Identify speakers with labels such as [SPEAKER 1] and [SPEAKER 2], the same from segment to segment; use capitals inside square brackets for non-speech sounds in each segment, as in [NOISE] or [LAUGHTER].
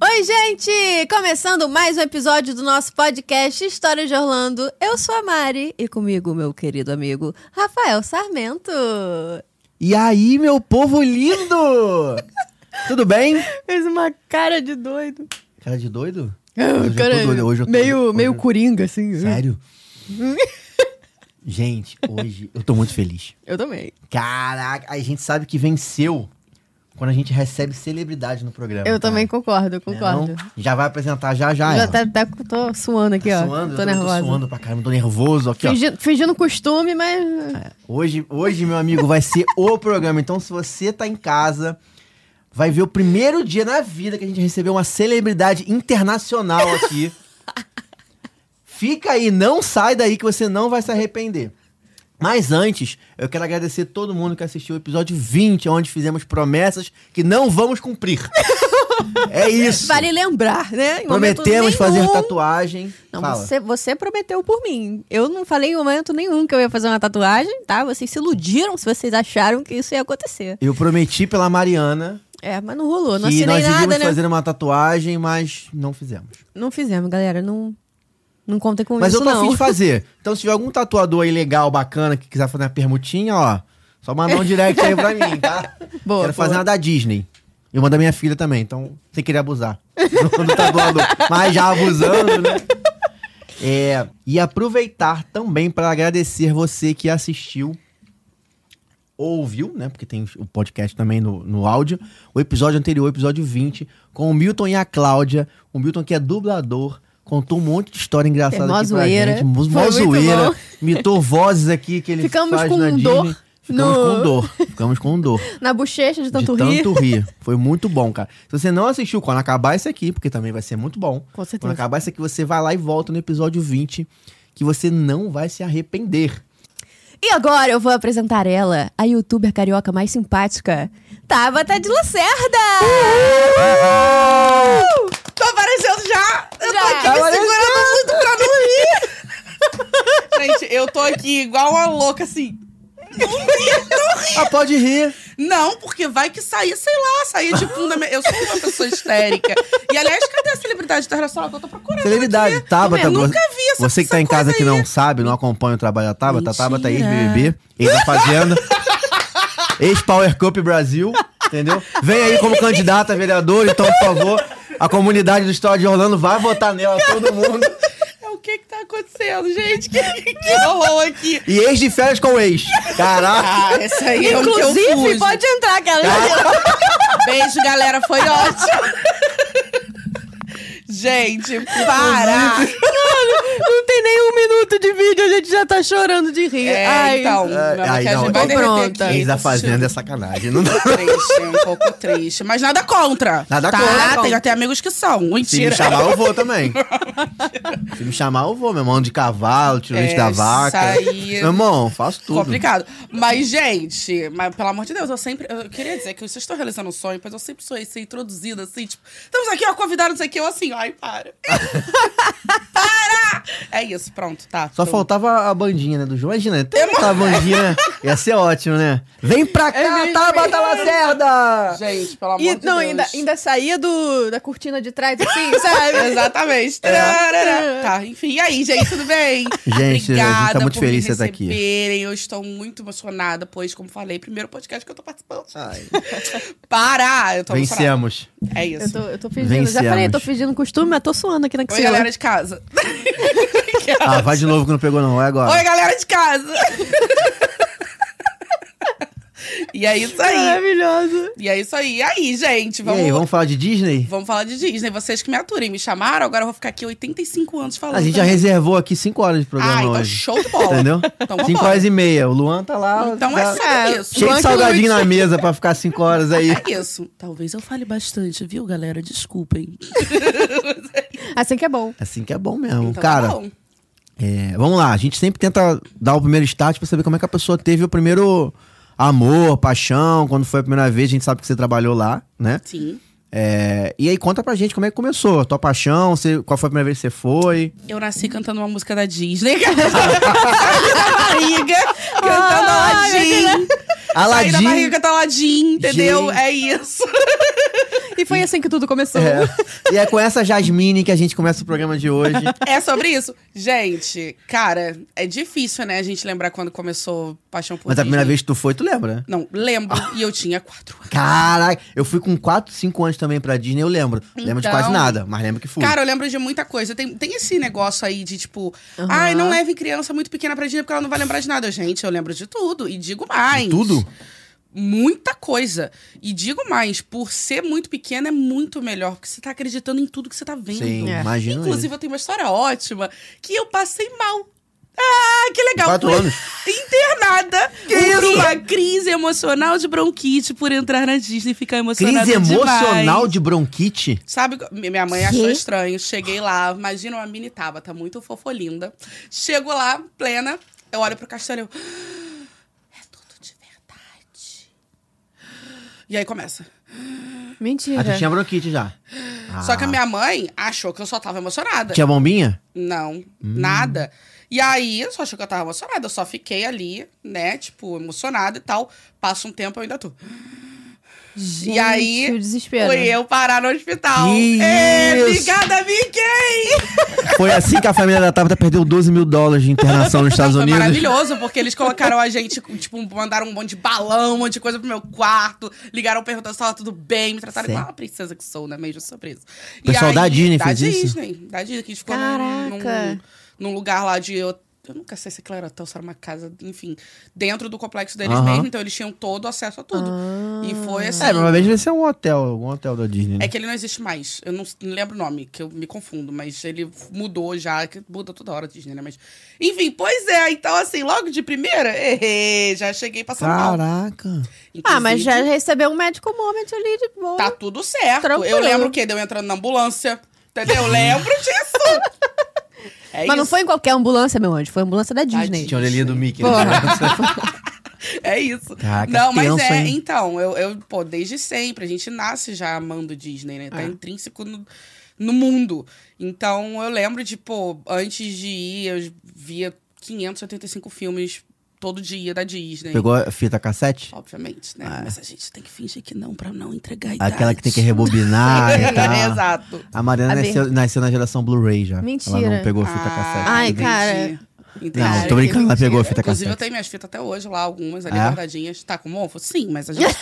[SPEAKER 1] Oi, gente! Começando mais um episódio do nosso podcast História de Orlando. Eu sou a Mari e comigo meu querido amigo Rafael Sarmento.
[SPEAKER 2] E aí, meu povo lindo! [LAUGHS] Tudo bem?
[SPEAKER 1] Fez uma cara de doido.
[SPEAKER 2] Cara de doido?
[SPEAKER 1] Ah,
[SPEAKER 2] Hoje eu
[SPEAKER 1] cara,
[SPEAKER 2] tô doido, hoje eu tô-
[SPEAKER 1] meio,
[SPEAKER 2] hoje eu-
[SPEAKER 1] meio coringa, assim. [LAUGHS]
[SPEAKER 2] Sério? Gente, hoje eu tô muito feliz.
[SPEAKER 1] Eu também.
[SPEAKER 2] Caraca, a gente sabe que venceu quando a gente recebe celebridade no programa.
[SPEAKER 1] Eu
[SPEAKER 2] cara.
[SPEAKER 1] também concordo, eu
[SPEAKER 2] Né,
[SPEAKER 1] concordo.
[SPEAKER 2] É não? Já vai apresentar já já.
[SPEAKER 1] Já
[SPEAKER 2] ela.
[SPEAKER 1] até, até tô suando aqui, ó.
[SPEAKER 2] Tá suando,
[SPEAKER 1] tô
[SPEAKER 2] eu
[SPEAKER 1] nervosa.
[SPEAKER 2] Tô suando pra caramba, tô nervoso aqui, ó. É.
[SPEAKER 1] Fingindo, fingindo costume, mas.
[SPEAKER 2] Hoje, hoje, meu amigo, vai ser o programa. Então, se você tá em casa, vai ver o primeiro dia na vida que a gente recebeu uma celebridade internacional
[SPEAKER 1] [LAUGHS]
[SPEAKER 2] aqui. Fica aí, não sai daí que você não vai se arrepender. Mas antes, eu quero agradecer todo mundo que assistiu o episódio 20, onde fizemos promessas que não
[SPEAKER 1] [LAUGHS]
[SPEAKER 2] vamos cumprir. é isso.
[SPEAKER 1] Vale lembrar, né? Em momento
[SPEAKER 2] Prometemos fazer
[SPEAKER 1] nenhum.
[SPEAKER 2] tatuagem.
[SPEAKER 1] Não,
[SPEAKER 2] Fala.
[SPEAKER 1] você, você prometeu por mim. Eu não falei em momento nenhum que eu ia fazer uma tatuagem, tá? Vocês se iludiram se vocês acharam que isso ia acontecer.
[SPEAKER 2] Eu prometi pela Mariana
[SPEAKER 1] É, mas não rolou. Não
[SPEAKER 2] que
[SPEAKER 1] assinei
[SPEAKER 2] nós iríamos
[SPEAKER 1] nada, né?
[SPEAKER 2] fazer uma tatuagem, mas não fizemos.
[SPEAKER 1] Não fizemos, galera. Não, não contem com
[SPEAKER 2] Mas
[SPEAKER 1] isso,
[SPEAKER 2] eu tô
[SPEAKER 1] não.
[SPEAKER 2] afim de fazer. Então, se tiver algum tatuador aí legal, bacana, que quiser fazer uma permutinha, ó, só mandar um direct aí pra mim,
[SPEAKER 1] [LAUGHS]
[SPEAKER 2] tá?
[SPEAKER 1] [LAUGHS] Boa, boa.
[SPEAKER 2] Quero fazer uma da Disney. E uma da minha filha também, então, sem querer abusar do
[SPEAKER 1] [LAUGHS]
[SPEAKER 2] do tatuador. Mas já abusando, né? É, e aproveitar também pra agradecer você que assistiu, ouviu, né? Porque tem o podcast também no, no áudio. O episódio anterior, o episódio 20, com o Milton e a Cláudia. O Milton que é dublador, contou um monte de história engraçada
[SPEAKER 1] É, mó
[SPEAKER 2] aqui pra
[SPEAKER 1] zoeira.
[SPEAKER 2] gente. Mó
[SPEAKER 1] Foi muito bom.
[SPEAKER 2] zoeira. Mitou vozes aqui que ele
[SPEAKER 1] Ficamos
[SPEAKER 2] faz
[SPEAKER 1] com
[SPEAKER 2] na Disney.
[SPEAKER 1] dor
[SPEAKER 2] Ficamos
[SPEAKER 1] no-
[SPEAKER 2] com dor. Ficamos com dor.
[SPEAKER 1] Na bochecha de tanto
[SPEAKER 2] de [LAUGHS]
[SPEAKER 1] rir.
[SPEAKER 2] tanto
[SPEAKER 3] [LAUGHS]
[SPEAKER 2] rir. Foi muito bom, cara. Se você não assistiu, quando acabar esse aqui, porque também vai ser muito bom.
[SPEAKER 1] Com
[SPEAKER 2] Quando
[SPEAKER 1] certeza.
[SPEAKER 2] acabar esse aqui, você vai lá e volta no episódio 20, que você não vai se arrepender.
[SPEAKER 1] E agora eu vou apresentar ela, a youtuber carioca mais simpática, Tabata de Lacerda!
[SPEAKER 3] Tô aparecendo já! Eu tô
[SPEAKER 1] Já.
[SPEAKER 3] aqui me segurando muito pra não rir! [LAUGHS] Gente, eu tô aqui igual uma louca, assim.
[SPEAKER 2] Ah, pode rir.
[SPEAKER 3] Não, porque vai que sair, sei lá, sair de fundo. da minha- Eu sou uma pessoa histérica. E aliás, cadê a celebridade internacional que eu tô procurando?
[SPEAKER 2] Celebridade, Tabata.
[SPEAKER 3] Eu nunca
[SPEAKER 2] você-
[SPEAKER 3] vi essa
[SPEAKER 2] Você que tá
[SPEAKER 3] essa
[SPEAKER 2] em casa
[SPEAKER 3] coisa
[SPEAKER 2] que
[SPEAKER 3] aí.
[SPEAKER 2] não sabe, não acompanha o trabalho da Tabata, a Tabata é
[SPEAKER 3] Mentira.
[SPEAKER 2] ex-BBB,
[SPEAKER 3] [LAUGHS]
[SPEAKER 2] ex-Fazenda, ex-Power Cup Brasil, entendeu? Vem aí como candidata a vereadora, então, por favor, a comunidade do Estado de Orlando vai votar nela, todo mundo.
[SPEAKER 3] É o que que tá acontecendo, gente? Que, que horror aqui!
[SPEAKER 2] E ex de férias com ex. Caraca.
[SPEAKER 3] Ah, essa aí é o que eu
[SPEAKER 1] Inclusive,
[SPEAKER 3] fujo.
[SPEAKER 1] pode entrar,
[SPEAKER 2] Tá,
[SPEAKER 1] cara.
[SPEAKER 3] Beijo, galera, foi ótimo! Gente, para!
[SPEAKER 1] Não tem nem um minuto de vídeo, a gente já tá chorando de rir.
[SPEAKER 3] É,
[SPEAKER 1] Ai.
[SPEAKER 3] então, não,
[SPEAKER 2] ai,
[SPEAKER 3] que a
[SPEAKER 2] não,
[SPEAKER 3] gente
[SPEAKER 2] então
[SPEAKER 3] vai derreter
[SPEAKER 1] pronta.
[SPEAKER 3] aqui.
[SPEAKER 2] Ex da Fazenda é sacanagem. Não dá.
[SPEAKER 3] Triste, um pouco triste. Mas nada contra.
[SPEAKER 2] Nada
[SPEAKER 3] tá?
[SPEAKER 2] contra.
[SPEAKER 3] Tem até amigos que são.
[SPEAKER 2] Se me
[SPEAKER 3] Mentira. [LAUGHS]
[SPEAKER 2] chamar, eu vou também. Se me chamar, eu vou. Meu irmão de cavalo, tiro leite
[SPEAKER 3] É,
[SPEAKER 2] da vaca.
[SPEAKER 3] isso aí.
[SPEAKER 2] Meu irmão, faço tudo.
[SPEAKER 3] Complicado. Mas, gente, mas, pelo amor de Deus, eu sempre. Eu queria dizer que eu estou realizando um sonho, mas eu sempre sou assim, introduzida, assim, tipo, estamos aqui, ó, convidados aqui, eu assim, ai,
[SPEAKER 2] [LAUGHS]
[SPEAKER 3] para. para! É isso, pronto, tá.
[SPEAKER 2] Só
[SPEAKER 3] Tô-
[SPEAKER 2] faltava a bandinha, né, do João. Imagina, tem aquela
[SPEAKER 3] [LAUGHS]
[SPEAKER 2] bandinha. Ia ser ótimo, né? Vem pra
[SPEAKER 3] É,
[SPEAKER 2] cá,
[SPEAKER 1] mesmo,
[SPEAKER 2] Tabata Lacerda!
[SPEAKER 3] Gente, pelo amor
[SPEAKER 1] E,
[SPEAKER 3] de
[SPEAKER 1] não,
[SPEAKER 3] Deus.
[SPEAKER 1] ainda, ainda saía do, da cortina de trás, assim, [LAUGHS]
[SPEAKER 2] É.
[SPEAKER 1] sabe?
[SPEAKER 3] Exatamente. Tarará. Tá, enfim. E aí, gente, tudo bem?
[SPEAKER 2] Gente,
[SPEAKER 3] Obrigada
[SPEAKER 2] a gente tá muito
[SPEAKER 3] por
[SPEAKER 2] feliz
[SPEAKER 3] me
[SPEAKER 2] de você tá aqui.
[SPEAKER 3] receberem. Eu estou muito emocionada, pois, como falei, primeiro podcast que eu tô participando.
[SPEAKER 2] Ai.
[SPEAKER 3] Para! Eu tô emocionada.
[SPEAKER 2] Vencemos.
[SPEAKER 3] É
[SPEAKER 1] Eu
[SPEAKER 3] isso.
[SPEAKER 1] tô, eu tô fingindo. Já
[SPEAKER 2] Vencemos.
[SPEAKER 1] falei, eu tô fingindo costume, mas tô suando aqui na
[SPEAKER 3] Oi,
[SPEAKER 1] axila.
[SPEAKER 3] galera de casa.
[SPEAKER 2] Ah, vai de novo que não pegou, não. É agora.
[SPEAKER 3] Oi, galera de casa. e é isso aí.
[SPEAKER 1] Maravilhoso.
[SPEAKER 3] E é isso aí. E aí, gente?
[SPEAKER 2] E aí,
[SPEAKER 3] Vamos,
[SPEAKER 2] vamos falar de Disney?
[SPEAKER 3] vamos falar de Disney. Vocês que me aturem, me chamaram, agora eu vou ficar aqui 85 anos falando.
[SPEAKER 2] A gente já
[SPEAKER 3] também.
[SPEAKER 2] reservou aqui 5 horas de programa
[SPEAKER 3] Ah, então
[SPEAKER 2] hoje.
[SPEAKER 3] show de bola.
[SPEAKER 2] Entendeu?
[SPEAKER 3] Então vambora.
[SPEAKER 2] 5 horas e meia. O Luan tá lá.
[SPEAKER 3] Então
[SPEAKER 2] tá-
[SPEAKER 3] é sobre isso.
[SPEAKER 2] Cheio
[SPEAKER 1] Luan
[SPEAKER 2] de
[SPEAKER 1] que
[SPEAKER 2] salgadinho
[SPEAKER 3] [LAUGHS]
[SPEAKER 1] lute.
[SPEAKER 2] na mesa pra ficar 5 horas aí.
[SPEAKER 3] É [LAUGHS] isso. Talvez eu fale bastante, viu, galera? Desculpem.
[SPEAKER 1] Assim que é bom.
[SPEAKER 2] Assim que é bom mesmo.
[SPEAKER 3] Então,
[SPEAKER 2] Cara,
[SPEAKER 3] tá bom.
[SPEAKER 2] é, vamos lá. A gente sempre tenta dar o primeiro start pra saber como é que a pessoa teve o primeiro amor, paixão, quando foi a primeira vez. A gente sabe que você trabalhou lá, né?
[SPEAKER 3] Sim.
[SPEAKER 2] É, e aí conta pra gente como é que começou a tua paixão, você- qual foi a primeira vez que você foi.
[SPEAKER 3] Eu nasci cantando uma música da Disney. [LAUGHS] Saí da tá barriga, cantando
[SPEAKER 1] Ai,
[SPEAKER 3] Aladdin. Saí da barriga
[SPEAKER 2] Aladim.
[SPEAKER 3] cantando Aladdin, entendeu?
[SPEAKER 2] Gente.
[SPEAKER 3] É isso.
[SPEAKER 1] E foi assim que tudo começou.
[SPEAKER 2] É. E é com essa Jasmine que a gente começa o programa de hoje.
[SPEAKER 3] É sobre isso? Gente, cara, é difícil, né, a gente lembrar quando começou Paixão por
[SPEAKER 2] Mas a
[SPEAKER 3] Disney.
[SPEAKER 2] primeira vez que tu foi, tu lembra, né?
[SPEAKER 3] Não, lembro. e eu tinha quatro anos.
[SPEAKER 2] Caraca, eu fui com 4, 5 anos também pra Disney, eu lembro. Lembro de
[SPEAKER 3] Então.
[SPEAKER 2] quase nada, mas lembro que fui.
[SPEAKER 3] Cara, eu lembro de muita coisa. Tem, tem esse negócio aí de tipo, ai, não leve criança muito pequena pra Disney porque ela não vai lembrar de nada. Gente, eu lembro de tudo. E digo mais.
[SPEAKER 2] De tudo?
[SPEAKER 3] Muita coisa. E digo mais, por ser muito pequena é muito melhor, porque você tá acreditando em tudo que você tá vendo.
[SPEAKER 2] Sim,
[SPEAKER 1] É.
[SPEAKER 2] imagino
[SPEAKER 3] Inclusive,
[SPEAKER 2] isso.
[SPEAKER 3] eu tenho uma história ótima que eu passei mal. Ah, que legal.
[SPEAKER 2] Quatro
[SPEAKER 3] Fui
[SPEAKER 2] anos?
[SPEAKER 3] Internada por uma crise emocional de bronquite por entrar na Disney e ficar emocionada
[SPEAKER 2] Crise emocional
[SPEAKER 3] demais.
[SPEAKER 2] de bronquite?
[SPEAKER 3] Sabe, mi- minha mãe
[SPEAKER 1] Quê?
[SPEAKER 3] achou estranho. Cheguei lá, imagina uma mini tá muito fofolinda. Chego lá, plena, eu olho pro castelo e eu... É tudo de verdade. E aí começa.
[SPEAKER 2] Ah,
[SPEAKER 1] Mentira.
[SPEAKER 2] tu tinha bronquite já.
[SPEAKER 3] Uhum. Só que a
[SPEAKER 2] Ah.
[SPEAKER 3] minha mãe achou que eu só tava emocionada.
[SPEAKER 2] Tinha bombinha?
[SPEAKER 3] Não,
[SPEAKER 2] Hum.
[SPEAKER 3] nada. E aí, eu só achou que eu tava emocionada. Eu só fiquei ali, né, tipo, emocionada e tal. Passa um tempo, eu ainda tô.
[SPEAKER 1] Gente,
[SPEAKER 3] E aí,
[SPEAKER 1] o desespero.
[SPEAKER 3] Fui eu parar no hospital.
[SPEAKER 2] Que
[SPEAKER 3] É,
[SPEAKER 2] isso!
[SPEAKER 3] obrigada, Mickey!
[SPEAKER 2] Foi assim que a família da Tabata perdeu 12 mil dólares de internação nos Estados
[SPEAKER 3] Foi
[SPEAKER 2] Unidos.
[SPEAKER 3] maravilhoso, porque eles colocaram a gente, com, tipo, mandaram um monte de balão, um monte de coisa pro meu quarto. Ligaram perguntando se tava tudo bem, me trataram
[SPEAKER 2] Sério?
[SPEAKER 3] igual a princesa que sou, né? Meio surpresa. E
[SPEAKER 2] Pessoal da Disney
[SPEAKER 3] da
[SPEAKER 2] fez isso?
[SPEAKER 3] Disney, Da Disney, que a gente ficou num, num,
[SPEAKER 1] Caraca.
[SPEAKER 3] num lugar lá de... Eu, eu nunca sei se aquilo era hotel, se era uma casa, enfim. Dentro do complexo deles
[SPEAKER 2] Aham.
[SPEAKER 3] mesmo, então eles tinham todo acesso a tudo. E foi assim...
[SPEAKER 2] É, provavelmente vai ser um hotel, algum hotel da Disney. né?
[SPEAKER 3] É que ele não existe mais. Eu não, não lembro o nome, que eu me confundo, mas ele mudou já, que muda toda hora a Disney, né? Mas. Enfim, pois é, então assim, logo de primeira, eh, já cheguei passando mal.
[SPEAKER 2] Caraca.
[SPEAKER 1] Ah, mas já
[SPEAKER 3] Inclusive,
[SPEAKER 1] recebeu um medical moment ali de boa.
[SPEAKER 3] Tá tudo certo.
[SPEAKER 1] Tranquilo.
[SPEAKER 3] Eu lembro que deu entrando na ambulância. Entendeu? Eu lembro disso.
[SPEAKER 1] [LAUGHS]
[SPEAKER 3] É
[SPEAKER 1] Mas não foi em qualquer ambulância, meu anjo. Foi a ambulância da Disney.
[SPEAKER 2] Tinha orelhinha do Mickey. né?
[SPEAKER 1] Porra.
[SPEAKER 3] É isso.
[SPEAKER 2] Caraca,
[SPEAKER 3] não, mas
[SPEAKER 2] tenso,
[SPEAKER 3] é,
[SPEAKER 2] hein?
[SPEAKER 3] então, eu, eu, pô, desde sempre, a gente nasce já amando Disney, né? Tá
[SPEAKER 1] É.
[SPEAKER 3] intrínseco no, no mundo. Então, eu lembro de, pô, antes de ir, eu via 585 filmes todo dia da Disney.
[SPEAKER 2] Pegou a fita cassete?
[SPEAKER 3] Obviamente, né? Mas a gente tem que fingir que não, pra não entregar a idade.
[SPEAKER 2] Aquela que tem que
[SPEAKER 3] [LAUGHS]
[SPEAKER 2] rebobinar e tal.
[SPEAKER 3] Exato.
[SPEAKER 2] A Mariana
[SPEAKER 1] A B.
[SPEAKER 2] nasceu, nasceu na geração Blu-ray já.
[SPEAKER 1] Mentira.
[SPEAKER 2] Ela não pegou fita
[SPEAKER 3] Ah,
[SPEAKER 2] cassete.
[SPEAKER 1] Ai,
[SPEAKER 2] Entendi.
[SPEAKER 1] cara.
[SPEAKER 3] Entendi.
[SPEAKER 2] Não,
[SPEAKER 1] cara,
[SPEAKER 2] tô brincando, ela
[SPEAKER 1] que
[SPEAKER 2] pegou fita
[SPEAKER 3] Inclusive, eu
[SPEAKER 2] cassete.
[SPEAKER 3] tenho minhas fitas até hoje lá, algumas ali
[SPEAKER 2] É?
[SPEAKER 3] guardadinhas. Tá com mofo? Sim, mas a gente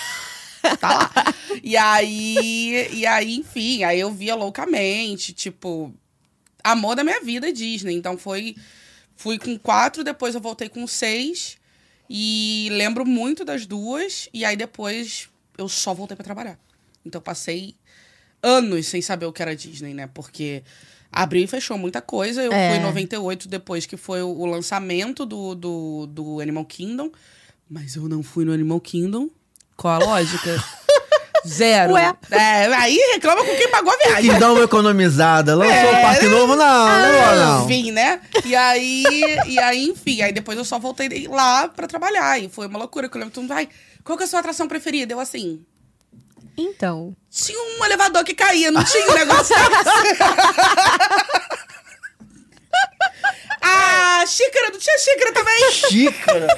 [SPEAKER 3] tá lá.
[SPEAKER 2] [LAUGHS]
[SPEAKER 3] E aí, e aí, enfim, aí eu via loucamente, tipo, amor da minha vida é Disney. Então foi. Fui com quatro, depois eu voltei com seis. E lembro muito das duas. E aí depois eu só voltei pra trabalhar. Então eu passei anos sem saber o que era Disney, né? Porque abriu e fechou muita coisa. Eu
[SPEAKER 1] É.
[SPEAKER 3] fui em 98, depois que foi o- o lançamento do, do, do Animal Kingdom. Mas eu não fui no Animal Kingdom. Qual a [LAUGHS] lógica? Zero.
[SPEAKER 1] Ué.
[SPEAKER 3] É, aí reclama com quem pagou a viagem.
[SPEAKER 2] Que dá uma economizada. Lançou
[SPEAKER 3] É.
[SPEAKER 2] o Parque Novo? Não, é não, não.
[SPEAKER 3] Enfim, né? E aí, e aí, enfim, aí depois eu só voltei lá pra trabalhar. E foi uma loucura, que eu lembro todo mundo, ai, qual que é a sua atração preferida? Eu assim,
[SPEAKER 1] Então. [LAUGHS]
[SPEAKER 3] tinha um elevador que caía, não tinha um
[SPEAKER 2] [LAUGHS]
[SPEAKER 3] negócio desse. ah, xícara, não tinha xícara também?
[SPEAKER 1] né?
[SPEAKER 2] Xícara.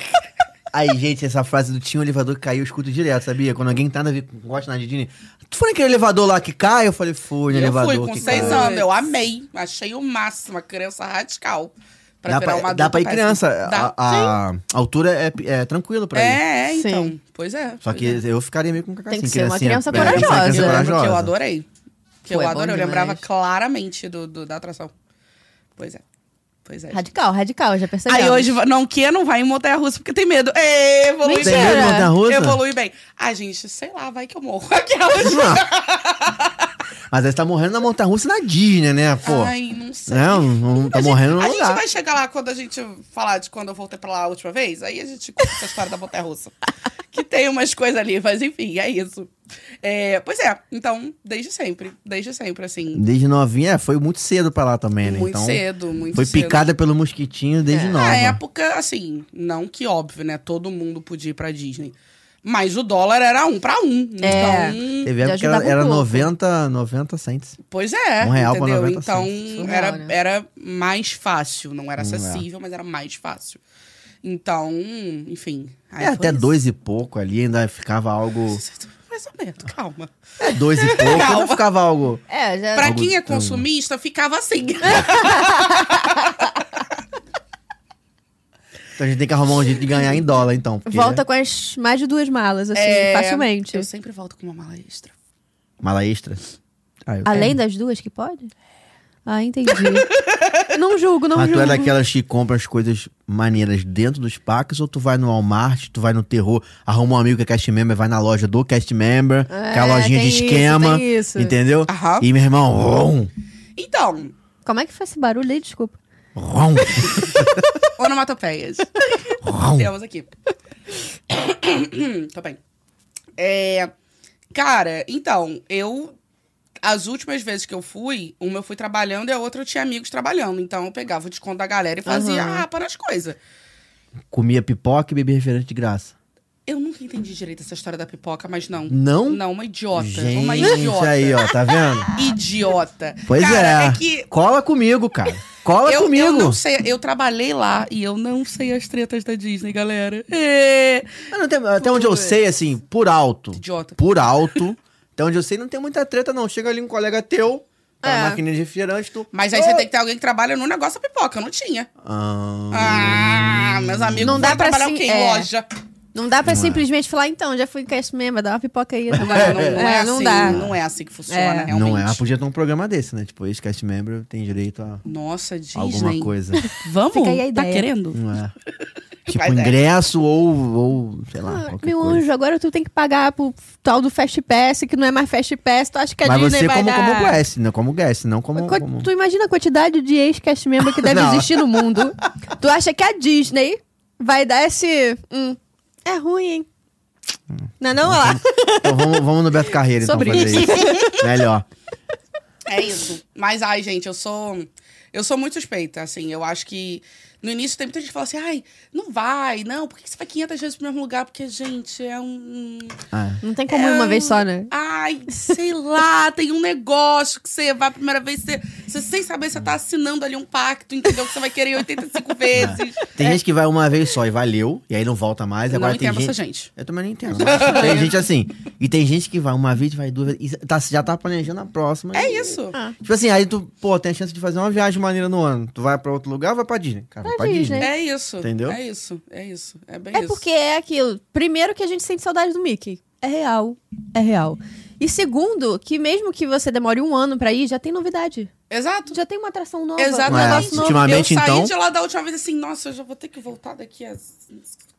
[SPEAKER 2] Aí, gente, essa frase do tinha um elevador que caiu, eu escuto direto, sabia? Quando alguém tá na vi- gosta na Disney. Tu foi naquele elevador lá que cai? Eu falei, foi no
[SPEAKER 3] Eu
[SPEAKER 2] um elevador
[SPEAKER 3] fui com
[SPEAKER 2] que
[SPEAKER 3] seis
[SPEAKER 2] cai.
[SPEAKER 3] anos, eu amei. Achei o máximo, uma criança radical. Pra
[SPEAKER 2] dá
[SPEAKER 3] virar
[SPEAKER 2] pra,
[SPEAKER 3] uma
[SPEAKER 2] dá pra ir
[SPEAKER 3] adulta
[SPEAKER 2] criança.
[SPEAKER 3] péssima. Dá.
[SPEAKER 2] A, a altura é, p- é tranquilo pra ir.
[SPEAKER 3] É, é, então.
[SPEAKER 1] Sim.
[SPEAKER 3] Pois é.
[SPEAKER 2] Só
[SPEAKER 3] pois
[SPEAKER 2] que
[SPEAKER 3] é.
[SPEAKER 2] eu ficaria meio com cacacinha.
[SPEAKER 1] Tem que ser uma criança
[SPEAKER 2] é, tem que ser uma
[SPEAKER 1] corajosa.
[SPEAKER 2] criança
[SPEAKER 3] Eu lembro que eu
[SPEAKER 2] corajosa.
[SPEAKER 3] adorei. Que
[SPEAKER 1] Foi
[SPEAKER 3] eu
[SPEAKER 1] é bom
[SPEAKER 3] adorei. Eu
[SPEAKER 1] demais.
[SPEAKER 3] lembrava claramente do, do- da atração. Pois é. Pois é.
[SPEAKER 1] Radical, radical, já percebeu.
[SPEAKER 3] Aí hoje, va- não, que não vai em montanha russa porque tem medo. Ê, Evolui
[SPEAKER 1] Mentira.
[SPEAKER 2] Tem medo de
[SPEAKER 1] Mentira.
[SPEAKER 2] montanha-russa?
[SPEAKER 3] bem. Evolui bem. Ah, gente, sei lá, vai que eu morro. [LAUGHS] Aquelas.
[SPEAKER 2] [LAUGHS] Mas aí você tá morrendo na montanha russa na Disney, né, pô?
[SPEAKER 3] Ai, não sei.
[SPEAKER 2] não, não tá
[SPEAKER 3] A gente-
[SPEAKER 2] morrendo
[SPEAKER 3] a
[SPEAKER 2] no
[SPEAKER 3] gente
[SPEAKER 2] lugar.
[SPEAKER 3] vai chegar lá quando a gente falar de quando eu voltei pra lá a última vez. Aí a gente conta essa história da montanha
[SPEAKER 2] [LAUGHS]
[SPEAKER 3] russa. Que tem umas coisas ali, mas enfim, é isso. É, pois é, então, desde sempre. Desde sempre, assim.
[SPEAKER 2] Desde novinha, é, foi muito cedo pra lá também, né?
[SPEAKER 3] muito
[SPEAKER 2] então,
[SPEAKER 3] cedo, muito
[SPEAKER 2] Foi
[SPEAKER 3] cedo.
[SPEAKER 2] picada pelo mosquitinho desde
[SPEAKER 1] É.
[SPEAKER 2] nova.
[SPEAKER 3] Na época, assim, não que óbvio, né? Todo mundo podia ir pra Disney. Mas o dólar era um pra um.
[SPEAKER 1] É.
[SPEAKER 3] Então,
[SPEAKER 2] Teve
[SPEAKER 1] Já
[SPEAKER 2] época que era,
[SPEAKER 1] ajudava um
[SPEAKER 2] era
[SPEAKER 1] pouco.
[SPEAKER 2] 90, 90 cents.
[SPEAKER 3] pois é.
[SPEAKER 2] Um real pra
[SPEAKER 3] entendeu?
[SPEAKER 2] 90
[SPEAKER 3] então,
[SPEAKER 2] centos.
[SPEAKER 1] Surreal,
[SPEAKER 3] era,
[SPEAKER 1] né?
[SPEAKER 3] era mais fácil. Não era
[SPEAKER 2] Hum, é.
[SPEAKER 3] acessível, mas era mais fácil. Então, enfim. aí
[SPEAKER 2] É,
[SPEAKER 3] foi
[SPEAKER 2] até
[SPEAKER 3] isso.
[SPEAKER 2] dois e pouco ali, ainda ficava algo.
[SPEAKER 3] Mas [LAUGHS] mais ou menos, calma.
[SPEAKER 2] É dois e pouco, não
[SPEAKER 3] Calma.
[SPEAKER 2] ficava algo.
[SPEAKER 1] É, já.
[SPEAKER 3] Pra
[SPEAKER 2] Algo
[SPEAKER 3] quem é
[SPEAKER 2] tão-
[SPEAKER 3] consumista, ficava assim.
[SPEAKER 2] Então a gente tem que arrumar um jeito de ganhar em dólar, então. porque-
[SPEAKER 1] Volta com as mais de duas malas, assim,
[SPEAKER 3] [LAUGHS] É,
[SPEAKER 1] facilmente.
[SPEAKER 3] Eu sempre volto com uma mala extra.
[SPEAKER 2] Mala extra. Ah, eu-
[SPEAKER 1] Além das duas que pode? Ah, entendi. [LAUGHS] não julgo, não
[SPEAKER 2] Mas tu
[SPEAKER 1] julgo.
[SPEAKER 2] é daquelas que compra as coisas maneiras dentro dos packs ou tu vai no Walmart, tu vai no terror, arruma um amigo que é cast member, vai na loja do cast member, que é a
[SPEAKER 1] É,
[SPEAKER 2] lojinha de
[SPEAKER 1] tem isso,
[SPEAKER 2] esquema,
[SPEAKER 1] tem isso.
[SPEAKER 2] entendeu?
[SPEAKER 3] Aham.
[SPEAKER 2] E meu irmão, rom,
[SPEAKER 3] Então,
[SPEAKER 1] Como é que faz esse barulho aí? Desculpa.
[SPEAKER 2] rom,
[SPEAKER 3] onomatopeias.
[SPEAKER 2] rom.
[SPEAKER 3] Temos aqui. [COUGHS] Tô bem. É, cara, então, eu. As últimas vezes que eu fui, uma eu fui trabalhando e a outra eu tinha amigos trabalhando. Então eu pegava o desconto da galera e fazia
[SPEAKER 1] Aham.
[SPEAKER 3] ah, para as coisas.
[SPEAKER 2] Comia pipoca e bebia refrigerante de graça.
[SPEAKER 3] Eu nunca entendi direito essa história da pipoca, mas não.
[SPEAKER 2] Não?
[SPEAKER 3] Não, uma idiota. uma
[SPEAKER 2] Gente,
[SPEAKER 3] idiota.
[SPEAKER 2] aí, ó, tá vendo?
[SPEAKER 3] Idiota.
[SPEAKER 2] Pois
[SPEAKER 3] cara,
[SPEAKER 2] é.
[SPEAKER 3] é. que
[SPEAKER 2] Cola comigo, cara. Cola
[SPEAKER 3] eu,
[SPEAKER 2] comigo.
[SPEAKER 3] eu não sei, eu trabalhei lá e eu não sei as tretas da Disney, galera. É.
[SPEAKER 2] Eu não tenho- até onde eu sei, assim, por alto.
[SPEAKER 3] Idiota.
[SPEAKER 2] Por alto. até onde eu sei, não tem muita treta, não. Chega ali um colega teu, tá
[SPEAKER 1] É.
[SPEAKER 2] na maquininha de refrigerante, tu.
[SPEAKER 3] Mas aí você tem que ter alguém que trabalha no negócio da pipoca, eu não tinha.
[SPEAKER 2] Hum.
[SPEAKER 3] Ah, meus amigos,
[SPEAKER 1] Não dá
[SPEAKER 3] vai
[SPEAKER 1] pra
[SPEAKER 3] trabalhar
[SPEAKER 1] sim-
[SPEAKER 3] o quê? Em
[SPEAKER 1] é. [LAUGHS]
[SPEAKER 3] loja.
[SPEAKER 1] Não dá pra
[SPEAKER 2] Não é.
[SPEAKER 1] simplesmente falar, então, já fui cast member, dá uma pipoca [LAUGHS] aí.
[SPEAKER 3] Agora, não, não é,
[SPEAKER 1] não
[SPEAKER 3] assim,
[SPEAKER 1] dá.
[SPEAKER 2] Ah,
[SPEAKER 3] não é assim que funciona,
[SPEAKER 1] É.
[SPEAKER 3] realmente.
[SPEAKER 2] Não é, mas podia ter um programa desse, né? Tipo, esse cast member tem direito a
[SPEAKER 3] Nossa, Disney.
[SPEAKER 2] alguma coisa.
[SPEAKER 3] Vamos?
[SPEAKER 1] Fica aí a
[SPEAKER 3] Tá
[SPEAKER 1] ideia.
[SPEAKER 3] querendo?
[SPEAKER 2] Não
[SPEAKER 3] [LAUGHS]
[SPEAKER 2] é. Tipo,
[SPEAKER 3] Faz ideia.
[SPEAKER 2] ingresso ou, ou, sei lá,
[SPEAKER 1] Ah,
[SPEAKER 2] qualquer
[SPEAKER 1] Meu
[SPEAKER 2] coisa.
[SPEAKER 1] anjo, agora tu tem que pagar pro tal do Fast Pass, que não é mais Fast Pass, tu acha que a
[SPEAKER 2] Mas
[SPEAKER 1] Disney
[SPEAKER 2] você
[SPEAKER 1] vai
[SPEAKER 2] como,
[SPEAKER 1] dar...
[SPEAKER 2] como guest, né? Como guest, não como...
[SPEAKER 1] Co-
[SPEAKER 2] como-
[SPEAKER 1] Tu imagina a quantidade de ex-cast member que deve
[SPEAKER 2] Não.
[SPEAKER 1] existir no mundo. tu acha que a Disney vai dar esse... hum, é ruim, hein? Não, não, olha lá.
[SPEAKER 2] Então vamos, vamos no Beto Carreira, então,
[SPEAKER 1] Sobre
[SPEAKER 2] fazer
[SPEAKER 1] isso.
[SPEAKER 2] isso. Melhor.
[SPEAKER 3] É isso. Mas, ai, gente, eu sou. Eu sou muito suspeita, assim. Eu acho que. No início tem muita gente que fala assim, ai, não vai, não, por que que você vai 500 vezes pro mesmo lugar? Porque, gente, é um.
[SPEAKER 2] Ah,
[SPEAKER 1] Não tem como ir uma vez só, né?
[SPEAKER 3] Ai, sei lá, tem um negócio que você vai a primeira vez, você, você sem saber, você tá assinando ali um pacto, entendeu? Que você vai
[SPEAKER 2] [LAUGHS]
[SPEAKER 3] querer 85 vezes.
[SPEAKER 2] Tem gente que vai uma vez só e valeu, e aí não volta mais. Agora
[SPEAKER 3] não
[SPEAKER 2] tem
[SPEAKER 3] entendo
[SPEAKER 2] gente...
[SPEAKER 3] essa gente.
[SPEAKER 2] Eu também não entendo. tem gente assim. E tem gente que vai uma vez, vai duas vezes, e tá- já tá planejando a próxima.
[SPEAKER 3] É
[SPEAKER 2] E-
[SPEAKER 3] isso.
[SPEAKER 2] Tipo assim, aí tu, pô, tem a chance de fazer uma viagem maneira no ano. Tu vai pra outro lugar ou vai pra Disney? Cara, vai pra
[SPEAKER 1] Disney.
[SPEAKER 2] Disney.
[SPEAKER 3] É isso.
[SPEAKER 2] Entendeu?
[SPEAKER 3] É isso, é isso. É bem
[SPEAKER 1] É
[SPEAKER 3] isso.
[SPEAKER 1] porque é aquilo. Primeiro que a gente sente saudade do Mickey. É real. É real. E segundo, que mesmo que você demore um ano pra ir, já tem novidade.
[SPEAKER 3] Exato.
[SPEAKER 1] Já tem uma atração nova.
[SPEAKER 3] Exatamente.
[SPEAKER 1] Um negócio novo.
[SPEAKER 2] ultimamente,
[SPEAKER 3] eu saí
[SPEAKER 2] então-
[SPEAKER 3] de lá da última vez assim, nossa, eu já vou ter que voltar daqui a.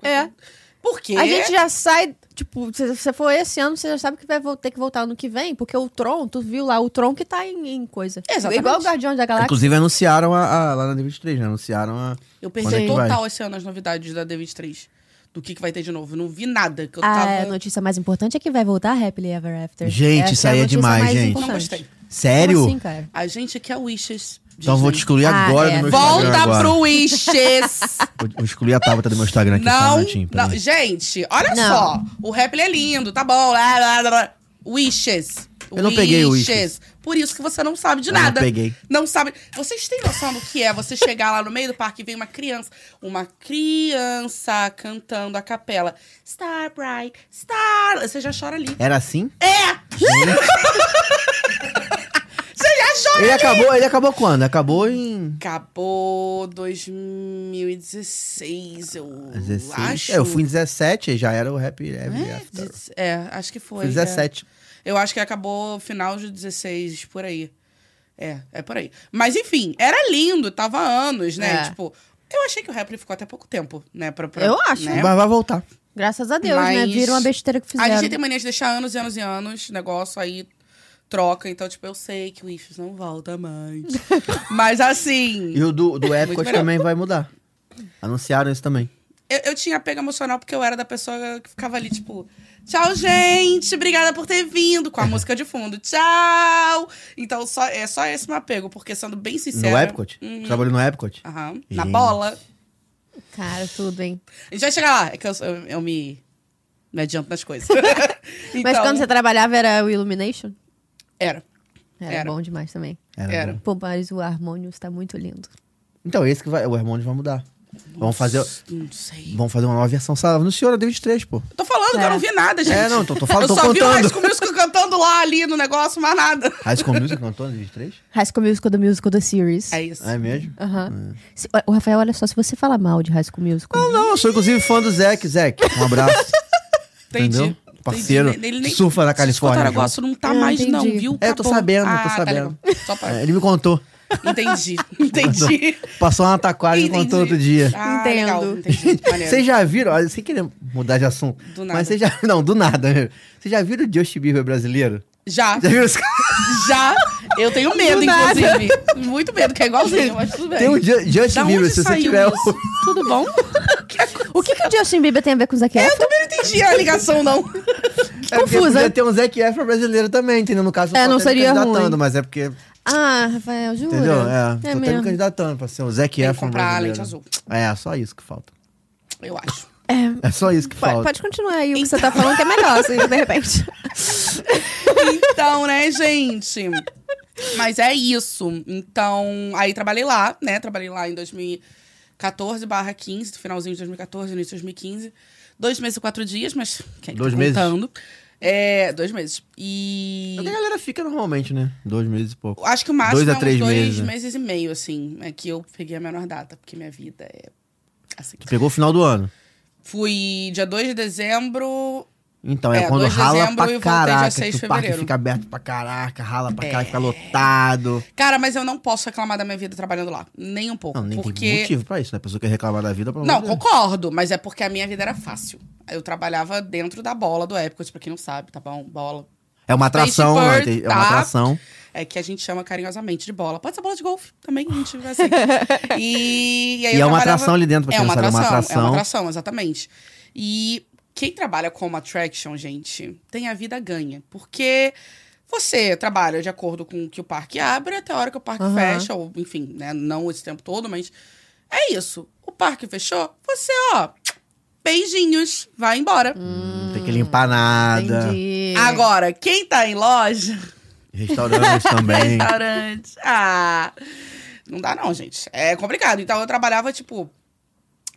[SPEAKER 1] É.
[SPEAKER 3] Por quê?
[SPEAKER 1] A gente já sai, tipo, se você for esse ano, você já sabe que vai vol- ter que voltar ano que vem, porque o Tron, tu viu lá, o Tron que tá em, em coisa.
[SPEAKER 3] Exatamente.
[SPEAKER 1] Igual o Guardião da Galáxia.
[SPEAKER 2] Inclusive anunciaram a, a- lá na D23, né? Anunciaram a.
[SPEAKER 3] Eu
[SPEAKER 2] Quando é
[SPEAKER 3] perdi
[SPEAKER 2] que
[SPEAKER 3] total esse ano as novidades da D23. Do que, que vai ter de novo. Eu não vi nada. Que eu
[SPEAKER 1] Ah,
[SPEAKER 3] tava.
[SPEAKER 1] a notícia mais importante é que vai voltar Happily Ever After.
[SPEAKER 2] Gente,
[SPEAKER 1] Essa
[SPEAKER 2] isso
[SPEAKER 1] a
[SPEAKER 2] aí é
[SPEAKER 1] notícia
[SPEAKER 2] demais,
[SPEAKER 1] mais
[SPEAKER 2] gente.
[SPEAKER 1] importante.
[SPEAKER 3] Não gostei.
[SPEAKER 2] Sério?
[SPEAKER 1] Como assim, cara?
[SPEAKER 3] A gente quer Wishes.
[SPEAKER 2] Então eu vou te
[SPEAKER 3] Disney.
[SPEAKER 2] excluir
[SPEAKER 1] Ah,
[SPEAKER 2] agora
[SPEAKER 1] é.
[SPEAKER 2] do meu Instagram.
[SPEAKER 3] Volta
[SPEAKER 2] agora. [LAUGHS]
[SPEAKER 3] pro Wishes!
[SPEAKER 2] Vou, vou excluir a tábua do meu Instagram aqui só um
[SPEAKER 3] não,
[SPEAKER 2] minutinho. peraí.
[SPEAKER 3] não. Gente, olha
[SPEAKER 1] Não.
[SPEAKER 3] só. O rap ele é lindo, tá bom. Lá, lá, lá, lá. Wishes.
[SPEAKER 2] Eu não peguei o Wishes.
[SPEAKER 3] Por isso que você não sabe de
[SPEAKER 2] Eu não
[SPEAKER 3] nada.
[SPEAKER 2] peguei.
[SPEAKER 3] Não sabe. Vocês têm noção do que é você chegar lá no meio do parque e ver uma criança, uma criança cantando a capela. Star Bright, Star. Você já chora ali.
[SPEAKER 2] Era assim?
[SPEAKER 3] É! [LAUGHS] Você já chora!
[SPEAKER 2] Ele acabou, ele acabou quando? Acabou em.
[SPEAKER 3] Acabou 2016, eu
[SPEAKER 2] 16.
[SPEAKER 3] acho.
[SPEAKER 2] É, eu fui em 17, aí já era o rap. Heavy
[SPEAKER 3] É,
[SPEAKER 2] After.
[SPEAKER 3] dez- é, acho que foi.
[SPEAKER 2] Fui em 17.
[SPEAKER 3] é. Eu acho que acabou final de 16, por aí. É, é por aí. Mas enfim, era lindo, tava há anos,
[SPEAKER 1] É.
[SPEAKER 3] né? Tipo, eu achei que o Rapley ficou até pouco tempo, né? Pra, pra-
[SPEAKER 1] Eu acho.
[SPEAKER 3] né?
[SPEAKER 2] Mas vai voltar.
[SPEAKER 1] Graças a Deus, né?
[SPEAKER 3] Mas-
[SPEAKER 1] Viram uma besteira que
[SPEAKER 3] A
[SPEAKER 1] fizeram.
[SPEAKER 3] gente tem mania de deixar anos e anos e anos negócio, aí troca. Então, tipo, eu sei que o Ifs não
[SPEAKER 1] [LAUGHS]
[SPEAKER 3] volta mais. Mas assim,
[SPEAKER 2] E o do,
[SPEAKER 3] [LAUGHS]
[SPEAKER 2] do Epcot
[SPEAKER 3] melhor.
[SPEAKER 2] também vai mudar. Anunciaram isso também.
[SPEAKER 3] eu, eu tinha apego emocional porque eu era da pessoa que ficava ali, tipo, tchau, gente, obrigada por ter vindo, com a música de fundo, tchau. Então, só, é só esse meu apego, porque sendo bem sincera. Hum,
[SPEAKER 2] No Epcot?
[SPEAKER 3] Uhum.
[SPEAKER 2] Tu Trabalhou no Epcot?
[SPEAKER 3] Aham, na
[SPEAKER 2] Gente.
[SPEAKER 3] bola.
[SPEAKER 1] Cara, tudo, hein?
[SPEAKER 3] A gente vai chegar lá, é que eu, eu, eu me, me adianto nas
[SPEAKER 2] [LAUGHS]
[SPEAKER 3] coisas. Então,
[SPEAKER 1] Mas quando você trabalhava era o Illumination?
[SPEAKER 3] Era.
[SPEAKER 1] Era,
[SPEAKER 3] Era.
[SPEAKER 1] bom demais também.
[SPEAKER 2] Era. né?
[SPEAKER 3] Era.
[SPEAKER 2] bom.
[SPEAKER 1] Pô, mas o Harmonious tá muito lindo.
[SPEAKER 2] Então, esse que vai. O Hermônio vai mudar. Vamos fazer,
[SPEAKER 3] Não sei.
[SPEAKER 2] vamos fazer uma nova versão sábado no Senhora David 3, pô.
[SPEAKER 3] Tô falando que
[SPEAKER 1] É.
[SPEAKER 3] eu não vi nada, gente.
[SPEAKER 2] É, não, tô- tô falando,
[SPEAKER 3] eu
[SPEAKER 2] tô
[SPEAKER 3] só vi
[SPEAKER 2] contando.
[SPEAKER 3] o High School Musical cantando lá, ali, no negócio,
[SPEAKER 2] [LAUGHS]
[SPEAKER 3] mais nada.
[SPEAKER 2] High School Music cantou no David 3?
[SPEAKER 1] High School Musical The Musical The Series.
[SPEAKER 3] É isso.
[SPEAKER 2] É mesmo?
[SPEAKER 1] Aham. Se- O Rafael, olha só, se você fala mal de High School Musical...
[SPEAKER 2] Não, não, eu sou inclusive fã do Zac. Zac, um
[SPEAKER 3] [LAUGHS]
[SPEAKER 2] abraço.
[SPEAKER 3] Entendi.
[SPEAKER 2] Entendeu? Parceiro.
[SPEAKER 3] Entendi. Ele nem-
[SPEAKER 2] surfa na
[SPEAKER 3] Escuta,
[SPEAKER 2] Califórnia.
[SPEAKER 3] o negócio não tá
[SPEAKER 1] Ah,
[SPEAKER 3] mais, não,
[SPEAKER 1] entendi.
[SPEAKER 3] viu?
[SPEAKER 2] É, eu tô sabendo, eu tô
[SPEAKER 3] tá
[SPEAKER 2] sabendo.
[SPEAKER 3] legal. Só pra...
[SPEAKER 2] junto. É, ele me contou. [LAUGHS]
[SPEAKER 3] Entendi, entendi.
[SPEAKER 2] Passou uma taquara e me
[SPEAKER 3] Entendi.
[SPEAKER 2] contou outro dia.
[SPEAKER 3] Ah,
[SPEAKER 1] Entendo.
[SPEAKER 3] legal, entendi. Maneiro.
[SPEAKER 2] [LAUGHS] Vocês já viram, olha, sem querer mudar de assunto.
[SPEAKER 3] Do nada.
[SPEAKER 2] Mas vocês já. Não, do nada mesmo. Vocês já viram o Justin Bieber brasileiro?
[SPEAKER 3] Já,
[SPEAKER 2] Já viram esse cara?
[SPEAKER 3] já. Eu tenho medo,
[SPEAKER 1] Do nada.
[SPEAKER 3] inclusive. Muito medo, que é igualzinho, mas tudo bem.
[SPEAKER 2] Tem o Ju- Justin
[SPEAKER 3] da
[SPEAKER 2] Bieber,
[SPEAKER 3] onde
[SPEAKER 2] se você
[SPEAKER 3] saiu
[SPEAKER 2] tiver. um-
[SPEAKER 3] isso?
[SPEAKER 2] o-
[SPEAKER 3] Tudo bom? [LAUGHS]
[SPEAKER 1] O que, que o Justin Bieber tem a ver com o Zac
[SPEAKER 3] Eu
[SPEAKER 1] Efron?
[SPEAKER 3] também não entendi a ligação, não.
[SPEAKER 2] É porque
[SPEAKER 1] Confusa.
[SPEAKER 2] Podia ter um Zac Efron brasileiro também, entendeu? No caso, eu
[SPEAKER 1] É,
[SPEAKER 2] tô
[SPEAKER 1] não
[SPEAKER 2] até me
[SPEAKER 1] seria
[SPEAKER 2] candidatando,
[SPEAKER 1] ruim.
[SPEAKER 2] mas é porque.
[SPEAKER 1] Ah, Rafael, jura?
[SPEAKER 2] Entendeu? É, tô até me
[SPEAKER 1] mesmo.
[SPEAKER 2] candidatando pra ser o Zac
[SPEAKER 3] que
[SPEAKER 2] Efron
[SPEAKER 3] comprar
[SPEAKER 2] brasileiro.
[SPEAKER 3] leite azul.
[SPEAKER 2] É, só isso que falta.
[SPEAKER 3] Eu acho.
[SPEAKER 1] É,
[SPEAKER 2] É só isso que
[SPEAKER 1] pode,
[SPEAKER 2] falta.
[SPEAKER 1] pode continuar aí o que você tá falando que é melhor, assim, de repente.
[SPEAKER 3] Então, né, gente? Mas é isso. Então, aí trabalhei lá, né? Trabalhei lá em 2014 barra 15, do finalzinho de 2014, início de 2015. Dois meses e quatro dias, mas quem
[SPEAKER 2] Dois
[SPEAKER 3] tá
[SPEAKER 2] meses?
[SPEAKER 3] contando? É, dois meses. E
[SPEAKER 2] É A galera fica normalmente, né? Dois meses e pouco.
[SPEAKER 3] acho que o máximo
[SPEAKER 2] Dois a
[SPEAKER 3] é uns
[SPEAKER 2] três
[SPEAKER 3] dois
[SPEAKER 2] meses, né?
[SPEAKER 3] meses e meio, assim. É que eu peguei a menor data, porque minha vida é assim.
[SPEAKER 2] Tu pegou o final do ano.
[SPEAKER 3] Fui dia 2 de dezembro,
[SPEAKER 2] Então, é,
[SPEAKER 3] É,
[SPEAKER 2] quando
[SPEAKER 3] 2 de
[SPEAKER 2] rala
[SPEAKER 3] dezembro e
[SPEAKER 2] pra
[SPEAKER 3] voltei dia
[SPEAKER 2] caraca,
[SPEAKER 3] 6
[SPEAKER 2] que
[SPEAKER 3] de
[SPEAKER 2] o parque
[SPEAKER 3] fevereiro. É.
[SPEAKER 2] fica aberto pra caraca, rala pra caraca, fica lotado.
[SPEAKER 3] Cara, mas eu não posso reclamar da minha vida trabalhando lá. Nem um pouco.
[SPEAKER 2] Não, nem tem
[SPEAKER 3] porque.
[SPEAKER 2] motivo pra isso, né? A pessoa quer reclamar da vida, pelo
[SPEAKER 3] Não,
[SPEAKER 2] amor de Deus.
[SPEAKER 3] concordo, mas é porque a minha vida era fácil. Eu trabalhava dentro da bola do Epcot, pra quem não sabe, tá bom? Bola.
[SPEAKER 2] É uma atração,
[SPEAKER 3] Space
[SPEAKER 2] né?
[SPEAKER 3] Bird,
[SPEAKER 2] Tem- é uma
[SPEAKER 3] tá?
[SPEAKER 2] atração.
[SPEAKER 3] É que a gente chama carinhosamente de bola. Pode ser bola de golfe também, a gente vai assim.
[SPEAKER 2] [LAUGHS]
[SPEAKER 3] E, e aí
[SPEAKER 2] E
[SPEAKER 3] eu
[SPEAKER 2] é uma
[SPEAKER 3] trabalhava-
[SPEAKER 2] atração ali dentro, pra
[SPEAKER 3] É
[SPEAKER 2] quem não
[SPEAKER 3] uma
[SPEAKER 2] sabe. É uma
[SPEAKER 3] atração, é uma
[SPEAKER 2] atração.
[SPEAKER 3] atração, exatamente. E quem trabalha como attraction, gente, tem a vida ganha. Porque você trabalha de acordo com o que o parque abre até a hora que o parque
[SPEAKER 1] Aham.
[SPEAKER 3] fecha, ou enfim, né? Não esse tempo todo, mas é isso. O parque fechou, você, ó, beijinhos, vai embora.
[SPEAKER 2] Não tem que limpar [LAUGHS] nada.
[SPEAKER 1] Entendi.
[SPEAKER 3] Agora, quem tá em loja, [LAUGHS]
[SPEAKER 2] Restaurantes também.
[SPEAKER 3] restaurante. Ah, não dá não, gente. É complicado. Então eu trabalhava tipo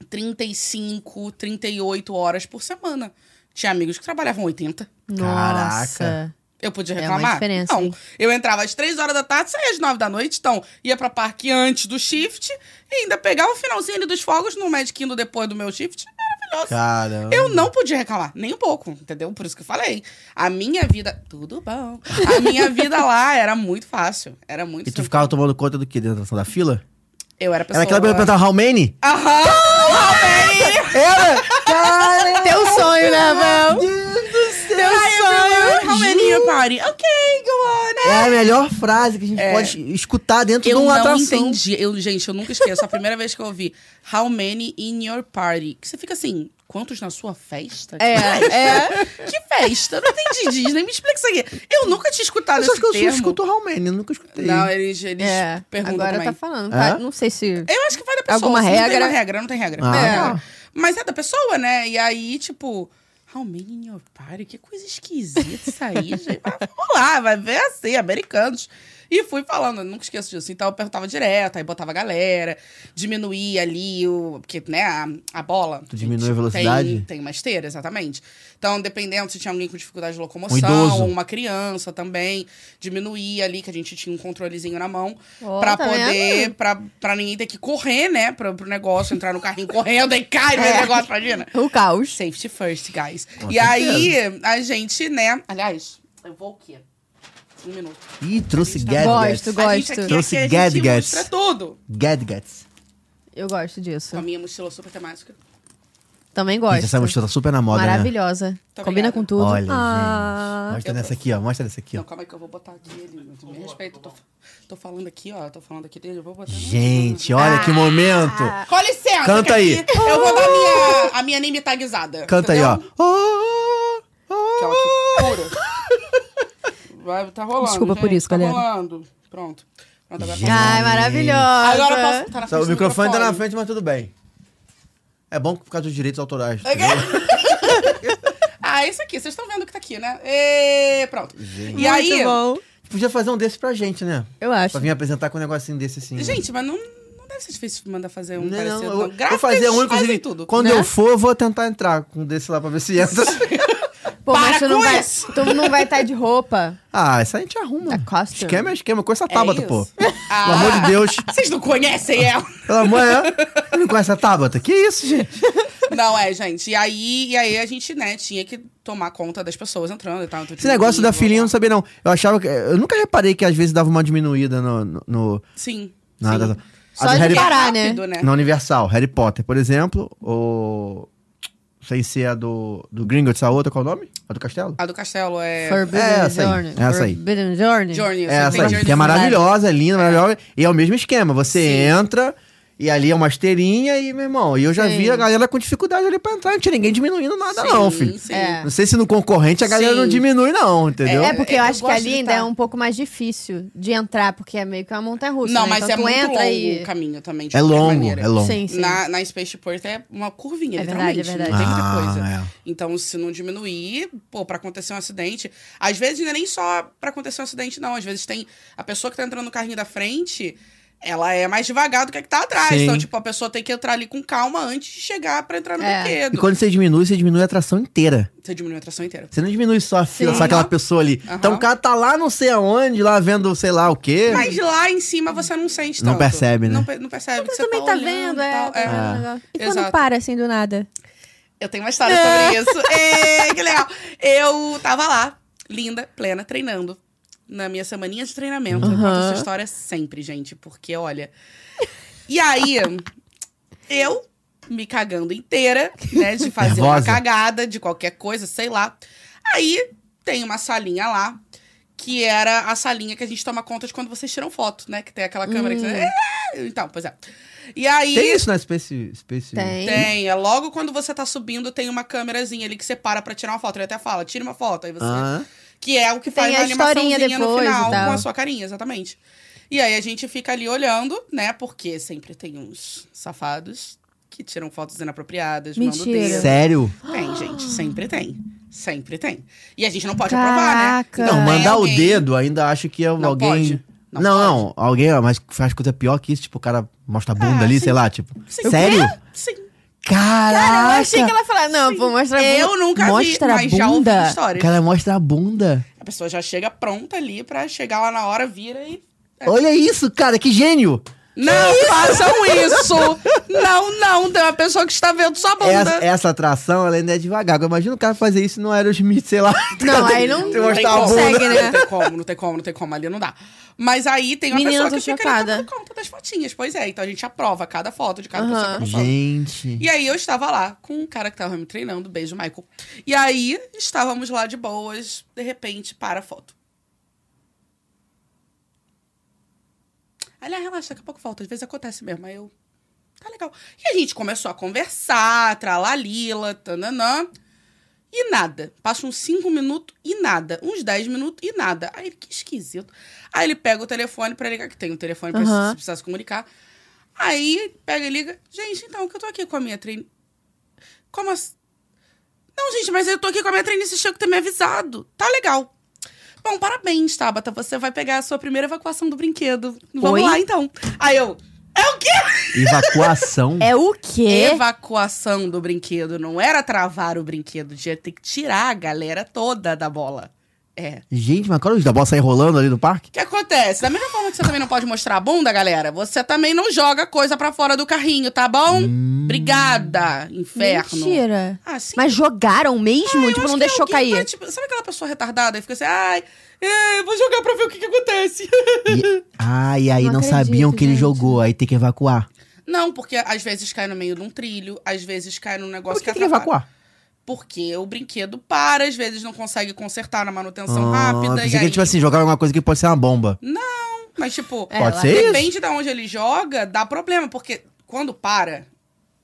[SPEAKER 3] 35, 38 horas por semana. Tinha amigos que trabalhavam 80.
[SPEAKER 1] Nossa.
[SPEAKER 3] Eu podia
[SPEAKER 1] É uma
[SPEAKER 3] reclamar?
[SPEAKER 1] diferença,
[SPEAKER 3] Não.
[SPEAKER 1] hein?
[SPEAKER 3] Eu entrava às 3 horas da tarde, saía às 9 da noite, então ia pra parque antes do shift e ainda pegava o finalzinho ali dos fogos no Magic Kingdom depois do meu shift. Maravilhoso.
[SPEAKER 2] Cara.
[SPEAKER 3] Eu não podia reclamar, nem um pouco, entendeu? Por isso que eu falei. A minha vida. Tudo bom. A minha vida lá era muito fácil. Era muito
[SPEAKER 2] E tu
[SPEAKER 3] simples.
[SPEAKER 2] ficava tomando conta do quê? Dentro da atração da fila?
[SPEAKER 3] Eu era a
[SPEAKER 2] Era
[SPEAKER 3] pessoa.
[SPEAKER 2] aquela pergunta perguntar, how many?
[SPEAKER 3] Aham!
[SPEAKER 2] Era! Cara!
[SPEAKER 1] Teu sonho, né, Rafael?
[SPEAKER 3] Meu sonho! Romelinha Party. Ok, go on!
[SPEAKER 2] É a melhor frase que a gente
[SPEAKER 3] É.
[SPEAKER 2] pode escutar dentro
[SPEAKER 3] Eu
[SPEAKER 2] de uma
[SPEAKER 3] não
[SPEAKER 2] atração.
[SPEAKER 3] entendi. Eu, gente, eu nunca esqueço. A primeira vez que eu ouvi How many in your party? Que você fica assim, quantos na sua festa?
[SPEAKER 1] É, é.
[SPEAKER 3] Que festa? Eu não entendi, Disney. Me explica isso aqui. Eu nunca tinha escutado
[SPEAKER 2] Eu
[SPEAKER 3] esse
[SPEAKER 2] só acho que eu
[SPEAKER 3] termo.
[SPEAKER 2] escuto how many, eu nunca escutei.
[SPEAKER 3] Não, eles, eles
[SPEAKER 1] é.
[SPEAKER 3] perguntam
[SPEAKER 1] Agora
[SPEAKER 3] também.
[SPEAKER 1] tá falando.
[SPEAKER 2] É?
[SPEAKER 1] Vai- Não sei se...
[SPEAKER 3] Eu acho que vai da pessoa.
[SPEAKER 1] Alguma
[SPEAKER 3] assim, Não tem
[SPEAKER 1] regra?
[SPEAKER 3] uma regra, não tem regra.
[SPEAKER 2] Ah,
[SPEAKER 3] É.
[SPEAKER 2] tá.
[SPEAKER 3] Mas é da pessoa, né? E aí, tipo... How many in your party? Que coisa esquisita isso aí, [LAUGHS] gente. Mas vamos lá, vai ver assim, americanos. E fui falando, eu nunca esqueço disso. Então eu perguntava direto, aí botava a galera, diminuía ali, o, porque, né, a, a bola.
[SPEAKER 2] Tu diminui a
[SPEAKER 3] tem-
[SPEAKER 2] velocidade?
[SPEAKER 3] Tem, uma esteira, exatamente. Então, dependendo se tinha alguém com dificuldade de
[SPEAKER 2] Um
[SPEAKER 3] locomoção,
[SPEAKER 2] idoso.
[SPEAKER 3] ou uma criança também, diminuía ali, que a gente tinha um controlezinho na mão
[SPEAKER 1] Ó,
[SPEAKER 3] pra
[SPEAKER 1] tá
[SPEAKER 3] poder,
[SPEAKER 1] vendo?
[SPEAKER 3] pra, pra ninguém ter que correr, né? Pra, pro negócio entrar no carrinho correndo e cai no negócio, imagina.
[SPEAKER 1] O caos.
[SPEAKER 3] Safety first, guys.
[SPEAKER 2] Com
[SPEAKER 3] e
[SPEAKER 2] certeza.
[SPEAKER 3] aí, a gente, né? Aliás, eu vou o quê? Um minuto.
[SPEAKER 2] Ih, trouxe gadgets.
[SPEAKER 1] Gosto,
[SPEAKER 3] A gente
[SPEAKER 1] gosto.
[SPEAKER 3] aqui,
[SPEAKER 2] Trouxe
[SPEAKER 3] aqui a gente
[SPEAKER 2] gadgets.
[SPEAKER 3] ilustra tudo.
[SPEAKER 2] Gadgets.
[SPEAKER 1] Eu gosto disso.
[SPEAKER 3] Com a minha mochila super temática.
[SPEAKER 1] Também
[SPEAKER 2] Gente,
[SPEAKER 1] gosto.
[SPEAKER 2] essa mochila tá super na moda, né?
[SPEAKER 1] Maravilhosa.
[SPEAKER 3] Tá
[SPEAKER 1] Combina
[SPEAKER 3] obrigada.
[SPEAKER 1] com tudo.
[SPEAKER 2] Olha, gente.
[SPEAKER 1] ah.
[SPEAKER 2] Mostra nessa aqui, ó. Mostra nessa aqui, ó.
[SPEAKER 3] Não, calma aí que eu vou botar aqui ele. Me respeito, eu tô, tô falando aqui, ó. Tô falando aqui dele, eu vou botar.
[SPEAKER 2] Gente,
[SPEAKER 1] Ah,
[SPEAKER 2] olha que momento.
[SPEAKER 3] Com licença.
[SPEAKER 2] Canta
[SPEAKER 3] que
[SPEAKER 2] aí.
[SPEAKER 3] aqui Eu vou dar a minha, a minha anime taguizada.
[SPEAKER 2] Canta aí,
[SPEAKER 3] entendeu?
[SPEAKER 2] ó. Oh, oh,
[SPEAKER 3] Aquela que fura. Vai, tá rolando.
[SPEAKER 1] Desculpa
[SPEAKER 3] gente,
[SPEAKER 1] por isso,
[SPEAKER 3] tá
[SPEAKER 1] galera.
[SPEAKER 3] rolando. Pronto. Pronto, agora tá
[SPEAKER 2] Gente.
[SPEAKER 1] Ai, maravilhosa.
[SPEAKER 3] Agora posso. Tá na
[SPEAKER 2] Só
[SPEAKER 3] frente
[SPEAKER 2] o
[SPEAKER 3] do
[SPEAKER 2] microfone tá na frente, mas tudo bem. É bom por causa dos direitos autorais.
[SPEAKER 3] É
[SPEAKER 2] entendeu?
[SPEAKER 3] Ah, isso aqui. Vocês estão vendo que tá aqui, né? E... Pronto.
[SPEAKER 2] Gente.
[SPEAKER 3] E aí.
[SPEAKER 1] Muito bom.
[SPEAKER 2] Podia fazer um desse pra gente, né?
[SPEAKER 1] Eu acho.
[SPEAKER 2] Pra vir apresentar com um negocinho desse assim.
[SPEAKER 3] Gente, mas não, não dá deve ser difícil mandar fazer um
[SPEAKER 2] Não,
[SPEAKER 3] parecido.
[SPEAKER 2] eu,
[SPEAKER 3] não.
[SPEAKER 2] eu vou
[SPEAKER 3] Gráficas
[SPEAKER 2] fazer um,
[SPEAKER 3] fazem
[SPEAKER 2] inclusive.
[SPEAKER 3] tudo.
[SPEAKER 2] Quando
[SPEAKER 1] né?
[SPEAKER 2] eu for, eu vou tentar entrar com um desse lá pra ver se
[SPEAKER 3] [LAUGHS]
[SPEAKER 2] entra.
[SPEAKER 1] Pô, mas
[SPEAKER 3] Para
[SPEAKER 1] tu não,
[SPEAKER 3] com
[SPEAKER 1] vai,
[SPEAKER 3] isso!
[SPEAKER 1] tu não vai estar de roupa.
[SPEAKER 2] ah, isso a gente arruma.
[SPEAKER 1] Da Tá Costa.
[SPEAKER 2] Esquema é esquema. Com essa
[SPEAKER 3] É
[SPEAKER 2] Tábata,
[SPEAKER 3] isso.
[SPEAKER 2] pô.
[SPEAKER 3] Ah,
[SPEAKER 2] Pelo amor de
[SPEAKER 3] [LAUGHS]
[SPEAKER 2] Deus.
[SPEAKER 3] Vocês não conhecem ela? [LAUGHS]
[SPEAKER 2] Pelo amor de Deus. Não conhece a Tábata? Que isso, gente?
[SPEAKER 3] Não, é, gente. E aí, e aí a gente, né, tinha que tomar conta das pessoas entrando e tal. Então,
[SPEAKER 2] Esse
[SPEAKER 3] tinha
[SPEAKER 2] negócio da
[SPEAKER 3] livro,
[SPEAKER 2] filhinha eu não sabia, não. Eu achava que. Eu nunca reparei que às vezes dava uma diminuída no. no, no-
[SPEAKER 3] Sim.
[SPEAKER 2] na-
[SPEAKER 3] sim.
[SPEAKER 2] da-
[SPEAKER 1] Só
[SPEAKER 2] a do
[SPEAKER 1] de
[SPEAKER 2] Harry
[SPEAKER 1] parar. Parar, né?
[SPEAKER 3] rápido, né?
[SPEAKER 2] Na Universal, Harry Potter, por exemplo, ou. Sem ser a do. Do Gringotts, a outra, qual é o nome? A do Castelo?
[SPEAKER 3] A do Castelo é...
[SPEAKER 1] Forbidden
[SPEAKER 2] É essa aí,
[SPEAKER 1] Journey.
[SPEAKER 2] é essa aí.
[SPEAKER 1] Forbidden Journey.
[SPEAKER 3] Journey.
[SPEAKER 2] É, essa aí,
[SPEAKER 3] Journey
[SPEAKER 2] que é
[SPEAKER 3] to
[SPEAKER 2] maravilhosa, é linda, maravilhosa. E é o mesmo esquema. Você entra e ali é uma esteirinha e, meu irmão, e eu já
[SPEAKER 1] Sim.
[SPEAKER 2] vi a galera com dificuldade ali pra entrar. Não tinha ninguém diminuindo nada, não,
[SPEAKER 3] Sim,
[SPEAKER 2] filho.
[SPEAKER 3] sim.
[SPEAKER 1] É.
[SPEAKER 2] Não sei se no concorrente a galera
[SPEAKER 3] Sim.
[SPEAKER 2] não diminui, não, entendeu?
[SPEAKER 1] É porque
[SPEAKER 3] É,
[SPEAKER 1] eu
[SPEAKER 3] eu
[SPEAKER 1] acho que
[SPEAKER 3] gosto
[SPEAKER 1] ali
[SPEAKER 3] de
[SPEAKER 1] ainda
[SPEAKER 3] tá.
[SPEAKER 1] é um pouco mais difícil de entrar, porque é meio que uma montanha russa.
[SPEAKER 3] Não,
[SPEAKER 1] né?
[SPEAKER 3] mas
[SPEAKER 1] então
[SPEAKER 3] é
[SPEAKER 1] tu
[SPEAKER 3] muito
[SPEAKER 1] entra
[SPEAKER 3] longo
[SPEAKER 1] e.
[SPEAKER 3] o caminho também, de
[SPEAKER 2] É
[SPEAKER 3] qualquer
[SPEAKER 2] longo,
[SPEAKER 3] maneira.
[SPEAKER 2] é longo.
[SPEAKER 1] Sim, sim.
[SPEAKER 3] Na, na Space Perth é uma curvinha,
[SPEAKER 1] É verdade,
[SPEAKER 3] literalmente.
[SPEAKER 1] é verdade.
[SPEAKER 3] Não tem muita
[SPEAKER 2] Ah,
[SPEAKER 3] coisa.
[SPEAKER 2] é.
[SPEAKER 3] Então, se não diminuir, pô, pra acontecer um acidente. Às vezes não é nem só pra acontecer um acidente, não. Às vezes tem. A pessoa que tá entrando no carrinho da frente, ela é mais devagar do que a que tá atrás.
[SPEAKER 2] Sim.
[SPEAKER 3] Então, tipo, a pessoa tem que entrar ali com calma antes de chegar pra entrar no
[SPEAKER 1] É.
[SPEAKER 2] E
[SPEAKER 3] brinquedo.
[SPEAKER 2] quando você diminui, você diminui a atração inteira.
[SPEAKER 3] Você diminui a tração inteira.
[SPEAKER 2] Você não diminui só a fila,
[SPEAKER 1] Sim.
[SPEAKER 2] só aquela pessoa ali.
[SPEAKER 3] Aham.
[SPEAKER 2] Então o cara tá lá não sei aonde, lá vendo sei lá o quê.
[SPEAKER 3] Mas lá em cima você não sente tanto.
[SPEAKER 2] Não percebe, né?
[SPEAKER 3] Não, pe- não percebe. porque
[SPEAKER 1] Você
[SPEAKER 3] Você
[SPEAKER 1] também tá
[SPEAKER 3] olhando e
[SPEAKER 1] vendo,
[SPEAKER 3] tal.
[SPEAKER 1] é. tá
[SPEAKER 3] É.
[SPEAKER 1] vendo o
[SPEAKER 2] É.
[SPEAKER 1] negócio. E quando
[SPEAKER 3] Exato.
[SPEAKER 1] para assim do nada?
[SPEAKER 3] Eu tenho uma história sobre isso. É, que legal. Eu tava lá, linda, plena, treinando. Na minha semaninha de treinamento. Eu conto
[SPEAKER 1] Aham.
[SPEAKER 3] essa história sempre, gente. Porque, olha... E aí, eu me cagando inteira, né? De fazer uma
[SPEAKER 2] Nervosa.
[SPEAKER 3] cagada, de qualquer coisa, sei lá. Aí, tem uma salinha lá. Que era a salinha que a gente toma conta de quando vocês tiram foto, né? Que tem aquela câmera que você... Então, pois é. E aí...
[SPEAKER 2] Tem isso né? na Space. Space...
[SPEAKER 1] Tem.
[SPEAKER 3] Tem, é logo quando você tá subindo, tem uma câmerazinha ali que você para pra tirar uma foto. Ele até fala, tira uma foto. Aí você.
[SPEAKER 2] Ah,
[SPEAKER 3] Que é o que
[SPEAKER 1] Tem
[SPEAKER 3] faz
[SPEAKER 1] a
[SPEAKER 3] a
[SPEAKER 1] historinha
[SPEAKER 3] animaçãozinha no
[SPEAKER 1] depois e
[SPEAKER 3] final
[SPEAKER 1] tal.
[SPEAKER 3] com a sua carinha, exatamente. E aí a gente fica ali olhando, né? Porque sempre tem uns safados que tiram fotos inapropriadas, mandam o
[SPEAKER 1] Mentira.
[SPEAKER 3] dedo.
[SPEAKER 2] sério?
[SPEAKER 3] Tem, gente, sempre tem. Sempre tem. E a gente não pode
[SPEAKER 1] Caraca.
[SPEAKER 3] aprovar, né?
[SPEAKER 1] Não,
[SPEAKER 2] Não,
[SPEAKER 3] tem
[SPEAKER 2] mandar
[SPEAKER 3] alguém-
[SPEAKER 2] o dedo ainda acho que é
[SPEAKER 3] Não
[SPEAKER 2] alguém.
[SPEAKER 3] pode.
[SPEAKER 2] Não,
[SPEAKER 3] Não
[SPEAKER 2] não, alguém, ó, mas faz coisa pior que isso, tipo, o cara mostra a bunda
[SPEAKER 3] É,
[SPEAKER 2] ali,
[SPEAKER 3] sim.
[SPEAKER 2] sei lá, tipo.
[SPEAKER 3] Sim.
[SPEAKER 2] Sério?
[SPEAKER 3] Sim.
[SPEAKER 2] Caraca!
[SPEAKER 1] Cara, eu achei que ela ia falar, não, vou mostrar a bunda.
[SPEAKER 3] Eu nunca
[SPEAKER 1] Mostra
[SPEAKER 3] vi,
[SPEAKER 1] a
[SPEAKER 3] mas já ouvi
[SPEAKER 1] bunda.
[SPEAKER 3] histórias.
[SPEAKER 2] Cara, mostra a bunda.
[SPEAKER 3] A pessoa já chega pronta ali pra chegar lá na hora, vira e
[SPEAKER 2] Olha isso, cara, que gênio!
[SPEAKER 3] Não
[SPEAKER 2] É.
[SPEAKER 3] façam isso! Não, não, tem uma pessoa que está vendo sua bunda.
[SPEAKER 2] Essa, essa atração, ela ainda é devagar. Agora, Imagina o cara fazer isso no Aerosmith, sei
[SPEAKER 3] [LAUGHS]
[SPEAKER 2] lá.
[SPEAKER 1] Não, aí não-
[SPEAKER 2] Você
[SPEAKER 1] não tem
[SPEAKER 2] mostrar a
[SPEAKER 1] como.
[SPEAKER 2] bunda.
[SPEAKER 1] consegue, né?
[SPEAKER 3] Não tem como, não tem como, não tem como, ali não dá. Mas aí tem uma
[SPEAKER 1] Menina, eu
[SPEAKER 3] pessoa
[SPEAKER 1] tô
[SPEAKER 3] que fica
[SPEAKER 1] chocada.
[SPEAKER 3] ali tomando conta das fotinhas. Pois é, então a gente aprova cada foto de cada
[SPEAKER 1] Aham.
[SPEAKER 3] pessoa que toma foto.
[SPEAKER 2] Gente.
[SPEAKER 3] E aí eu estava lá com um cara que tava me treinando, beijo, Michael. E aí estávamos lá de boas, de repente para a foto. Aliás, relaxa, daqui a pouco volta. Às vezes acontece mesmo. Aí eu. Tá legal. E a gente começou a conversar, tralalila, tananã. E nada. Passa uns 5 minutos e nada. Uns 10 minutos e nada. Aí ele, que esquisito. Aí ele pega o telefone pra ligar, que tem um telefone pra
[SPEAKER 1] Aham.
[SPEAKER 3] se precisar se comunicar. Aí pega e liga. Gente, então, que eu tô aqui com a minha trein... Como assim? Não, gente, mas eu tô aqui com a minha treinista, tinha que ter me avisado. Tá legal. Bom, parabéns, Tabata. Você vai pegar a sua primeira evacuação do brinquedo. Vamos
[SPEAKER 1] Oi?
[SPEAKER 3] lá, então. Aí eu... É o quê? [LAUGHS]
[SPEAKER 2] Evacuação.
[SPEAKER 1] É o quê?
[SPEAKER 3] Evacuação do brinquedo. Não era travar o brinquedo. Tinha que ter que tirar a galera toda da bola. É.
[SPEAKER 2] Gente, mas qual é o da bola sair rolando ali no parque?
[SPEAKER 3] O que acontece? Da mesma forma que você também não pode mostrar a bunda, galera, você também não joga coisa pra fora do carrinho, tá bom?
[SPEAKER 2] Hum.
[SPEAKER 3] Obrigada, inferno.
[SPEAKER 1] Mentira.
[SPEAKER 3] Ah, sim.
[SPEAKER 1] Mas jogaram mesmo? tipo, não deixou
[SPEAKER 3] Alguém tá,
[SPEAKER 1] cair.
[SPEAKER 3] tipo, sabe aquela pessoa retardada e fica assim, ai, é, vou jogar pra ver o que, que acontece. [LAUGHS]
[SPEAKER 2] E- Ah, e aí
[SPEAKER 1] Não
[SPEAKER 2] não,
[SPEAKER 1] acredito,
[SPEAKER 2] sabiam que ele
[SPEAKER 1] gente.
[SPEAKER 2] jogou, aí tem que evacuar.
[SPEAKER 3] Não, porque às vezes cai no meio de um trilho, às vezes cai num
[SPEAKER 2] Por
[SPEAKER 3] negócio
[SPEAKER 2] que tem que
[SPEAKER 3] é atrapalha.
[SPEAKER 2] evacuar?
[SPEAKER 3] Porque o brinquedo para, às vezes não consegue consertar na manutenção
[SPEAKER 2] Ah,
[SPEAKER 3] rápida. E
[SPEAKER 2] pensei
[SPEAKER 3] aí...
[SPEAKER 2] que, tipo assim, jogar alguma coisa que pode ser uma bomba.
[SPEAKER 3] Mas, tipo,
[SPEAKER 1] É,
[SPEAKER 2] pode
[SPEAKER 1] lá-
[SPEAKER 2] ser isso?
[SPEAKER 3] depende de onde ele joga, dá problema, porque quando para,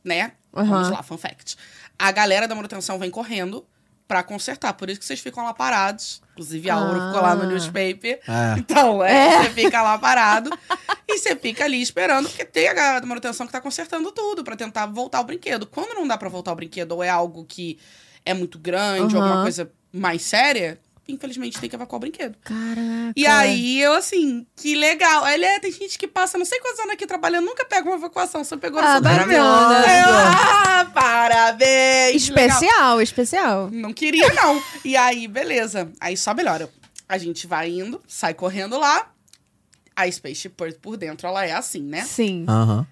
[SPEAKER 3] né?
[SPEAKER 1] Aham.
[SPEAKER 3] Vamos lá, fun fact. A galera da manutenção vem correndo pra consertar. Por isso que vocês ficam lá parados. Inclusive, a Ouro
[SPEAKER 1] Ah.
[SPEAKER 3] ficou lá no newspaper. [LAUGHS]
[SPEAKER 2] É.
[SPEAKER 3] Então,
[SPEAKER 1] É.
[SPEAKER 3] é, você fica lá parado e você fica ali esperando, porque tem a galera da manutenção que tá consertando tudo pra tentar voltar o brinquedo. Quando não dá pra voltar o brinquedo, ou é algo que é muito grande, ou
[SPEAKER 1] Aham.
[SPEAKER 3] alguma coisa mais séria, infelizmente tem que evacuar o brinquedo.
[SPEAKER 1] Caraca.
[SPEAKER 3] E aí, eu assim, que legal. Ele é, tem gente que passa não sei quantos anos aqui trabalhando, nunca pega uma evacuação, só pegou
[SPEAKER 1] Ah,
[SPEAKER 3] no Santa Maria.
[SPEAKER 1] maravilhoso.
[SPEAKER 3] Aí eu, ah, parabéns! é legal.
[SPEAKER 1] Especial, especial.
[SPEAKER 3] Não queria, não. E aí, beleza. Aí só melhora. A gente vai indo, sai correndo lá. A Space Perth por dentro, ela é assim, né?
[SPEAKER 1] Sim.
[SPEAKER 2] Aham.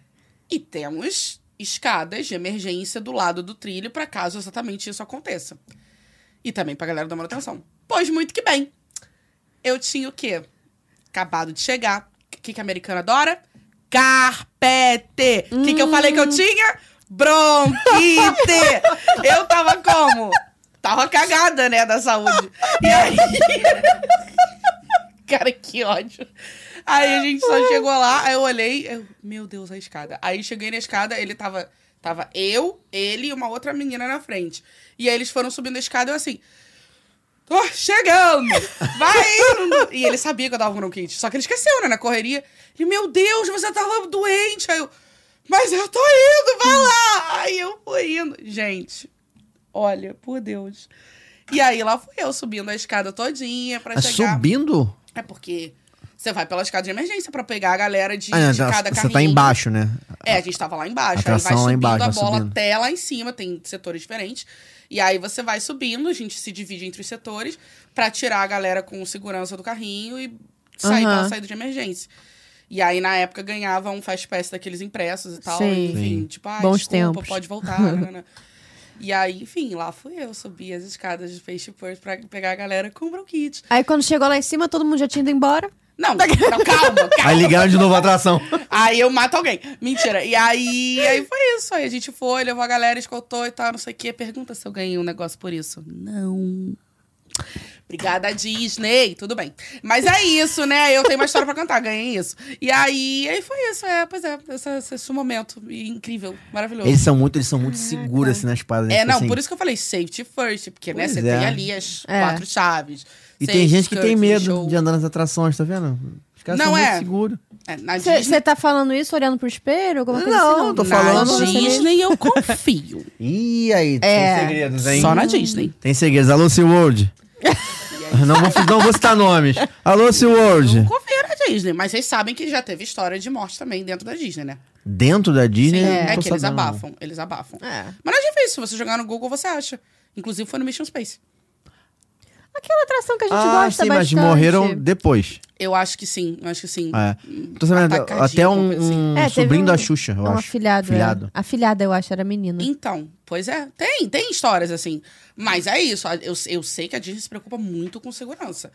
[SPEAKER 3] E temos escadas de emergência do lado do trilho pra caso exatamente isso aconteça. E também pra galera da manutenção. Pois muito que bem. Eu tinha o quê? Acabado de chegar. O que, que a americana adora? Carpete! O que, que eu falei que eu tinha? Bronquite! eu tava como? Tava cagada, né, da saúde. E aí. [LAUGHS] Cara, que ódio. Aí a gente só chegou lá, aí eu olhei, eu, meu Deus, a escada. Aí cheguei na escada, ele tava. Tava eu, ele e uma outra menina na frente. E aí eles foram subindo a escada, eu assim. Tô chegando! Vai indo! [LAUGHS] e ele sabia que eu tava com bronquite. Só que ele esqueceu, né? Na correria. Ele, meu Deus, você tava doente! Aí eu. Mas eu tô indo, vai lá! Aí eu fui indo. Gente, olha, por Deus. E aí lá fui eu subindo a escada todinha pra
[SPEAKER 2] Tá
[SPEAKER 3] chegar.
[SPEAKER 2] subindo?
[SPEAKER 3] É porque você vai pela escada de emergência pra pegar a galera de,
[SPEAKER 2] Ah,
[SPEAKER 3] de
[SPEAKER 2] não,
[SPEAKER 3] cada
[SPEAKER 2] você
[SPEAKER 3] carrinho.
[SPEAKER 2] tá embaixo, né?
[SPEAKER 3] É, a gente tava lá embaixo. Aí vai
[SPEAKER 2] Atração lá
[SPEAKER 3] subindo
[SPEAKER 2] embaixo,
[SPEAKER 3] a
[SPEAKER 2] vai
[SPEAKER 3] bola
[SPEAKER 2] subindo.
[SPEAKER 3] até lá em cima, tem setores diferentes. E aí você vai subindo, a gente se divide entre os setores pra tirar a galera com segurança do carrinho e sair
[SPEAKER 1] Aham.
[SPEAKER 3] pela saída de emergência. E aí, na época, ganhava um fast pass daqueles impressos e tal.
[SPEAKER 1] Sim.
[SPEAKER 3] Enfim,
[SPEAKER 2] Sim.
[SPEAKER 3] tipo, ah,
[SPEAKER 1] Bons
[SPEAKER 3] desculpa,
[SPEAKER 1] tempos. [LAUGHS]
[SPEAKER 3] pode voltar. né, né. e aí, enfim, lá fui eu, subi as escadas de Peixe Perth pra pegar a galera com bronquite.
[SPEAKER 1] Aí quando chegou lá em cima, todo mundo já tinha ido embora. [LAUGHS]
[SPEAKER 3] Não, não, calma, calma.
[SPEAKER 2] Aí ligaram de novo a
[SPEAKER 3] [LAUGHS]
[SPEAKER 2] atração.
[SPEAKER 3] Aí eu mato alguém. Mentira. E aí, aí foi isso. Aí a gente foi, levou a galera, escoltou e tal, não sei o quê. Pergunta se eu ganhei um negócio por isso. Não. Obrigada, Disney. Tudo bem. Mas é isso, né? Eu tenho uma história pra contar, ganhei isso. E aí, aí foi isso. É, pois é, esse, esse, esse momento incrível, maravilhoso.
[SPEAKER 2] Eles são muito, eles são muito seguros assim nas paradas.
[SPEAKER 3] É,
[SPEAKER 2] tipo
[SPEAKER 3] não,
[SPEAKER 2] assim.
[SPEAKER 3] por isso que eu falei safety first, porque, né,
[SPEAKER 2] Pois
[SPEAKER 3] você
[SPEAKER 2] é.
[SPEAKER 3] tem ali as
[SPEAKER 1] É.
[SPEAKER 3] quatro chaves.
[SPEAKER 2] E tem
[SPEAKER 3] Safety,
[SPEAKER 2] gente que tem
[SPEAKER 3] curtain,
[SPEAKER 2] medo
[SPEAKER 3] show.
[SPEAKER 2] de andar nas atrações, tá vendo? Os caras
[SPEAKER 3] Não
[SPEAKER 2] são
[SPEAKER 3] é.
[SPEAKER 2] muito seguros.
[SPEAKER 3] É, na Disney,
[SPEAKER 1] Você tá falando isso olhando pro espelho? Alguma coisa
[SPEAKER 2] Não,
[SPEAKER 1] assim?
[SPEAKER 2] tô
[SPEAKER 3] na
[SPEAKER 2] falando- né?
[SPEAKER 1] Você mesmo?
[SPEAKER 3] Disney eu confio.
[SPEAKER 2] Ih, aí,
[SPEAKER 1] É.
[SPEAKER 2] tem segredos, hein?
[SPEAKER 3] Só na Disney.
[SPEAKER 2] Tem segredos. Alô,
[SPEAKER 3] [LAUGHS]
[SPEAKER 2] SeaWorld. não, vou, não vou citar nomes. Alô,
[SPEAKER 3] Eu
[SPEAKER 2] SeaWorld.
[SPEAKER 3] confio na um Disney, mas vocês sabem que já teve história de morte também dentro da Disney, né?
[SPEAKER 2] Dentro da Disney,
[SPEAKER 3] é,
[SPEAKER 2] não tô
[SPEAKER 3] que eles
[SPEAKER 2] sabendo, não.
[SPEAKER 3] abafam, eles abafam.
[SPEAKER 1] É.
[SPEAKER 3] Mas não é difícil, se você jogar no Google, você acha. Inclusive foi no Mission Space.
[SPEAKER 1] Aquela atração que a gente
[SPEAKER 2] Ah,
[SPEAKER 1] gosta
[SPEAKER 2] sim, mas
[SPEAKER 1] bastante. É
[SPEAKER 2] morreram depois.
[SPEAKER 3] Eu acho que sim, eu acho que sim.
[SPEAKER 2] É. Tô sabendo,
[SPEAKER 3] Atacadinho,
[SPEAKER 2] até um,
[SPEAKER 3] uma coisa assim.
[SPEAKER 2] um
[SPEAKER 1] É, teve
[SPEAKER 2] sobrinho
[SPEAKER 1] um-
[SPEAKER 2] da Xuxa, eu
[SPEAKER 1] Não,
[SPEAKER 2] acho.
[SPEAKER 1] afilhado.
[SPEAKER 2] Afilhado.
[SPEAKER 1] é. Afilhada, eu acho, era menina. [LAUGHS]
[SPEAKER 3] Então, pois é, tem, tem histórias assim. Mas é isso, a- eu, eu sei que a Disney se preocupa muito com segurança.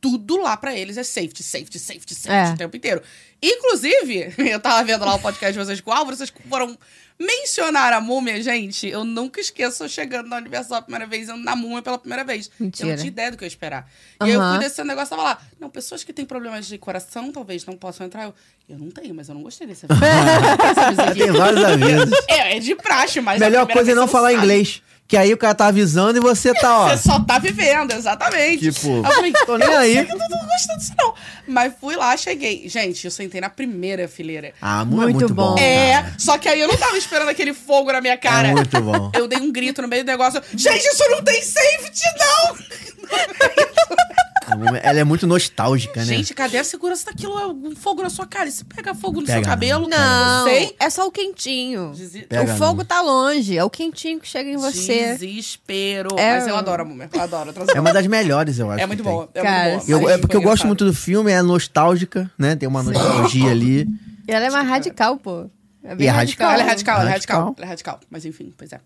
[SPEAKER 3] Tudo lá pra eles é safety, safety, safety, safety
[SPEAKER 1] É.
[SPEAKER 3] o tempo inteiro. Inclusive, [LAUGHS] eu tava vendo lá o podcast de vocês com o Álvaro, vocês foram mencionar a múmia, gente. Eu nunca esqueço eu chegando na Universal a primeira vez, indo na múmia pela primeira vez. Eu
[SPEAKER 1] Mentira.
[SPEAKER 3] não tinha ideia do que eu ia esperar. E aí eu
[SPEAKER 1] Aham.
[SPEAKER 3] fui descendo o negócio tava lá. Não, pessoas que têm problemas de coração talvez não possam entrar. Eu, eu não tenho, mas eu não gostei desse
[SPEAKER 1] [LAUGHS]
[SPEAKER 3] aviso. Esse aviso aqui.
[SPEAKER 2] Tem vários avisos.
[SPEAKER 3] É, é de praxe, mas. a
[SPEAKER 2] Melhor
[SPEAKER 3] primeira
[SPEAKER 2] coisa é
[SPEAKER 3] vez
[SPEAKER 2] não
[SPEAKER 3] você
[SPEAKER 2] falar
[SPEAKER 3] sabe.
[SPEAKER 2] inglês. Que aí o cara tá avisando e você tá, ó.
[SPEAKER 3] [LAUGHS] Você só tá vivendo, exatamente.
[SPEAKER 2] Tipo,
[SPEAKER 3] eu falei,
[SPEAKER 2] tô nem
[SPEAKER 3] eu
[SPEAKER 2] aí.
[SPEAKER 3] sei que Eu não tô gostando disso, não. Mas fui lá, cheguei. Gente, eu sentei na primeira fileira.
[SPEAKER 2] Ah, mu- é
[SPEAKER 1] Muito
[SPEAKER 2] muito
[SPEAKER 1] bom.
[SPEAKER 2] bom.
[SPEAKER 3] É,
[SPEAKER 2] cara.
[SPEAKER 3] só que aí eu não tava esperando aquele fogo na minha cara.
[SPEAKER 2] É muito bom.
[SPEAKER 3] Eu dei um grito no meio do negócio. Gente, isso não tem safety, não!
[SPEAKER 2] A mu- Ela é muito nostálgica, né?
[SPEAKER 3] Gente, cadê a segurança daquilo? É um fogo na sua cara. E se pega fogo no
[SPEAKER 2] Pega
[SPEAKER 3] seu
[SPEAKER 2] não,
[SPEAKER 3] cabelo?
[SPEAKER 1] Não,
[SPEAKER 3] Sei.
[SPEAKER 1] é só o quentinho.
[SPEAKER 3] Desi-
[SPEAKER 2] Pega
[SPEAKER 1] o fogo
[SPEAKER 2] não.
[SPEAKER 1] tá longe, é o quentinho que chega em você.
[SPEAKER 3] Desespero.
[SPEAKER 1] É.
[SPEAKER 3] Mas eu adoro a múmia. Eu adoro a
[SPEAKER 2] É uma das melhores, eu acho.
[SPEAKER 3] É muito
[SPEAKER 2] que tem.
[SPEAKER 3] boa. É,
[SPEAKER 1] Cara,
[SPEAKER 3] muito boa.
[SPEAKER 2] Eu- é porque eu gosto muito do filme, é nostálgica, né? Tem uma nostalgia ali.
[SPEAKER 1] E ela é mais radical, pô. É bem
[SPEAKER 2] E é
[SPEAKER 3] Não,
[SPEAKER 2] radical.
[SPEAKER 3] ela é radical, ela é
[SPEAKER 2] Radical.
[SPEAKER 3] radical. Ela é radical. Mas enfim, pois é.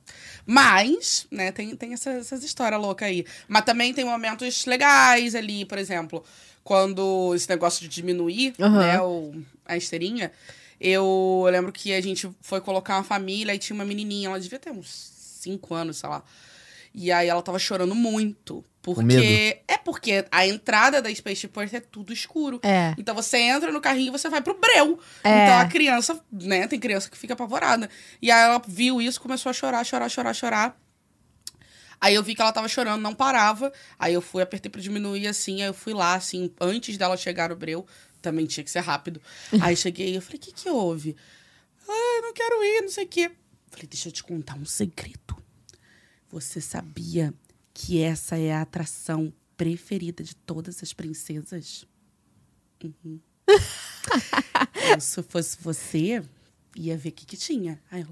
[SPEAKER 3] Mas, né, tem, tem essa- essas histórias loucas aí. Mas também tem momentos legais ali, por exemplo, quando esse negócio de diminuir,
[SPEAKER 1] Aham.
[SPEAKER 3] né, o- a esteirinha, eu lembro que a gente foi colocar uma família e tinha uma menininha, ela devia ter uns 5 anos, sei lá. E aí ela tava chorando muito. Porque.
[SPEAKER 2] medo.
[SPEAKER 3] É porque a entrada da Space Perth é tudo escuro.
[SPEAKER 1] É.
[SPEAKER 3] Então você entra no carrinho e você vai pro breu.
[SPEAKER 1] É.
[SPEAKER 3] Então a criança, né? Tem criança que fica apavorada. E aí ela viu isso, começou a chorar, chorar, chorar, chorar. Aí eu vi que ela tava chorando, não parava. Aí eu fui, apertei pra diminuir, assim. Aí eu fui lá, assim, antes dela chegar no breu. Também tinha que
[SPEAKER 1] [LAUGHS]
[SPEAKER 3] ser rápido. Aí cheguei eu falei, o que que houve? Ah, eu não quero ir, não sei o quê. Falei, deixa eu te contar um segredo. Você sabia que essa é a atração preferida de todas as princesas.
[SPEAKER 1] [LAUGHS]
[SPEAKER 3] Uhum. Eu, se eu fosse você, ia ver o que, que tinha. Aí ela,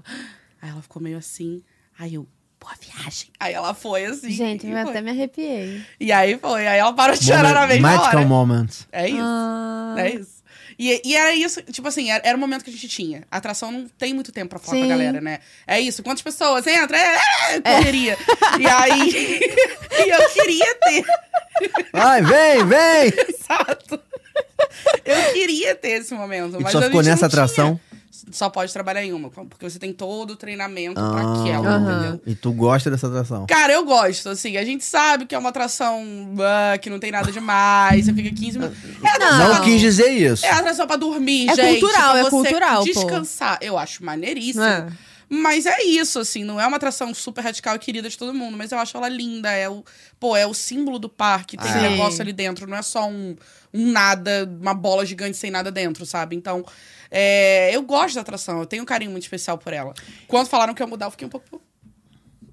[SPEAKER 3] aí ela ficou meio assim. Aí eu, boa viagem. Aí ela foi assim.
[SPEAKER 1] Gente,
[SPEAKER 3] e
[SPEAKER 1] eu
[SPEAKER 3] foi.
[SPEAKER 1] até me arrepiei.
[SPEAKER 3] E aí foi. Aí ela parou de [LAUGHS] chorar na
[SPEAKER 2] Moment-
[SPEAKER 3] mesma
[SPEAKER 2] Magical
[SPEAKER 3] hora.
[SPEAKER 2] moment.
[SPEAKER 3] É isso.
[SPEAKER 1] Ah,
[SPEAKER 3] É isso. E, e era isso, tipo assim, era, era o momento que a gente tinha. A atração não tem muito tempo pra falar com
[SPEAKER 1] Sim.
[SPEAKER 3] a galera, né? É isso, quantas pessoas entra? É, é, correria. E aí. [LAUGHS] e eu queria ter, [LAUGHS]
[SPEAKER 2] Vai, vem, vem!
[SPEAKER 3] exato. Eu queria ter esse momento.
[SPEAKER 2] E tu
[SPEAKER 3] mas
[SPEAKER 2] só
[SPEAKER 3] a
[SPEAKER 2] ficou
[SPEAKER 3] gente
[SPEAKER 2] nessa
[SPEAKER 3] não tinha.
[SPEAKER 2] atração?
[SPEAKER 3] Só pode trabalhar em uma, porque você tem todo o treinamento pra
[SPEAKER 2] Ah,
[SPEAKER 3] aquela,
[SPEAKER 1] Aham.
[SPEAKER 3] entendeu?
[SPEAKER 2] E tu gosta dessa atração?
[SPEAKER 3] Cara, eu gosto, assim. A gente sabe que é uma atração ah, que não tem nada demais. Você fica 15 minutos.
[SPEAKER 2] Ah.
[SPEAKER 3] É atração
[SPEAKER 1] Não.
[SPEAKER 3] pra
[SPEAKER 2] Não quis dizer isso.
[SPEAKER 3] É atração pra dormir,
[SPEAKER 1] É
[SPEAKER 3] gente.
[SPEAKER 1] cultural,
[SPEAKER 3] pra
[SPEAKER 1] é
[SPEAKER 3] você
[SPEAKER 1] cultural, pô.
[SPEAKER 3] Descansar. Eu acho maneiríssimo.
[SPEAKER 1] não é?
[SPEAKER 3] Mas é isso, assim, não é uma atração super radical e querida de todo mundo, mas eu acho ela linda. É o, pô, é o símbolo do parque, tem
[SPEAKER 1] Sim.
[SPEAKER 3] um negócio ali dentro, não é só um, um nada, uma bola gigante sem nada dentro, sabe? Então, é, eu gosto da atração, eu tenho um carinho muito especial por ela. Quando falaram que ia mudar, eu fiquei
[SPEAKER 1] [LAUGHS]
[SPEAKER 3] um pouco.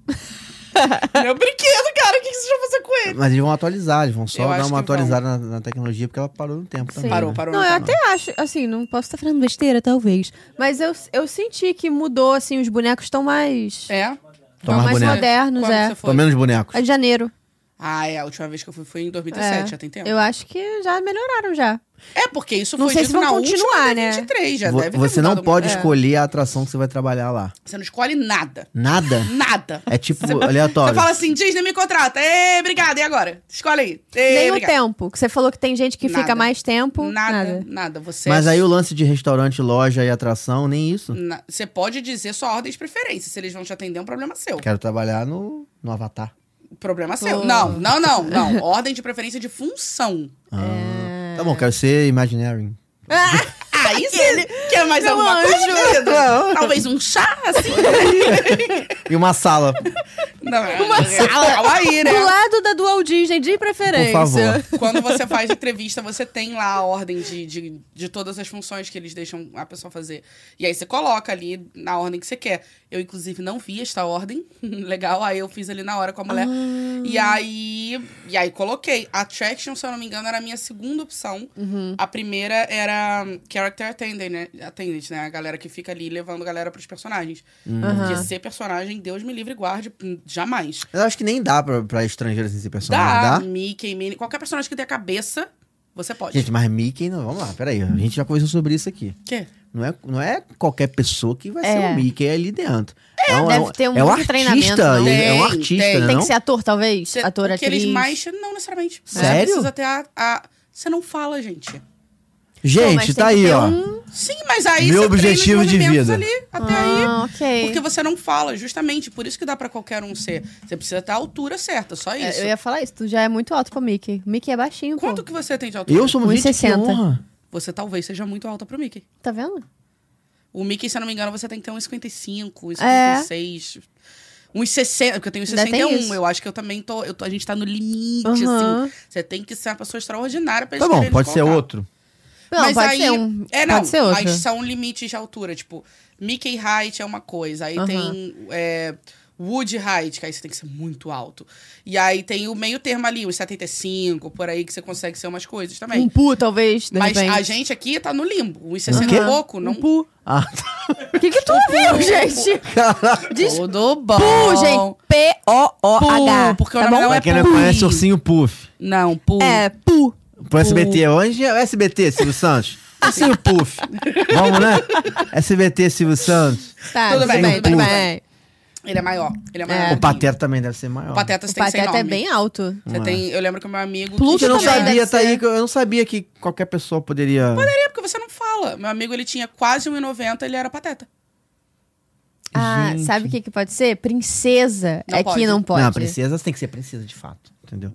[SPEAKER 3] Meu brinquedo, cara, o que que vocês vão fazer com ele?
[SPEAKER 2] Mas eles vão atualizar, eles vão
[SPEAKER 3] Eu
[SPEAKER 2] só
[SPEAKER 3] acho
[SPEAKER 2] dar uma
[SPEAKER 3] que vão.
[SPEAKER 2] atualizada na, na tecnologia, porque ela parou no tempo
[SPEAKER 1] Sim.
[SPEAKER 2] também.
[SPEAKER 3] Parou,
[SPEAKER 2] né?
[SPEAKER 3] parou.
[SPEAKER 1] Não,
[SPEAKER 3] no
[SPEAKER 1] eu
[SPEAKER 3] canal.
[SPEAKER 1] até acho, assim, não posso estar falando besteira, talvez. Mas eu, eu senti que mudou, assim, os bonecos estão mais.
[SPEAKER 3] É?
[SPEAKER 2] Tão
[SPEAKER 1] tão
[SPEAKER 2] mais
[SPEAKER 1] mais
[SPEAKER 2] bonecos.
[SPEAKER 1] modernos,
[SPEAKER 3] Quando
[SPEAKER 1] é.
[SPEAKER 3] você foi?
[SPEAKER 2] Pelo menos bonecos.
[SPEAKER 1] É de janeiro.
[SPEAKER 3] Ah, é, a última vez que eu fui foi em
[SPEAKER 1] É.
[SPEAKER 3] 2017, já tem tempo.
[SPEAKER 1] Eu acho que já melhoraram já.
[SPEAKER 3] É, porque isso
[SPEAKER 1] Não
[SPEAKER 3] foi
[SPEAKER 1] sei se
[SPEAKER 3] dito
[SPEAKER 1] vão
[SPEAKER 3] na
[SPEAKER 1] continuar,
[SPEAKER 3] última
[SPEAKER 1] né?
[SPEAKER 3] 23, já
[SPEAKER 2] Vo-
[SPEAKER 3] deve ter É.
[SPEAKER 2] Você não
[SPEAKER 3] mudado
[SPEAKER 2] pode
[SPEAKER 3] muito.
[SPEAKER 2] escolher a atração que você vai trabalhar lá.
[SPEAKER 3] É. Você não escolhe nada.
[SPEAKER 2] Nada.
[SPEAKER 3] Nada.
[SPEAKER 2] É tipo
[SPEAKER 3] [LAUGHS] Você
[SPEAKER 2] aleatório.
[SPEAKER 3] fala assim, Disney me contrata. Ê, obrigada, e agora? Escolhe aí. Ê,
[SPEAKER 1] Nem o
[SPEAKER 3] obrigada.
[SPEAKER 1] tempo. Que você falou que tem gente que fica
[SPEAKER 3] Nada.
[SPEAKER 1] mais tempo.
[SPEAKER 3] Nada, nada, Você
[SPEAKER 2] Mas
[SPEAKER 3] é-
[SPEAKER 2] aí o lance de restaurante, loja e atração, nem isso.
[SPEAKER 3] na- Você pode dizer sua ordem de preferência. Se eles vão te atender, é um problema seu.
[SPEAKER 2] Quero trabalhar no, no Avatar.
[SPEAKER 3] Problema seu.
[SPEAKER 1] Oh.
[SPEAKER 3] Não, não, não, não. Ordem de preferência de função.
[SPEAKER 1] É.
[SPEAKER 2] Ah, Tá bom, quero ser Imagineering.
[SPEAKER 3] [LAUGHS] Aí você quer mais
[SPEAKER 1] Meu
[SPEAKER 3] alguma
[SPEAKER 1] anjo.
[SPEAKER 3] coisa, querido? Talvez um chá, assim?
[SPEAKER 2] E
[SPEAKER 1] [LAUGHS]
[SPEAKER 2] uma sala,
[SPEAKER 3] Não, Uma sala. Calma aí, né?
[SPEAKER 1] Do lado da Dual Disney, de preferência.
[SPEAKER 2] por favor.
[SPEAKER 3] Quando você faz entrevista, você tem lá a ordem de, de, de todas as funções que eles deixam a pessoa fazer. E aí você coloca ali na ordem que você quer. Eu, inclusive, não vi esta ordem. [LAUGHS] Legal, aí eu fiz ali na hora com a mulher. E aí. E aí coloquei. Attraction, se eu não me engano, era a minha segunda opção.
[SPEAKER 1] Uhum.
[SPEAKER 3] A primeira era hum, Character Attendant, né? Attendant, né? A galera que fica ali levando a galera pros personagens.
[SPEAKER 2] Ah. Uhum.
[SPEAKER 3] Porque
[SPEAKER 1] Aham.
[SPEAKER 3] ser personagem, Deus me livre e guarde, hum, jamais.
[SPEAKER 2] Hum. Eu acho que nem dá pra, pra estrangeiros em si
[SPEAKER 3] Dá,
[SPEAKER 2] personagem. Dá?
[SPEAKER 3] Mickey, Minnie, qualquer personagem que tenha cabeça, você pode.
[SPEAKER 2] Gente, mas Mickey não. Vamos lá, peraí. A gente já conversou sobre isso aqui.
[SPEAKER 3] Quê?
[SPEAKER 2] Não é, não é qualquer pessoa que vai ser
[SPEAKER 1] É.
[SPEAKER 2] o Mickey ali dentro. É, um,
[SPEAKER 1] deve
[SPEAKER 2] um-
[SPEAKER 1] ter um
[SPEAKER 2] é um
[SPEAKER 1] muito treinamento,
[SPEAKER 2] artista.
[SPEAKER 1] não?
[SPEAKER 2] ele é um
[SPEAKER 3] Tem,
[SPEAKER 2] artista,
[SPEAKER 3] tem.
[SPEAKER 2] né?
[SPEAKER 1] Tem
[SPEAKER 2] não?
[SPEAKER 1] que ser ator, talvez?
[SPEAKER 3] Cê,
[SPEAKER 1] ator,
[SPEAKER 3] é o que eles
[SPEAKER 1] atriz.
[SPEAKER 3] mais. Não necessariamente. Você
[SPEAKER 2] Sério?
[SPEAKER 3] precisa ter a. a- Você não fala, gente.
[SPEAKER 1] Pô,
[SPEAKER 2] Gente,
[SPEAKER 1] mas
[SPEAKER 2] tá
[SPEAKER 1] tem que
[SPEAKER 2] aí,
[SPEAKER 1] ter
[SPEAKER 2] ó.
[SPEAKER 1] um-
[SPEAKER 3] Sim, mas aí
[SPEAKER 2] Meu
[SPEAKER 3] você treina os
[SPEAKER 2] objetivo de
[SPEAKER 3] movimentos
[SPEAKER 2] vida.
[SPEAKER 3] ali, até aí.
[SPEAKER 1] Ah, ok.
[SPEAKER 3] Porque você não fala, justamente. Por isso que dá pra qualquer um ser. Você precisa ter a altura certa, só
[SPEAKER 1] É,
[SPEAKER 3] isso.
[SPEAKER 1] Eu ia falar isso, tu já é muito alto pra Mickey. Mickey é baixinho,
[SPEAKER 3] Quanto
[SPEAKER 1] pô.
[SPEAKER 3] que você tem de altura?
[SPEAKER 2] Eu sou muito gente, que
[SPEAKER 1] 1,60.
[SPEAKER 2] honra.
[SPEAKER 3] Você talvez seja muito alta pro Mickey.
[SPEAKER 1] Tá vendo?
[SPEAKER 3] O Mickey, se eu não me engano, você tem que ter uns 55, uns
[SPEAKER 1] É.
[SPEAKER 3] 56. Uns 60, porque eu tenho uns
[SPEAKER 1] Ainda tem
[SPEAKER 3] 61.
[SPEAKER 1] isso.
[SPEAKER 3] Eu acho que eu também tô, eu tô- A gente tá no limite,
[SPEAKER 1] Aham.
[SPEAKER 3] assim. Você tem que ser uma pessoa extraordinária pra
[SPEAKER 2] Tá
[SPEAKER 3] eles
[SPEAKER 2] bom,
[SPEAKER 3] quererem
[SPEAKER 2] pode ser
[SPEAKER 3] colocar.
[SPEAKER 2] outro.
[SPEAKER 1] Não,
[SPEAKER 3] Mas
[SPEAKER 1] pode
[SPEAKER 3] aí-
[SPEAKER 1] ser um.
[SPEAKER 3] É, não.
[SPEAKER 1] Pode ser outro.
[SPEAKER 3] Aí são limites de altura. Tipo, Mickey Height é uma coisa. Aí
[SPEAKER 1] Aham.
[SPEAKER 3] tem é, Wood Height, que aí você tem que ser muito alto. E aí tem o meio termo ali, os 75, por aí, que você consegue ser umas coisas também.
[SPEAKER 1] Um pu, talvez, de
[SPEAKER 3] Mas
[SPEAKER 1] repente.
[SPEAKER 3] a gente aqui tá no limbo. Uns 60
[SPEAKER 2] quê?
[SPEAKER 3] e pouco, não...
[SPEAKER 1] Um pu.
[SPEAKER 2] Ah,
[SPEAKER 1] O que que tu
[SPEAKER 3] [LAUGHS]
[SPEAKER 1] viu,
[SPEAKER 2] [LAUGHS]
[SPEAKER 1] gente? Diz
[SPEAKER 3] Tudo bom.
[SPEAKER 1] pu, gente. P-O-O-H.
[SPEAKER 3] Pu, porque o
[SPEAKER 1] tá
[SPEAKER 3] nome
[SPEAKER 1] bom?
[SPEAKER 3] não
[SPEAKER 2] pra
[SPEAKER 3] é
[SPEAKER 2] quem não
[SPEAKER 3] Puff.
[SPEAKER 2] conhece, Ursinho Puff.
[SPEAKER 3] Não, pu.
[SPEAKER 1] É, pu.
[SPEAKER 2] Pro SBT, onde é o SBT, Silvio [LAUGHS] Santos? Ursinho Puff. Vamos, né? SBT, Silvio Santos.
[SPEAKER 1] Tá,
[SPEAKER 3] Tudo
[SPEAKER 1] tudo
[SPEAKER 3] bem,
[SPEAKER 1] bem,
[SPEAKER 3] tudo
[SPEAKER 1] tudo
[SPEAKER 3] bem.
[SPEAKER 1] bem.
[SPEAKER 3] Ele é maior. Ele é maior.
[SPEAKER 1] É.
[SPEAKER 2] O Pateta também deve ser maior.
[SPEAKER 3] O Pateta
[SPEAKER 1] O
[SPEAKER 3] você tem que ser
[SPEAKER 1] pateta é
[SPEAKER 3] enorme.
[SPEAKER 1] bem alto.
[SPEAKER 3] Você
[SPEAKER 2] Não é.
[SPEAKER 3] tem... Eu lembro que o meu amigo... que-
[SPEAKER 1] Pluto
[SPEAKER 2] Eu não
[SPEAKER 1] também deve
[SPEAKER 2] sabia, tá aí,
[SPEAKER 1] ser.
[SPEAKER 2] que eu não sabia que qualquer pessoa poderia.
[SPEAKER 3] É porque você não fala. Meu amigo, ele tinha quase 1,90, ele era pateta.
[SPEAKER 1] Ah,
[SPEAKER 2] Gente.
[SPEAKER 1] sabe o que, que pode ser? Princesa
[SPEAKER 3] Não
[SPEAKER 1] é
[SPEAKER 3] pode.
[SPEAKER 1] que não pode.
[SPEAKER 2] Não, princesa tem que ser princesa de fato, entendeu?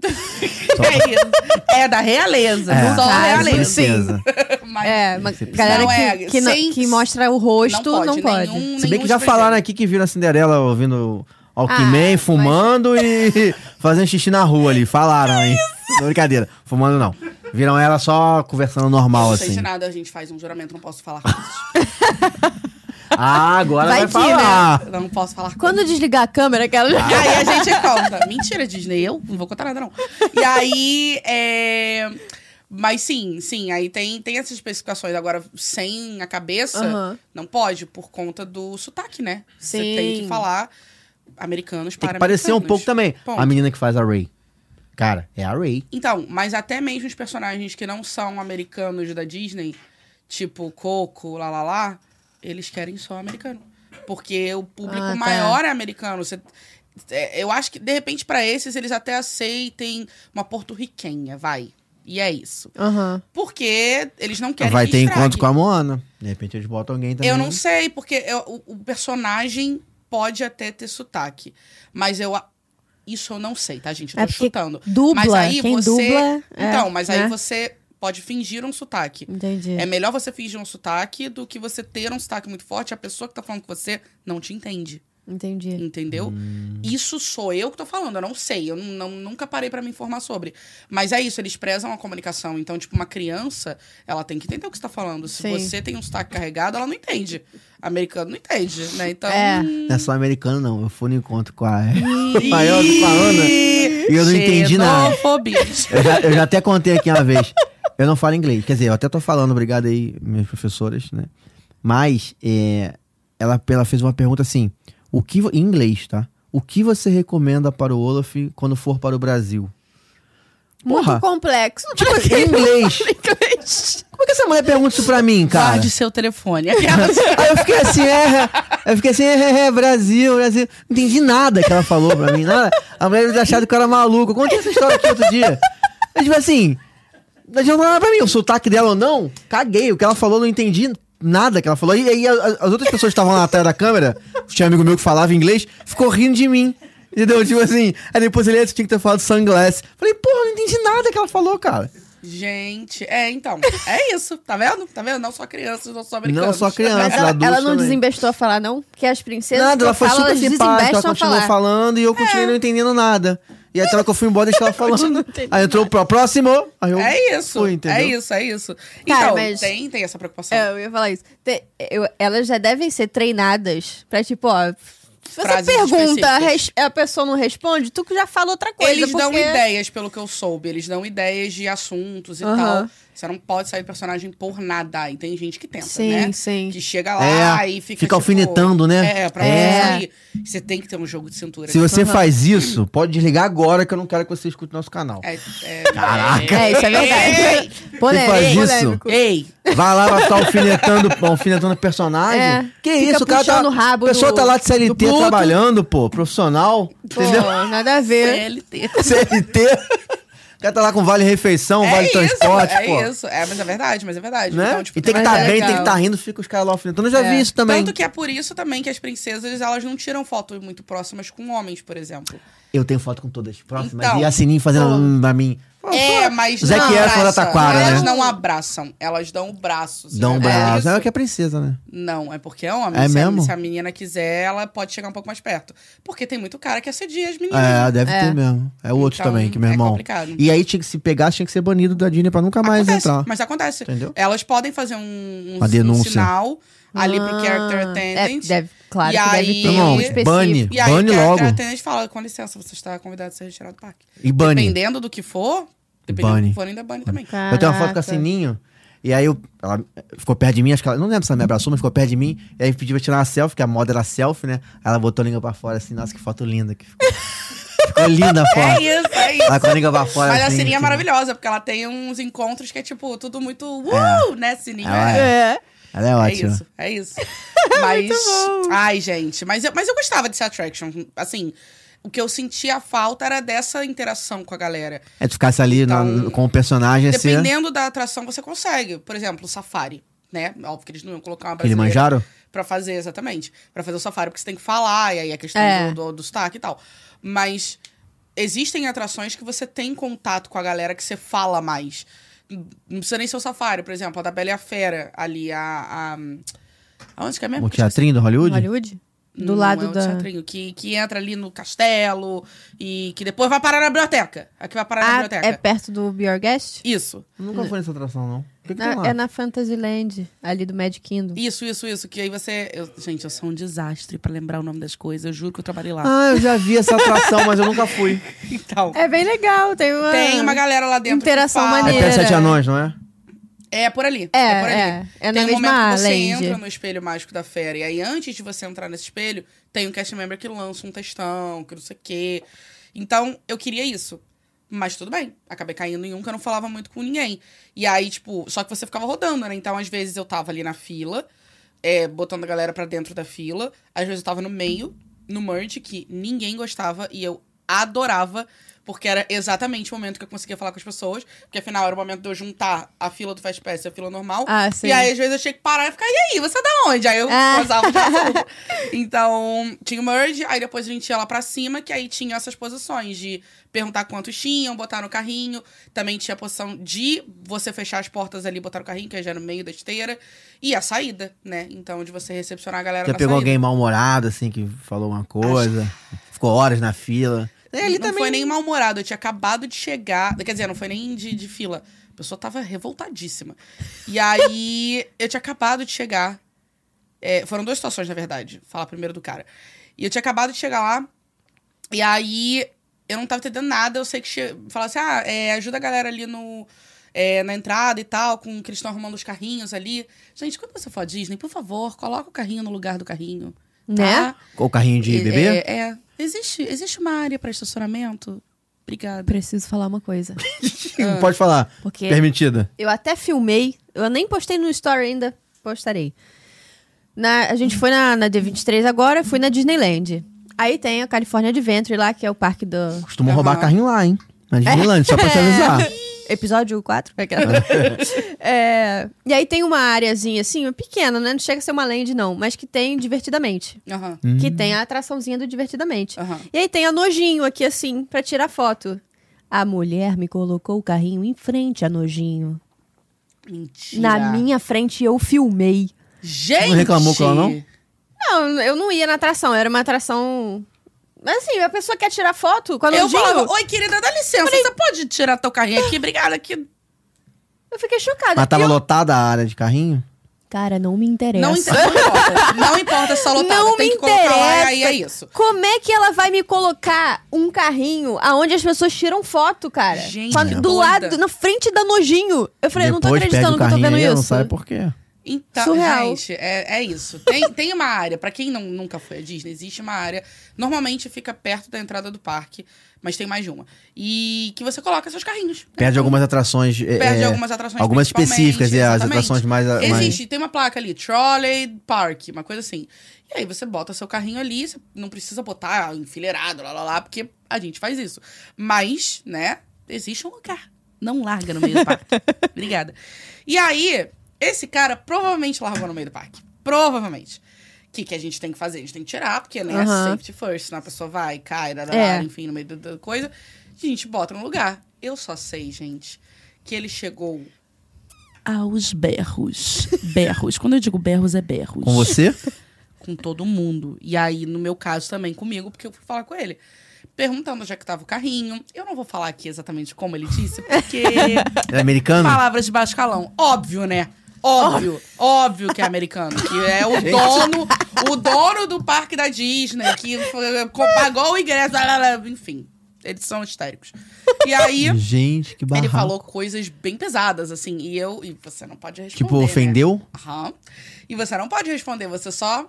[SPEAKER 2] Só-
[SPEAKER 3] [LAUGHS] É isso. É da realeza.
[SPEAKER 2] É.
[SPEAKER 3] Só
[SPEAKER 1] Ah,
[SPEAKER 3] realeza.
[SPEAKER 2] princesa.
[SPEAKER 3] Mas
[SPEAKER 1] É, uma
[SPEAKER 2] Princesa.
[SPEAKER 1] galera
[SPEAKER 3] Não,
[SPEAKER 1] que,
[SPEAKER 3] é,
[SPEAKER 1] que, não-
[SPEAKER 3] sem-
[SPEAKER 1] que mostra o rosto não pode.
[SPEAKER 3] Nenhum,
[SPEAKER 2] Se bem que
[SPEAKER 3] nenhum
[SPEAKER 2] já
[SPEAKER 3] expressão.
[SPEAKER 2] falaram aqui que viram a Cinderela ouvindo
[SPEAKER 1] Ah,
[SPEAKER 2] Alckmin,
[SPEAKER 1] mas-
[SPEAKER 2] fumando e [LAUGHS] fazendo xixi na rua ali. Falaram, hein? Não, Brincadeira. Fumando não. Viram ela só conversando normal,
[SPEAKER 3] Não sei
[SPEAKER 2] assim. [LAUGHS]
[SPEAKER 3] de nada, a gente faz um juramento, não posso falar.
[SPEAKER 2] Ah, agora vai,
[SPEAKER 1] Vai que, né?
[SPEAKER 2] falar.
[SPEAKER 3] Eu não posso falar.
[SPEAKER 1] Quando desligar a câmera, aquela.
[SPEAKER 3] E
[SPEAKER 1] [LAUGHS]
[SPEAKER 3] [LAUGHS] aí a gente conta. Mentira, Disney, eu não vou contar nada, não. E aí. É... Mas sim, sim, aí tem, tem essas especificações. Agora, sem a cabeça,
[SPEAKER 1] Aham.
[SPEAKER 3] não pode, por conta do sotaque, né? Você
[SPEAKER 1] Sim.
[SPEAKER 3] tem que falar americanos
[SPEAKER 2] Tem
[SPEAKER 3] para
[SPEAKER 2] que parecer um
[SPEAKER 3] americanos.
[SPEAKER 2] pouco também.
[SPEAKER 3] Ponto.
[SPEAKER 2] A menina que faz a Ray. Cara, é a Ray.
[SPEAKER 3] Então, mas até mesmo os personagens que não são americanos da Disney, tipo Coco, lá lá lá, eles querem só americano. Porque o público
[SPEAKER 1] Ah, tá.
[SPEAKER 3] maior é americano. Você- é, eu acho que, de repente, pra esses, eles até aceitem uma porto-riquenha, vai. E é isso.
[SPEAKER 1] Aham.
[SPEAKER 3] Porque eles não querem
[SPEAKER 2] vai ter
[SPEAKER 3] misturar
[SPEAKER 2] encontro
[SPEAKER 3] aqui.
[SPEAKER 2] com a Moana. De repente eles botam alguém também.
[SPEAKER 3] Eu não sei, porque eu- o, o personagem pode até ter sotaque. Mas eu. a- Isso eu não sei, tá, gente? Eu
[SPEAKER 1] É
[SPEAKER 3] tô
[SPEAKER 1] porque
[SPEAKER 3] chutando.
[SPEAKER 1] Dubla.
[SPEAKER 3] Mas aí
[SPEAKER 1] Quem
[SPEAKER 3] você.
[SPEAKER 1] dubla. é,
[SPEAKER 3] então, mas aí
[SPEAKER 1] né?
[SPEAKER 3] você pode fingir um sotaque.
[SPEAKER 1] Entendi.
[SPEAKER 3] É melhor você fingir um sotaque do que você ter um sotaque muito forte e a pessoa que tá falando com você não te entende.
[SPEAKER 1] Entendi.
[SPEAKER 3] Entendeu?
[SPEAKER 2] Hum.
[SPEAKER 3] Isso sou eu que tô falando, eu não sei. Eu não, não- nunca parei pra me informar sobre. Mas é isso, eles prezam a comunicação. Então, tipo, uma criança, ela tem que entender o que você tá falando. Se
[SPEAKER 1] Sim.
[SPEAKER 3] você tem um sotaque carregado, ela não entende. Americano não entende, né? Então.
[SPEAKER 1] É.
[SPEAKER 2] Não é só americano, não. Eu fui no encontro com a [LAUGHS]
[SPEAKER 3] Ih,
[SPEAKER 2] maior do que a Ana. E eu não entendi nada.
[SPEAKER 3] xenofobia.
[SPEAKER 2] Eu já, eu já até contei aqui uma vez. Eu não falo inglês. Quer dizer, eu até tô falando, obrigado aí, minhas professoras, né? Mas é, ela, ela fez uma pergunta assim: o que, vo- em inglês, tá? O que você recomenda para o Olaf quando for para o Brasil? Porra.
[SPEAKER 1] Muito complexo.
[SPEAKER 2] Tipo,
[SPEAKER 3] assim?
[SPEAKER 2] em inglês. Como é que essa mulher pergunta isso pra mim, cara?
[SPEAKER 3] Guarde seu
[SPEAKER 2] [LAUGHS]
[SPEAKER 3] telefone.
[SPEAKER 2] Aí eu fiquei assim, é. Eu fiquei assim, é, é, Brasil, Brasil. Não entendi nada que ela falou pra mim, nada. A mulher deve ter achado que eu era maluco. Eu contei essa história aqui outro dia. Mas, tipo assim, não adianta nada pra mim. O sotaque dela ou não, caguei. O que ela falou, eu não entendi nada que ela falou. E aí a- a- as outras pessoas que estavam lá na tela da câmera, tinha um amigo meu que falava inglês, ficou rindo de mim. Entendeu? Tipo assim, aí depois ele "Ah, você tinha que ter falado sunglass. Falei, porra, eu não entendi nada que ela falou, cara.
[SPEAKER 3] Gente, é, então. É isso, tá vendo? Tá vendo? Não só crianças, não só americanos.
[SPEAKER 2] Não só criança,
[SPEAKER 1] Mas ela,
[SPEAKER 2] adulto
[SPEAKER 1] ela não
[SPEAKER 2] também.
[SPEAKER 1] desembestou a falar, não? Que as princesas.
[SPEAKER 2] Nada,
[SPEAKER 1] que
[SPEAKER 2] ela
[SPEAKER 1] eu
[SPEAKER 2] foi
[SPEAKER 1] falo,
[SPEAKER 2] super
[SPEAKER 1] elas
[SPEAKER 2] simpática, ela
[SPEAKER 1] desembestam a
[SPEAKER 2] continuou
[SPEAKER 1] falar. É.
[SPEAKER 2] falando e eu continuei não entendendo nada. E até ela que eu fui embora,
[SPEAKER 1] [LAUGHS]
[SPEAKER 2] deixei ela falando. Aí entrou o próximo, aí eu
[SPEAKER 3] É isso,
[SPEAKER 2] fui, entendeu?
[SPEAKER 3] é isso, é isso. Então,
[SPEAKER 1] Cara, Tá, mas-
[SPEAKER 3] tem, tem essa preocupação.
[SPEAKER 1] É, eu ia falar isso. Te- eu- elas já devem ser treinadas pra, tipo, ó. Se você
[SPEAKER 3] Frases
[SPEAKER 1] pergunta,
[SPEAKER 3] específicas.
[SPEAKER 1] res- a pessoa não responde, tu que já fala outra coisa.
[SPEAKER 3] Eles dão né?
[SPEAKER 1] porque-
[SPEAKER 3] ideias, pelo que eu soube. Eles dão ideias de assuntos e
[SPEAKER 1] Aham.
[SPEAKER 3] tal. Você não pode sair do personagem por nada. E tem gente que tenta,
[SPEAKER 1] Sim,
[SPEAKER 3] né?
[SPEAKER 1] sim.
[SPEAKER 3] Que chega lá
[SPEAKER 2] É,
[SPEAKER 3] e fica. tipo,
[SPEAKER 2] fica alfinetando, né?
[SPEAKER 3] É, pra
[SPEAKER 1] É.
[SPEAKER 3] você sair. Você tem que ter um jogo de cintura.
[SPEAKER 2] Se você
[SPEAKER 1] Aham.
[SPEAKER 2] faz isso, pode desligar agora que eu não quero que você escute nosso canal.
[SPEAKER 3] É, é-
[SPEAKER 2] Caraca.
[SPEAKER 1] É, isso é verdade. Polêmico,
[SPEAKER 2] faz isso?
[SPEAKER 1] polêmico.
[SPEAKER 3] Ei,
[SPEAKER 1] [LAUGHS]
[SPEAKER 3] ei,
[SPEAKER 2] Vai lá, vai ficar alfinetando, alfinetando o personagem.
[SPEAKER 1] É,
[SPEAKER 2] que
[SPEAKER 1] fica
[SPEAKER 2] isso, o cara tá.
[SPEAKER 1] puxando o rabo
[SPEAKER 2] a pessoa
[SPEAKER 1] do-
[SPEAKER 2] tá lá de
[SPEAKER 1] do
[SPEAKER 2] CLT
[SPEAKER 1] Pluto.
[SPEAKER 2] trabalhando, pô, profissional.
[SPEAKER 1] Pô,
[SPEAKER 2] Entendeu? [LAUGHS]
[SPEAKER 1] nada a ver.
[SPEAKER 3] CLT.
[SPEAKER 2] CLT. O cara tá lá com vale refeição, vale
[SPEAKER 3] isso,
[SPEAKER 2] transporte,
[SPEAKER 3] é
[SPEAKER 2] pô.
[SPEAKER 3] isso. É, mas é verdade, mas é verdade.
[SPEAKER 2] Né?
[SPEAKER 3] Então, tipo,
[SPEAKER 2] e tem que
[SPEAKER 1] mas
[SPEAKER 2] estar
[SPEAKER 1] é
[SPEAKER 2] bem, tem que
[SPEAKER 1] legal.
[SPEAKER 2] estar rindo, fica os caras lá alfinetando. Eu já
[SPEAKER 1] É.
[SPEAKER 2] vi isso também.
[SPEAKER 3] Tanto que é por isso também que as princesas, elas não tiram fotos muito próximas com homens, por exemplo.
[SPEAKER 2] Eu tenho foto com todas próximas.
[SPEAKER 3] Então,
[SPEAKER 2] e a Sininho fazendo
[SPEAKER 1] pô.
[SPEAKER 2] hum pra mim.
[SPEAKER 3] É, mas
[SPEAKER 2] Zac
[SPEAKER 3] não
[SPEAKER 2] Efron
[SPEAKER 3] abraçam.
[SPEAKER 2] da Taquara,
[SPEAKER 3] Elas
[SPEAKER 1] né?
[SPEAKER 3] não abraçam, elas dão o braço. se
[SPEAKER 2] Dão
[SPEAKER 3] não
[SPEAKER 2] um
[SPEAKER 3] é
[SPEAKER 2] braço.
[SPEAKER 3] isso?
[SPEAKER 2] É o que é princesa, né?
[SPEAKER 3] Não, é porque é homem.
[SPEAKER 2] É
[SPEAKER 3] se,
[SPEAKER 2] mesmo?
[SPEAKER 3] A, se a menina quiser, ela pode chegar um pouco mais perto. Porque tem muito cara que assedia as meninas.
[SPEAKER 2] É, deve
[SPEAKER 1] É.
[SPEAKER 2] ter mesmo. É o outro
[SPEAKER 3] Então,
[SPEAKER 2] também, que meu
[SPEAKER 3] é
[SPEAKER 2] irmão.
[SPEAKER 3] complicado.
[SPEAKER 2] E aí, tinha que se pegasse, tinha que ser banido da Disney pra nunca mais
[SPEAKER 3] acontece,
[SPEAKER 2] entrar.
[SPEAKER 3] Mas acontece.
[SPEAKER 2] Entendeu?
[SPEAKER 3] Elas podem fazer um, um,
[SPEAKER 2] Uma denúncia.
[SPEAKER 3] um sinal ali pro
[SPEAKER 1] Ah,
[SPEAKER 3] character
[SPEAKER 1] é,
[SPEAKER 3] attendant.
[SPEAKER 1] deve, claro que
[SPEAKER 3] E aí-
[SPEAKER 1] deve ter
[SPEAKER 3] Meu irmão,
[SPEAKER 1] um específico.
[SPEAKER 2] bane.
[SPEAKER 3] E aí é,
[SPEAKER 2] Bane
[SPEAKER 3] o
[SPEAKER 2] logo.
[SPEAKER 3] character attendant fala, com licença, você está convidado a ser retirado do parque.
[SPEAKER 2] E bane.
[SPEAKER 3] Dependendo do que for, dependendo
[SPEAKER 2] Bane.
[SPEAKER 3] do que for, ainda bane também.
[SPEAKER 2] Eu tenho uma foto com
[SPEAKER 1] Caraca.
[SPEAKER 2] a Sininho. E aí, eu, ela ficou perto de mim, acho que ela. Não lembro se ela me abraçou, mas ficou perto de mim. E aí pediu pra tirar uma selfie, que a moda era selfie, né? Aí Ela botou a língua pra fora assim, nossa, que foto linda que ficou. ficou linda a
[SPEAKER 3] [LAUGHS] É
[SPEAKER 2] foto.
[SPEAKER 3] isso,
[SPEAKER 2] [LAUGHS]
[SPEAKER 3] é isso.
[SPEAKER 2] Ela com a língua pra fora.
[SPEAKER 3] Mas a
[SPEAKER 2] assim,
[SPEAKER 3] Sininha é
[SPEAKER 2] tipo,
[SPEAKER 3] maravilhosa, porque ela tem uns encontros que é tipo tudo muito uh, né, Sininha?
[SPEAKER 2] Ela
[SPEAKER 3] É.
[SPEAKER 1] É.
[SPEAKER 2] Ela é
[SPEAKER 3] É
[SPEAKER 2] ótima.
[SPEAKER 3] isso,
[SPEAKER 2] [LAUGHS]
[SPEAKER 3] é isso. Mas. Ai, gente. Mas eu, mas eu gostava desse attraction. Assim, o que eu sentia falta era dessa interação com a galera.
[SPEAKER 2] É tu ficasse ali na-
[SPEAKER 3] Então,
[SPEAKER 2] com o personagem assim.
[SPEAKER 3] Dependendo da atração, você consegue. Por exemplo, o safari, né? Óbvio que eles não iam colocar uma
[SPEAKER 2] Que eles
[SPEAKER 3] brasileira
[SPEAKER 2] manjaram?
[SPEAKER 3] pra fazer, exatamente. Pra fazer o safari, porque você tem que falar, e aí a questão
[SPEAKER 1] É.
[SPEAKER 3] do, do, do sotaque e tal. Mas existem atrações que você tem contato com a galera que você fala mais. Não precisa nem ser o safari, por exemplo, a da Bela e a Fera ali, a. a aonde que é mesmo?
[SPEAKER 2] O teatrinho do Hollywood?
[SPEAKER 1] Hollywood? Do
[SPEAKER 3] Não
[SPEAKER 1] lado
[SPEAKER 3] é o
[SPEAKER 1] da-
[SPEAKER 3] teatrinho, que, que entra ali no castelo e que depois vai parar na biblioteca. Aqui vai parar tá na
[SPEAKER 1] Ah,
[SPEAKER 3] biblioteca.
[SPEAKER 1] é perto do Be Your Guest?
[SPEAKER 3] Isso.
[SPEAKER 2] Nunca foi nessa atração, não. O que, que tem
[SPEAKER 1] Na-
[SPEAKER 2] lá?
[SPEAKER 1] é na Fantasyland, ali do Magic Kingdom.
[SPEAKER 3] Isso, isso, isso. Que aí você. eu- gente, eu sou um desastre pra lembrar o nome das coisas. Eu juro que eu trabalhei lá.
[SPEAKER 2] Ah, eu já vi essa atração, mas eu nunca fui.
[SPEAKER 3] [LAUGHS] Então.
[SPEAKER 1] É bem legal, tem uma...
[SPEAKER 3] Tem uma galera lá dentro. que
[SPEAKER 1] Interação
[SPEAKER 3] fala.
[SPEAKER 2] É
[SPEAKER 1] maneira.
[SPEAKER 2] perto de Sete Anões, não é?
[SPEAKER 3] É por ali.
[SPEAKER 1] É,
[SPEAKER 3] É, por ali.
[SPEAKER 1] é. É na
[SPEAKER 3] tem um
[SPEAKER 1] mesma
[SPEAKER 3] momento que você
[SPEAKER 1] land.
[SPEAKER 3] entra no espelho mágico da fera. E aí, antes de você entrar nesse espelho, tem um cast member que lança um textão, que não sei o quê. Então, eu queria isso. Mas tudo bem. Acabei caindo em um que eu não falava muito com ninguém. E aí, tipo, só que você ficava rodando, né? Então, às vezes eu tava ali na fila, é, botando a galera pra dentro da fila. Às vezes eu tava no meio, no merge, que ninguém gostava e eu adorava. Porque era exatamente o momento que eu conseguia falar com as pessoas. Porque afinal era o momento de eu juntar a fila do Fast Pass e a fila normal.
[SPEAKER 1] Ah, sim.
[SPEAKER 3] E aí, às vezes, eu tinha que parar e ficar, e aí, você é da onde? Aí eu
[SPEAKER 1] Ah.
[SPEAKER 3] posava de azul. Então, tinha o merge, aí depois a gente ia lá pra cima, que aí tinha essas posições de perguntar quantos tinham, botar no carrinho. Também tinha a posição de você fechar as portas ali, botar no carrinho, que aí já era no meio da esteira. E a saída, né? Então, de você recepcionar a galera
[SPEAKER 2] Já
[SPEAKER 3] na
[SPEAKER 2] pegou
[SPEAKER 3] saída.
[SPEAKER 2] alguém mal-humorado, assim, que falou uma coisa, ficou horas na fila.
[SPEAKER 3] Ele não foi nem mal-humorado, eu tinha acabado de chegar. Quer dizer, não foi nem de, de fila. A pessoa tava revoltadíssima. E aí, eu tinha acabado de chegar. É, foram duas situações, na verdade. Vou Falar primeiro do cara. E eu tinha acabado de chegar lá. E aí, eu não tava entendendo nada. Eu sei que che... falava assim: ah, é, ajuda a galera ali no. é, na entrada e tal, com que eles estão arrumando os carrinhos ali. Gente, quando você for à Disney, por favor, coloca o carrinho no lugar do carrinho.
[SPEAKER 1] Né?
[SPEAKER 3] tá?
[SPEAKER 2] O carrinho de
[SPEAKER 3] É,
[SPEAKER 2] bebê?
[SPEAKER 3] É, é. Existe, existe uma área para estacionamento? Obrigada.
[SPEAKER 1] Preciso falar uma coisa. ah,
[SPEAKER 2] Pode falar.
[SPEAKER 1] Porque
[SPEAKER 2] Permitida.
[SPEAKER 1] eu até filmei, eu nem postei no story ainda, postarei. Na- a gente foi na, na D23 agora, fui na Disneyland. Aí tem a California Adventure lá, que é o parque do
[SPEAKER 2] Costumam
[SPEAKER 3] Aham.
[SPEAKER 2] roubar carrinho lá, hein? Na Disneyland, só pra
[SPEAKER 1] [LAUGHS]
[SPEAKER 2] te avisar.
[SPEAKER 1] episódio 4. [LAUGHS] É, e aí tem uma áreazinha assim, pequena, né? Não chega a ser uma land não, mas que tem Divertidamente.
[SPEAKER 3] Aham.
[SPEAKER 1] Que tem a atraçãozinha do Divertidamente.
[SPEAKER 3] Aham.
[SPEAKER 1] E aí tem a nojinho aqui, assim, pra tirar foto. A mulher me colocou o carrinho em frente a nojinho.
[SPEAKER 3] Mentira.
[SPEAKER 1] Na minha frente eu filmei.
[SPEAKER 3] Gente!
[SPEAKER 2] Não reclamou com ela, não?
[SPEAKER 1] Não, eu não ia na atração, era uma atração. Mas assim, a pessoa quer tirar foto com a
[SPEAKER 3] Eu
[SPEAKER 1] nojinho.
[SPEAKER 3] falava, oi querida, dá licença, você pode tirar teu carrinho aqui? Obrigada, que
[SPEAKER 1] Eu fiquei chocada.
[SPEAKER 2] Mas tá tava
[SPEAKER 1] Eu-
[SPEAKER 2] lotada a área de carrinho?
[SPEAKER 1] Cara, não me interessa.
[SPEAKER 3] não, inter- não importa. Não importa se tá lotado,
[SPEAKER 1] Não
[SPEAKER 3] tem
[SPEAKER 1] me
[SPEAKER 3] que colocar lá, e
[SPEAKER 1] interessa.
[SPEAKER 3] aí é isso.
[SPEAKER 1] Como é que ela vai me colocar um carrinho aonde as pessoas tiram foto, cara?
[SPEAKER 3] Gente,
[SPEAKER 1] Com a-
[SPEAKER 3] é
[SPEAKER 1] do
[SPEAKER 3] doida.
[SPEAKER 1] lado, na frente da nojinho. Eu falei, eu não tô
[SPEAKER 2] Depois perde
[SPEAKER 1] acreditando
[SPEAKER 2] o
[SPEAKER 1] que eu tô
[SPEAKER 2] carrinho
[SPEAKER 1] vendo
[SPEAKER 2] aí,
[SPEAKER 1] isso.
[SPEAKER 2] Não sabe por quê.
[SPEAKER 3] Então,
[SPEAKER 1] Surreal.
[SPEAKER 3] gente, é, é isso. Tem, tem uma área, pra quem não, nunca foi à Disney, existe uma área. Normalmente fica perto da entrada do parque, mas tem mais de uma. E que você coloca seus carrinhos. né?
[SPEAKER 2] Perde algumas atrações. é,
[SPEAKER 3] Perde
[SPEAKER 2] é,
[SPEAKER 3] algumas atrações
[SPEAKER 2] algumas
[SPEAKER 3] principalmente,
[SPEAKER 2] específicas, e as
[SPEAKER 3] exatamente.
[SPEAKER 2] atrações mais. mais...
[SPEAKER 3] Existe, tem uma placa ali, trolley park, uma coisa assim. E aí você bota seu carrinho ali, você não precisa botar enfileirado, lá, lá, lá, porque a gente faz isso. Mas, né, existe um lugar. Não larga no meio do
[SPEAKER 1] [LAUGHS]
[SPEAKER 3] parque. Obrigada. E aí, esse cara provavelmente largou no meio do parque. Provavelmente. O que, que a gente tem que fazer? A gente tem que tirar, porque, né,
[SPEAKER 1] Aham.
[SPEAKER 3] safety first, senão a pessoa vai, cai, lá, lá,
[SPEAKER 1] É.
[SPEAKER 3] lá, enfim, no meio da- da coisa. E a gente bota no lugar. Eu só sei, gente, que ele chegou aos berros. Berros. Quando eu digo berros, é berros.
[SPEAKER 2] Com você?
[SPEAKER 3] Com todo mundo. E aí, no meu caso, também comigo, porque eu fui falar com ele. Perguntando onde é que tava o carrinho. Eu não vou falar aqui exatamente como ele
[SPEAKER 2] [LAUGHS]
[SPEAKER 3] disse, porque.
[SPEAKER 2] Ele é americano?
[SPEAKER 3] Palavras de baixo calão. Óbvio, né? Óbvio, óbvio que é americano. Que é o dono, o dono do parque da Disney, que eh, co- pagou o ingresso. lá, lá, lá, Enfim, eles são histéricos. E aí.
[SPEAKER 2] Gente, que barra.
[SPEAKER 3] Ele falou coisas bem pesadas, assim, e eu. E você não pode responder.
[SPEAKER 2] Tipo,
[SPEAKER 3] né?
[SPEAKER 2] ofendeu?
[SPEAKER 3] Aham. E você não pode responder, você só.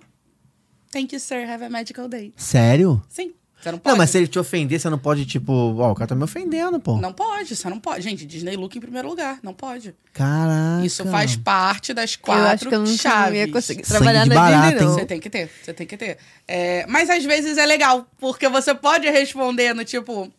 [SPEAKER 3] Thank you, sir, have a magical day.
[SPEAKER 2] Sério?
[SPEAKER 3] Sim, você não pode.
[SPEAKER 2] Não, mas se ele te ofender, você não pode, tipo, ó, o cara tá me ofendendo, pô.
[SPEAKER 3] Não pode, você não pode. Gente, Disney Look em primeiro lugar, não pode.
[SPEAKER 2] Caraca.
[SPEAKER 3] Isso faz parte das quatro
[SPEAKER 1] eu acho que eu não
[SPEAKER 3] chaves.
[SPEAKER 1] ia conseguir
[SPEAKER 2] Sangue
[SPEAKER 1] trabalhar
[SPEAKER 2] de
[SPEAKER 1] na
[SPEAKER 2] barata,
[SPEAKER 1] Disney, não.
[SPEAKER 3] Você tem que ter, você tem que ter. É, mas às vezes é legal, porque você pode responder no tipo.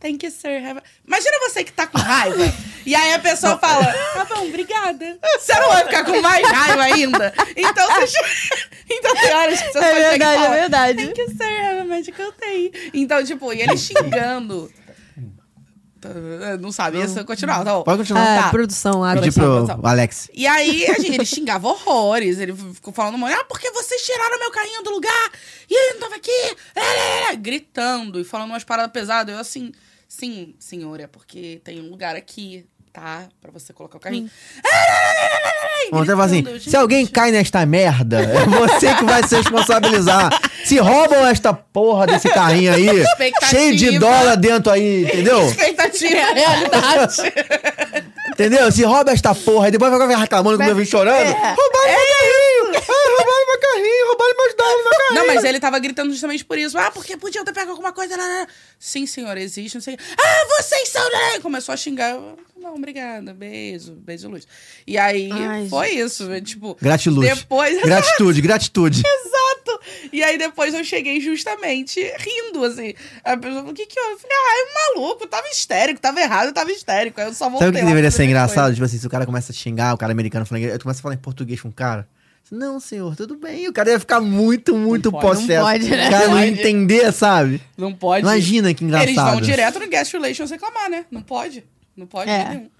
[SPEAKER 3] Thank you, sir. have a-" Imagina você que tá com raiva.
[SPEAKER 1] [LAUGHS]
[SPEAKER 3] e aí a pessoa fala: Tá bom, obrigada. Você não vai ficar com mais raiva ainda. Então, você... [LAUGHS] então tem horas que você
[SPEAKER 1] É
[SPEAKER 3] só chega e
[SPEAKER 1] verdade,
[SPEAKER 3] fala,
[SPEAKER 1] é verdade. Hum.
[SPEAKER 3] Thank you, sir. Have a magical day. Então, tipo, e ele xingando. tá- Não sabe, isso eu continuava. Tá bom.
[SPEAKER 2] Pode continuar.
[SPEAKER 1] Ah,
[SPEAKER 3] Tá.
[SPEAKER 1] produção, água.
[SPEAKER 2] Pedir
[SPEAKER 3] abraçar,
[SPEAKER 2] pro
[SPEAKER 3] abraçar.
[SPEAKER 2] Alex.
[SPEAKER 3] E aí, a gente, ele xingava horrores. Ele ficou falando um monte. Ah, porque vocês tiraram meu carrinho do lugar? E ele não tava aqui? É, é, é", Gritando e falando umas paradas pesadas. Eu assim, sim, senhora, é porque tem um lugar aqui, tá? Pra você colocar o carrinho.
[SPEAKER 2] Vamos até falar assim,
[SPEAKER 3] Tá gritando,
[SPEAKER 2] se alguém
[SPEAKER 3] gente.
[SPEAKER 2] cai nesta merda,
[SPEAKER 3] [LAUGHS]
[SPEAKER 2] é você que vai se responsabilizar. Se roubam esta porra desse carrinho aí,
[SPEAKER 3] Expectativa.
[SPEAKER 2] cheio de dólar dentro aí, entendeu? [LAUGHS]
[SPEAKER 3] [LAUGHS] Expectativa,
[SPEAKER 2] É, tá
[SPEAKER 3] realidade.
[SPEAKER 2] Entendeu? Se rouba esta porra, aí depois vai ficar reclamando quando eu vim chorando.
[SPEAKER 3] É
[SPEAKER 2] Roubaram meu carrinho! Ah, roubaram meu carrinho, roubaram meus dólares, meu carrinho.
[SPEAKER 3] Não, mas ele tava gritando justamente por isso. Ah, porque podia ter pego alguma coisa. lá, lá, lá. Sim, senhora, existe, não sei. o quê. Ah, vocês são. né? Começou a xingar. Eu, não, obrigada. Beijo, beijo, luz. E aí
[SPEAKER 1] Ai,
[SPEAKER 3] foi isso. eu, Tipo,
[SPEAKER 2] Gratiluz.
[SPEAKER 3] depois.
[SPEAKER 2] Gratitude, gratitude.
[SPEAKER 3] Exato. [LAUGHS] E aí depois eu cheguei justamente rindo, assim. A pessoa falou: o que que houve? Eu falei: ah, é um maluco, eu tava histérico, tava errado, eu tava histérico. Aí eu só voltei.
[SPEAKER 2] Sabe o que,
[SPEAKER 3] lá
[SPEAKER 2] deveria
[SPEAKER 3] pra
[SPEAKER 2] ser
[SPEAKER 3] fazer minhas
[SPEAKER 2] engraçado? Tipo assim, se o cara começa a xingar, o cara americano falando inglês, eu começo a falar em português com o cara. Não, senhor, tudo bem. O cara ia ficar muito, muito
[SPEAKER 3] pode, não
[SPEAKER 2] possesso.
[SPEAKER 1] pode, né?
[SPEAKER 2] O cara não ia
[SPEAKER 3] Pode.
[SPEAKER 2] entender, sabe?
[SPEAKER 3] coisas. Não pode.
[SPEAKER 2] Imagina que engraçado.
[SPEAKER 3] Eles vão direto no guest relations reclamar, né? Não pode. Não pode
[SPEAKER 1] É.
[SPEAKER 3] de nenhum.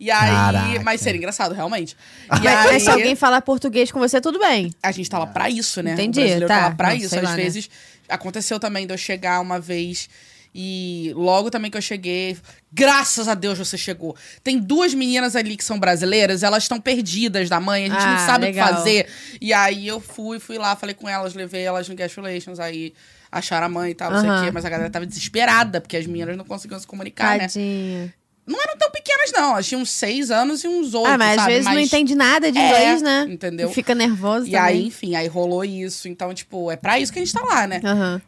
[SPEAKER 3] E aí,
[SPEAKER 2] Caraca.
[SPEAKER 3] mas seria engraçado, realmente. E
[SPEAKER 1] Mas,
[SPEAKER 3] aí,
[SPEAKER 1] mas se alguém falar português com você, tudo bem.
[SPEAKER 3] a gente tá lá pra isso, né?
[SPEAKER 1] Entendi,
[SPEAKER 3] o brasileiro
[SPEAKER 1] tá.
[SPEAKER 3] tá lá pra
[SPEAKER 1] Não,
[SPEAKER 3] isso.
[SPEAKER 1] sei
[SPEAKER 3] Às
[SPEAKER 1] lá, né?
[SPEAKER 3] vezes, aconteceu também de eu chegar uma vez e logo também que eu cheguei, graças a Deus você chegou. Tem duas meninas ali que são brasileiras, elas estão perdidas da mãe, a gente
[SPEAKER 1] Ah,
[SPEAKER 3] não sabe o
[SPEAKER 1] legal.
[SPEAKER 3] que fazer. E aí eu fui, fui lá, falei com elas, levei elas no Guest Relations, aí acharam a mãe e tal, não sei
[SPEAKER 1] Aham.
[SPEAKER 3] o quê, mas a galera tava desesperada, porque as meninas não conseguiam se comunicar, né?
[SPEAKER 1] Tadinho.
[SPEAKER 3] Não eram tão pequenas, não. Elas tinham uns seis anos e uns oito,
[SPEAKER 1] Ah, mas às
[SPEAKER 3] sabe?
[SPEAKER 1] vezes não
[SPEAKER 3] Mas-
[SPEAKER 1] entende nada de
[SPEAKER 3] É,
[SPEAKER 1] inglês, né?
[SPEAKER 3] entendeu?
[SPEAKER 1] E fica nervoso
[SPEAKER 3] E aí,
[SPEAKER 1] também.
[SPEAKER 3] enfim, aí rolou isso. Então, tipo, é pra isso que a gente tá lá, né?
[SPEAKER 1] Aham.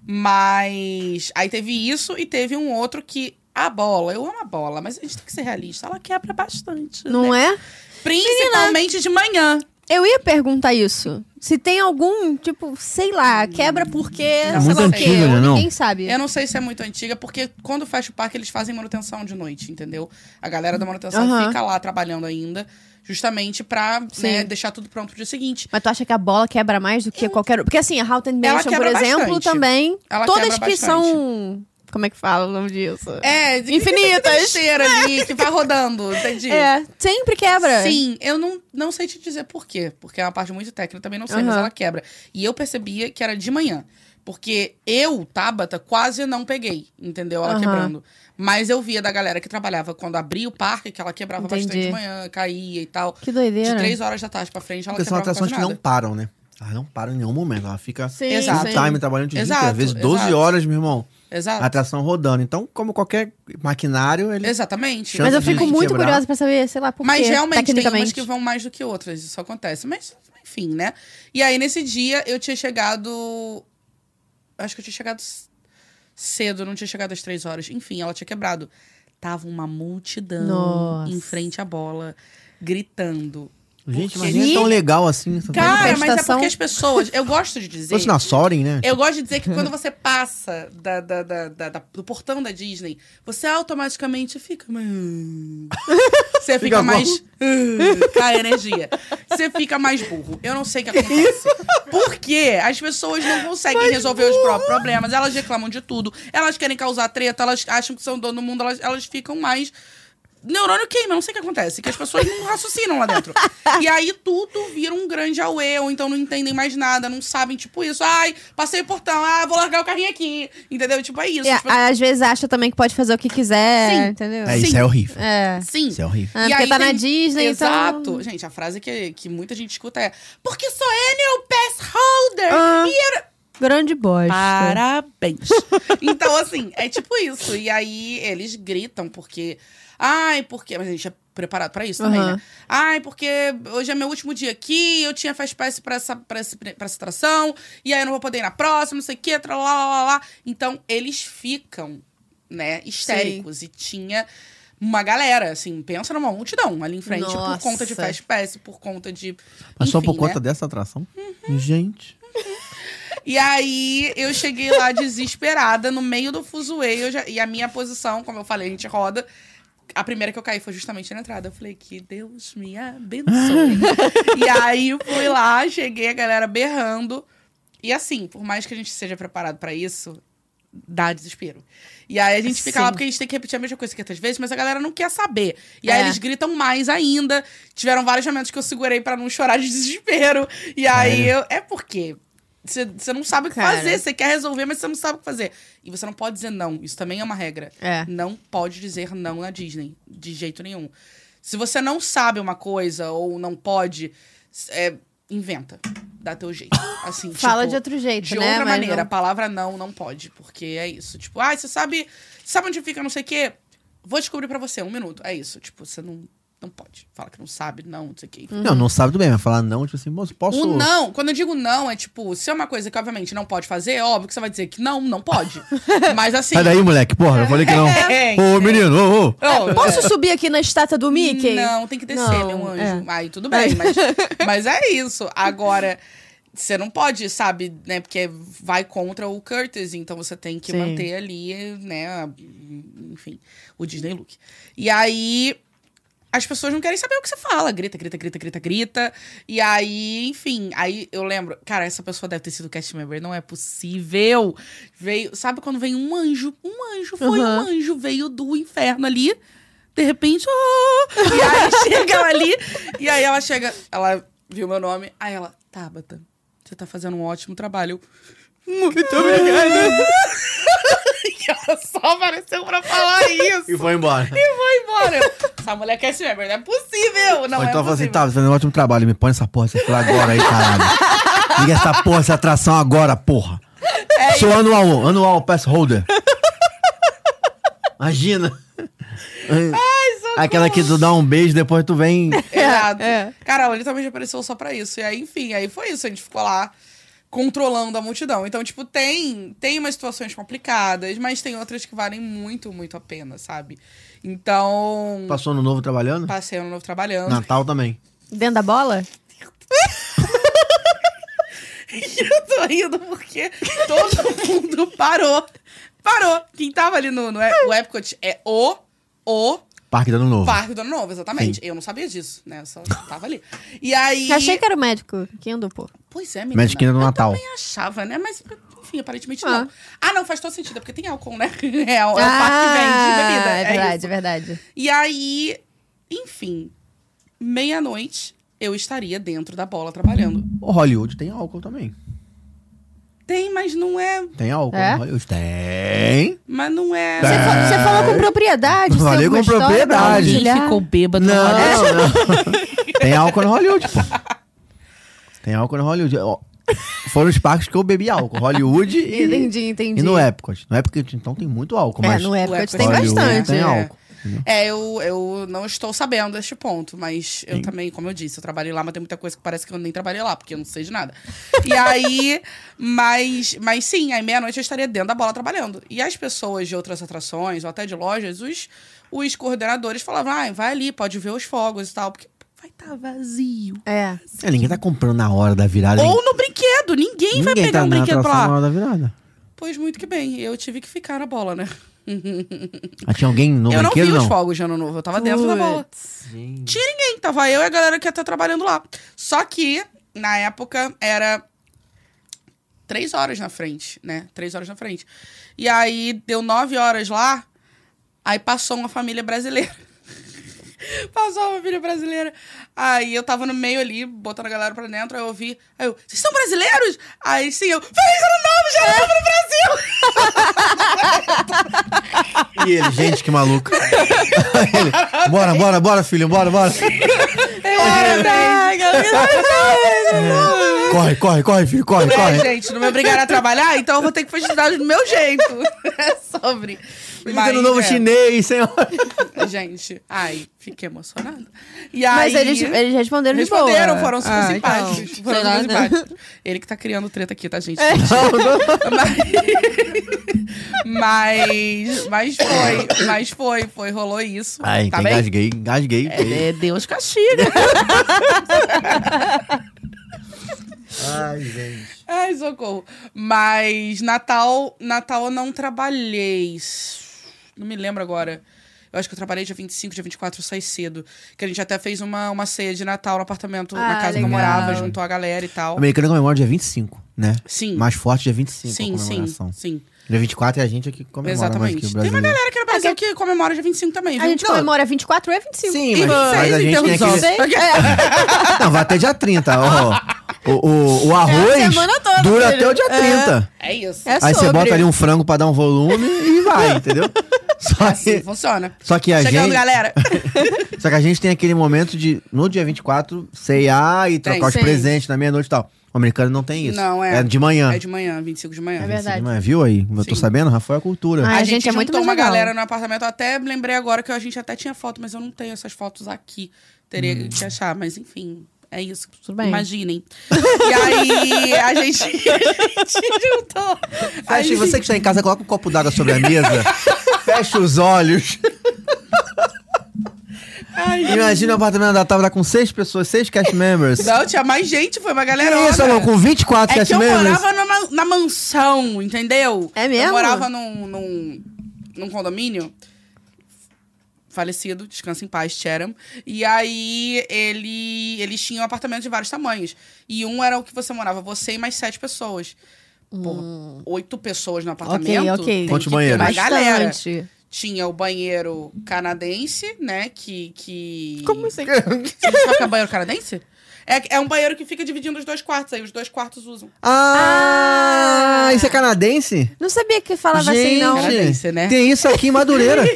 [SPEAKER 3] Mas aí teve isso e teve um outro que. A bola, eu amo a bola, mas a gente tem que ser realista. Ela quebra bastante.
[SPEAKER 1] Não
[SPEAKER 3] né?
[SPEAKER 1] é?
[SPEAKER 3] Principalmente de manhã.
[SPEAKER 1] Eu ia perguntar isso. Se tem algum, tipo, sei lá, quebra porque.
[SPEAKER 3] Não,
[SPEAKER 1] sei
[SPEAKER 3] muito
[SPEAKER 1] lá o quê.
[SPEAKER 2] antigo, né, não?
[SPEAKER 1] Ninguém sabe.
[SPEAKER 3] É Eu não sei se é muito antiga, porque quando fecha o parque, eles fazem manutenção de noite, entendeu? A galera da manutenção
[SPEAKER 1] Aham.
[SPEAKER 3] fica lá trabalhando ainda, justamente pra né,
[SPEAKER 1] Sim.
[SPEAKER 3] deixar tudo pronto pro dia seguinte.
[SPEAKER 1] Mas tu acha que a bola quebra mais do que qualquer. Porque assim, a Haunted
[SPEAKER 3] Ela
[SPEAKER 1] Mansion, por
[SPEAKER 3] quebra
[SPEAKER 1] exemplo,
[SPEAKER 3] bastante.
[SPEAKER 1] também.
[SPEAKER 3] Ela
[SPEAKER 1] todas que
[SPEAKER 3] quebra bastante.
[SPEAKER 1] são. Como é que fala o nome disso?
[SPEAKER 3] É,
[SPEAKER 1] Infinitas.
[SPEAKER 3] Cheira ali, que
[SPEAKER 1] [LAUGHS]
[SPEAKER 3] vai rodando, entendi.
[SPEAKER 1] É, sempre quebra.
[SPEAKER 3] Sim, eu não, não sei te dizer por quê, porque é uma parte muito técnica, eu também não sei, mas
[SPEAKER 1] Aham.
[SPEAKER 3] ela quebra. E eu percebia que era de manhã, porque eu, Tabata, quase não peguei, entendeu? Ela
[SPEAKER 1] Aham.
[SPEAKER 3] quebrando. Mas eu via da galera que trabalhava quando abria o parque, que ela quebrava bastante
[SPEAKER 1] Entendi.
[SPEAKER 3] de manhã, caía e tal.
[SPEAKER 1] Que
[SPEAKER 3] De
[SPEAKER 1] doideira.
[SPEAKER 3] três horas da tarde pra frente, ela
[SPEAKER 2] Porque tá são
[SPEAKER 3] quebrava
[SPEAKER 2] atrações que
[SPEAKER 3] quase
[SPEAKER 2] não
[SPEAKER 3] nada.
[SPEAKER 2] param, né? Ela não para em nenhum momento. Ela fica
[SPEAKER 1] Sim,
[SPEAKER 3] Exato.
[SPEAKER 1] sim.
[SPEAKER 2] full time trabalhando de
[SPEAKER 3] Exato,
[SPEAKER 2] 20, às vezes 12
[SPEAKER 3] exato.
[SPEAKER 2] horas, meu irmão.
[SPEAKER 3] Exato.
[SPEAKER 2] A atração rodando. Então, como qualquer maquinário, ele.
[SPEAKER 3] Exatamente.
[SPEAKER 1] Mas eu fico
[SPEAKER 2] Chance de
[SPEAKER 1] muito
[SPEAKER 2] quebrar.
[SPEAKER 1] curiosa pra saber, sei lá, por
[SPEAKER 3] Mas
[SPEAKER 1] quê,
[SPEAKER 3] realmente tem umas
[SPEAKER 1] tecnicamente.
[SPEAKER 3] que vão mais do que outras, isso acontece. Mas, enfim, né? E aí, nesse dia, eu tinha chegado. Acho que eu tinha chegado c- cedo, não tinha chegado às três horas. Enfim, ela tinha quebrado. Tava uma multidão
[SPEAKER 1] Nossa.
[SPEAKER 3] em frente à bola, gritando.
[SPEAKER 2] Gente,
[SPEAKER 3] Porque-
[SPEAKER 2] mas nem é tão legal assim. essa
[SPEAKER 3] Cara, mas é
[SPEAKER 1] manifestação.
[SPEAKER 3] porque as pessoas. Eu
[SPEAKER 1] [LAUGHS]
[SPEAKER 3] gosto de dizer.
[SPEAKER 2] Fosse na Soren, né?
[SPEAKER 3] Eu gosto de dizer que quando você passa da- da- da- da- da- do portão da Disney, você automaticamente fica. mais- Você fica,
[SPEAKER 2] Fica bom.
[SPEAKER 3] mais. [LAUGHS] Cai a energia. Você fica mais burro. Eu não sei o que acontece. Porque as pessoas não conseguem resolver os próprios problemas, elas reclamam de tudo, elas querem causar treta, elas acham que são dono do mundo, elas, elas ficam mais. Neurônio queima, não sei o que acontece, que as pessoas não raciocinam
[SPEAKER 1] [LAUGHS]
[SPEAKER 3] lá dentro. E aí tudo vira um grande auê, ou então não entendem mais nada, não sabem, tipo isso. Ai, passei o portão, ah, vou largar o carrinho aqui. Entendeu? Tipo, é isso.
[SPEAKER 1] É,
[SPEAKER 3] Tipo,
[SPEAKER 1] Às vezes acha também que pode fazer o que quiser,
[SPEAKER 3] Sim.
[SPEAKER 1] entendeu?
[SPEAKER 2] É, isso
[SPEAKER 3] Sim.
[SPEAKER 2] é horrível.
[SPEAKER 1] É.
[SPEAKER 3] sim.
[SPEAKER 2] Isso é horrível.
[SPEAKER 1] Ah,
[SPEAKER 3] E
[SPEAKER 1] porque
[SPEAKER 3] aí
[SPEAKER 1] tá
[SPEAKER 3] tem-
[SPEAKER 1] na Disney,
[SPEAKER 3] Exato.
[SPEAKER 1] então.
[SPEAKER 3] Gente, a frase que, que muita gente escuta é Porque sou annual pass holder!
[SPEAKER 1] Ah, Grande bosta.
[SPEAKER 3] Parabéns! [LAUGHS] então, assim, é tipo isso. E aí eles gritam porque... Ai, porque... Mas a gente é preparado pra isso também,
[SPEAKER 1] Aham.
[SPEAKER 3] né? Ai, porque hoje é meu último dia aqui, eu tinha fast pass pra essa, pra, esse- pra essa atração, e aí eu não vou poder ir na próxima, não sei o quê, lá, lá, lá, lá. Então, eles ficam, né, histéricos. E tinha uma galera, assim, pensa numa multidão ali em frente, por
[SPEAKER 1] Nossa.
[SPEAKER 3] conta de fast pass, por conta de...
[SPEAKER 2] Mas só
[SPEAKER 3] enfim,
[SPEAKER 2] por
[SPEAKER 3] né? Uhum.
[SPEAKER 2] conta dessa atração? Gente.
[SPEAKER 3] E aí eu cheguei lá desesperada, no meio do fuzuê, eu já- e a minha posição, como eu falei, a gente roda. A primeira que eu caí foi justamente na entrada. Eu falei, que Deus me
[SPEAKER 1] [LAUGHS]
[SPEAKER 3] abençoe. e aí eu fui lá, cheguei, a galera berrando. E assim, por mais que a gente seja preparado pra isso, dá desespero. E aí a gente fica
[SPEAKER 1] Sim.
[SPEAKER 3] lá porque a gente tem que repetir a mesma coisa 500 vezes, mas a galera não quer saber. E aí
[SPEAKER 1] É.
[SPEAKER 3] eles gritam mais ainda. Tiveram vários momentos que eu segurei pra não chorar de desespero. E aí eu. É porque. Você você não sabe o que
[SPEAKER 1] Cara.
[SPEAKER 3] fazer, você quer resolver, mas você não sabe o que fazer. E você não pode dizer não. Isso também é uma regra.
[SPEAKER 1] É.
[SPEAKER 3] Não pode dizer não na Disney, de jeito nenhum. Se você não sabe uma coisa ou não pode, é, inventa. Dá teu
[SPEAKER 1] [LAUGHS]
[SPEAKER 3] jeito. Assim,
[SPEAKER 1] Fala
[SPEAKER 3] tipo,
[SPEAKER 1] de outro jeito,
[SPEAKER 3] de
[SPEAKER 1] né?
[SPEAKER 3] outra
[SPEAKER 1] Mas
[SPEAKER 3] maneira, a
[SPEAKER 1] não-
[SPEAKER 3] palavra não não pode, porque é isso. Tipo, ah, você sabe, sabe onde fica não sei o quê? Vou descobrir pra você, um minuto. É isso. Tipo, você não, não pode. Fala que não sabe, não, não sei o quê.
[SPEAKER 2] Não, não sabe do bem, mas falar não, tipo assim, moço, posso.
[SPEAKER 3] Uhum. O não, quando eu digo não, é tipo, se é uma coisa que obviamente não pode fazer, é óbvio que você vai dizer que não,
[SPEAKER 2] [LAUGHS]
[SPEAKER 3] não pode. Mas assim.
[SPEAKER 2] Sai daí, moleque, porra, eu falei que não.
[SPEAKER 3] [LAUGHS] É.
[SPEAKER 2] Ô, menino, ô, ô.
[SPEAKER 3] Ô,
[SPEAKER 1] É, Posso subir aqui na estátua do Mickey? [LAUGHS]
[SPEAKER 3] Não, tem que descer,
[SPEAKER 1] Não,
[SPEAKER 3] meu anjo.
[SPEAKER 1] é.
[SPEAKER 3] Aí tudo bem, mas, [LAUGHS] mas é isso. Agora, você não pode, sabe, né? Porque vai contra o Curtis, então você tem que
[SPEAKER 1] Sim.
[SPEAKER 3] manter ali, né? a- Enfim, o Disney look. E aí. As pessoas não querem saber o que você fala. Grita, grita, grita, grita, grita. E aí, enfim. Aí eu lembro. Cara, essa pessoa deve ter sido cast member. Não é possível. Veio. Sabe quando vem um anjo? Um anjo. Foi um
[SPEAKER 1] Uhum.
[SPEAKER 3] anjo. Veio do inferno ali. De repente, oh! e aí chega ela ali, [LAUGHS] e aí ela chega, ela viu meu nome, aí ela, Tabata, você tá fazendo um ótimo trabalho. [LAUGHS] Eu, Muito obrigada. e ela só apareceu pra [LAUGHS] falar isso.
[SPEAKER 2] E foi embora.
[SPEAKER 3] E foi embora. Eu, Essa mulher quer se beber, não é possível. Não
[SPEAKER 2] Ou
[SPEAKER 3] é
[SPEAKER 2] então fala assim,
[SPEAKER 3] possível.
[SPEAKER 2] tá, você fazendo um ótimo trabalho, me põe essa porra, você fala agora aí,
[SPEAKER 3] [LAUGHS]
[SPEAKER 2] caralho. Liga essa porra, essa atração agora, porra.
[SPEAKER 3] É
[SPEAKER 2] Sou anual, anual pass holder. Imagina. [LAUGHS] Aquela que tu dá um beijo, depois tu
[SPEAKER 3] [LAUGHS]
[SPEAKER 2] vem.
[SPEAKER 3] Exato.
[SPEAKER 1] É.
[SPEAKER 3] Cara, ele também já apareceu só pra isso. E aí, enfim, aí foi isso. A gente ficou lá controlando a multidão. Então, tipo, tem, tem umas situações complicadas, mas tem outras que valem muito, muito a pena, sabe? Então,
[SPEAKER 2] Passou no novo trabalhando?
[SPEAKER 3] passei ano novo trabalhando.
[SPEAKER 2] Natal também.
[SPEAKER 1] Dentro da bola?
[SPEAKER 3] E eu tô rindo porque todo mundo parou. Parou. Quem tava ali no, no E- o Epcot é o, o
[SPEAKER 2] Parque do Ano Novo.
[SPEAKER 3] Parque do Ano Novo, exatamente. Eu não sabia disso, né? Eu só tava ali. E aí...
[SPEAKER 1] Achei que era o médico. Kindle, pô.
[SPEAKER 3] Pois é, menina.
[SPEAKER 2] Magic Kingdom do
[SPEAKER 3] eu
[SPEAKER 2] Natal.
[SPEAKER 3] também achava, né? Mas, enfim, aparentemente
[SPEAKER 1] Ah.
[SPEAKER 3] não. Ah, não, faz todo sentido, é porque tem álcool, né? [LAUGHS] É, o- é o parque que vende
[SPEAKER 1] ah,
[SPEAKER 3] bebida.
[SPEAKER 1] É verdade,
[SPEAKER 3] isso.
[SPEAKER 1] é verdade.
[SPEAKER 3] E aí, enfim, meia-noite eu estaria dentro da bola trabalhando.
[SPEAKER 2] O Hollywood tem álcool também.
[SPEAKER 3] Tem, mas não é.
[SPEAKER 2] Tem álcool
[SPEAKER 1] É?
[SPEAKER 2] no Hollywood? Tem.
[SPEAKER 3] Mas não é.
[SPEAKER 1] Você,
[SPEAKER 2] Tá.
[SPEAKER 1] fa- você falou com propriedade. você
[SPEAKER 2] Falei
[SPEAKER 1] tem alguma
[SPEAKER 2] com
[SPEAKER 1] história pra
[SPEAKER 2] propriedade.
[SPEAKER 1] compartilhar?
[SPEAKER 3] bêbado.
[SPEAKER 2] Ah, Não, não. [LAUGHS] Tem álcool no Hollywood, pô. Tem álcool no Hollywood. Ó, Foram os parques que eu bebi álcool. Hollywood e,
[SPEAKER 1] Entendi, entendi.
[SPEAKER 2] e no Epcot. No Epcot, então, tem muito álcool,
[SPEAKER 1] É,
[SPEAKER 2] mas...
[SPEAKER 1] no Epcot
[SPEAKER 3] Epcot
[SPEAKER 1] tem
[SPEAKER 2] Hollywood
[SPEAKER 1] bastante.
[SPEAKER 2] Tem
[SPEAKER 3] é.
[SPEAKER 2] álcool.
[SPEAKER 3] É, eu, eu não estou sabendo este ponto, mas eu
[SPEAKER 2] Sim.
[SPEAKER 3] também, como eu disse, eu trabalhei lá, mas tem muita coisa que parece que eu nem trabalhei lá, porque eu não sei de nada. E aí, mas, mas sim, aí meia-noite eu estaria dentro da bola trabalhando. E as pessoas de outras atrações, ou até de lojas, os, os coordenadores falavam, ah, vai ali, pode ver os fogos e tal, porque vai estar vazio.
[SPEAKER 1] É.
[SPEAKER 2] É, ninguém tá comprando na hora da virada.
[SPEAKER 3] Ou no brinquedo, ninguém,
[SPEAKER 2] ninguém
[SPEAKER 3] vai pegar
[SPEAKER 2] tá
[SPEAKER 3] um
[SPEAKER 2] na
[SPEAKER 3] brinquedo pra
[SPEAKER 2] atração
[SPEAKER 3] lá.
[SPEAKER 2] na hora da virada.
[SPEAKER 3] Pois muito que bem, eu tive que ficar na bola, né?
[SPEAKER 2] Ah, tinha alguém no
[SPEAKER 3] eu não vi
[SPEAKER 2] brinquedo,
[SPEAKER 3] os
[SPEAKER 2] não?
[SPEAKER 3] fogos de ano novo, eu tava dentro da bola.
[SPEAKER 1] Putz.
[SPEAKER 3] Tinha ninguém, tava eu e a galera que ia estar trabalhando lá. Só que, na época, era três horas na frente, né? Três horas na frente. E aí, deu nove horas lá, aí passou uma família brasileira. [LAUGHS] passou uma família brasileira. Aí eu tava no meio ali, botando a galera pra dentro, aí eu ouvi, aí eu, vocês são brasileiros? Aí sim, eu, feliz ano novo, já é pro Brasil!
[SPEAKER 2] E ele, gente, que
[SPEAKER 3] [LAUGHS]
[SPEAKER 2] maluco. Ele, bora, bora, bora, filho, bora, bora.
[SPEAKER 1] Caraca,
[SPEAKER 2] Corre, corre, corre, filho, corre,
[SPEAKER 3] É,
[SPEAKER 2] corre.
[SPEAKER 3] gente, não me obrigaram a trabalhar, então eu vou ter que festejar do meu jeito. [LAUGHS] É sobre.
[SPEAKER 2] Brinca no novo
[SPEAKER 3] é.
[SPEAKER 2] chinês, senhor.
[SPEAKER 3] Gente, ai, fiquei emocionada. E aí,
[SPEAKER 1] Mas eles, eles responderam de boa.
[SPEAKER 3] responderam, foram super
[SPEAKER 1] Ah, então,
[SPEAKER 3] simpáticos.
[SPEAKER 1] sei
[SPEAKER 3] foram
[SPEAKER 1] lá,
[SPEAKER 3] super
[SPEAKER 1] né?
[SPEAKER 3] simpáticos. Ele que tá criando treta aqui, tá,
[SPEAKER 1] É.
[SPEAKER 3] gente? Mas, [LAUGHS] mas foi, mas foi, foi, rolou isso.
[SPEAKER 2] [LAUGHS]
[SPEAKER 1] Ah,
[SPEAKER 2] Ai,
[SPEAKER 3] tá bem?
[SPEAKER 2] engasguei, engasguei.
[SPEAKER 3] É, Deus castiga.
[SPEAKER 2] [LAUGHS] Ai, gente.
[SPEAKER 3] Ai, socorro. Mas Natal, Natal eu não trabalhei. Não me lembro agora. Eu acho que eu trabalhei dia 25, dia 24, eu saí cedo. Que a gente até fez uma, uma ceia de Natal no apartamento, na
[SPEAKER 1] Ah,
[SPEAKER 3] casa que
[SPEAKER 1] legal.
[SPEAKER 3] eu morava, juntou a galera e tal.
[SPEAKER 2] O americano comemora dia 25, né?
[SPEAKER 3] Sim.
[SPEAKER 2] Mais forte dia 25. a
[SPEAKER 3] Sim, sim,
[SPEAKER 2] comemoração.
[SPEAKER 3] sim.
[SPEAKER 2] Dia 24 é a gente aqui que comemora.
[SPEAKER 3] Exatamente.
[SPEAKER 2] Mas que o
[SPEAKER 3] Tem uma
[SPEAKER 2] brasileiro-
[SPEAKER 3] galera aqui no Brasil que comemora dia 25 também,
[SPEAKER 1] A
[SPEAKER 3] viu?
[SPEAKER 1] gente
[SPEAKER 3] Não,
[SPEAKER 1] comemora 24 é 25.
[SPEAKER 2] Sim,
[SPEAKER 3] E
[SPEAKER 2] mas, mas a
[SPEAKER 3] vocês,
[SPEAKER 2] gente
[SPEAKER 3] então,
[SPEAKER 2] tem
[SPEAKER 3] os
[SPEAKER 2] aquele...
[SPEAKER 1] Sei. É.
[SPEAKER 2] Não, vai até dia 30. ó. O, o, o arroz
[SPEAKER 1] semana toda,
[SPEAKER 2] dura
[SPEAKER 1] filho.
[SPEAKER 2] até o dia 30.
[SPEAKER 3] né? É isso.
[SPEAKER 1] [LAUGHS] É
[SPEAKER 2] Aí você
[SPEAKER 1] sobre.
[SPEAKER 2] bota ali um frango pra dar um volume e
[SPEAKER 3] [LAUGHS]
[SPEAKER 2] vai, entendeu? Só
[SPEAKER 3] Assim
[SPEAKER 2] que,
[SPEAKER 3] funciona.
[SPEAKER 2] só que a
[SPEAKER 3] Chegando,
[SPEAKER 2] gente... [LAUGHS]
[SPEAKER 3] galera.
[SPEAKER 2] Só que a gente tem aquele momento de, no dia 24, ceiar e trocar os
[SPEAKER 1] sim.
[SPEAKER 2] presentes na meia-noite e tal. O americano não tem isso.
[SPEAKER 3] Não, é.
[SPEAKER 2] É de manhã.
[SPEAKER 3] É de manhã, 25 de
[SPEAKER 1] É
[SPEAKER 3] manhã.
[SPEAKER 2] Isso de
[SPEAKER 1] verdade.
[SPEAKER 2] manhã. Viu aí? Eu tô
[SPEAKER 3] Sim.
[SPEAKER 2] sabendo, Rafael é cultura.
[SPEAKER 1] Ai.
[SPEAKER 3] A,
[SPEAKER 1] A
[SPEAKER 3] gente,
[SPEAKER 1] gente é muito
[SPEAKER 3] juntou
[SPEAKER 1] mais
[SPEAKER 3] uma
[SPEAKER 1] legal.
[SPEAKER 3] galera no apartamento. Eu até me lembrei agora que a gente até tinha foto, mas eu não tenho essas fotos aqui. Teria que achar, mas enfim. É isso.
[SPEAKER 1] Hum. Tudo bem.
[SPEAKER 3] Imaginem. e aí, a gente, [LAUGHS] a
[SPEAKER 1] [LAUGHS]
[SPEAKER 3] gente juntou. A
[SPEAKER 2] Fecha,
[SPEAKER 3] gente-
[SPEAKER 2] você que está em casa, coloca um copo d'água sobre a mesa.
[SPEAKER 3] [LAUGHS]
[SPEAKER 2] fecha os olhos.
[SPEAKER 3] Ai,
[SPEAKER 2] Imagina o apartamento da Tava com seis pessoas, seis cast members.
[SPEAKER 3] Não, tinha mais gente, foi uma galera.
[SPEAKER 2] Que isso, Alô, com 24
[SPEAKER 3] É
[SPEAKER 2] cast
[SPEAKER 3] que eu
[SPEAKER 2] members.
[SPEAKER 3] morava numa- na mansão, entendeu?
[SPEAKER 1] É mesmo?
[SPEAKER 3] Eu morava num, num, num condomínio falecido, descansa em paz, Cheram. E aí ele, eles tinham apartamentos de vários tamanhos. E um era o que você morava, você e mais sete pessoas. Pô, oito pessoas no apartamento.
[SPEAKER 1] Hum. ok.
[SPEAKER 3] tem
[SPEAKER 2] Quantos
[SPEAKER 3] que ter
[SPEAKER 2] banheiros?
[SPEAKER 3] uma galera.
[SPEAKER 1] Bastante.
[SPEAKER 3] Tinha o banheiro canadense, né? Que. que...
[SPEAKER 1] Como assim?
[SPEAKER 3] Você não sabe o que é banheiro canadense? É, é um banheiro que fica dividindo os dois quartos, aí os dois quartos usam.
[SPEAKER 2] [LAUGHS] Ah, isso é canadense?
[SPEAKER 1] Não sabia que falava assim, não.
[SPEAKER 3] Cara, Canadense, né?
[SPEAKER 2] tem isso aqui em Madureira.
[SPEAKER 3] [LAUGHS]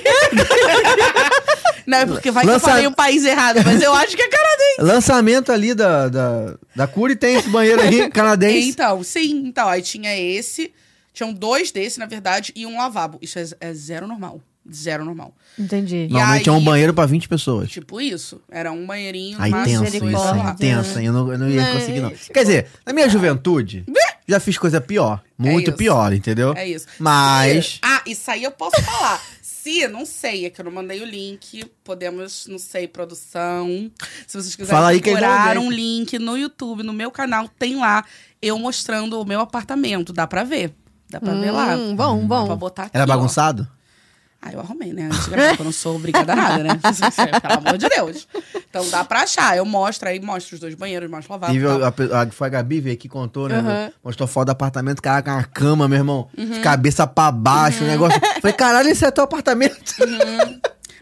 [SPEAKER 3] Não, é porque vai
[SPEAKER 2] Lança-
[SPEAKER 3] que eu falei um país errado, mas eu acho
[SPEAKER 2] [LAUGHS]
[SPEAKER 3] que é canadense.
[SPEAKER 2] Lançamento ali da, da, da Curi tem esse banheiro
[SPEAKER 3] [LAUGHS]
[SPEAKER 2] aí canadense.
[SPEAKER 3] Então, sim, então. Aí tinha esse, tinham dois desse, na verdade, e um lavabo. Isso é, é zero normal. Zero normal.
[SPEAKER 1] Entendi.
[SPEAKER 2] Normalmente
[SPEAKER 3] E
[SPEAKER 2] é um
[SPEAKER 3] aí-
[SPEAKER 2] banheiro pra 20 pessoas.
[SPEAKER 3] Tipo isso. Era um banheirinho,
[SPEAKER 2] Aí
[SPEAKER 3] uma
[SPEAKER 2] tenso
[SPEAKER 3] coisa
[SPEAKER 2] isso,
[SPEAKER 1] misericórdia.
[SPEAKER 2] aí
[SPEAKER 3] lá.
[SPEAKER 2] tenso, aí eu não, eu não ia
[SPEAKER 1] Não,
[SPEAKER 2] conseguir não.
[SPEAKER 1] tipo-
[SPEAKER 2] Quer dizer, na minha
[SPEAKER 3] [LAUGHS]
[SPEAKER 2] juventude, já fiz coisa pior, muito
[SPEAKER 3] É isso.
[SPEAKER 2] pior, entendeu?
[SPEAKER 3] É isso.
[SPEAKER 2] Mas,
[SPEAKER 3] Ah, isso aí eu posso falar. Se, não sei, é que eu não mandei o link. Podemos, não sei, produção. Se vocês quiserem
[SPEAKER 2] Fala aí que é eles
[SPEAKER 3] procurar
[SPEAKER 2] mandam,
[SPEAKER 3] um link no YouTube, no meu canal, tem lá eu mostrando o meu apartamento. Dá pra ver. Dá pra ver lá.
[SPEAKER 1] Hum, bom,
[SPEAKER 3] Dá pra
[SPEAKER 1] bom.
[SPEAKER 3] botar aqui,
[SPEAKER 2] era
[SPEAKER 3] ó.
[SPEAKER 2] bagunçado?
[SPEAKER 3] Ah, eu arrumei, né? Antes de gravar, que eu não sou obrigada a
[SPEAKER 1] [LAUGHS]
[SPEAKER 3] nada, né? Pelo amor de Deus. Então dá pra achar. Eu mostro aí, mostro os dois banheiros, mostro lavado.
[SPEAKER 2] Teve
[SPEAKER 3] tal.
[SPEAKER 2] a- a- a- foi a Gabi veio aqui contou, né?
[SPEAKER 1] Uhum.
[SPEAKER 2] Mostrou foto do apartamento, cara, com uma cama, meu irmão.
[SPEAKER 3] Uhum.
[SPEAKER 2] De cabeça pra baixo, o negócio. Falei, caralho, esse é teu apartamento.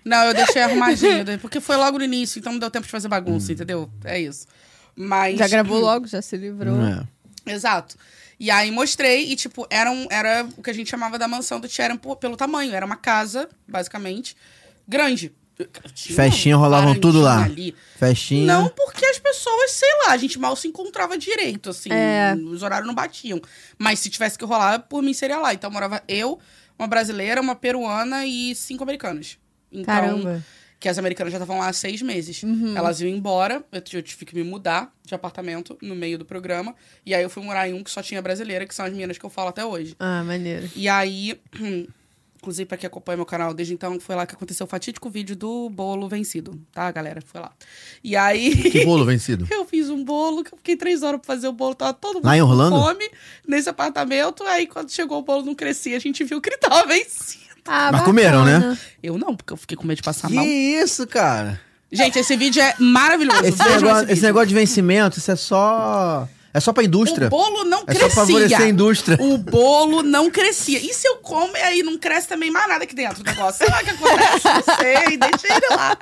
[SPEAKER 3] Não, eu deixei arrumadinho, né? porque foi logo no início, então não deu tempo de fazer
[SPEAKER 2] Hum.
[SPEAKER 3] bagunça, entendeu? É isso. Mas.
[SPEAKER 1] Já gravou logo, já se livrou.
[SPEAKER 2] É.
[SPEAKER 3] [CLEARS THROAT] Exato. E aí mostrei, e tipo, era, um- era o que a gente chamava da mansão do Tcheram por- pelo tamanho. Era uma casa, basicamente, grande. Tinha
[SPEAKER 2] Festinha
[SPEAKER 3] um
[SPEAKER 2] rolavam tudo lá.
[SPEAKER 3] parantim ali.
[SPEAKER 2] Festinha.
[SPEAKER 3] Não porque as pessoas, sei lá, a gente mal se encontrava direito, assim. Os horários não batiam. Mas se tivesse que rolar, por mim seria lá. Então morava eu, uma brasileira, uma peruana e cinco americanos. Então,
[SPEAKER 1] Caramba.
[SPEAKER 3] Que as americanas já estavam lá há seis meses. Elas iam embora, eu, t- eu tive que me mudar de apartamento no meio do programa. E aí eu fui morar em um que só tinha brasileira, que são as meninas que eu falo até hoje.
[SPEAKER 1] Ah, maneiro.
[SPEAKER 3] E aí, [CLEARS THROAT] inclusive pra quem acompanha meu canal desde então, foi lá que aconteceu o fatídico vídeo do bolo vencido, tá, galera? Foi lá. E aí. [LAUGHS]
[SPEAKER 2] Que bolo vencido.
[SPEAKER 3] Eu fiz um bolo, que eu fiquei três horas pra fazer o bolo, tava todo mundo
[SPEAKER 2] Lá em
[SPEAKER 3] com
[SPEAKER 2] Orlando?
[SPEAKER 3] fome nesse apartamento. Aí quando chegou o bolo não crescia, a gente viu que ele tava vencido.
[SPEAKER 1] Ah,
[SPEAKER 2] Mas comeram, né?
[SPEAKER 1] bacana.
[SPEAKER 3] Eu não, porque eu fiquei com medo de passar
[SPEAKER 2] Que
[SPEAKER 3] Tá mal.
[SPEAKER 2] isso, cara?
[SPEAKER 3] Gente, esse vídeo é maravilhoso.
[SPEAKER 2] Esse
[SPEAKER 3] Vejam
[SPEAKER 2] negócio,
[SPEAKER 3] vídeo.
[SPEAKER 2] esse negócio de vencimento, isso é só. É só pra indústria.
[SPEAKER 3] O bolo não
[SPEAKER 2] É
[SPEAKER 3] Um crescia.
[SPEAKER 2] só favorecer a indústria.
[SPEAKER 3] O bolo não crescia. E se eu como e aí não cresce também mais nada aqui dentro do negócio? Sei lá o que acontece, não sei, deixa ele lá.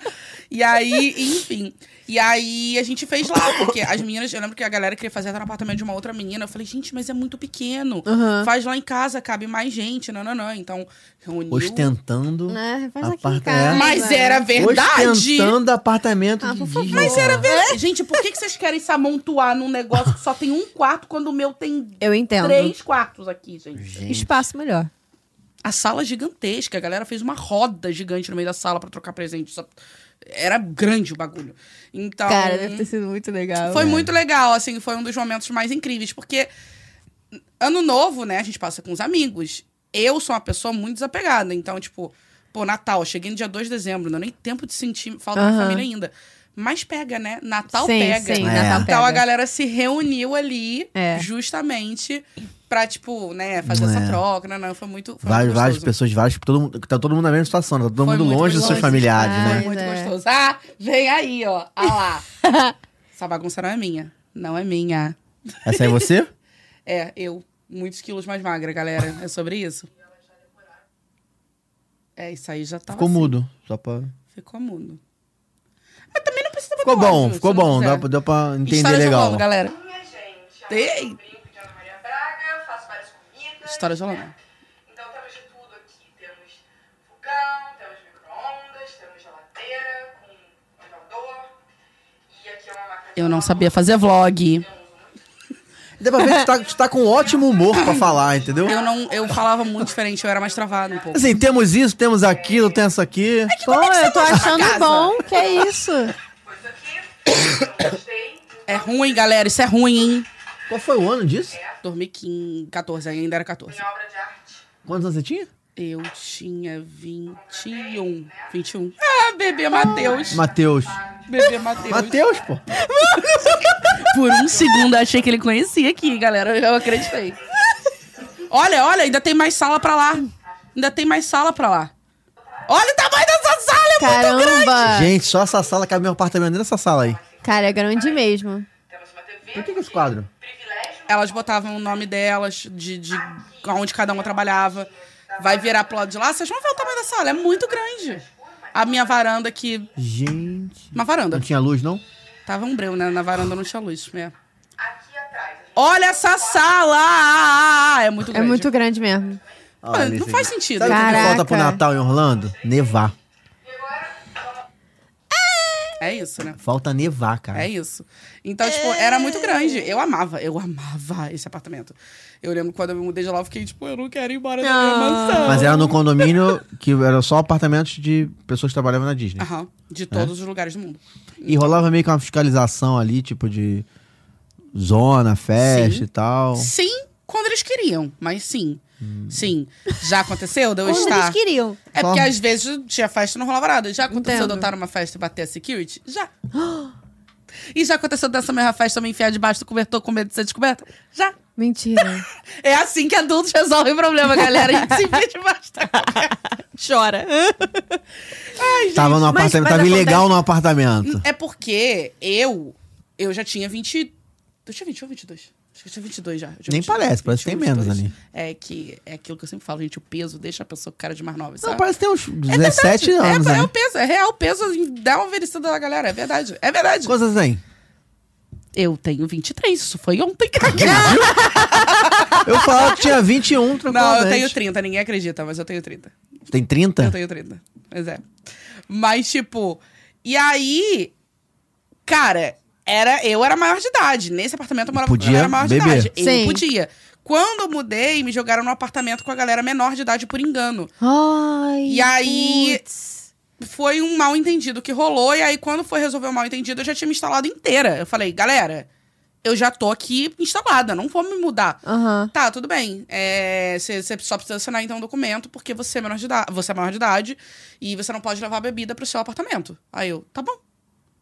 [SPEAKER 3] E aí, enfim. E aí a gente fez lá, porque as meninas, eu lembro que a galera queria fazer até no apartamento de uma outra menina. Eu falei, gente, mas é muito pequeno.
[SPEAKER 1] Aham.
[SPEAKER 3] Faz lá em casa, cabe mais gente, não, não, não. Então, reuniu.
[SPEAKER 2] Ostentando.
[SPEAKER 1] É, faz aqui em
[SPEAKER 2] Aparta-
[SPEAKER 1] casa.
[SPEAKER 3] Mas
[SPEAKER 1] vai.
[SPEAKER 3] era verdade.
[SPEAKER 2] Ostentando apartamento
[SPEAKER 1] Ah,
[SPEAKER 2] de
[SPEAKER 1] por favor.
[SPEAKER 2] Disney.
[SPEAKER 3] Mas era verdade. Gente, por que, que vocês querem se amontoar num negócio que só tem um quarto quando o meu tem
[SPEAKER 1] Eu entendo.
[SPEAKER 3] três quartos aqui, gente?
[SPEAKER 2] Gente,
[SPEAKER 1] Espaço melhor.
[SPEAKER 3] A sala é gigantesca, a galera fez uma roda gigante no meio da sala pra trocar presente. só- Era grande o bagulho. Então,
[SPEAKER 1] Cara, deve ter sido muito legal.
[SPEAKER 3] foi muito legal, assim, foi um dos momentos mais incríveis, porque ano novo, né, a gente passa com os amigos. Eu sou uma pessoa muito desapegada, então, tipo, pô, Natal, eu cheguei no dia 2 de dezembro, não deu nem tempo de sentir falta da
[SPEAKER 1] Aham.
[SPEAKER 3] família ainda. Mas pega, né? Natal
[SPEAKER 1] sim,
[SPEAKER 3] pega.
[SPEAKER 1] Sim,
[SPEAKER 2] É.
[SPEAKER 1] Natal
[SPEAKER 3] Então
[SPEAKER 1] pega.
[SPEAKER 3] a galera se reuniu ali
[SPEAKER 1] É.
[SPEAKER 3] justamente pra, tipo, né, fazer essa
[SPEAKER 2] É.
[SPEAKER 3] troca. Não, não, foi muito. Foi
[SPEAKER 2] Várias,
[SPEAKER 3] muito
[SPEAKER 2] várias
[SPEAKER 3] gostoso.
[SPEAKER 2] pessoas, várias, todo mundo, tá todo mundo na mesma situação, né? tá todo
[SPEAKER 3] Foi
[SPEAKER 2] mundo
[SPEAKER 3] muito
[SPEAKER 2] longe dos
[SPEAKER 3] longe.
[SPEAKER 2] seus familiares,
[SPEAKER 1] Ai,
[SPEAKER 2] né?
[SPEAKER 1] Pois
[SPEAKER 3] Muito
[SPEAKER 1] é.
[SPEAKER 3] gostoso. Ah, vem aí, ó. Ah lá.
[SPEAKER 1] [LAUGHS]
[SPEAKER 3] Essa bagunça não é minha. Não é minha. [LAUGHS]
[SPEAKER 2] Essa é você?
[SPEAKER 3] É, eu. Muitos quilos mais magra, galera. É sobre isso? É, isso aí já tava
[SPEAKER 2] Ficou
[SPEAKER 3] assim.
[SPEAKER 2] mudo. Só pra...
[SPEAKER 3] Ficou mudo. Mas também não precisa
[SPEAKER 2] Ficou
[SPEAKER 3] botar
[SPEAKER 2] bom,
[SPEAKER 3] óculos,
[SPEAKER 2] ficou
[SPEAKER 3] se não
[SPEAKER 2] bom.
[SPEAKER 3] quiser.
[SPEAKER 2] Deu pra, deu pra entender
[SPEAKER 3] História de
[SPEAKER 2] legal.
[SPEAKER 3] Holanda, galera.
[SPEAKER 4] Minha gente,
[SPEAKER 3] Tem.
[SPEAKER 4] eu brinco de Ana Maria Braga, faço várias comidas. né?
[SPEAKER 3] História de Holanda.
[SPEAKER 4] Então temos de tudo aqui. Temos fogão, temos micro-ondas, temos geladeira com elevador. E aqui é uma máquina de
[SPEAKER 3] Eu não
[SPEAKER 4] lavar
[SPEAKER 3] sabia fazer vlog.
[SPEAKER 2] Deu pra ver que tu tá, tu tá com ótimo humor pra falar,
[SPEAKER 3] [LAUGHS]
[SPEAKER 2] entendeu?
[SPEAKER 3] Eu não, eu falava muito diferente, eu era mais travado um pouco.
[SPEAKER 2] Assim, temos isso, temos aquilo, tem isso
[SPEAKER 3] É
[SPEAKER 2] aqui. é.
[SPEAKER 1] Pô, eu tô achando
[SPEAKER 3] casa?
[SPEAKER 1] bom. Que é
[SPEAKER 3] [LAUGHS]
[SPEAKER 1] isso?
[SPEAKER 4] coisa aqui. Eu gostei.
[SPEAKER 3] É ruim, galera, isso é ruim, hein?
[SPEAKER 2] Qual foi o ano disso?
[SPEAKER 3] 2014, ainda era 14.
[SPEAKER 4] Minha obra de arte.
[SPEAKER 2] Quantos anos você tinha?
[SPEAKER 3] Eu tinha 21. 21. Ah, bebê Matheus.
[SPEAKER 2] Matheus.
[SPEAKER 3] Bebê Matheus.
[SPEAKER 2] Matheus, pô.
[SPEAKER 3] Por um segundo eu achei que ele conhecia aqui, galera. Eu acreditei. Olha, olha, ainda tem mais sala pra lá. Ainda tem mais sala pra lá. Olha o tamanho dessa sala, é muito grande.
[SPEAKER 1] Caramba!
[SPEAKER 2] Gente, só essa sala cabe meu apartamento dentro dessa sala aí.
[SPEAKER 1] Cara, é grande mesmo.
[SPEAKER 4] Temos uma TV.
[SPEAKER 2] Por que, que é esse quadro?
[SPEAKER 4] Privilégio.
[SPEAKER 3] Elas botavam o nome delas, de, de onde cada uma trabalhava. Vai virar pro lado de lá, vocês vão ver o tamanho da sala, é muito grande. A minha varanda aqui.
[SPEAKER 2] Gente.
[SPEAKER 3] Uma varanda.
[SPEAKER 2] Não tinha luz, não?
[SPEAKER 3] Tava um breu, né? Na varanda não tinha luz. né?
[SPEAKER 4] Aqui atrás. A gente
[SPEAKER 3] Olha essa Ah, sala! É muito
[SPEAKER 1] É
[SPEAKER 3] grande.
[SPEAKER 1] muito grande mesmo.
[SPEAKER 3] Mano,
[SPEAKER 2] Olha
[SPEAKER 3] não
[SPEAKER 2] isso
[SPEAKER 3] faz
[SPEAKER 2] aqui.
[SPEAKER 3] sentido.
[SPEAKER 2] Sabe o que que
[SPEAKER 1] Caraca.
[SPEAKER 2] falta pro Natal em Orlando? Nevar.
[SPEAKER 3] É isso, né?
[SPEAKER 2] Falta nevar, cara.
[SPEAKER 3] É isso. Então, tipo, era muito grande. Eu amava, eu amava esse apartamento. Eu lembro quando eu me mudei de lá, eu fiquei, tipo, eu não quero ir embora da minha
[SPEAKER 1] Ah.
[SPEAKER 3] mansão.
[SPEAKER 2] Mas é- era no condomínio que era só apartamentos de pessoas que trabalhavam na Disney.
[SPEAKER 3] Aham, de todos os lugares do mundo.
[SPEAKER 2] E rolava meio que uma fiscalização ali, tipo de zona, festa
[SPEAKER 3] Sim.
[SPEAKER 2] e tal.
[SPEAKER 3] Sim, quando eles queriam, mas sim. Sim. Já aconteceu de eu
[SPEAKER 1] Quando eles
[SPEAKER 3] estar.
[SPEAKER 1] queriam.
[SPEAKER 3] É
[SPEAKER 2] Só-
[SPEAKER 3] porque às vezes tinha festa e não rolava nada. Já aconteceu de eu
[SPEAKER 1] Entendo.
[SPEAKER 3] estar numa festa e bater a security? Já. E já aconteceu dessa mesma festa eu me enfiar debaixo do cobertor com medo de ser descoberta? Já.
[SPEAKER 1] Mentira.
[SPEAKER 3] [LAUGHS] É assim que adultos resolvem problema, galera. A gente se enfia debaixo da
[SPEAKER 1] Chora.
[SPEAKER 2] Tava no
[SPEAKER 1] mas-
[SPEAKER 2] apartamento,
[SPEAKER 1] mas
[SPEAKER 2] tava
[SPEAKER 1] acontece-
[SPEAKER 2] ilegal no apartamento.
[SPEAKER 3] É porque eu, eu já tinha 20. Eu tinha 20 ou 22? Acho que eu tinha 22 já. Eu tinha
[SPEAKER 2] Nem
[SPEAKER 3] 20,
[SPEAKER 2] parece, parece que tem
[SPEAKER 3] 21,
[SPEAKER 2] menos
[SPEAKER 3] 22.
[SPEAKER 2] ali.
[SPEAKER 3] É que é aquilo que eu sempre falo, gente, o peso deixa a pessoa com cara de mais nova, sabe?
[SPEAKER 2] Não, parece que tem uns 17
[SPEAKER 3] é,
[SPEAKER 2] anos,
[SPEAKER 3] é,
[SPEAKER 2] né?
[SPEAKER 3] o peso, é real, o peso dá uma envelhecida na galera, é verdade, é verdade.
[SPEAKER 2] Quantas tem?
[SPEAKER 3] Eu tenho 23, isso foi ontem. [LAUGHS]
[SPEAKER 2] Eu falava que tinha 21,
[SPEAKER 3] Não,
[SPEAKER 2] tranquilamente.
[SPEAKER 3] eu tenho 30, ninguém acredita, mas eu tenho 30.
[SPEAKER 2] Tem
[SPEAKER 3] Eu
[SPEAKER 2] 30?
[SPEAKER 3] tenho 30. Mas é. Mas, tipo, e aí, cara, era, eu era maior de idade. Nesse apartamento eu morava eu
[SPEAKER 2] Podia
[SPEAKER 3] era maior de
[SPEAKER 2] beber.
[SPEAKER 3] idade. Eu
[SPEAKER 1] Sim.
[SPEAKER 3] podia. Quando eu mudei, me jogaram num apartamento com a galera menor de idade por engano.
[SPEAKER 1] Ai,
[SPEAKER 3] E aí-
[SPEAKER 1] putz.
[SPEAKER 3] Foi um mal entendido que rolou, e aí, quando foi resolver o mal entendido, eu já tinha me instalado inteira. Eu falei, galera, eu já tô aqui instalada, não vou me mudar.
[SPEAKER 1] Aham.
[SPEAKER 3] Tá, tudo bem. É, Você só precisa assinar então um documento, porque você é menor de idade, você é maior de idade e você não pode levar bebida pro seu apartamento. Aí eu, tá bom.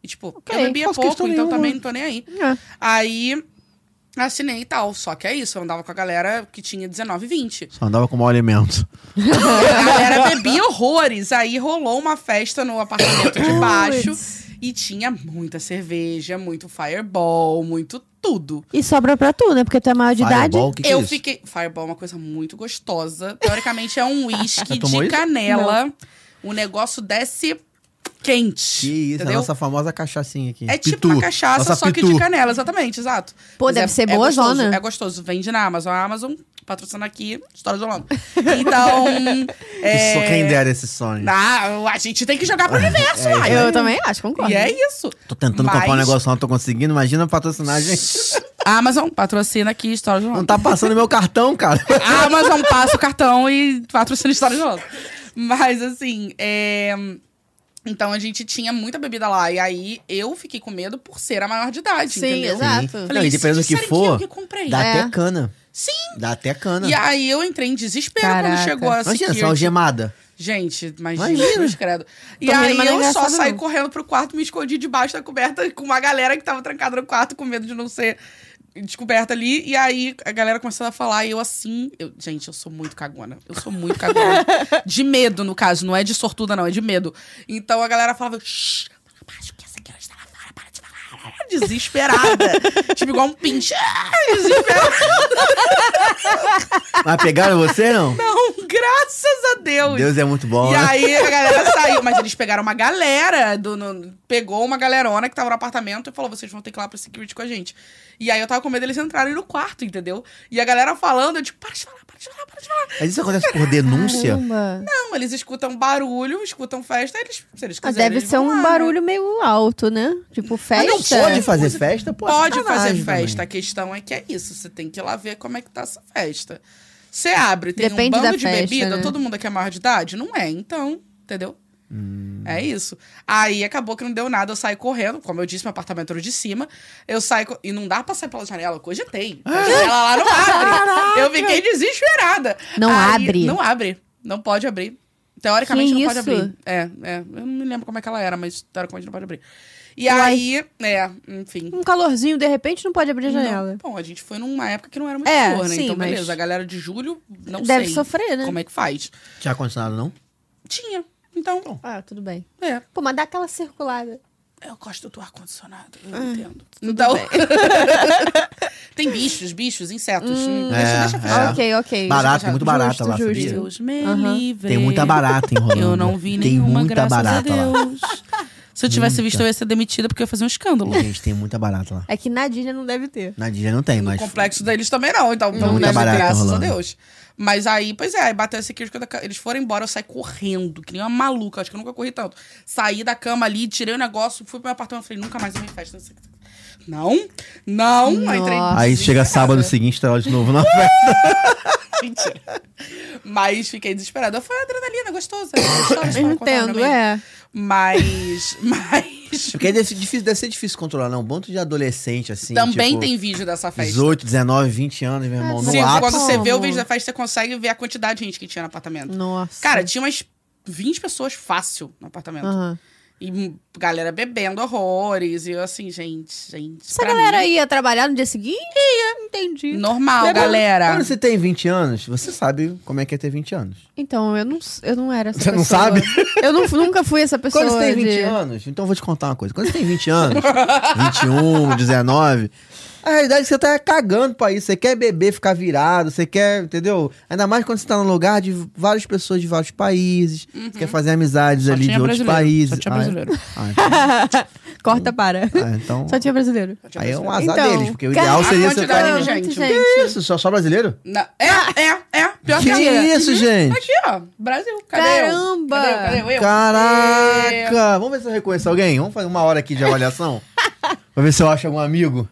[SPEAKER 3] E tipo, eu bebia
[SPEAKER 2] faço
[SPEAKER 3] pouco,
[SPEAKER 2] questão
[SPEAKER 3] então
[SPEAKER 2] nenhuma.
[SPEAKER 3] também não tô nem aí.
[SPEAKER 1] É.
[SPEAKER 3] Aí assinei e tal. Só que é isso, eu andava com a galera que tinha 19
[SPEAKER 2] [LAUGHS]
[SPEAKER 3] e 20.
[SPEAKER 2] Só andava com mau alimento.
[SPEAKER 3] A galera bebia horrores. Aí rolou uma festa no apartamento de baixo
[SPEAKER 1] Puts.
[SPEAKER 3] e tinha muita cerveja, muito fireball, muito tudo.
[SPEAKER 1] E sobra pra tu, né? Porque tu é maior de idade.
[SPEAKER 2] Fireball, o que que é
[SPEAKER 3] eu
[SPEAKER 2] isso?
[SPEAKER 3] fiquei. Fireball é uma coisa muito gostosa. Teoricamente é
[SPEAKER 2] [LAUGHS]
[SPEAKER 3] um uísque
[SPEAKER 2] Já tomou
[SPEAKER 3] de
[SPEAKER 2] isso?
[SPEAKER 3] canela. O negócio desce quente.
[SPEAKER 2] Que isso, é
[SPEAKER 3] entendeu?
[SPEAKER 2] a nossa famosa cachaçinha aqui.
[SPEAKER 3] É tipo
[SPEAKER 2] Pitu.
[SPEAKER 3] uma cachaça,
[SPEAKER 2] Nossa
[SPEAKER 3] só que
[SPEAKER 2] Pitu.
[SPEAKER 3] de canela, exatamente, exato.
[SPEAKER 1] Pô,
[SPEAKER 3] Mas
[SPEAKER 1] deve
[SPEAKER 3] é-
[SPEAKER 1] ser
[SPEAKER 3] é
[SPEAKER 1] boa
[SPEAKER 3] gostoso,
[SPEAKER 1] zona.
[SPEAKER 3] É gostoso, vende na Amazon. A Amazon patrocina aqui, história de Holanda.
[SPEAKER 2] [LAUGHS]
[SPEAKER 3] Então. é,
[SPEAKER 2] Isso, quem dera esse sonho.
[SPEAKER 3] ah, a gente tem que jogar pro universo,
[SPEAKER 2] É,
[SPEAKER 3] uai.
[SPEAKER 1] Ah, Eu também acho, concordo.
[SPEAKER 3] E é isso.
[SPEAKER 2] Tô tentando
[SPEAKER 3] Mas-
[SPEAKER 2] comprar um negócio, não tô conseguindo. Imagina patrocinar, gente.
[SPEAKER 3] A Amazon patrocina aqui, história de Holanda.
[SPEAKER 2] Não tá passando meu cartão, cara.
[SPEAKER 3] A Amazon Ah, passa o cartão e patrocina história de novo. Mas assim, é... então a gente tinha muita bebida lá. E aí eu fiquei com medo por ser a maior de idade,
[SPEAKER 1] Sim,
[SPEAKER 3] entendeu?
[SPEAKER 1] exato.
[SPEAKER 3] Falei,
[SPEAKER 2] Não, e
[SPEAKER 3] se
[SPEAKER 2] dependendo do que
[SPEAKER 3] disserem
[SPEAKER 2] for,
[SPEAKER 3] que eu que comprei.
[SPEAKER 2] dá
[SPEAKER 1] É.
[SPEAKER 2] até cana.
[SPEAKER 3] Sim.
[SPEAKER 2] Dá até cana.
[SPEAKER 3] E aí eu entrei em desespero quando
[SPEAKER 1] Caraca.
[SPEAKER 3] chegou a
[SPEAKER 2] Imagina, só
[SPEAKER 3] security.
[SPEAKER 2] algemada.
[SPEAKER 3] Gente, mas
[SPEAKER 2] Imagina.
[SPEAKER 3] Jesus credo. E
[SPEAKER 1] Também
[SPEAKER 3] aí
[SPEAKER 1] não é
[SPEAKER 3] eu só
[SPEAKER 1] engraçado,
[SPEAKER 3] saí
[SPEAKER 1] não.
[SPEAKER 3] correndo pro quarto, me escondi debaixo da coberta com uma galera que tava trancada no quarto com medo de não ser descoberta ali. E aí a galera começando a falar e eu assim... eu- gente, eu sou muito cagona. Eu sou muito cagona. de medo, no caso. Não é de sortuda, não. É de medo. Então a galera falava... Shh, fala baixo, que essa aqui é onde tá lá fora. Para de falar. desesperada. tipo, igual um pinche. desesperada.
[SPEAKER 2] Mas pegaram você,
[SPEAKER 3] [LAUGHS]
[SPEAKER 2] não?
[SPEAKER 3] Não, graças a Deus.
[SPEAKER 2] Deus é muito bom,
[SPEAKER 3] E
[SPEAKER 2] né?
[SPEAKER 3] aí a galera saiu, mas eles pegaram uma galera do. no- pegou uma galerona que tava no apartamento e falou: vocês vão ter que ir lá pro security com a gente. E aí eu tava com medo deles entrarem no quarto, entendeu? E a galera falando, eu tipo, para de falar, para de falar, para de falar.
[SPEAKER 2] Mas isso acontece por denúncia?
[SPEAKER 1] Caramba.
[SPEAKER 3] Não, eles escutam barulho, escutam festa, eles, se eles
[SPEAKER 1] Mas
[SPEAKER 3] quiserem,
[SPEAKER 1] deve
[SPEAKER 3] eles
[SPEAKER 1] ser
[SPEAKER 3] vão
[SPEAKER 1] um
[SPEAKER 3] lá, né?
[SPEAKER 1] barulho meio alto, né? Tipo, festa.
[SPEAKER 3] não
[SPEAKER 2] Pode fazer festa? Pô,
[SPEAKER 3] Pode fazer
[SPEAKER 2] sacanagem
[SPEAKER 3] festa.
[SPEAKER 2] também.
[SPEAKER 3] A questão é que é isso. Você tem que ir lá ver como é que tá essa festa. Você abre, tem
[SPEAKER 1] Depende
[SPEAKER 3] um
[SPEAKER 1] da
[SPEAKER 3] bando de
[SPEAKER 1] festa,
[SPEAKER 3] bebida,
[SPEAKER 1] né?
[SPEAKER 3] todo mundo aqui é maior de idade? Não é, então, entendeu? É isso. Aí acabou que não deu nada, eu saí correndo. Como eu disse, meu apartamento era de cima. Eu saí. co- E não dá pra sair pela janela, eu cogitei. A janela lá não abre. Eu fiquei desesperada.
[SPEAKER 1] Não
[SPEAKER 3] Aí-
[SPEAKER 1] abre.
[SPEAKER 3] Não abre. Não pode abrir. Teoricamente
[SPEAKER 1] Que
[SPEAKER 3] não pode
[SPEAKER 1] isso?
[SPEAKER 3] abrir. É, é. Eu não me lembro como é que ela era, mas teoricamente não pode abrir. E
[SPEAKER 1] Uai.
[SPEAKER 3] aí, é, enfim.
[SPEAKER 1] Um calorzinho, de repente, não pode abrir a
[SPEAKER 3] Não,
[SPEAKER 1] janela.
[SPEAKER 3] bom, a gente foi numa época que não era muito
[SPEAKER 1] É,
[SPEAKER 3] calor, né?
[SPEAKER 1] sim,
[SPEAKER 3] então,
[SPEAKER 1] mas-
[SPEAKER 3] beleza. A galera de julho, não
[SPEAKER 1] Deve
[SPEAKER 3] sei
[SPEAKER 1] sofrer, né?
[SPEAKER 3] como é que faz.
[SPEAKER 2] Tinha ar-condicionado, não?
[SPEAKER 3] Tinha. Então,
[SPEAKER 1] Ah, tudo bem.
[SPEAKER 3] é.
[SPEAKER 1] Pô, mas dá aquela circulada.
[SPEAKER 3] Eu gosto do ar-condicionado, eu
[SPEAKER 1] Ah,
[SPEAKER 3] entendo. Então... [LAUGHS] Tem bichos, bichos, insetos. Hum,
[SPEAKER 2] É,
[SPEAKER 3] deixa, deixa
[SPEAKER 2] É.
[SPEAKER 3] fechar.
[SPEAKER 1] Ok, ok.
[SPEAKER 2] Barata,
[SPEAKER 3] já-
[SPEAKER 2] tem muito barata
[SPEAKER 1] justo,
[SPEAKER 2] lá,
[SPEAKER 1] justo.
[SPEAKER 2] sabia?
[SPEAKER 3] Deus me
[SPEAKER 1] Aham.
[SPEAKER 3] livre.
[SPEAKER 2] Tem muita barata enrolando.
[SPEAKER 3] Eu não vi
[SPEAKER 2] Tem
[SPEAKER 3] nenhuma,
[SPEAKER 2] muita
[SPEAKER 3] graças a
[SPEAKER 2] barata lá.
[SPEAKER 3] Deus. Se eu tivesse visto, eu ia ser demitida porque eu ia fazer um escândalo.
[SPEAKER 2] Gente, tem muita barata lá.
[SPEAKER 1] É que na Disney não deve ter.
[SPEAKER 2] Na Disney não tem,
[SPEAKER 3] No
[SPEAKER 2] mas...
[SPEAKER 3] complexo deles também não, então, pelo
[SPEAKER 2] Muita
[SPEAKER 3] menos,
[SPEAKER 2] barata
[SPEAKER 3] graças
[SPEAKER 2] rolando.
[SPEAKER 3] a Deus. Mas aí, pois é, aí bateu esse queijo, quando eles foram embora, eu saí correndo, que nem uma maluca, acho que eu nunca corri tanto. Saí da cama ali, tirei o negócio, fui pro meu apartamento, falei, nunca mais eu me festa. Não, não, aí entrei.
[SPEAKER 1] Nossa.
[SPEAKER 2] Aí chega sábado seguinte, tá lá de novo na festa.
[SPEAKER 3] [LAUGHS] Mentira. Mas fiquei desesperada. Foi adrenalina, gostosa.
[SPEAKER 2] [COUGHS]
[SPEAKER 3] gostosa de
[SPEAKER 1] Eu
[SPEAKER 3] falar com a Laura
[SPEAKER 1] entendo,
[SPEAKER 3] mesmo.
[SPEAKER 1] é.
[SPEAKER 3] Mas, mas...
[SPEAKER 2] Porque deve ser é difícil, deve ser difícil controlar, não. Um bando de adolescente, assim,
[SPEAKER 3] também
[SPEAKER 2] tipo,
[SPEAKER 3] tem vídeo dessa festa.
[SPEAKER 2] 18, 19, 20 anos, meu irmão,
[SPEAKER 1] Ah,
[SPEAKER 2] no
[SPEAKER 3] Sim,
[SPEAKER 2] ápice.
[SPEAKER 3] quando você vê o
[SPEAKER 1] Como?
[SPEAKER 3] vídeo da festa, você consegue ver a quantidade de gente que tinha no apartamento.
[SPEAKER 1] Nossa.
[SPEAKER 3] Cara, tinha umas 20 pessoas fácil no apartamento.
[SPEAKER 1] Aham.
[SPEAKER 3] E hum, galera bebendo horrores. E eu assim, gente, gente.
[SPEAKER 1] Essa
[SPEAKER 3] pra
[SPEAKER 1] galera
[SPEAKER 3] mim,
[SPEAKER 1] ia trabalhar no dia seguinte? Ia, entendi.
[SPEAKER 3] Normal,
[SPEAKER 2] Lembra-
[SPEAKER 3] galera.
[SPEAKER 2] Quando você tem 20 anos, você sabe como é que é ter 20 anos.
[SPEAKER 1] Então, eu não, s- eu não era essa
[SPEAKER 2] Você não
[SPEAKER 1] pessoa.
[SPEAKER 2] sabe?
[SPEAKER 1] Eu nu- nunca fui essa pessoa.
[SPEAKER 2] Quando você tem 20
[SPEAKER 1] de-
[SPEAKER 2] anos, então eu vou te contar uma coisa. Quando você tem 20 anos, [LAUGHS] 21, 19, a realidade é que você tá cagando pra isso. Você quer beber, ficar virado, você quer, entendeu? Ainda mais quando você tá num lugar de várias pessoas de vários países, você quer fazer amizades
[SPEAKER 3] Uhum. Só
[SPEAKER 2] ali de
[SPEAKER 3] tinha
[SPEAKER 2] outros
[SPEAKER 3] brasileiro,
[SPEAKER 2] países.
[SPEAKER 3] só tinha
[SPEAKER 2] Ah, é?
[SPEAKER 3] brasileiro.
[SPEAKER 2] Ah, então-
[SPEAKER 1] [LAUGHS] Corta para.
[SPEAKER 2] ah, então.
[SPEAKER 1] Só tinha brasileiro.
[SPEAKER 3] Só tinha
[SPEAKER 2] Aí é um
[SPEAKER 3] brasileiro.
[SPEAKER 2] azar
[SPEAKER 1] Então,
[SPEAKER 2] deles, porque o
[SPEAKER 1] cara,
[SPEAKER 2] ideal seria
[SPEAKER 3] a
[SPEAKER 2] você
[SPEAKER 3] quantidade
[SPEAKER 2] tá.
[SPEAKER 3] de gente.
[SPEAKER 2] Que isso? Só, só brasileiro?
[SPEAKER 3] Na- É, é, é. Pior que,
[SPEAKER 2] Que
[SPEAKER 3] é.
[SPEAKER 2] isso, gente?
[SPEAKER 3] Aqui, ó. Brasil. Cadê
[SPEAKER 1] Caramba!
[SPEAKER 3] Eu? Cadê, eu? cadê eu? eu? Eu.
[SPEAKER 2] Caraca! Vamos ver se eu reconheço alguém? Vamos fazer uma hora aqui de
[SPEAKER 3] [LAUGHS]
[SPEAKER 2] avaliação? Pra ver se eu acho algum amigo.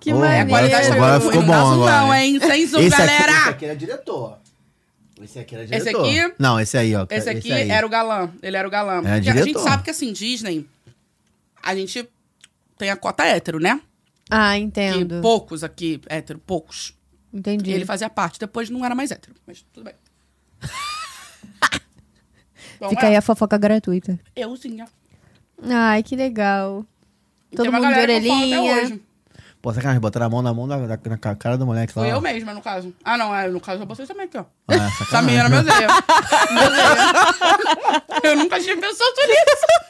[SPEAKER 1] Que
[SPEAKER 2] Oh,
[SPEAKER 3] É,
[SPEAKER 1] maneiro.
[SPEAKER 3] agora tá
[SPEAKER 2] Agora
[SPEAKER 3] chegando.
[SPEAKER 2] ficou
[SPEAKER 3] Não
[SPEAKER 2] bom
[SPEAKER 3] dá zoom
[SPEAKER 2] agora,
[SPEAKER 3] Não,
[SPEAKER 2] hein?
[SPEAKER 3] hein? Sem zoom,
[SPEAKER 2] Esse aqui,
[SPEAKER 3] galera.
[SPEAKER 2] esse aqui era diretor. Esse aqui era diretor.
[SPEAKER 3] aqui?
[SPEAKER 2] Não, esse aí, ó.
[SPEAKER 3] Esse aqui
[SPEAKER 2] aí. É,
[SPEAKER 3] era o galã. Ele era o galã. Porque a
[SPEAKER 2] diretor.
[SPEAKER 3] gente sabe que assim, Disney, a gente tem a cota hétero, né?
[SPEAKER 1] Ah,
[SPEAKER 3] E
[SPEAKER 1] entendo.
[SPEAKER 3] poucos aqui, hétero, poucos.
[SPEAKER 1] Entendi.
[SPEAKER 3] E ele fazia parte, depois não era mais hétero, mas
[SPEAKER 1] [LAUGHS]
[SPEAKER 3] tudo bem. Bom,
[SPEAKER 1] Fica
[SPEAKER 3] é,
[SPEAKER 1] aí a fofoca gratuita.
[SPEAKER 3] Euzinha.
[SPEAKER 1] Ai, que legal.
[SPEAKER 3] E
[SPEAKER 1] Todo
[SPEAKER 3] tem uma
[SPEAKER 1] mundo de
[SPEAKER 3] galera que eu falo até
[SPEAKER 1] orelhinha.
[SPEAKER 3] hoje.
[SPEAKER 2] Pô, sacanagem, botaram a mão na mão da, da- na ca- cara do moleque lá.
[SPEAKER 3] Foi eu mesma, no caso. Ah, não, é, no caso é vocês também aqui, ó.
[SPEAKER 2] Ah, sacanagem.
[SPEAKER 3] Essa menina era meu Zé. Meu Zé. Eu nunca tinha pensado nisso.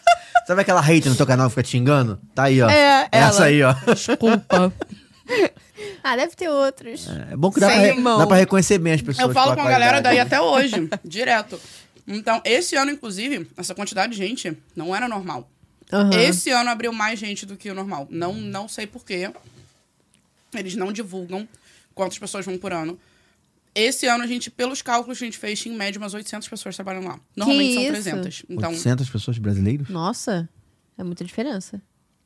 [SPEAKER 2] Sabe aquela hater no teu canal que fica te xingando? Tá aí, ó.
[SPEAKER 1] É, ela.
[SPEAKER 2] Essa aí, ó.
[SPEAKER 3] Desculpa.
[SPEAKER 1] Ah, deve ter outros.
[SPEAKER 2] É bom que dá,
[SPEAKER 1] Sem
[SPEAKER 2] pra, re-
[SPEAKER 1] mão.
[SPEAKER 2] dá pra reconhecer bem as pessoas.
[SPEAKER 3] Eu falo com
[SPEAKER 2] pela
[SPEAKER 3] a galera daí
[SPEAKER 2] qualidade.
[SPEAKER 3] até hoje, direto. Então, esse ano, inclusive, essa quantidade de gente não era normal.
[SPEAKER 1] Aham.
[SPEAKER 3] Esse ano abriu mais gente do que o normal. Não, não sei porquê. Eles não divulgam quantas pessoas vão por ano. Esse ano, a gente, pelos cálculos que a gente fez, tinha em média umas 800 pessoas trabalhando lá. Normalmente são
[SPEAKER 1] isso?
[SPEAKER 3] 300. Então,
[SPEAKER 2] 800 pessoas brasileiras?
[SPEAKER 1] Nossa, é muita diferença.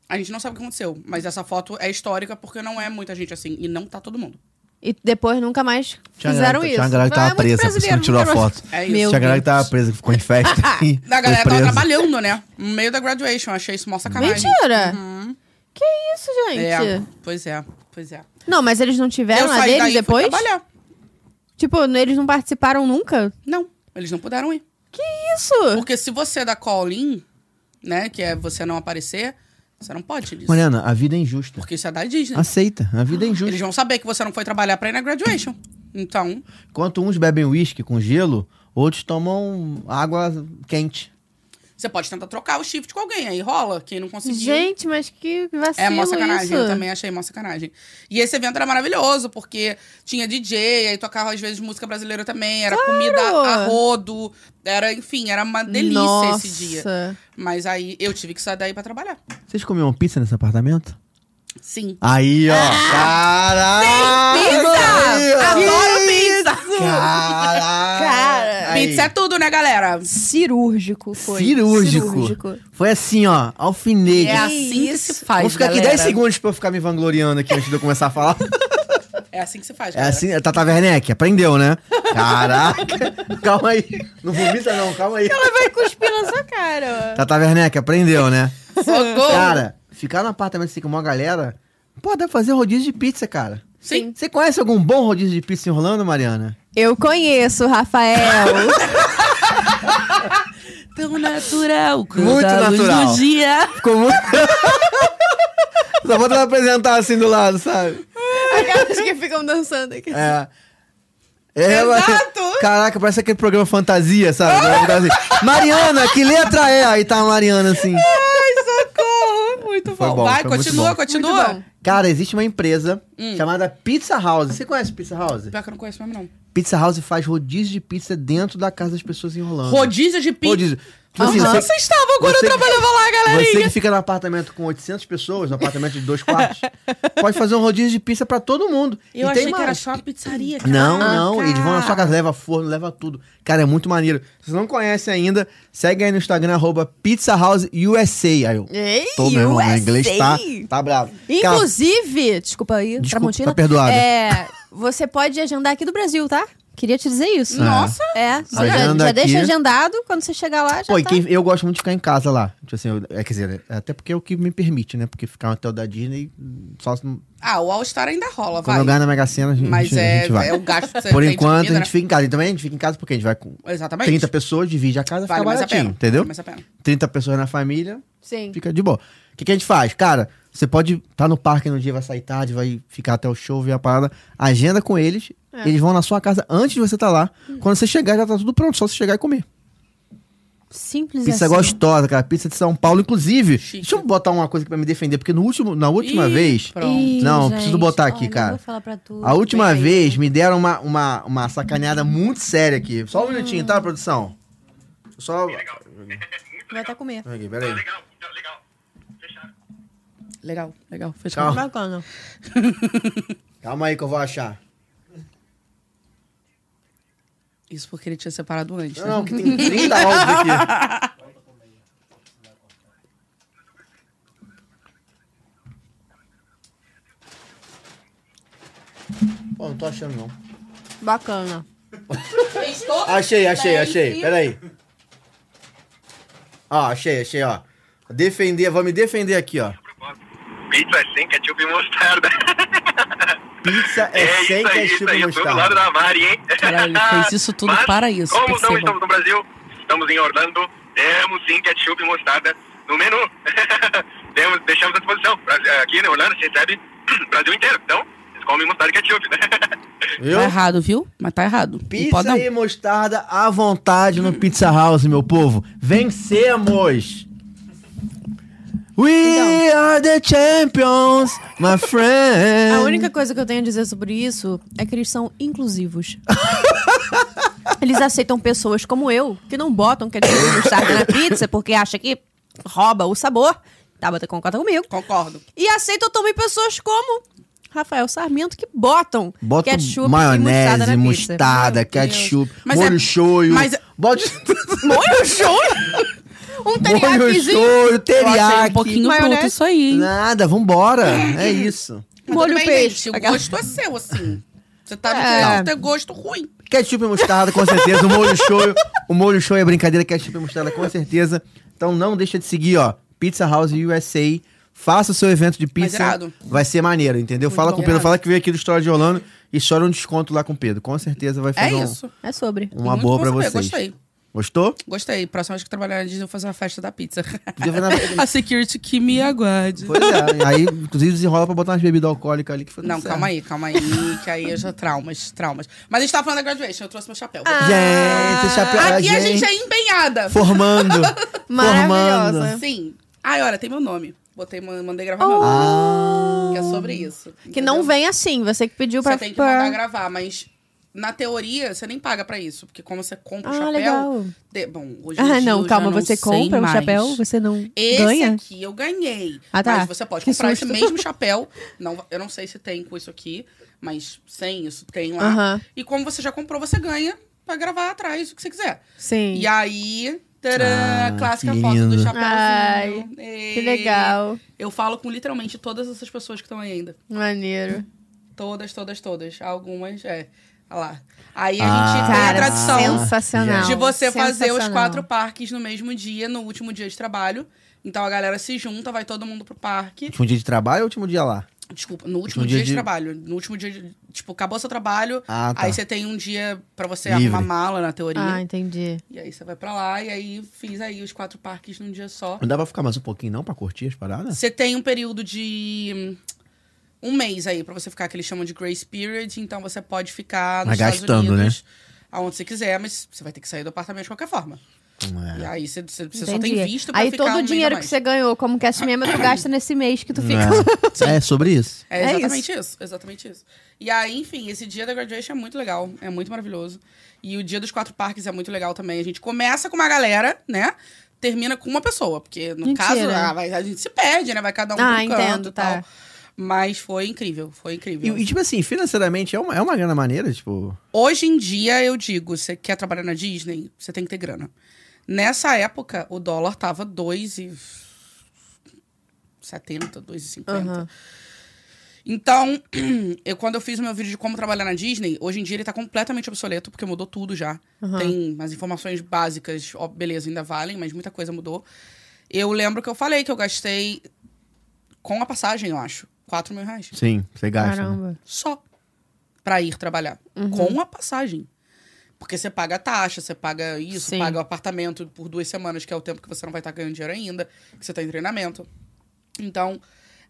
[SPEAKER 3] a gente não sabe o que aconteceu. Mas essa foto é histórica porque não é muita gente assim. E não tá todo mundo.
[SPEAKER 1] E depois nunca mais
[SPEAKER 2] Tinha uma
[SPEAKER 1] fizeram
[SPEAKER 2] galera,
[SPEAKER 1] isso.
[SPEAKER 2] Tinha uma galera que
[SPEAKER 1] Ah, é
[SPEAKER 2] tava
[SPEAKER 1] muito
[SPEAKER 2] presa, a pessoa
[SPEAKER 1] brasileiro,
[SPEAKER 2] não tirou a
[SPEAKER 1] nunca mais-
[SPEAKER 2] foto.
[SPEAKER 3] É isso.
[SPEAKER 1] Meu
[SPEAKER 2] tinha a galera que tava
[SPEAKER 1] Deus.
[SPEAKER 2] presa, que ficou em
[SPEAKER 3] [LAUGHS]
[SPEAKER 2] festa. e foi
[SPEAKER 3] Da galera tava
[SPEAKER 2] presa.
[SPEAKER 3] trabalhando, né? No meio da graduation. Eu Achei isso mó sacanagem.
[SPEAKER 1] Mentira! Uhum. Que isso,
[SPEAKER 3] É,
[SPEAKER 1] gente?
[SPEAKER 3] pois é, pois é.
[SPEAKER 1] Não, mas eles não tiveram a
[SPEAKER 3] daí
[SPEAKER 1] deles
[SPEAKER 3] e fui
[SPEAKER 1] depois?
[SPEAKER 3] trabalhar.
[SPEAKER 1] Tipo, n- eles não participaram nunca?
[SPEAKER 3] Não, eles não puderam ir.
[SPEAKER 1] Isso!
[SPEAKER 3] Porque se você é da call-in, né, que é você não aparecer, você não pode ir nisso.
[SPEAKER 2] Mariana, a vida é injusta.
[SPEAKER 3] Porque isso é da Disney.
[SPEAKER 1] assim,
[SPEAKER 2] Aceita, a vida é
[SPEAKER 3] Eles
[SPEAKER 2] injusta.
[SPEAKER 3] vão saber que você não foi trabalhar pra ir na graduation. Então,
[SPEAKER 2] Enquanto uns bebem uísque com gelo, outros tomam água quente.
[SPEAKER 3] você Você pode tentar trocar o shift com alguém, aí rola. Quem não conseguiu.
[SPEAKER 1] Gente, mas que vacilo
[SPEAKER 3] É mó sacanagem,
[SPEAKER 1] isso.
[SPEAKER 3] eu também achei mó sacanagem. E esse evento era maravilhoso, porque tinha DJ, aí tocava às vezes música brasileira também, era comida a rodo, era, enfim, era uma delícia
[SPEAKER 1] Nossa.
[SPEAKER 3] esse dia. Mas aí eu tive que sair daí pra trabalhar.
[SPEAKER 2] Vocês comiam uma pizza nesse apartamento?
[SPEAKER 3] Sim.
[SPEAKER 2] Aí, ó.
[SPEAKER 3] Ah,
[SPEAKER 2] Caralho!
[SPEAKER 3] pizza!
[SPEAKER 2] Aí, ó.
[SPEAKER 3] Adoro pizza!
[SPEAKER 2] Caralho!
[SPEAKER 1] Cara.
[SPEAKER 2] Aí.
[SPEAKER 3] Pizza é tudo, né, galera?
[SPEAKER 1] Cirúrgico foi.
[SPEAKER 2] Cirúrgico. Foi assim, ó. Alfinete.
[SPEAKER 3] É [LAUGHS] assim que
[SPEAKER 1] isso.
[SPEAKER 3] se faz,
[SPEAKER 2] Vou ficar aqui
[SPEAKER 3] galera.
[SPEAKER 2] 10 segundos pra eu ficar me vangloriando aqui antes de eu começar a falar. [LAUGHS]
[SPEAKER 3] É assim que se faz,
[SPEAKER 2] É
[SPEAKER 3] galera.
[SPEAKER 2] assim, Tata Werneck, aprendeu, né?
[SPEAKER 3] [LAUGHS]
[SPEAKER 2] Caraca! calma aí. Não vomita, não, calma aí.
[SPEAKER 1] Ela vai cuspir na sua cara.
[SPEAKER 2] Tata Werneck, aprendeu, né?
[SPEAKER 3] Socorro.
[SPEAKER 2] Cara, ficar no apartamento assim com uma galera, pô, dá pra fazer rodízio de pizza, cara.
[SPEAKER 3] Sim.
[SPEAKER 2] Você conhece algum bom rodízio de pizza em Orlando, Mariana?
[SPEAKER 1] Eu conheço,
[SPEAKER 2] [LAUGHS]
[SPEAKER 1] Rafael.
[SPEAKER 3] Tão né? natural.
[SPEAKER 2] Muito da luz do natural.
[SPEAKER 3] dia.
[SPEAKER 2] Ficou muito. [LAUGHS] Só vou te apresentar assim do lado, sabe?
[SPEAKER 1] Aquelas que ficam dançando aqui.
[SPEAKER 2] É. É,
[SPEAKER 3] Exato.
[SPEAKER 2] mas- Caraca, parece aquele programa fantasia, sabe? Assim, Mariana, que letra é? Aí tá a Mariana assim.
[SPEAKER 3] Socorro. Muito
[SPEAKER 2] Foi
[SPEAKER 3] bom.
[SPEAKER 2] bom,
[SPEAKER 3] Vai,
[SPEAKER 2] foi muito
[SPEAKER 3] continua,
[SPEAKER 2] bom.
[SPEAKER 3] continua.
[SPEAKER 1] Muito
[SPEAKER 2] Cara, existe uma empresa chamada Pizza House. Você conhece Pizza House?
[SPEAKER 3] Pior que eu não conheço mesmo, não.
[SPEAKER 2] Pizza House faz rodízio de pizza dentro da casa das pessoas em Orlando.
[SPEAKER 3] Rodízio de pizza.
[SPEAKER 2] Rodízio. Tipo assim,
[SPEAKER 1] Aham.
[SPEAKER 2] você-
[SPEAKER 3] estavam
[SPEAKER 2] quando eu você- trabalhava
[SPEAKER 3] lá,
[SPEAKER 2] Você que fica no apartamento com 800 pessoas, no apartamento de dois
[SPEAKER 3] [LAUGHS]
[SPEAKER 2] quartos, pode fazer um rodízio de pizza pra todo mundo.
[SPEAKER 3] Eu
[SPEAKER 2] e
[SPEAKER 3] achei
[SPEAKER 2] tem
[SPEAKER 3] que era
[SPEAKER 2] mais.
[SPEAKER 3] só Ah, a pizzaria.
[SPEAKER 2] Não,
[SPEAKER 3] caraca.
[SPEAKER 2] não, eles vão na sua casa, leva forno, leva tudo. Cara, é muito maneiro. Se você não conhece ainda, segue aí no Instagram, arroba Pizza House USA. Aí eu
[SPEAKER 1] Ei,
[SPEAKER 2] tô, meu irmão, meu
[SPEAKER 1] USA.
[SPEAKER 2] inglês tá, tá bravo. Cara,
[SPEAKER 1] Inclusive, desculpa aí,
[SPEAKER 2] Desculpa,
[SPEAKER 1] Tramontina.
[SPEAKER 2] tá perdoada.
[SPEAKER 1] É, você pode agendar aqui do Brasil, tá? Queria te dizer isso.
[SPEAKER 3] Nossa.
[SPEAKER 1] É, já,
[SPEAKER 2] Agenda
[SPEAKER 1] já deixa
[SPEAKER 2] aqui.
[SPEAKER 1] agendado, quando você chegar lá, já
[SPEAKER 2] Pô, e
[SPEAKER 1] tá.
[SPEAKER 2] quem- eu gosto muito de ficar em casa lá. Tipo assim, eu- é, quer dizer, até porque é o que me permite, né? Porque ficar no hotel da Disney, só se não-
[SPEAKER 3] Ah, o All-Star ainda rola,
[SPEAKER 2] quando eu
[SPEAKER 3] vai.
[SPEAKER 2] ganho na Mega Sena, a gente,
[SPEAKER 3] Mas
[SPEAKER 2] a
[SPEAKER 3] é,
[SPEAKER 2] gente vai.
[SPEAKER 3] é o gasto que você
[SPEAKER 2] Por
[SPEAKER 3] tem de
[SPEAKER 2] enquanto,
[SPEAKER 3] comida,
[SPEAKER 2] a gente fica em casa. E também a gente fica em casa porque a gente vai com
[SPEAKER 3] né? Exatamente.
[SPEAKER 2] 30 pessoas, divide a casa,
[SPEAKER 3] vale
[SPEAKER 2] fica
[SPEAKER 3] mais a
[SPEAKER 2] baratinho,
[SPEAKER 3] pena.
[SPEAKER 2] entendeu?
[SPEAKER 3] Vale mais a pena.
[SPEAKER 2] 30 pessoas na família,
[SPEAKER 1] Sim.
[SPEAKER 2] fica de boa. O que, que a gente faz? Cara, você pode estar no parque no dia, vai sair tarde, vai ficar até o show, ver a parada. Agenda com eles, eles vão na sua casa antes de você estar lá. Quando você chegar, já tá tudo pronto, só você chegar e comer.
[SPEAKER 1] Simples
[SPEAKER 2] Pizza
[SPEAKER 1] assim.
[SPEAKER 2] gostosa, cara. Pizza de São Paulo, inclusive.
[SPEAKER 3] Chique.
[SPEAKER 2] Deixa eu botar uma coisa aqui pra me defender, porque no último, na última
[SPEAKER 3] Ih,
[SPEAKER 2] vez.
[SPEAKER 3] Pronto.
[SPEAKER 1] Ih,
[SPEAKER 2] Não, preciso botar aqui,
[SPEAKER 1] olha,
[SPEAKER 2] cara.
[SPEAKER 1] eu vou falar pra tu.
[SPEAKER 2] A última
[SPEAKER 1] Pega aí.
[SPEAKER 2] vez me deram uma, uma, uma sacaneada muito séria aqui. Só um minutinho, tá, produção?
[SPEAKER 5] Tá
[SPEAKER 2] Só.
[SPEAKER 1] Vou até comer.
[SPEAKER 2] Aqui, peraí.
[SPEAKER 4] Legal, legal. Fechado.
[SPEAKER 3] Legal, Tá legal. Fechou.
[SPEAKER 2] Calma.
[SPEAKER 1] Bacana.
[SPEAKER 2] Calma aí que eu vou achar.
[SPEAKER 3] Isso porque ele tinha separado antes.
[SPEAKER 2] Não,
[SPEAKER 3] né?
[SPEAKER 2] não, que tem 30 áudios aqui.
[SPEAKER 3] [LAUGHS]
[SPEAKER 2] Pô, não tô achando não.
[SPEAKER 1] Bacana.
[SPEAKER 2] [LAUGHS] Achei, achei, achei. Peraí. Ó, achei, achei, ó. Defender, vou me defender aqui, ó.
[SPEAKER 5] Pizza é sem ketchup e mostarda.
[SPEAKER 2] Pizza
[SPEAKER 5] [LAUGHS]
[SPEAKER 2] é, sem
[SPEAKER 5] isso aí,
[SPEAKER 2] ketchup
[SPEAKER 5] isso aí.
[SPEAKER 2] e
[SPEAKER 5] Eu tô do
[SPEAKER 2] mostarda.
[SPEAKER 5] lado da Mari, hein?
[SPEAKER 3] Caralho, ele fez isso tudo
[SPEAKER 5] Mas,
[SPEAKER 3] para isso,
[SPEAKER 5] Como
[SPEAKER 3] percebam.
[SPEAKER 5] não estamos no Brasil, estamos em Orlando, temos sim ketchup e mostarda no menu. [LAUGHS] temos, deixamos à disposição. Bra- Aqui em Orlando você recebe [CLEARS THROAT] o Brasil inteiro. Então, eles comem mostarda e ketchup. né? [LAUGHS]
[SPEAKER 2] Viu?
[SPEAKER 3] Tá errado, viu? Mas tá errado. não pode
[SPEAKER 2] Pizza
[SPEAKER 3] não.
[SPEAKER 2] e mostarda à vontade no Pizza House, meu povo. Vencemos! We
[SPEAKER 3] Então.
[SPEAKER 2] are the champions, my friend.
[SPEAKER 1] A única coisa que eu tenho a dizer sobre isso é que eles são
[SPEAKER 2] [LAUGHS]
[SPEAKER 1] inclusivos. eles aceitam pessoas como eu, que não botam ketchup e mostarda na pizza porque acha que rouba o sabor. Tabata concorda comigo.
[SPEAKER 3] Concordo.
[SPEAKER 1] E aceitam também pessoas como Rafael Sarmento que botam
[SPEAKER 2] Bota
[SPEAKER 1] ketchup e mostarda
[SPEAKER 2] maionese,
[SPEAKER 1] na
[SPEAKER 2] mostarda,
[SPEAKER 3] Meu Deus.
[SPEAKER 2] ketchup,
[SPEAKER 3] Mas
[SPEAKER 2] molho
[SPEAKER 3] é-
[SPEAKER 2] shoyu.
[SPEAKER 3] mas é- [LAUGHS]
[SPEAKER 2] Bota
[SPEAKER 1] pizza. Molho shoyu? Um
[SPEAKER 2] molho
[SPEAKER 1] teriyaki
[SPEAKER 2] shoyu,
[SPEAKER 3] Eu achei
[SPEAKER 2] teriyaki.
[SPEAKER 3] um pouquinho
[SPEAKER 1] maionese.
[SPEAKER 3] bruto isso aí, hein?
[SPEAKER 2] Nada, vambora. É isso.
[SPEAKER 3] Mas
[SPEAKER 1] Molho
[SPEAKER 3] tudo bem,
[SPEAKER 1] peixe.
[SPEAKER 3] gente, o
[SPEAKER 1] Aquela-
[SPEAKER 3] gosto é seu, assim. Você tá no
[SPEAKER 1] É.
[SPEAKER 3] direito de ter gosto ruim.
[SPEAKER 2] Ketchup e mostarda, com certeza. O molho show, o molho show é brincadeira, ketchup e mostarda, com certeza. Então não deixa de seguir, ó. Pizza House USA. Faça o seu evento de pizza.
[SPEAKER 3] irado.
[SPEAKER 2] Vai ser maneiro, entendeu? fala
[SPEAKER 3] bom.
[SPEAKER 2] com o Pedro,
[SPEAKER 3] Irado.
[SPEAKER 2] fala que veio aqui do História de Orlando e chora um desconto lá com o Pedro. Com certeza vai
[SPEAKER 3] É
[SPEAKER 2] fazer um-
[SPEAKER 3] isso.
[SPEAKER 1] É sobre.
[SPEAKER 2] uma
[SPEAKER 3] Muito
[SPEAKER 2] boa
[SPEAKER 3] bom
[SPEAKER 2] pra
[SPEAKER 3] saber,
[SPEAKER 2] vocês.
[SPEAKER 3] Gostei.
[SPEAKER 2] Gostou?
[SPEAKER 3] Gostei. Próxima vez que eu trabalhar na Disney, eu vou fazer uma festa
[SPEAKER 1] [LAUGHS]
[SPEAKER 3] da pizza.
[SPEAKER 2] Podia ver na-
[SPEAKER 3] [LAUGHS] a security que me aguarde.
[SPEAKER 2] Pois é. Aí, inclusive, desenrola pra botar umas bebidas alcoólicas ali que foi
[SPEAKER 3] Não,
[SPEAKER 1] é.
[SPEAKER 3] calma aí, calma aí, que aí eu já traumas, traumas. Mas a gente tava falando da graduation, eu trouxe meu chapéu.
[SPEAKER 1] Ah.
[SPEAKER 2] Gente, esse chapéu.
[SPEAKER 3] Aqui a gente é empenhada. [LAUGHS]
[SPEAKER 2] Formando.
[SPEAKER 1] Maravilhosa.
[SPEAKER 2] Formando.
[SPEAKER 3] Sim. Ah, e olha, tem meu nome. Botei, ma- mandei gravar meu nome.
[SPEAKER 2] Ah.
[SPEAKER 3] Que é sobre isso.
[SPEAKER 1] Oh. Que não
[SPEAKER 3] entendeu?
[SPEAKER 1] vem assim, você que pediu pra...
[SPEAKER 3] Você tem que
[SPEAKER 1] pra-
[SPEAKER 3] mandar gravar, mas na teoria você nem paga pra isso. Porque como você compra o
[SPEAKER 1] Ah,
[SPEAKER 3] chapéu.
[SPEAKER 1] legal.
[SPEAKER 3] de- Bom, hoje em
[SPEAKER 1] Ah,
[SPEAKER 3] dia eu
[SPEAKER 1] não,
[SPEAKER 3] já
[SPEAKER 1] calma,
[SPEAKER 3] não
[SPEAKER 1] você
[SPEAKER 3] sei
[SPEAKER 1] compra o
[SPEAKER 3] mais.
[SPEAKER 1] chapéu, você não
[SPEAKER 3] Esse
[SPEAKER 1] ganha?
[SPEAKER 3] aqui eu ganhei.
[SPEAKER 1] Ah, tá.
[SPEAKER 3] Mas você pode
[SPEAKER 1] Que
[SPEAKER 3] comprar
[SPEAKER 1] susto.
[SPEAKER 3] esse
[SPEAKER 1] [LAUGHS]
[SPEAKER 3] mesmo chapéu. Não, eu não sei se tem com isso aqui, mas sem isso tem lá.
[SPEAKER 1] Aham.
[SPEAKER 3] E como você já comprou, você ganha pra gravar atrás o que você quiser.
[SPEAKER 1] Sim.
[SPEAKER 3] E aí, tcharam,
[SPEAKER 2] Ah,
[SPEAKER 3] a clássica
[SPEAKER 2] que
[SPEAKER 3] foto do
[SPEAKER 2] lindo.
[SPEAKER 3] chapéuzinho.
[SPEAKER 1] Ai,
[SPEAKER 3] Ei.
[SPEAKER 1] Que legal.
[SPEAKER 3] Eu falo com literalmente todas essas pessoas que estão aí ainda.
[SPEAKER 1] Maneiro.
[SPEAKER 3] Todas, todas, todas. Algumas, é. Olha lá. Aí a
[SPEAKER 2] Ah,
[SPEAKER 3] gente tem a
[SPEAKER 1] Cara,
[SPEAKER 3] tradição
[SPEAKER 1] sensacional.
[SPEAKER 3] de você fazer os
[SPEAKER 1] sensacional.
[SPEAKER 3] quatro parques no mesmo dia, no último dia de trabalho. Então a galera se junta, vai todo mundo pro parque.
[SPEAKER 2] Último dia de trabalho ou último dia lá?
[SPEAKER 3] Desculpa, no último
[SPEAKER 2] Último
[SPEAKER 3] dia,
[SPEAKER 2] dia
[SPEAKER 3] de...
[SPEAKER 2] de-
[SPEAKER 3] trabalho. No último dia, de- tipo, acabou seu trabalho.
[SPEAKER 2] Ah, tá.
[SPEAKER 3] Aí você tem um dia pra você
[SPEAKER 2] Livre.
[SPEAKER 3] arrumar mala, na teoria.
[SPEAKER 1] Ah, entendi.
[SPEAKER 3] E aí você vai pra lá, e aí fiz aí os quatro parques num dia só.
[SPEAKER 2] Não dá pra ficar mais um pouquinho, não? Pra curtir as paradas?
[SPEAKER 3] Você tem um período de hum, um mês aí pra você ficar, que eles chamam de grace period. Então você pode ficar
[SPEAKER 2] Mas
[SPEAKER 3] nos Estados
[SPEAKER 2] gastando, né?
[SPEAKER 3] Unidos, aonde você quiser, mas você vai ter que sair do apartamento de qualquer forma. E
[SPEAKER 2] É.
[SPEAKER 3] aí você, você- você só tem
[SPEAKER 1] Entendi.
[SPEAKER 3] visto pra
[SPEAKER 1] Aí
[SPEAKER 3] ficar
[SPEAKER 1] todo
[SPEAKER 3] um
[SPEAKER 1] o
[SPEAKER 3] mês a
[SPEAKER 1] dinheiro que
[SPEAKER 3] mais.
[SPEAKER 1] você ganhou como cast member, tu gasta nesse mês que tu fica.
[SPEAKER 3] [LAUGHS]
[SPEAKER 2] É. é sobre [LAUGHS] isso.
[SPEAKER 3] É
[SPEAKER 1] É
[SPEAKER 3] exatamente isso. exatamente isso. E aí, enfim, esse dia da graduation é muito legal, é muito maravilhoso. E o dia dos quatro parques é muito legal também. A gente começa com uma galera, né? Termina com uma pessoa, porque no
[SPEAKER 1] Mentira.
[SPEAKER 3] caso ah, vai- a gente se perde, né? Vai cada um
[SPEAKER 1] Ah,
[SPEAKER 3] pro canto
[SPEAKER 1] entendo,
[SPEAKER 3] e
[SPEAKER 1] tá.
[SPEAKER 3] tal. Mas foi incrível, foi incrível.
[SPEAKER 2] E, e, tipo assim, financeiramente é uma, é uma grana maneira, tipo.
[SPEAKER 3] Hoje em dia, eu digo, você quer trabalhar na Disney, você tem que ter grana. Nessa época, o dólar tava 2,70, 2,50.
[SPEAKER 1] Aham.
[SPEAKER 3] Então, [CLEARS THROAT] eu, quando eu fiz o meu vídeo de como trabalhar na Disney, hoje em dia ele tá completamente obsoleto, porque mudou tudo já.
[SPEAKER 1] Aham.
[SPEAKER 3] Tem as informações básicas, ó, beleza, ainda valem, mas muita coisa mudou. Eu lembro que eu falei que eu gastei, com a passagem, eu acho, 4 mil reais
[SPEAKER 2] Sim, você gasta. né?
[SPEAKER 1] Caramba.
[SPEAKER 3] só pra ir trabalhar
[SPEAKER 1] Uhum.
[SPEAKER 3] com a passagem. Porque você paga a taxa, você paga isso,
[SPEAKER 1] Sim.
[SPEAKER 3] paga o apartamento por duas semanas, que é o tempo que você não vai estar ganhando dinheiro ainda, que você tá em treinamento. Então,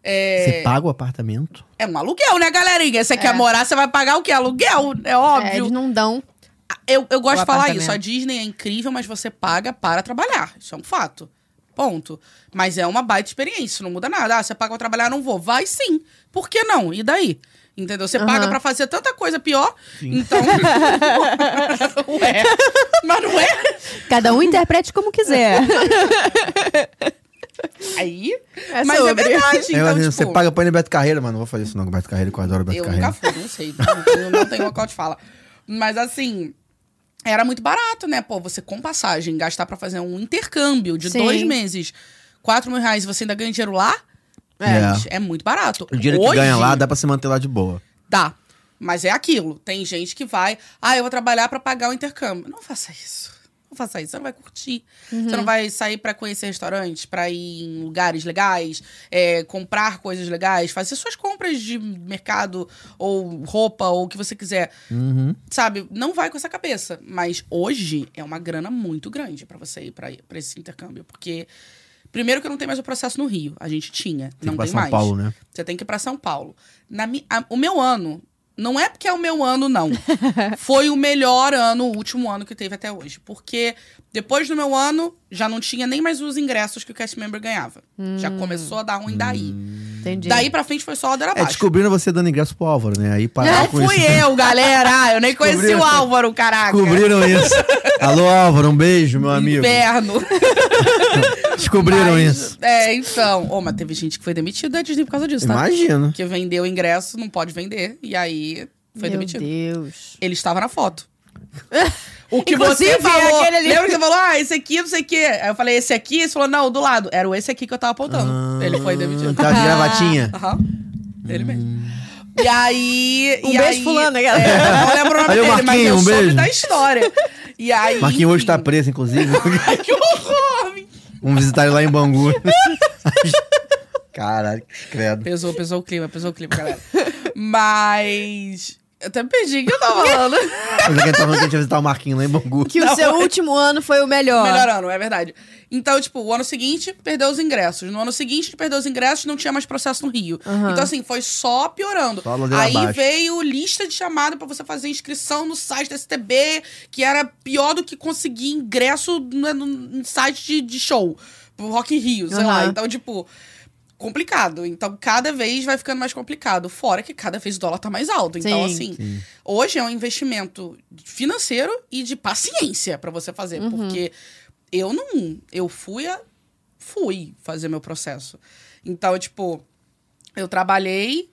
[SPEAKER 2] Você
[SPEAKER 3] é,
[SPEAKER 2] paga o apartamento?
[SPEAKER 3] é um aluguel, né, galerinha? Você quer morar, você vai pagar o quê? Aluguel? É
[SPEAKER 1] É,
[SPEAKER 3] óbvio.
[SPEAKER 1] eles não dão.
[SPEAKER 3] Eu, eu gosto
[SPEAKER 1] O
[SPEAKER 3] de falar
[SPEAKER 1] apartamento.
[SPEAKER 3] isso. A Disney é incrível, mas você paga para trabalhar. Isso é um fato. Ponto. Mas é uma baita experiência, isso não muda nada. Ah, você paga pra trabalhar, não vou. Vai sim. Por que não? E daí? Entendeu? Você paga
[SPEAKER 1] Aham.
[SPEAKER 3] pra fazer tanta coisa pior.
[SPEAKER 1] [LAUGHS]
[SPEAKER 3] Então. Ué. [LAUGHS] Mas não é?
[SPEAKER 1] Cada um interprete como
[SPEAKER 3] [LAUGHS]
[SPEAKER 1] quiser.
[SPEAKER 3] Aí.
[SPEAKER 1] É
[SPEAKER 3] mas
[SPEAKER 1] sobre.
[SPEAKER 3] é verdade.
[SPEAKER 2] É,
[SPEAKER 3] Então,
[SPEAKER 2] mas
[SPEAKER 3] tipo,
[SPEAKER 2] você paga pra ir no Beto Carreira, mano. Não vou fazer isso não com o Beto Carreira, que eu adoro o Beto
[SPEAKER 3] Eu
[SPEAKER 2] Carreira.
[SPEAKER 3] nunca fui, não sei. não- eu não tenho local de fala. Mas assim, era muito barato, né? Pô, você com passagem, gastar pra fazer um intercâmbio de
[SPEAKER 1] Sim.
[SPEAKER 3] dois meses, quatro mil reais, você ainda ganha dinheiro lá?
[SPEAKER 2] É.
[SPEAKER 3] gente, é muito barato.
[SPEAKER 2] O dinheiro que
[SPEAKER 3] Hoje,
[SPEAKER 2] ganha lá dá pra se manter lá de boa.
[SPEAKER 3] Dá. Mas é aquilo. Tem gente que vai, ah, eu vou trabalhar pra pagar o intercâmbio. Não faça isso. Não faça isso. Você não vai curtir. Você não vai sair pra conhecer restaurantes, pra ir em lugares legais, é, comprar coisas legais, fazer suas compras de mercado ou roupa ou o que você quiser.
[SPEAKER 2] Uhum.
[SPEAKER 3] Sabe? Não vai com essa cabeça. Mas hoje é uma grana muito grande pra você ir pra, pra esse intercâmbio. Porque, primeiro, que não tem mais o processo no Rio. A gente tinha.
[SPEAKER 2] Tem que ir
[SPEAKER 3] não
[SPEAKER 2] pra
[SPEAKER 3] tem
[SPEAKER 2] São
[SPEAKER 3] mais. Tá
[SPEAKER 2] Paulo, né?
[SPEAKER 3] Você tem que ir pra São Paulo. Na mi- a- o meu ano, não é porque é o meu ano, não. Foi o melhor ano, o último ano que teve até hoje. Porque depois do meu ano, já não tinha nem mais os ingressos que o cast member ganhava. Já começou a dar ruim daí.
[SPEAKER 1] Entendi.
[SPEAKER 3] Daí pra frente foi só ladeira
[SPEAKER 2] Hum. É,
[SPEAKER 3] abaixo.
[SPEAKER 2] descobrindo você dando ingresso pro Álvaro, né? Aí
[SPEAKER 3] não
[SPEAKER 2] parar com
[SPEAKER 3] fui
[SPEAKER 2] [LAUGHS] isso.
[SPEAKER 3] eu, galera! Ah, Eu nem conheci o
[SPEAKER 2] Descobriram.
[SPEAKER 3] Álvaro, caraca!
[SPEAKER 2] Descobriram isso. Alô, Álvaro, um beijo, meu amigo.
[SPEAKER 3] Inferno.
[SPEAKER 2] Descobriram
[SPEAKER 3] Mas,
[SPEAKER 2] isso.
[SPEAKER 3] É, então. Ô, mas teve gente que foi demitida da Disney por causa disso, tá?
[SPEAKER 2] Imagino.
[SPEAKER 3] Que vendeu ingresso, não pode vender. E aí foi
[SPEAKER 1] Meu
[SPEAKER 3] demitido.
[SPEAKER 1] Deus.
[SPEAKER 3] Ele estava na foto. O que
[SPEAKER 1] Inclusive,
[SPEAKER 3] você falou.
[SPEAKER 1] aquele ali.
[SPEAKER 3] Lembra que você falou, ah, esse aqui, não sei o quê. Aí eu falei, esse aqui? Você falou, não, do lado. Era o esse aqui que eu tava apontando.
[SPEAKER 2] Ah,
[SPEAKER 3] Ele foi demitido.
[SPEAKER 2] Tava Tá de gravatinha.
[SPEAKER 3] Aham. Ele mesmo. E aí.
[SPEAKER 1] Um
[SPEAKER 3] e
[SPEAKER 1] beijo,
[SPEAKER 3] aí,
[SPEAKER 1] fulano, aquela. [LAUGHS]
[SPEAKER 3] É, eu não lembro o nome
[SPEAKER 2] Valeu,
[SPEAKER 3] dele, mas
[SPEAKER 2] Marquinho,
[SPEAKER 3] eu
[SPEAKER 2] um
[SPEAKER 3] soube
[SPEAKER 2] beijo.
[SPEAKER 3] da história. E aí.
[SPEAKER 2] Marquinhos hoje tá
[SPEAKER 3] enfim.
[SPEAKER 2] preso, inclusive.
[SPEAKER 3] [LAUGHS] Ai, que horror! menino.
[SPEAKER 2] Vamos visitar ele lá em Bangu. Caralho, credo.
[SPEAKER 3] Pesou, pesou o clima, pesou o clima, galera. Mas. Eu até me perdi o que eu tava falando.
[SPEAKER 2] Mas é que ele tá falando que a gente ia visitar o Marquinhos lá em Bangu.
[SPEAKER 1] Que o seu último ano foi o melhor.
[SPEAKER 3] é. Melhor ano, é verdade. Então, tipo, o ano seguinte, perdeu os ingressos. No ano seguinte, que perdeu os ingressos, não tinha mais processo no Rio.
[SPEAKER 1] Aham.
[SPEAKER 3] Então, assim, foi só piorando.
[SPEAKER 2] Só ladeira
[SPEAKER 3] Aí
[SPEAKER 2] abaixo.
[SPEAKER 3] veio lista de chamada pra você fazer inscrição no site da STB, que era pior do que conseguir ingresso né, no, no site de, de show. Pro Rock in Rio, sei lá.
[SPEAKER 1] Aham.
[SPEAKER 3] Então, tipo... Complicado. Então, cada vez vai ficando mais complicado. Fora que cada vez o dólar tá mais alto. Então,
[SPEAKER 1] Sim.
[SPEAKER 3] assim, Hoje é um investimento financeiro e de paciência pra você fazer, porque eu não, eu fui a, fui fazer meu processo. Então, tipo, eu trabalhei,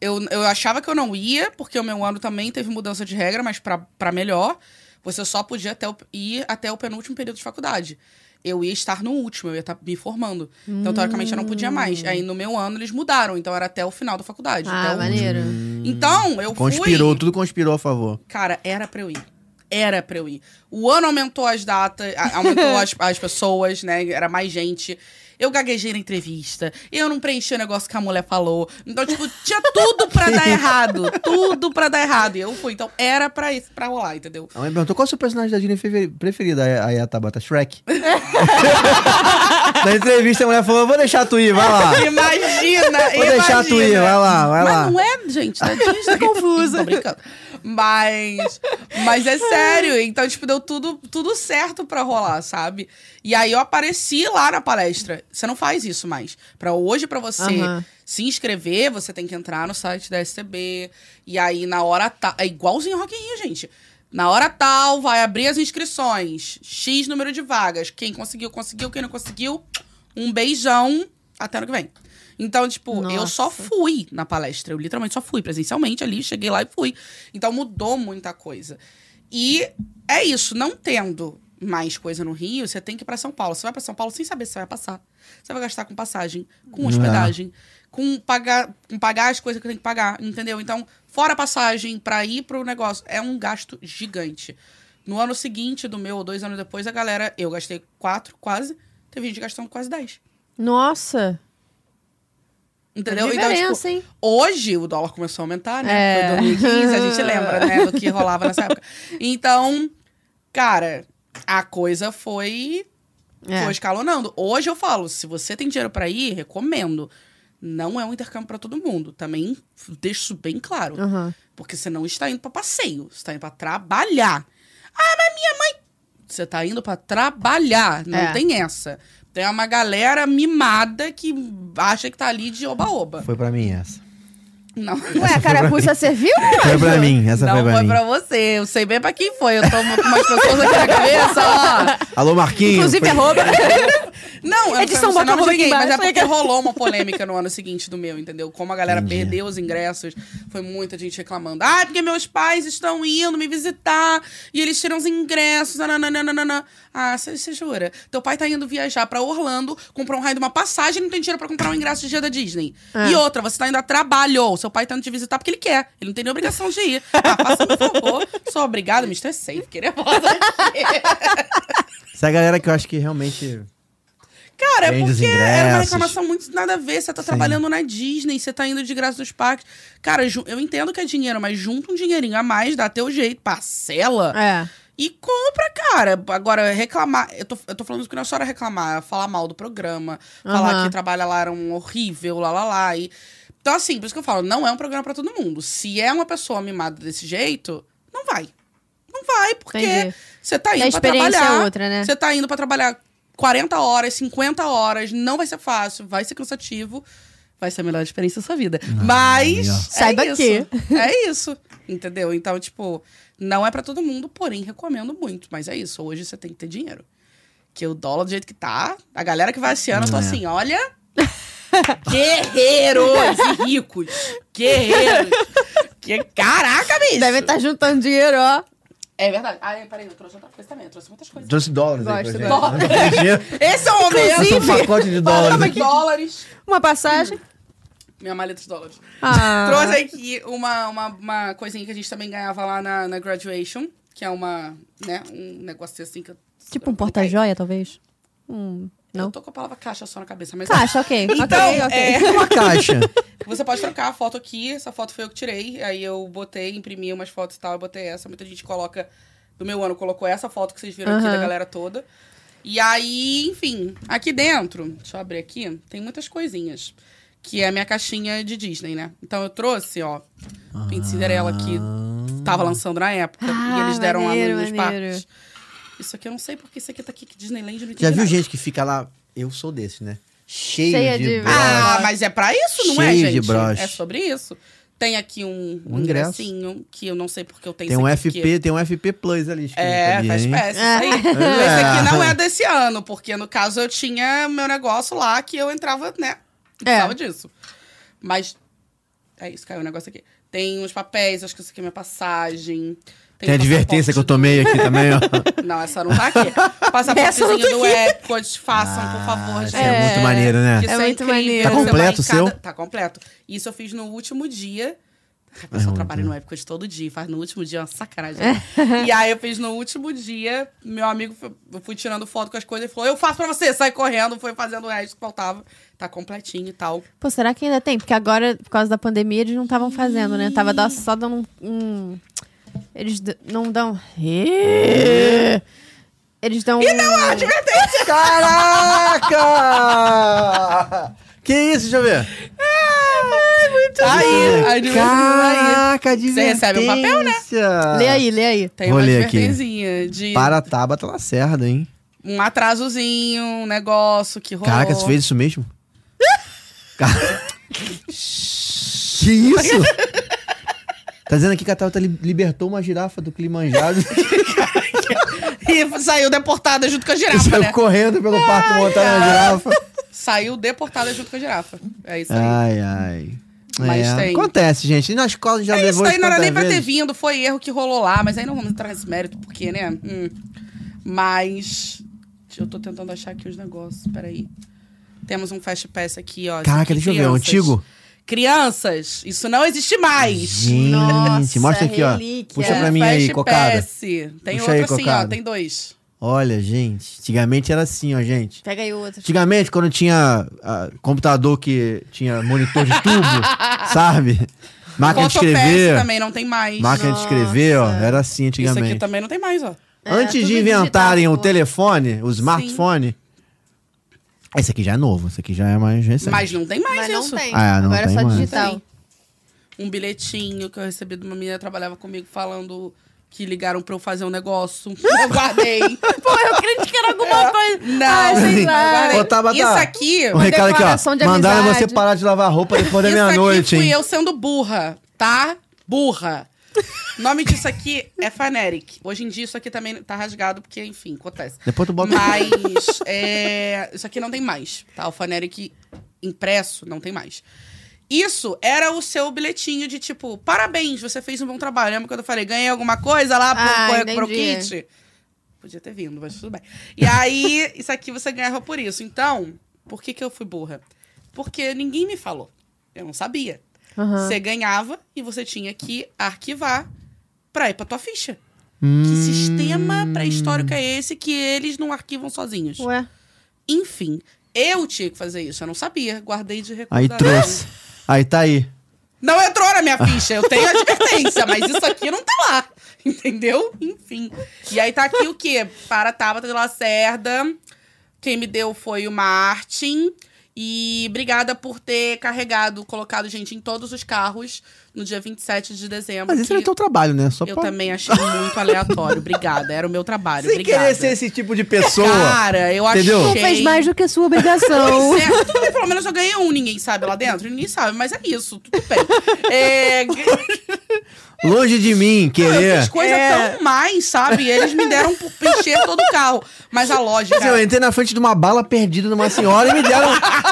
[SPEAKER 3] eu, eu achava que eu não ia, porque o meu ano também teve mudança de regra, mas pra pra melhor, você só podia até o- ir até o penúltimo período de faculdade. Eu ia estar no último, eu ia estar me formando. Então, teoricamente, eu não podia mais. Aí, no meu ano, eles mudaram. Então, era até o final da faculdade.
[SPEAKER 1] Ah,
[SPEAKER 3] até o-
[SPEAKER 1] maneiro.
[SPEAKER 3] Então, eu
[SPEAKER 2] Conspirou,
[SPEAKER 3] fui...
[SPEAKER 2] tudo conspirou a favor.
[SPEAKER 3] Cara, era pra eu ir. Era pra eu ir. O ano aumentou as datas,
[SPEAKER 2] [LAUGHS]
[SPEAKER 3] a- aumentou as, as pessoas, né? Era mais gente. Eu gaguejei na entrevista. Eu não preenchi o negócio que a mulher falou. Então, tipo, tinha tudo pra dar errado. Tudo pra dar errado. E eu fui. Então, era pra, isso, pra rolar, entendeu?
[SPEAKER 2] A mãe perguntou qual é o seu personagem da Disney preferi- preferido. Aí- Aí a Tabata,
[SPEAKER 3] [LAUGHS]
[SPEAKER 2] Shrek. Na entrevista a mulher falou, vou deixar tu ir, vai lá.
[SPEAKER 3] Imagina,
[SPEAKER 2] Ah. Vou deixar tu ir, vai lá, vai lá.
[SPEAKER 3] Mas não é, gente, tá Disney. confusa. Tô brincando. Mas, mas é sério. Então, tipo, deu tudo, tudo certo pra rolar, sabe? E aí eu apareci lá na palestra. Você não faz isso mais. Pra hoje, pra você
[SPEAKER 1] Aham.
[SPEAKER 3] se inscrever, você tem que entrar no site da STB. E aí, na hora tal... É igualzinho Rock in Rio, gente. Na hora tal, vai abrir as inscrições. X número de vagas. Quem conseguiu, conseguiu. Quem não conseguiu, um beijão. Até ano que vem. Então, tipo, eu só
[SPEAKER 1] Nossa.
[SPEAKER 3] fui na palestra. Eu literalmente só fui presencialmente ali, cheguei lá e fui. Então mudou muita coisa. E é isso, não tendo mais coisa no Rio, você tem que ir pra São Paulo. Você vai pra São Paulo sem saber se você vai passar. Você vai gastar com passagem, com hospedagem, com, pagar, com pagar as coisas que tem que pagar, entendeu? Então, fora passagem pra ir pro negócio, é um gasto gigante. No ano seguinte do meu, ou dois anos depois, a galera, eu gastei quatro quase, teve gente gastando quase dez.
[SPEAKER 1] Nossa.
[SPEAKER 3] Entendeu?
[SPEAKER 1] Que
[SPEAKER 3] Então,
[SPEAKER 1] diferença,
[SPEAKER 3] tipo,
[SPEAKER 1] hein?
[SPEAKER 3] Hoje o dólar começou a aumentar, né?
[SPEAKER 1] É.
[SPEAKER 3] Foi 2015, a gente lembra, né? Do que rolava nessa época. Então, cara, a coisa foi,
[SPEAKER 1] É.
[SPEAKER 3] foi escalonando. Hoje eu falo, se você tem dinheiro pra ir, recomendo. Não é um intercâmbio pra todo mundo. Também deixo isso bem claro.
[SPEAKER 1] Aham.
[SPEAKER 3] Porque você não está indo pra passeio, você está indo pra trabalhar. Ah, mas minha mãe. Você tá indo pra trabalhar, não
[SPEAKER 1] É.
[SPEAKER 3] tem essa. Tem uma galera mimada que acha que tá ali de oba-oba.
[SPEAKER 2] Foi pra mim essa.
[SPEAKER 3] Não.
[SPEAKER 1] Ué, a carapuça serviu?
[SPEAKER 2] [LAUGHS] Foi pra mim, essa
[SPEAKER 3] não
[SPEAKER 2] foi pra
[SPEAKER 3] foi
[SPEAKER 2] mim.
[SPEAKER 3] pra você. Eu sei bem pra quem foi. Eu tomo com umas pessoas aqui na cabeça, ó.
[SPEAKER 2] Alô, Marquinhos.
[SPEAKER 1] Inclusive,
[SPEAKER 3] é
[SPEAKER 1] é
[SPEAKER 2] foi-
[SPEAKER 1] arroba.
[SPEAKER 3] Não, eu
[SPEAKER 1] Edição,
[SPEAKER 3] não sei o
[SPEAKER 1] bota a
[SPEAKER 3] nome
[SPEAKER 1] roupa
[SPEAKER 3] de
[SPEAKER 1] aqui
[SPEAKER 3] ninguém, mas é
[SPEAKER 1] embaixo.
[SPEAKER 3] porque rolou uma polêmica no ano seguinte do meu, entendeu? Como a galera
[SPEAKER 2] Entendi.
[SPEAKER 3] perdeu os ingressos, foi muita gente reclamando. Ah, porque meus pais estão indo me visitar e eles tiram os ingressos. nananana. Ah, você jura? Teu pai tá indo viajar pra Orlando, comprar um raio de uma passagem e não tem dinheiro pra comprar um ingresso de dia da Disney.
[SPEAKER 1] É.
[SPEAKER 3] E outra, você tá indo a trabalho. O seu pai tá indo te visitar porque ele quer. Ele não tem nem obrigação de ir. Ah, passa, por favor. Sou obrigada, me estressei, fiquei nervosa.
[SPEAKER 2] Essa é a galera que eu acho que realmente...
[SPEAKER 3] Cara, é
[SPEAKER 2] Vende os
[SPEAKER 3] porque era uma
[SPEAKER 2] ingressos.
[SPEAKER 3] reclamação muito nada a ver. Você tá
[SPEAKER 2] Sim.
[SPEAKER 3] trabalhando na Disney, você tá indo de graça nos parques. Cara, ju- eu entendo que é dinheiro, mas junta um dinheirinho a mais, dá teu jeito, parcela
[SPEAKER 1] É.
[SPEAKER 3] e compra, cara. Agora, reclamar. Eu tô, eu tô falando isso que não é só era reclamar, é falar mal do programa, falar
[SPEAKER 1] Aham.
[SPEAKER 3] que trabalha lá era um horrível, lá, lá, lá. E... Então, assim, por isso que eu falo, não é um programa pra todo mundo. Se é uma pessoa mimada desse jeito, não vai. Não vai, porque
[SPEAKER 1] Entendi.
[SPEAKER 3] você tá indo
[SPEAKER 1] A
[SPEAKER 3] pra
[SPEAKER 1] experiência
[SPEAKER 3] trabalhar.
[SPEAKER 1] é outra, né?
[SPEAKER 3] Você tá indo pra trabalhar 40 horas, 50 horas, não vai ser fácil, vai ser cansativo, vai ser a melhor experiência da sua vida.
[SPEAKER 2] aí,
[SPEAKER 3] Mas.
[SPEAKER 2] ó.
[SPEAKER 3] é
[SPEAKER 1] Saiba
[SPEAKER 3] isso.
[SPEAKER 1] que.
[SPEAKER 3] É isso. Entendeu? Então, tipo, não é pra todo mundo, porém recomendo muito. Mas é isso. Hoje você tem que ter dinheiro. Que o dólar do jeito que tá, a galera que vai esse ano, eu tô
[SPEAKER 2] É.
[SPEAKER 3] assim, olha. Guerreiros e ricos. Guerreiros. Que, caraca, bicho.
[SPEAKER 1] Deve estar tá juntando dinheiro, ó.
[SPEAKER 3] É verdade. Ah, peraí, eu trouxe outra coisa também. Eu trouxe muitas coisas.
[SPEAKER 2] Trouxe né? dólares
[SPEAKER 1] Gosto,
[SPEAKER 2] aí pra [LAUGHS]
[SPEAKER 1] gosto.
[SPEAKER 2] gente. Não tem dinheiro.
[SPEAKER 3] Esse é o
[SPEAKER 2] Trouxe
[SPEAKER 3] momento.
[SPEAKER 2] um pacote de dólares.
[SPEAKER 3] Falando em dólares.
[SPEAKER 1] Uma passagem.
[SPEAKER 3] Minha maleta de dólares.
[SPEAKER 1] Ah.
[SPEAKER 3] Trouxe aqui uma, uma, uma coisinha que a gente também ganhava lá na, na graduation, que é uma, né, um negócio assim que eu...
[SPEAKER 1] Tipo um porta-joia, talvez. Um Não?
[SPEAKER 3] Eu tô com a palavra caixa só na cabeça, mas.
[SPEAKER 1] Caixa, ok.
[SPEAKER 3] Então,
[SPEAKER 1] ok, ok.
[SPEAKER 3] é,
[SPEAKER 2] Uma caixa.
[SPEAKER 3] Você pode trocar a foto aqui. Essa foto foi eu que tirei. Aí eu botei, imprimi umas fotos e tal. Eu botei essa. Muita gente coloca. Do meu ano colocou essa foto que vocês viram aqui
[SPEAKER 1] Aham.
[SPEAKER 3] da galera toda. E aí, enfim, aqui dentro, deixa eu abrir aqui, tem muitas coisinhas. Que é a minha caixinha de Disney, né? Então eu trouxe, ó,
[SPEAKER 2] Ah.
[SPEAKER 3] o Pin de Cinderela que tava lançando na época.
[SPEAKER 1] Ah,
[SPEAKER 3] e eles deram
[SPEAKER 1] maneiro,
[SPEAKER 3] lá nos
[SPEAKER 1] maneiro.
[SPEAKER 3] parques. Isso aqui eu não sei porque isso aqui tá aqui que Disneyland eu não
[SPEAKER 2] Já
[SPEAKER 3] entendi
[SPEAKER 2] viu
[SPEAKER 3] nada.
[SPEAKER 2] gente que fica lá? Eu sou desse, né? Cheio
[SPEAKER 1] Cheia
[SPEAKER 2] de,
[SPEAKER 1] de-
[SPEAKER 2] broche.
[SPEAKER 3] Ah, mas é pra isso, não é,
[SPEAKER 2] Cheio de
[SPEAKER 3] gente?
[SPEAKER 2] broche.
[SPEAKER 3] É sobre isso. Tem aqui um,
[SPEAKER 2] Um
[SPEAKER 3] um
[SPEAKER 2] ingresso.
[SPEAKER 3] ingressinho, que eu não sei porque eu tenho
[SPEAKER 2] Tem um
[SPEAKER 3] esse aqui,
[SPEAKER 2] FP, tem um FP Plus ali
[SPEAKER 3] porque-
[SPEAKER 2] escrito
[SPEAKER 3] É,
[SPEAKER 2] ali,
[SPEAKER 3] faz
[SPEAKER 2] hein?
[SPEAKER 3] peça, isso aí.
[SPEAKER 2] [LAUGHS] É.
[SPEAKER 3] Esse aqui não é desse ano, porque no caso eu tinha meu negócio lá que eu entrava, né? Precisava disso. Mas. É isso, caiu o negócio aqui. Tem uns papéis, acho que isso aqui é minha passagem.
[SPEAKER 2] Tem a advertência que eu
[SPEAKER 3] né?
[SPEAKER 2] tomei aqui também,
[SPEAKER 3] [LAUGHS]
[SPEAKER 2] ó.
[SPEAKER 3] Não, essa não tá aqui.
[SPEAKER 1] Essa não
[SPEAKER 3] Passaportezinho
[SPEAKER 1] tá
[SPEAKER 3] do Epcot, façam, por favor,
[SPEAKER 2] Ah, isso
[SPEAKER 3] gente.
[SPEAKER 2] é, muito maneiro, né?
[SPEAKER 3] Que isso
[SPEAKER 1] É muito
[SPEAKER 3] incrível.
[SPEAKER 1] maneiro.
[SPEAKER 2] Tá
[SPEAKER 3] Você vai
[SPEAKER 2] completo
[SPEAKER 3] em
[SPEAKER 2] o seu?
[SPEAKER 3] Tá completo. Isso eu fiz no último dia. A pessoa
[SPEAKER 2] muito,
[SPEAKER 3] trabalha
[SPEAKER 2] né?
[SPEAKER 3] no época de todo dia, faz no último dia, é uma sacanagem.
[SPEAKER 1] É.
[SPEAKER 3] e aí eu fiz no último dia, meu amigo, foi- eu fui tirando foto com as coisas e falou, eu faço pra você, sai correndo, foi fazendo o resto que faltava. Tá completinho e tal.
[SPEAKER 1] Pô, será que ainda tem? Porque agora, por causa da pandemia, eles não estavam fazendo, né? Tava dó- só dando um. um- Eles d- não dão. Eles dão. um E não,
[SPEAKER 2] Caraca! Que isso, deixa eu
[SPEAKER 3] É,
[SPEAKER 2] ver.
[SPEAKER 3] Tá aí, a advertência tá aí.
[SPEAKER 2] Caraca,
[SPEAKER 3] Você recebe um papel, né?
[SPEAKER 2] né?
[SPEAKER 1] Lê aí, lê aí.
[SPEAKER 3] Tem
[SPEAKER 2] Vou
[SPEAKER 3] uma
[SPEAKER 2] ler aqui.
[SPEAKER 3] advertência de
[SPEAKER 2] Para a Tabata Lacerda, hein?
[SPEAKER 3] um atrasozinho, um negócio que rolou.
[SPEAKER 2] Caraca, você fez isso mesmo? Cara- que isso? Tá dizendo aqui que a Tabata li- libertou uma girafa do
[SPEAKER 3] [LAUGHS]
[SPEAKER 2] Climanjaro e
[SPEAKER 3] [LAUGHS] E saiu deportada junto com a girafa,
[SPEAKER 2] saiu
[SPEAKER 3] né?
[SPEAKER 2] correndo pelo parque montando a girafa.
[SPEAKER 3] Saiu deportada junto com a girafa. É isso aí.
[SPEAKER 2] Ai, ai.
[SPEAKER 3] Mas
[SPEAKER 2] É,
[SPEAKER 3] tem.
[SPEAKER 2] Acontece, gente. E na escola já
[SPEAKER 3] É isso
[SPEAKER 2] levou
[SPEAKER 3] daí, não era nem pra
[SPEAKER 2] quantas
[SPEAKER 3] ter
[SPEAKER 2] vezes?
[SPEAKER 3] vindo, foi erro que rolou lá, mas aí não vamos entrar nesse mérito, porque, né? Hum. Mas. Eu tô tentando achar aqui os negócios, peraí. Temos um Fast Pass aqui, ó.
[SPEAKER 2] Caraca,
[SPEAKER 3] Isso aqui,
[SPEAKER 2] deixa eu ver. É um
[SPEAKER 3] crianças.
[SPEAKER 2] antigo?
[SPEAKER 3] Crianças, isso não existe mais.
[SPEAKER 2] Gente,
[SPEAKER 1] Nossa,
[SPEAKER 2] mostra aqui, ó.
[SPEAKER 1] relíquia.
[SPEAKER 2] Puxa
[SPEAKER 3] É,
[SPEAKER 2] pra mim aí,
[SPEAKER 3] Fast
[SPEAKER 2] cocada.
[SPEAKER 3] Pass. Tem
[SPEAKER 2] Puxa
[SPEAKER 3] outro
[SPEAKER 2] aí,
[SPEAKER 3] assim,
[SPEAKER 2] cocada.
[SPEAKER 3] ó, tem dois.
[SPEAKER 2] Olha, gente. Antigamente era assim, ó, gente.
[SPEAKER 1] Pega aí o outro.
[SPEAKER 2] Antigamente, quando tinha ah, computador que tinha monitor de
[SPEAKER 3] [LAUGHS]
[SPEAKER 2] tubo, sabe? Máquina de
[SPEAKER 3] Photo Pass
[SPEAKER 2] escrever.
[SPEAKER 3] também não tem mais. né?
[SPEAKER 2] Máquina de
[SPEAKER 1] Nossa.
[SPEAKER 2] escrever, ó. Era assim
[SPEAKER 3] isso
[SPEAKER 2] antigamente.
[SPEAKER 3] aqui tá- também não tem mais, ó.
[SPEAKER 1] É,
[SPEAKER 2] Antes
[SPEAKER 1] tudo
[SPEAKER 2] de
[SPEAKER 1] digital,
[SPEAKER 2] inventarem o
[SPEAKER 1] pô.
[SPEAKER 2] telefone, o smartphone. Esse aqui já é novo, esse aqui já é mais recente.
[SPEAKER 3] Mas não tem mais
[SPEAKER 1] Mas
[SPEAKER 3] isso.
[SPEAKER 1] não tem.
[SPEAKER 2] Ah, não
[SPEAKER 1] Agora
[SPEAKER 2] tem
[SPEAKER 1] é só
[SPEAKER 2] mais.
[SPEAKER 1] digital.
[SPEAKER 3] um bilhetinho que eu recebi de uma menina que trabalhava comigo falando que ligaram pra eu fazer um negócio.
[SPEAKER 2] [LAUGHS]
[SPEAKER 3] Eu guardei.
[SPEAKER 1] Pô, eu acredito que era alguma coisa.
[SPEAKER 3] Não,
[SPEAKER 1] Ai, sei lá.
[SPEAKER 3] eu guardei.
[SPEAKER 2] Ô, Tabata,
[SPEAKER 3] Isso aqui,
[SPEAKER 2] O recado aqui,
[SPEAKER 1] declaração de
[SPEAKER 2] ó. Mandaram
[SPEAKER 1] amizade.
[SPEAKER 2] você parar de lavar roupa depois da
[SPEAKER 3] isso aqui
[SPEAKER 2] meia-noite,
[SPEAKER 3] fui
[SPEAKER 2] hein?
[SPEAKER 3] eu sendo burra, tá? Burra. O nome disso aqui é Faneric. Hoje em dia isso aqui também tá rasgado, porque, enfim, acontece.
[SPEAKER 2] Depois tu bota.
[SPEAKER 3] Mas é, isso aqui não tem mais, tá? O Faneric impresso não tem mais. Isso era o seu bilhetinho de tipo, parabéns, você fez um bom trabalho. Lembra quando eu falei, ganhei alguma coisa lá pro,
[SPEAKER 1] Ah,
[SPEAKER 3] pro- pro
[SPEAKER 1] entendi.
[SPEAKER 3] kit? Podia ter vindo, mas tudo bem. E aí, isso aqui você ganhava por isso. Então, por que, que eu fui burra? Porque ninguém me falou. Eu não sabia.
[SPEAKER 1] Aham.
[SPEAKER 3] Você ganhava e você tinha que arquivar pra ir pra tua ficha. Que
[SPEAKER 2] Hum,
[SPEAKER 3] sistema pré-histórico é esse que eles não arquivam sozinhos?
[SPEAKER 1] Ué.
[SPEAKER 3] Enfim, eu tinha que fazer isso, eu não sabia, guardei de
[SPEAKER 2] Aí
[SPEAKER 3] recordação.
[SPEAKER 2] trouxe. Aí tá aí.
[SPEAKER 3] Não entrou na minha ficha, eu tenho advertência, mas isso aqui não tá lá, entendeu? Enfim. E aí tá aqui o quê? Para Tabata de Lacerda, quem me deu foi o Martin. E obrigada por ter carregado, colocado gente em todos os carros no dia 27 de dezembro.
[SPEAKER 2] Mas isso
[SPEAKER 3] que
[SPEAKER 2] era teu trabalho, né? Só
[SPEAKER 3] eu
[SPEAKER 2] pra...
[SPEAKER 3] também achei muito aleatório. Obrigada, era o meu trabalho.
[SPEAKER 2] Sem
[SPEAKER 3] obrigada.
[SPEAKER 2] querer ser esse tipo de pessoa.
[SPEAKER 3] Cara, eu
[SPEAKER 2] Entendeu?
[SPEAKER 3] achei.
[SPEAKER 1] Não fez mais do que a sua obrigação.
[SPEAKER 3] Pois é, [LAUGHS] tudo bem, pelo menos eu ganhei um, ninguém sabe lá dentro, ninguém sabe, mas é isso, tudo bem. É, eu
[SPEAKER 2] Longe de mim, querer.
[SPEAKER 3] fiz coisa
[SPEAKER 1] É.
[SPEAKER 3] tão mais, sabe? Eles me deram por encher todo o carro. Mas a lógica.
[SPEAKER 2] Eu entrei na frente de uma bala perdida de uma senhora e me deram,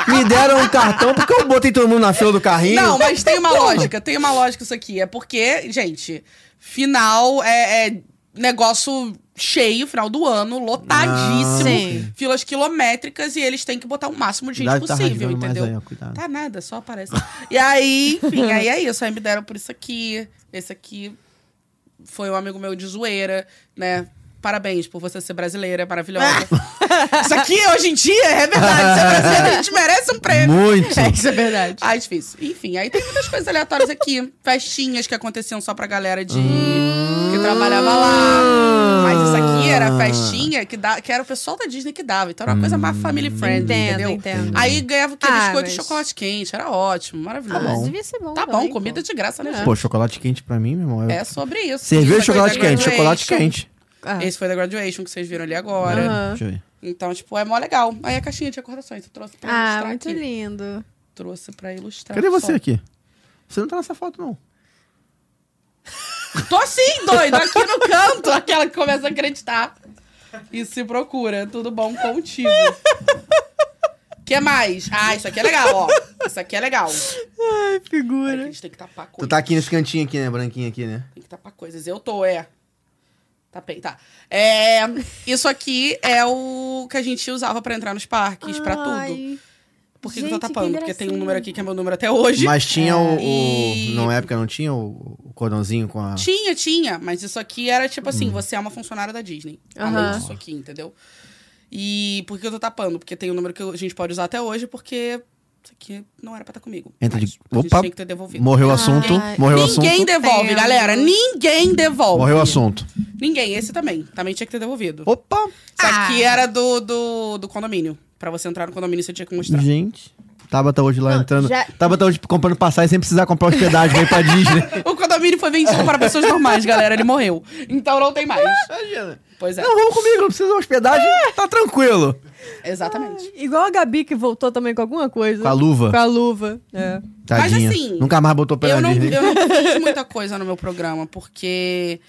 [SPEAKER 2] me deram um cartão porque eu botei todo mundo na fila do carrinho.
[SPEAKER 3] Não, mas tem uma lógica, tem uma lógica isso aqui. É porque, gente, final é, é negócio cheio, final do ano,
[SPEAKER 2] Ah.
[SPEAKER 3] lotadíssimo.
[SPEAKER 1] Sim.
[SPEAKER 3] Filas quilométricas e eles têm que botar o máximo de gente
[SPEAKER 2] Cuidado, tá
[SPEAKER 3] possível,
[SPEAKER 2] rasgando mais
[SPEAKER 3] entendeu?
[SPEAKER 2] aí, ó, cuidado.
[SPEAKER 3] Tá nada, só aparece. E aí, enfim, aí é isso. Aí me deram por isso aqui. Esse aqui foi um amigo meu de zoeira, né? Parabéns por você ser brasileira,
[SPEAKER 1] [LAUGHS]
[SPEAKER 3] é maravilhosa. Isso aqui, hoje em dia, é verdade. Ser brasileira, a gente merece um
[SPEAKER 1] [LAUGHS]
[SPEAKER 3] prêmio.
[SPEAKER 2] Muito.
[SPEAKER 1] isso é verdade.
[SPEAKER 3] Ah, é difícil. Enfim, aí tem muitas coisas aleatórias aqui. Festinhas que aconteciam só pra galera de... que
[SPEAKER 1] Hum.
[SPEAKER 3] trabalhava lá. Mas isso aqui era festinha que, dá, que era o pessoal da Disney que dava. Então era uma coisa mais family friendly,
[SPEAKER 1] Ah, Entendo,
[SPEAKER 3] entendeu?
[SPEAKER 1] entendo.
[SPEAKER 3] Aí
[SPEAKER 2] Uhum.
[SPEAKER 3] ganhava o quê? Biscoito
[SPEAKER 1] Ah,
[SPEAKER 3] de
[SPEAKER 1] mas-
[SPEAKER 3] chocolate quente. Era ótimo, maravilhoso.
[SPEAKER 1] Ah, mas então. devia ser bom.
[SPEAKER 3] Tá
[SPEAKER 1] também,
[SPEAKER 3] bom,
[SPEAKER 1] pô.
[SPEAKER 3] comida de graça, né,
[SPEAKER 2] Pô, chocolate quente pra mim, meu irmão.
[SPEAKER 3] gente?
[SPEAKER 2] É.
[SPEAKER 3] É sobre isso.
[SPEAKER 2] Cerveja e
[SPEAKER 3] Isso aqui
[SPEAKER 2] chocolate
[SPEAKER 3] foi da
[SPEAKER 2] quente, chocolate
[SPEAKER 3] graduation.
[SPEAKER 2] quente.
[SPEAKER 1] Ah.
[SPEAKER 3] Esse foi da graduation que vocês viram ali agora.
[SPEAKER 1] Aham.
[SPEAKER 2] Deixa eu ver.
[SPEAKER 3] Então, tipo, é mó legal. Aí a caixinha de recordações, eu trouxe pra
[SPEAKER 1] Ah,
[SPEAKER 3] ilustrar
[SPEAKER 1] muito
[SPEAKER 3] aqui.
[SPEAKER 1] lindo.
[SPEAKER 3] Trouxe pra ilustrar.
[SPEAKER 2] Cadê você
[SPEAKER 3] só.
[SPEAKER 2] aqui? Você não tá nessa foto, não.
[SPEAKER 3] Tô sim, doido, aqui no canto. Aquela que começa a acreditar. E se procura, tudo bom contigo. que mais? Ah, isso aqui é legal, ó. Isso aqui é legal.
[SPEAKER 1] Ai,
[SPEAKER 3] Peraí que a
[SPEAKER 1] figura.
[SPEAKER 3] gente tem que tapar coisas.
[SPEAKER 2] Tu tá aqui nesse cantinho aqui, né? Branquinho aqui, né?
[SPEAKER 3] Tem que tapar coisas. Eu tô, é. Tapei, tá. É, isso aqui é o que a gente usava pra entrar nos parques, pra tudo. Por que, que eu tô
[SPEAKER 1] gente, que
[SPEAKER 3] tapando? Porque tem um
[SPEAKER 1] gracinha.
[SPEAKER 3] número aqui que é meu número até hoje.
[SPEAKER 2] Mas tinha o, o.
[SPEAKER 3] E-
[SPEAKER 2] Na época não tinha o, o cordãozinho com a.
[SPEAKER 3] Tinha, tinha, mas isso aqui era tipo assim,
[SPEAKER 2] Uhum.
[SPEAKER 3] você é uma funcionária da Disney. Além
[SPEAKER 1] Aham.
[SPEAKER 3] disso aqui, entendeu? E por que eu tô tapando? Porque tem um número que eu- a gente pode usar até hoje, porque isso aqui não era pra estar comigo.
[SPEAKER 2] Entra
[SPEAKER 3] Mas
[SPEAKER 2] de-
[SPEAKER 3] A gente
[SPEAKER 2] Opa.
[SPEAKER 3] tinha que ter devolvido.
[SPEAKER 2] Morreu o assunto.
[SPEAKER 1] Ai.
[SPEAKER 2] Morreu o assunto.
[SPEAKER 3] Ninguém devolve,
[SPEAKER 1] Entendo.
[SPEAKER 3] galera. Ninguém devolve.
[SPEAKER 2] Morreu o assunto.
[SPEAKER 3] Ninguém, esse também. Também tinha que ter devolvido.
[SPEAKER 2] Opa!
[SPEAKER 3] Isso aqui
[SPEAKER 1] Ah.
[SPEAKER 3] era do, do, do condomínio. Pra você entrar no condomínio, você tinha que
[SPEAKER 2] Tá.
[SPEAKER 3] mostrar.
[SPEAKER 2] Gente. Tabata hoje lá
[SPEAKER 1] Não,
[SPEAKER 2] entrando.
[SPEAKER 1] já-
[SPEAKER 2] Tabata hoje comprando passagem sem precisar comprar hospedagem, veio pra Disney.
[SPEAKER 3] O condomínio foi vendido para pessoas normais, galera. Ele morreu. Então não tem mais.
[SPEAKER 2] [LAUGHS] Imagina.
[SPEAKER 3] Pois é,
[SPEAKER 2] Não, vamos comigo, não precisa de hospedagem, tá tranquilo.
[SPEAKER 3] exatamente.
[SPEAKER 1] Igual a Gabi que voltou também com alguma coisa.
[SPEAKER 2] Com a luva.
[SPEAKER 1] Com a luva. É.
[SPEAKER 2] Tadinha.
[SPEAKER 3] assim,
[SPEAKER 2] Nunca mais botou pela
[SPEAKER 3] Eu não,
[SPEAKER 2] Disney.
[SPEAKER 3] eu não fiz muita coisa no meu programa, porque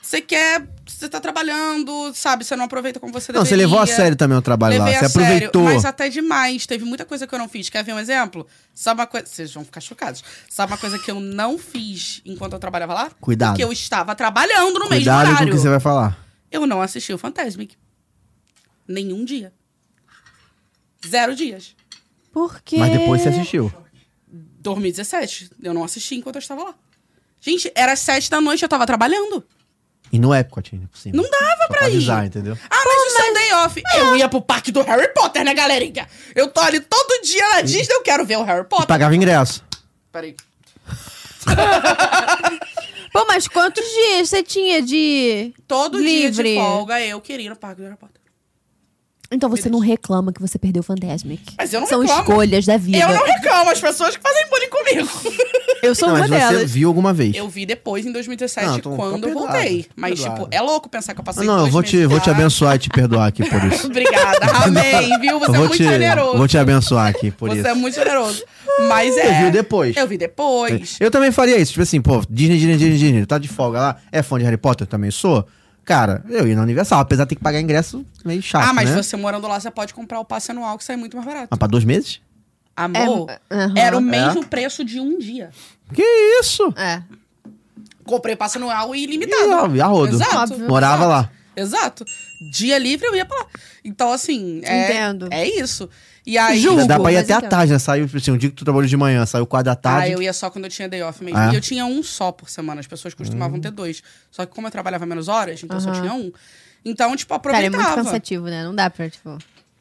[SPEAKER 3] você quer. Você tá trabalhando, sabe? Você não aproveita como você
[SPEAKER 2] Não, você
[SPEAKER 3] deveria.
[SPEAKER 2] levou a sério também o trabalho
[SPEAKER 3] Levei
[SPEAKER 2] lá. Você
[SPEAKER 3] a sério,
[SPEAKER 2] aproveitou.
[SPEAKER 3] mas assim, até demais. Teve muita coisa que eu não fiz. Quer ver um exemplo? Sabe uma coisa. Vocês vão ficar chocados. Sabe uma coisa que eu não fiz enquanto eu trabalhava lá?
[SPEAKER 2] Cuidado.
[SPEAKER 3] Porque eu estava trabalhando no
[SPEAKER 2] Cuidado
[SPEAKER 3] mesmo
[SPEAKER 2] com o
[SPEAKER 3] horário.
[SPEAKER 2] que você vai falar.
[SPEAKER 3] Eu não assisti o Fantasmic. Nenhum dia. Zero dias.
[SPEAKER 1] Por quê?
[SPEAKER 2] Mas depois você assistiu.
[SPEAKER 3] 2017. Eu não assisti enquanto eu estava lá. Gente, era sete da noite, eu tava trabalhando.
[SPEAKER 2] E no Epcot ainda, por cima.
[SPEAKER 3] Não dava
[SPEAKER 2] Só
[SPEAKER 3] pra
[SPEAKER 2] pra
[SPEAKER 3] ir.
[SPEAKER 2] avisar, entendeu?
[SPEAKER 3] Ah, mas isso é um day off. Eu ia pro parque do Harry Potter, né, galerinha? Eu tô ali todo dia na Disney, eu quero ver o Harry
[SPEAKER 2] E
[SPEAKER 3] Potter.
[SPEAKER 2] pagava ingresso.
[SPEAKER 3] Peraí.
[SPEAKER 1] Pô, mas quantos dias você tinha de.
[SPEAKER 3] Todo dia
[SPEAKER 1] Livre.
[SPEAKER 3] de folga, eu queria ir no parque do Harry Potter.
[SPEAKER 1] Então você não reclama que você perdeu o Fantasmic.
[SPEAKER 3] Mas eu não
[SPEAKER 1] São
[SPEAKER 3] reclamo.
[SPEAKER 1] escolhas da vida.
[SPEAKER 3] Eu não reclamo, as pessoas que fazem bullying comigo.
[SPEAKER 2] [LAUGHS]
[SPEAKER 1] Eu sou
[SPEAKER 2] não,
[SPEAKER 1] uma
[SPEAKER 2] mas você
[SPEAKER 1] delas.
[SPEAKER 2] viu alguma vez.
[SPEAKER 3] Eu vi depois, em 2017,
[SPEAKER 2] Não, Ah, tô- tô
[SPEAKER 3] quando eu
[SPEAKER 2] perdoado,
[SPEAKER 3] voltei. Mas,
[SPEAKER 2] perdoado.
[SPEAKER 3] tipo, é louco pensar que eu
[SPEAKER 2] Ah,
[SPEAKER 3] passei
[SPEAKER 2] não, eu
[SPEAKER 3] dois
[SPEAKER 2] vou te,
[SPEAKER 3] meses
[SPEAKER 2] vou te
[SPEAKER 3] lá.
[SPEAKER 2] abençoar e te perdoar aqui por isso.
[SPEAKER 3] [LAUGHS] Obrigada, amém, viu? Você
[SPEAKER 2] eu
[SPEAKER 3] é
[SPEAKER 2] vou
[SPEAKER 3] muito
[SPEAKER 2] te,
[SPEAKER 3] generoso.
[SPEAKER 2] Vou te abençoar aqui por
[SPEAKER 3] Você
[SPEAKER 2] isso.
[SPEAKER 3] é muito generoso. Mas
[SPEAKER 2] Você
[SPEAKER 3] é.
[SPEAKER 2] viu depois.
[SPEAKER 3] Eu vi
[SPEAKER 1] É
[SPEAKER 3] É. depois.
[SPEAKER 2] Eu também faria isso. Tipo assim, pô, Disney, Disney, Disney, Disney. Tá de folga lá. É fã de Harry Potter? Eu também sou. Cara, eu ia na Universal. Apesar de ter que pagar ingresso, meio chato,
[SPEAKER 3] ah, mas
[SPEAKER 2] né?
[SPEAKER 3] você morando lá, você pode comprar o passe anual que sai muito mais barato.
[SPEAKER 2] Mas pra dois meses?
[SPEAKER 3] Amor,
[SPEAKER 1] É, aham.
[SPEAKER 3] era o
[SPEAKER 1] É.
[SPEAKER 3] mesmo preço de um dia.
[SPEAKER 2] Que isso?
[SPEAKER 1] É.
[SPEAKER 3] Comprei passe anual e
[SPEAKER 2] Ih,
[SPEAKER 3] ilimitado.
[SPEAKER 2] ó, a rodo.
[SPEAKER 3] Exato.
[SPEAKER 2] Morava lá.
[SPEAKER 3] Exato. Dia livre eu ia pra lá. Então, assim. É,
[SPEAKER 1] Entendo.
[SPEAKER 3] É isso. E aí.
[SPEAKER 1] Julgo.
[SPEAKER 2] Ainda dá pra ir
[SPEAKER 1] mas
[SPEAKER 2] até à
[SPEAKER 1] então.
[SPEAKER 2] tarde, né? Saiu, tipo assim, um dia que tu trabalhou de manhã, saiu quatro da
[SPEAKER 3] Ah,
[SPEAKER 2] tarde.
[SPEAKER 3] eu ia só quando eu tinha day off mesmo.
[SPEAKER 2] Ah, é? Hum.
[SPEAKER 3] E eu tinha um só por semana. As pessoas costumavam ter dois. Só que como eu trabalhava menos horas, então eu só
[SPEAKER 1] Aham.
[SPEAKER 3] tinha um. Então, tipo,
[SPEAKER 1] Cara, é
[SPEAKER 3] aproveitava.
[SPEAKER 1] muito cansativo, né? Não dá pra, tipo.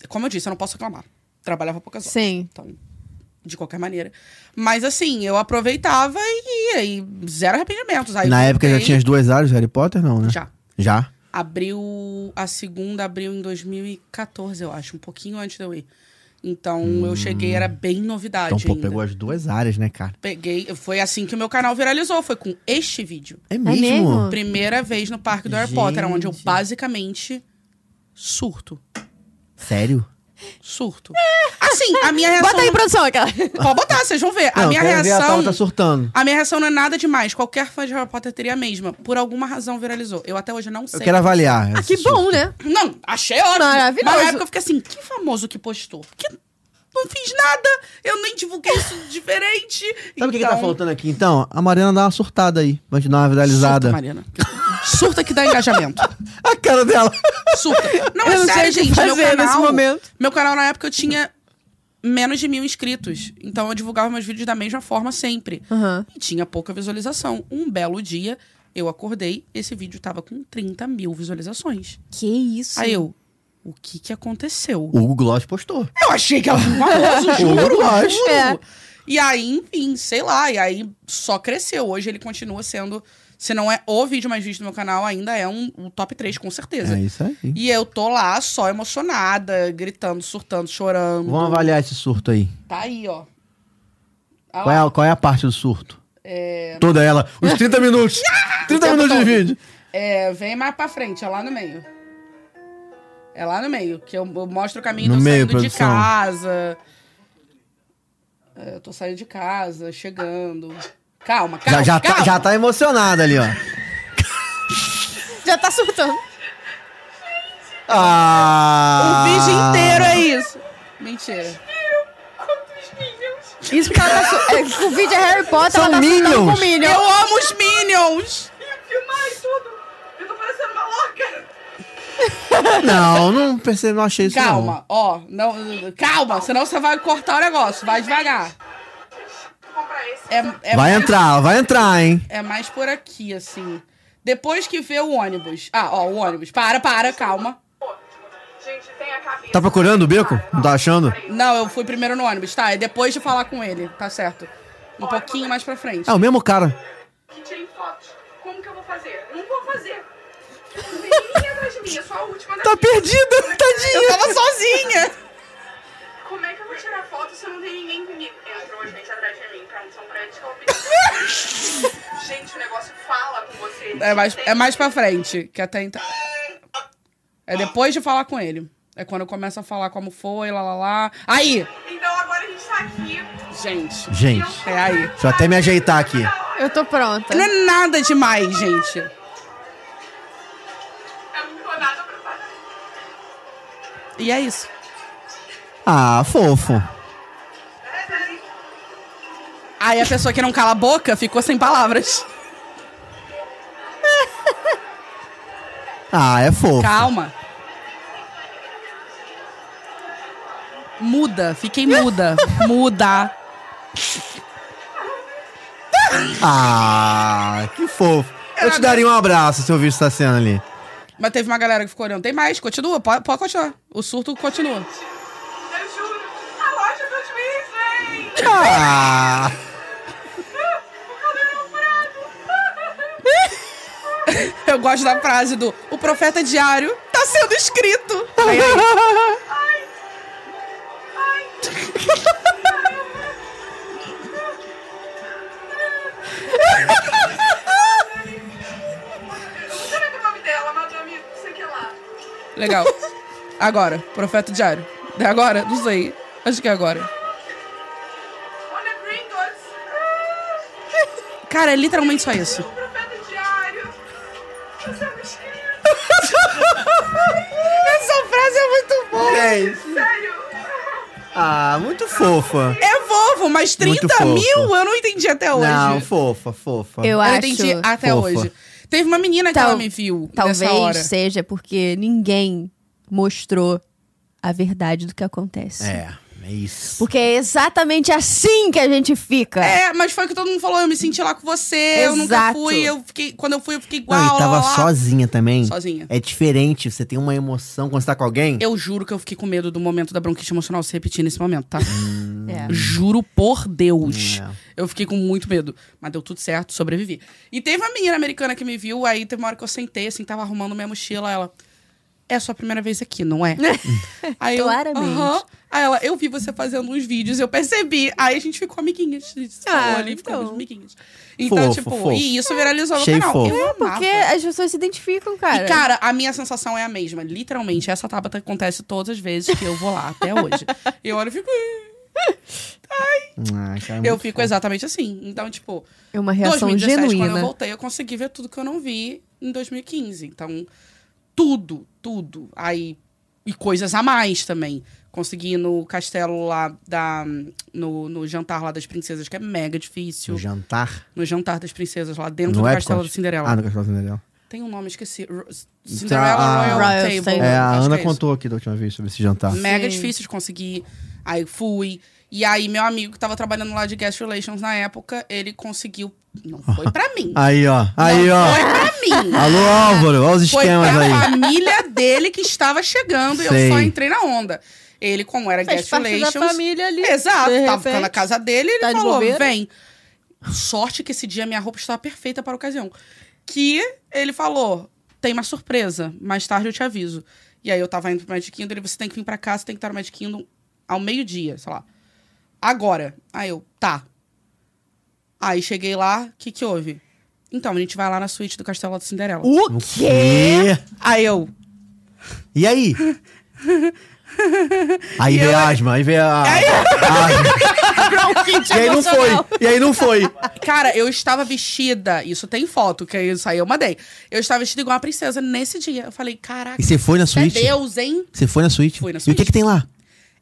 [SPEAKER 3] como eu disse, eu não posso reclamar. Trabalhava poucas horas.
[SPEAKER 1] Sim.
[SPEAKER 3] Então, de qualquer maneira. Mas assim, eu aproveitava e ia. E zero arrependimentos. Aí
[SPEAKER 2] Na época já
[SPEAKER 3] voltei-
[SPEAKER 2] tinha as duas áreas de Harry Potter, não, né?
[SPEAKER 3] Já.
[SPEAKER 2] Já?
[SPEAKER 3] Abriu. A segunda abriu em 2014, eu acho. Um pouquinho antes de eu ir. Então, eu cheguei, era bem novidade
[SPEAKER 2] Hum. Então, pô,
[SPEAKER 3] ainda.
[SPEAKER 2] pegou as duas áreas, né, cara?
[SPEAKER 3] Peguei. Foi assim que o meu canal viralizou. Foi com este vídeo.
[SPEAKER 2] É mesmo?
[SPEAKER 1] mesmo?
[SPEAKER 3] Primeira vez no parque do Harry Potter,
[SPEAKER 2] Gente.
[SPEAKER 3] onde eu basicamente surto.
[SPEAKER 2] Sério?
[SPEAKER 3] Surto. Assim, a minha reação.
[SPEAKER 1] Bota aí, produção, aquela.
[SPEAKER 2] É
[SPEAKER 3] Pode botar, vocês vão ver. a
[SPEAKER 2] Não,
[SPEAKER 3] minha
[SPEAKER 2] eu quero ver a
[SPEAKER 3] reação.
[SPEAKER 2] Paula tá surtando.
[SPEAKER 3] A minha reação não é nada demais. Qualquer fã de Harry Potter teria a mesma. Por alguma razão viralizou. Eu até hoje não sei.
[SPEAKER 2] Eu quero avaliar.
[SPEAKER 1] Ah, [LAUGHS] que
[SPEAKER 2] esse
[SPEAKER 1] bom, né?
[SPEAKER 3] Não, achei ótimo.
[SPEAKER 1] Maravilhoso.
[SPEAKER 3] Mas na época eu fiquei assim, que famoso que postou? Que não fiz nada, eu nem divulguei isso [LAUGHS] diferente.
[SPEAKER 2] Sabe o que, que
[SPEAKER 3] Então,
[SPEAKER 2] tá faltando aqui? Então, a Mariana dá uma surtada aí, vai te dar uma
[SPEAKER 3] Surta,
[SPEAKER 2] viralizada.
[SPEAKER 3] Mariana. Surta que dá engajamento.
[SPEAKER 2] a cara dela.
[SPEAKER 3] Surta. Não, é
[SPEAKER 1] eu não sei
[SPEAKER 3] sério,
[SPEAKER 1] o que
[SPEAKER 3] gente.
[SPEAKER 1] fazer
[SPEAKER 3] meu canal,
[SPEAKER 1] nesse momento.
[SPEAKER 3] Meu canal, na época, eu tinha menos de mil inscritos. Então, eu divulgava meus vídeos da mesma forma sempre.
[SPEAKER 1] Aham.
[SPEAKER 3] E tinha pouca visualização. Um belo dia, Eu acordei, esse vídeo tava com 30 mil visualizações.
[SPEAKER 1] Que isso?
[SPEAKER 3] Aí eu, o que que aconteceu?
[SPEAKER 2] O Hugo Gloss postou.
[SPEAKER 3] Eu achei que ela foi famosa,
[SPEAKER 2] Hugo
[SPEAKER 3] um [LAUGHS] juro,
[SPEAKER 2] Gloss.
[SPEAKER 3] juro.
[SPEAKER 1] É.
[SPEAKER 3] E aí, enfim, sei lá. E aí só cresceu. Hoje ele continua sendo, se não é o vídeo mais visto no meu canal, ainda é um, um top 3, com certeza.
[SPEAKER 2] É isso aí.
[SPEAKER 3] E eu tô lá só emocionada, gritando, surtando, chorando.
[SPEAKER 2] Vamos avaliar esse surto aí.
[SPEAKER 3] Tá aí, ó. Ah,
[SPEAKER 2] Qual é, a- qual é a parte do surto? Toda ela. Os 30
[SPEAKER 3] [LAUGHS]
[SPEAKER 2] minutos.
[SPEAKER 3] Ah!
[SPEAKER 2] 30 minutos de vídeo.
[SPEAKER 3] É, vem mais pra frente, é lá no meio. É lá no meio, que eu, eu mostro o caminho
[SPEAKER 2] No
[SPEAKER 3] de eu
[SPEAKER 2] meio,
[SPEAKER 3] saindo de
[SPEAKER 2] produção.
[SPEAKER 3] casa. É, eu tô saindo de casa, chegando. Calma, calma.
[SPEAKER 2] já, já,
[SPEAKER 3] calma.
[SPEAKER 2] tá, já tá emocionada ali, ó.
[SPEAKER 1] Já tá surtando.
[SPEAKER 2] Ah!
[SPEAKER 3] O vídeo inteiro [LAUGHS] é isso. Mentira.
[SPEAKER 1] Isso que ela tá sur... é, O vídeo é Harry Potter,
[SPEAKER 2] São
[SPEAKER 1] ela tá surtando
[SPEAKER 2] Minions.
[SPEAKER 1] com Minion.
[SPEAKER 3] Eu amo os Minions!
[SPEAKER 4] Filmar e tudo. Eu tô parecendo uma louca.
[SPEAKER 2] Não, não percebi, não achei isso.
[SPEAKER 3] Calma, ó. Não, calma, senão você vai cortar o negócio. Vai devagar.
[SPEAKER 4] Vou comprar esse.
[SPEAKER 3] É, é
[SPEAKER 2] Não. Vai
[SPEAKER 3] mais-
[SPEAKER 2] entrar, vai entrar, hein?
[SPEAKER 3] É mais por aqui, assim. Depois que vê o ônibus. Ah, ó, o ônibus. Para, para, calma.
[SPEAKER 4] Gente, tem a cabeça.
[SPEAKER 2] Tá procurando o beco? Não tá achando?
[SPEAKER 3] Não, eu fui primeiro no ônibus, tá? É depois de falar com ele, tá certo. Um pouquinho mais pra frente.
[SPEAKER 2] É o mesmo cara.
[SPEAKER 4] Que tirem fotos. Como que eu vou fazer? Não vou fazer. Não tem ninguém atrás de mim, eu sou a última daqui.
[SPEAKER 2] Tá perdida,
[SPEAKER 3] Eu
[SPEAKER 2] tadinha.
[SPEAKER 3] tava sozinha!
[SPEAKER 4] Como é que eu vou tirar foto se não tem ninguém comigo? Entrou gente atrás de mim, pra não são prédios que eu
[SPEAKER 2] [LAUGHS]
[SPEAKER 4] pedi. Gente, o negócio fala com você.
[SPEAKER 3] É mais,
[SPEAKER 4] Tem-
[SPEAKER 3] é mais pra frente, que até então. É depois de falar com ele. É quando eu começo a falar como foi, lá lá lá. Aí!
[SPEAKER 4] Então agora a gente tá aqui.
[SPEAKER 3] Gente,
[SPEAKER 2] Gente,
[SPEAKER 3] é aí.
[SPEAKER 2] deixa eu até me ajeitar aqui.
[SPEAKER 1] Eu tô pronta.
[SPEAKER 3] Não é nada demais, gente.
[SPEAKER 4] Eu não tô nada É pra fazer.
[SPEAKER 3] E é isso.
[SPEAKER 2] Ah, fofo.
[SPEAKER 3] Aí a pessoa que não cala a boca ficou sem palavras.
[SPEAKER 2] Ah, é fofo.
[SPEAKER 3] Calma. Muda,
[SPEAKER 2] [LAUGHS]
[SPEAKER 3] fiquei muda. Muda.
[SPEAKER 2] Ah, que fofo. Eu te daria um abraço se eu visse essa cena ali.
[SPEAKER 3] Mas teve uma galera que ficou olhando. Tem mais, continua, pode, pode continuar. O surto continua.
[SPEAKER 4] Eu juro. A loja dos Weasley.
[SPEAKER 2] Ah,
[SPEAKER 3] Eu gosto da frase do O profeta diário tá sendo escrito.
[SPEAKER 4] Como é que é o nome dela? Madame, não sei o que é lá.
[SPEAKER 3] Legal. Agora, profeta diário. É agora? Não sei. Acho que é agora.
[SPEAKER 4] On the Gringotts. Ah!
[SPEAKER 3] Cara, é literalmente só isso.
[SPEAKER 4] O profeta diário. Você é um escrito.
[SPEAKER 3] Essa frase é muito boa.
[SPEAKER 2] gente.
[SPEAKER 4] Sério.
[SPEAKER 2] Ah, muito fofa.
[SPEAKER 3] É fofo, mas 30
[SPEAKER 2] fofo.
[SPEAKER 3] mil eu não entendi até hoje.
[SPEAKER 2] Não, fofa, fofa.
[SPEAKER 1] Eu
[SPEAKER 3] Eu
[SPEAKER 1] acho.
[SPEAKER 3] entendi até
[SPEAKER 2] Fofa.
[SPEAKER 3] hoje. Teve uma menina que
[SPEAKER 1] Tal-
[SPEAKER 3] ela me viu nessa
[SPEAKER 1] Talvez
[SPEAKER 3] hora.
[SPEAKER 1] seja porque ninguém mostrou a verdade do que acontece.
[SPEAKER 2] É, é isso.
[SPEAKER 1] Porque é exatamente assim que a gente fica.
[SPEAKER 3] É, mas foi o que todo mundo falou. Eu me senti lá com você. Eu nunca
[SPEAKER 1] Exato.
[SPEAKER 3] fui. Eu fiquei, quando eu fui, eu fiquei igual.
[SPEAKER 2] Não, e
[SPEAKER 3] lá,
[SPEAKER 2] tava
[SPEAKER 3] lá, lá.
[SPEAKER 2] sozinha também.
[SPEAKER 3] Sozinha.
[SPEAKER 2] É diferente, você tem uma emoção quando você tá com alguém.
[SPEAKER 3] Eu juro que eu fiquei com medo do momento da bronquite emocional se repetir nesse momento, tá?
[SPEAKER 1] É.
[SPEAKER 3] Juro por Deus.
[SPEAKER 2] É.
[SPEAKER 3] Eu fiquei com muito medo. Mas deu tudo certo, sobrevivi. E teve uma menina americana que me viu, aí teve uma hora que eu sentei, assim, tava arrumando minha mochila, ela. É a sua primeira vez aqui,
[SPEAKER 1] [LAUGHS]
[SPEAKER 3] não é? aí eu,
[SPEAKER 1] Claramente.
[SPEAKER 3] "Aham." Aí ela, eu vi você fazendo uns vídeos, eu percebi. Aí a gente ficou amiguinhas. A gente se falou
[SPEAKER 1] Ah,
[SPEAKER 3] ali, ficamos
[SPEAKER 1] então.
[SPEAKER 3] amiguinhas. Então,
[SPEAKER 2] Fofo,
[SPEAKER 3] tipo,
[SPEAKER 2] fofo.
[SPEAKER 3] e isso viralizou
[SPEAKER 2] Achei
[SPEAKER 3] no canal.
[SPEAKER 2] fofo.
[SPEAKER 3] Eu amava.
[SPEAKER 1] É, Porque as pessoas se identificam, cara.
[SPEAKER 3] E, cara, a minha sensação é a mesma. Literalmente, essa tábata acontece todas as vezes que eu vou lá até hoje. E eu olho e fico.
[SPEAKER 2] Ah, cara,
[SPEAKER 3] Eu
[SPEAKER 2] muito
[SPEAKER 3] fico
[SPEAKER 2] fofo.
[SPEAKER 3] exatamente assim. Então, tipo,
[SPEAKER 1] é uma reação
[SPEAKER 3] 2017, quando eu
[SPEAKER 1] genuína.
[SPEAKER 3] voltei, eu consegui ver tudo que eu não vi em 2015. Então, tudo, tudo. Aí, e coisas a mais também. Consegui ir no castelo lá da. No, no jantar lá das princesas, que é mega difícil.
[SPEAKER 2] No jantar.
[SPEAKER 3] No jantar das princesas, lá dentro
[SPEAKER 2] no
[SPEAKER 3] do
[SPEAKER 2] Epcot.
[SPEAKER 3] castelo da Cinderela.
[SPEAKER 2] Ah, no castelo da Cinderela.
[SPEAKER 3] Tem um nome, esqueci. Ro- Cinderella
[SPEAKER 2] a-
[SPEAKER 3] Royal,
[SPEAKER 1] Royal
[SPEAKER 3] Table.
[SPEAKER 1] Table.
[SPEAKER 2] ah, É, a
[SPEAKER 3] acho
[SPEAKER 2] Ana
[SPEAKER 3] que é isso.
[SPEAKER 2] contou aqui da última vez sobre esse jantar.
[SPEAKER 3] Mega
[SPEAKER 1] Sim.
[SPEAKER 3] difícil de conseguir. Aí fui. E aí, meu amigo que tava trabalhando lá de Guest Relations na época, ele conseguiu. Não foi pra mim.
[SPEAKER 2] Aí, ó. Aí,
[SPEAKER 3] não
[SPEAKER 2] ó.
[SPEAKER 3] Foi pra mim.
[SPEAKER 2] Alô, Álvaro. Olha os
[SPEAKER 3] Foi
[SPEAKER 2] esquemas
[SPEAKER 3] pra
[SPEAKER 2] aí.
[SPEAKER 3] família dele que estava chegando e
[SPEAKER 2] Sei.
[SPEAKER 3] eu só entrei na onda. Ele, como era
[SPEAKER 1] Faz
[SPEAKER 3] Guest
[SPEAKER 1] parte da
[SPEAKER 3] Relations.
[SPEAKER 1] família ali.
[SPEAKER 3] É, Exato,
[SPEAKER 1] de
[SPEAKER 3] tava ficando
[SPEAKER 1] repente.
[SPEAKER 3] na casa dele ele
[SPEAKER 1] Tá de
[SPEAKER 3] falou:
[SPEAKER 1] bobeira.
[SPEAKER 3] vem. Sorte que esse dia minha roupa estava perfeita para a ocasião. Que ele falou: tem uma surpresa, mais tarde eu te aviso. E aí eu tava indo pro Magic Kingdom, ele, você tem que vir pra cá, você tem que estar no Magic Kingdom ao meio-dia, sei lá. Agora. Aí eu, tá. Aí cheguei lá, o que que houve? Então, a gente vai lá na suíte do Castelo da Cinderela.
[SPEAKER 1] O quê?
[SPEAKER 3] Aí eu,
[SPEAKER 2] E [LAUGHS] aí? Aí
[SPEAKER 3] E
[SPEAKER 2] veio
[SPEAKER 3] eu-
[SPEAKER 2] a asma, aí veio a. asma.
[SPEAKER 1] Bronquite
[SPEAKER 2] [LAUGHS] E aí não foi.
[SPEAKER 1] emocional.
[SPEAKER 2] E aí não foi.
[SPEAKER 3] Cara, eu estava vestida. Isso tem foto, que isso aí eu mandei. Eu estava vestida igual uma princesa nesse dia. Eu falei, caraca,
[SPEAKER 2] E você foi na
[SPEAKER 3] isso é
[SPEAKER 2] suíte?
[SPEAKER 3] Deus, hein?
[SPEAKER 2] Você foi na suíte?
[SPEAKER 3] Fui na
[SPEAKER 2] E o que
[SPEAKER 3] suíte.
[SPEAKER 2] que tem lá?